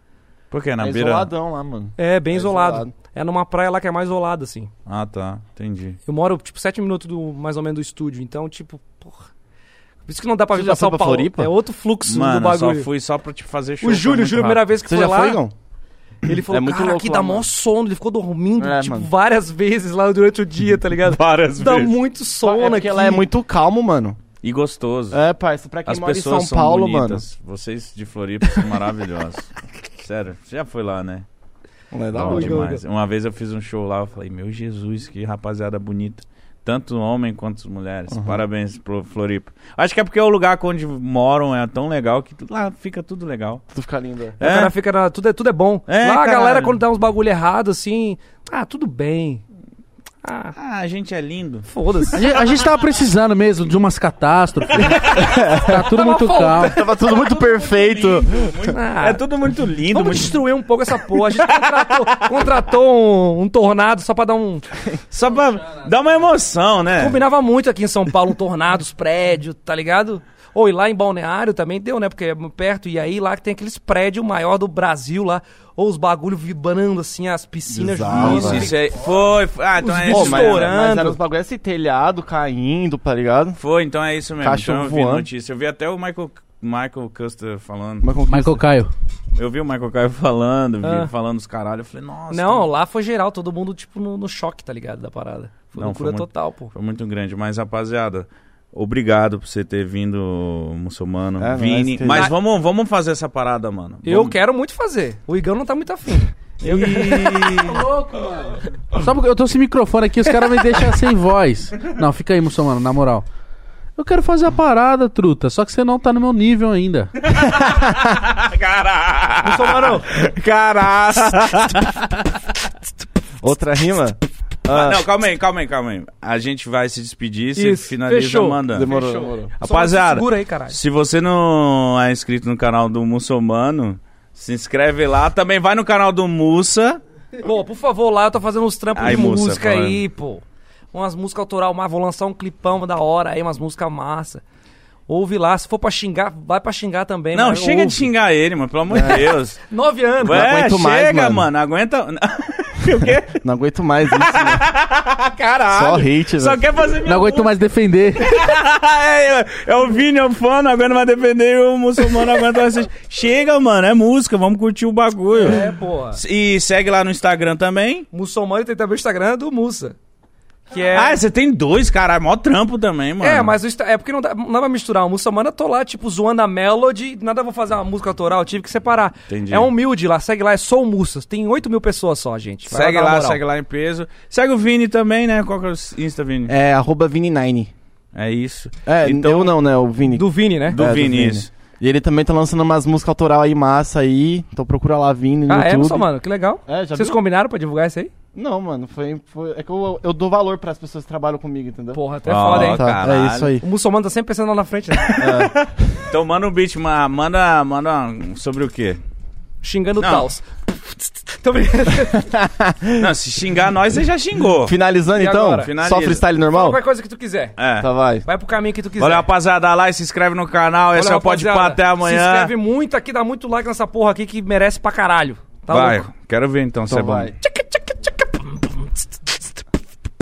Speaker 1: Por quê? Na
Speaker 5: É
Speaker 1: beira.
Speaker 5: isoladão lá, mano.
Speaker 2: É, bem
Speaker 5: É
Speaker 2: isolado.
Speaker 5: isolado.
Speaker 2: É numa praia lá que é mais isolada, assim.
Speaker 1: Ah, tá. Entendi.
Speaker 2: Eu moro, tipo, sete minutos do, mais ou menos do estúdio, então, tipo, porra. Por isso que não dá pra
Speaker 5: Você
Speaker 2: vir
Speaker 5: já
Speaker 2: pra São
Speaker 5: foi pra
Speaker 2: Paulo.
Speaker 5: Floripa?
Speaker 2: É outro fluxo do
Speaker 1: Mano, eu só
Speaker 2: bagulho.
Speaker 1: fui só pra te fazer show.
Speaker 2: O Júlio, o Júlio, a primeira vez que
Speaker 5: Você
Speaker 2: foi
Speaker 5: já
Speaker 2: lá,
Speaker 5: foi, Igão?
Speaker 2: ele falou,
Speaker 5: É muito
Speaker 2: cara,
Speaker 5: louco
Speaker 2: aqui
Speaker 5: lá,
Speaker 2: dá
Speaker 5: mano."
Speaker 2: mó sono. Ele ficou dormindo,
Speaker 5: É,
Speaker 2: tipo,
Speaker 5: mano.
Speaker 2: várias vezes lá durante o dia, tá ligado?
Speaker 1: Várias
Speaker 2: dá
Speaker 1: vezes.
Speaker 2: muito sono
Speaker 5: é
Speaker 2: aqui.
Speaker 5: porque ela é muito calmo, mano.
Speaker 1: E gostoso.
Speaker 5: É, parça, pra quem
Speaker 1: As
Speaker 5: mora em
Speaker 1: pessoas
Speaker 5: São
Speaker 1: são
Speaker 5: Paulo,
Speaker 1: bonitas. Vocês de Floripa são maravilhosos. Sério, você já foi lá, né?
Speaker 5: mano. Não é da
Speaker 1: Bom
Speaker 2: hora.
Speaker 1: demais. Uma vez eu fiz um show lá, eu falei, meu Jesus, que rapaziada bonita. Tanto homem quanto as mulheres. Parabéns pro Floripa. Acho que é porque o lugar onde moram é tão legal que tudo lá fica tudo legal.
Speaker 5: Tu fica lindo.
Speaker 2: O cara fica na- tudo, é, tudo é bom.
Speaker 1: É,
Speaker 2: lá a galera,
Speaker 1: caralho.
Speaker 2: quando dá uns bagulho errado, assim. Ah, tudo bem. Ah,
Speaker 1: Ah, a gente é lindo.
Speaker 2: foda-se.
Speaker 3: A gente, a gente tava precisando mesmo de umas catástrofes. tá tudo muito calmo.
Speaker 5: Tava tudo muito perfeito.
Speaker 2: Ah,
Speaker 1: tudo muito lindo,
Speaker 2: Vamos destruir um pouco essa porra. A gente contratou, contratou um, um tornado só pra dar um.
Speaker 1: Só pra dar uma emoção, né?
Speaker 2: Combinava muito aqui em São Paulo, um tornado, os prédios, tá ligado? Ou e lá em Balneário também deu, né? Porque é perto. E aí lá que tem aqueles prédios maior do Brasil lá. Ou os bagulho vibrando assim, as piscinas.
Speaker 5: Bizarro,
Speaker 2: juntas.
Speaker 5: velho.
Speaker 1: Isso aí. Foi, foi. Ah, então é
Speaker 5: Pô,
Speaker 1: isso.
Speaker 5: mas,
Speaker 1: mesmo.
Speaker 5: mas era os bagulho esse telhado caindo, tá ligado?
Speaker 1: Foi, então é isso mesmo.
Speaker 5: Cachorro
Speaker 1: então eu vi
Speaker 5: voando.
Speaker 1: notícia. Eu vi até o Michael, Michael Custer falando.
Speaker 5: Mas como que-
Speaker 3: Michael Caio.
Speaker 1: Eu vi o Michael Caio falando, vi
Speaker 2: Ah.
Speaker 1: ele falando os caralho. Eu falei, nossa.
Speaker 2: Não, lá foi geral, todo mundo, tipo, no, no choque, tá ligado? Da parada. Foi
Speaker 1: Não,
Speaker 2: loucura
Speaker 1: foi muito-
Speaker 2: total, pô.
Speaker 1: Foi muito grande. Mas, rapaziada, obrigado por você ter vindo, muçulmano.
Speaker 5: É,
Speaker 1: Vini.
Speaker 5: nós que-
Speaker 1: Mas
Speaker 5: Mas-
Speaker 1: vamos, vamos fazer essa parada, mano.
Speaker 2: Eu
Speaker 1: Vamos.
Speaker 2: quero muito fazer. O Igão não tá muito afim. Eu...
Speaker 3: Só porque eu tô sem microfone aqui, os caras me deixam sem voz. Não, fica aí, muçulmano, na moral. Eu quero fazer a parada, truta, só que você não tá no meu nível ainda.
Speaker 1: Muçulmano! Caraca!
Speaker 5: Outra rima? Ah,
Speaker 1: Não, calma aí, calma aí, calma aí. A gente vai se despedir, você
Speaker 2: Isso,
Speaker 1: finaliza
Speaker 2: fechou.
Speaker 1: mandando.
Speaker 5: demorou, demorou.
Speaker 1: Rapaziada,
Speaker 2: Segura aí, caralho.
Speaker 1: Se você não é inscrito no canal do Muçulmano, se inscreve lá. Também vai no canal do Mussa.
Speaker 2: Pô, por favor, lá eu tô fazendo uns trampos
Speaker 1: Ai,
Speaker 2: de
Speaker 1: moça,
Speaker 2: música
Speaker 1: fala.
Speaker 2: aí, pô. Umas músicas autoral, mas vou lançar um clipão da hora aí, umas músicas massa. Ouve lá, se for pra xingar, vai pra xingar também.
Speaker 1: Não,
Speaker 2: mas
Speaker 1: chega
Speaker 2: ouve. É.
Speaker 1: de xingar ele, mano. Pelo amor de Deus.
Speaker 2: Nove anos. né?
Speaker 1: Ué,
Speaker 5: aguento
Speaker 1: chega,
Speaker 5: mais, mano.
Speaker 1: Aguenta.
Speaker 5: Não aguento mais isso, né?
Speaker 1: Caralho.
Speaker 5: Só hate,
Speaker 1: Só
Speaker 5: velho.
Speaker 1: quer fazer minha
Speaker 3: Não aguento mais defender.
Speaker 1: é, é, é o Vini, é o fã, não aguenta mais defender o muçulmano, não aguenta mais assistir. Chega, mano, é música, vamos curtir o bagulho.
Speaker 2: É, pô.
Speaker 1: E segue lá no Instagram também.
Speaker 2: Muçulmano tem também o Instagram do Mussa. Que é.
Speaker 1: Ah, você tem dois, caralho, mó trampo também, mano.
Speaker 2: É, mas o Insta- é porque não dá, não dá pra misturar. O Muçulmano eu tô lá, tipo, zoando a melody, nada vou fazer uma música autoral, tive que separar.
Speaker 1: Entendi.
Speaker 2: É humilde lá, segue lá, é só o Mussa. Tem 8 mil pessoas só, gente. Vai
Speaker 1: Segue
Speaker 2: dar uma
Speaker 1: lá,
Speaker 2: moral.
Speaker 1: segue lá em peso. Segue o Vini também, né? Qual que é o Insta, Vini?
Speaker 5: É, arroba Vini9.
Speaker 1: É isso.
Speaker 5: É,
Speaker 1: Então-
Speaker 5: eu não, né? O Vini.
Speaker 2: Do Vini, né?
Speaker 1: Do
Speaker 5: É,
Speaker 1: Vini, isso.
Speaker 5: E ele também tá lançando umas músicas autoral aí massa aí. Então procura lá Vini no
Speaker 2: Ah, é,
Speaker 5: YouTube.
Speaker 2: Muçulmano, que legal.
Speaker 5: É, já
Speaker 2: Vocês
Speaker 5: viu?
Speaker 2: combinaram pra divulgar isso aí?
Speaker 5: Não, mano, foi, foi- É que eu, eu dou valor pras pessoas que trabalham comigo, entendeu?
Speaker 2: Porra, até
Speaker 1: Ó,
Speaker 2: foda, hein?
Speaker 5: Tá,
Speaker 1: caralho.
Speaker 5: é isso aí.
Speaker 2: O muçulmano tá sempre pensando lá na frente, né?
Speaker 1: Então manda um beat, ma- manda, manda um- sobre o quê?
Speaker 2: Xingando o
Speaker 1: Não.
Speaker 2: Taos. Tô brincando.
Speaker 1: Não, se xingar nós, você já xingou.
Speaker 5: Finalizando
Speaker 2: E
Speaker 5: então,
Speaker 2: agora?
Speaker 1: Finaliza.
Speaker 5: só freestyle normal?
Speaker 2: Qualquer coisa que tu quiser.
Speaker 1: É.
Speaker 5: Tá, vai.
Speaker 2: Vai pro caminho que tu quiser.
Speaker 1: Valeu, rapaziada. Dá like, se inscreve no canal. Esse é
Speaker 2: Valeu,
Speaker 1: o Pode
Speaker 2: rapaziada.
Speaker 1: Pá até
Speaker 2: Se
Speaker 1: amanhã.
Speaker 2: inscreve muito aqui, dá muito like nessa porra aqui que merece pra caralho. Tá
Speaker 1: Vai,
Speaker 2: louco?
Speaker 1: quero ver então, se é
Speaker 5: Então
Speaker 1: bom.
Speaker 5: vai.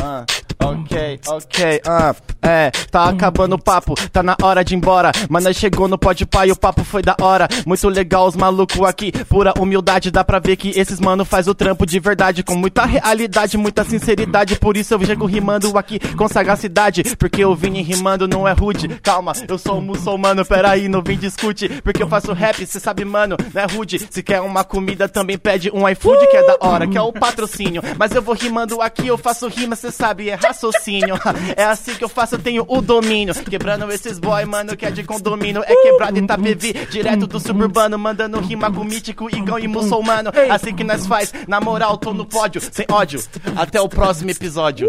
Speaker 5: Ah, ok, ok, ah, é, tá acabando o papo, tá na hora de ir embora. Mas nós chegou no pode pai, o papo foi da hora. Muito legal os malucos aqui, pura humildade, dá pra ver que esses mano faz o trampo de verdade, com muita realidade, muita sinceridade. Por isso eu chego rimando aqui com sagacidade, porque eu vim rimando não é rude. Calma, eu sou muçulmano, peraí, não vim discute, porque eu faço rap, cê sabe, mano, não é rude. Se quer uma comida, também pede um iFood, que é da hora, que é o patrocínio. Mas eu vou rimando aqui, eu faço rima, cê sabe, é raça raciocínio. É assim que eu faço, eu tenho o domínio. Quebrando esses boy, mano, que é de condomínio. É quebrado Itapevi, direto do suburbano. Mandando rima com mítico, igão e muçulmano. Assim que nós faz, na moral, tô no pódio, sem ódio. Até o próximo episódio.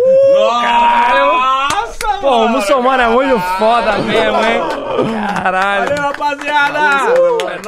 Speaker 2: Pô, o muçulmano é muito foda mesmo, hein? Caralho.
Speaker 1: Rapaziada!
Speaker 2: É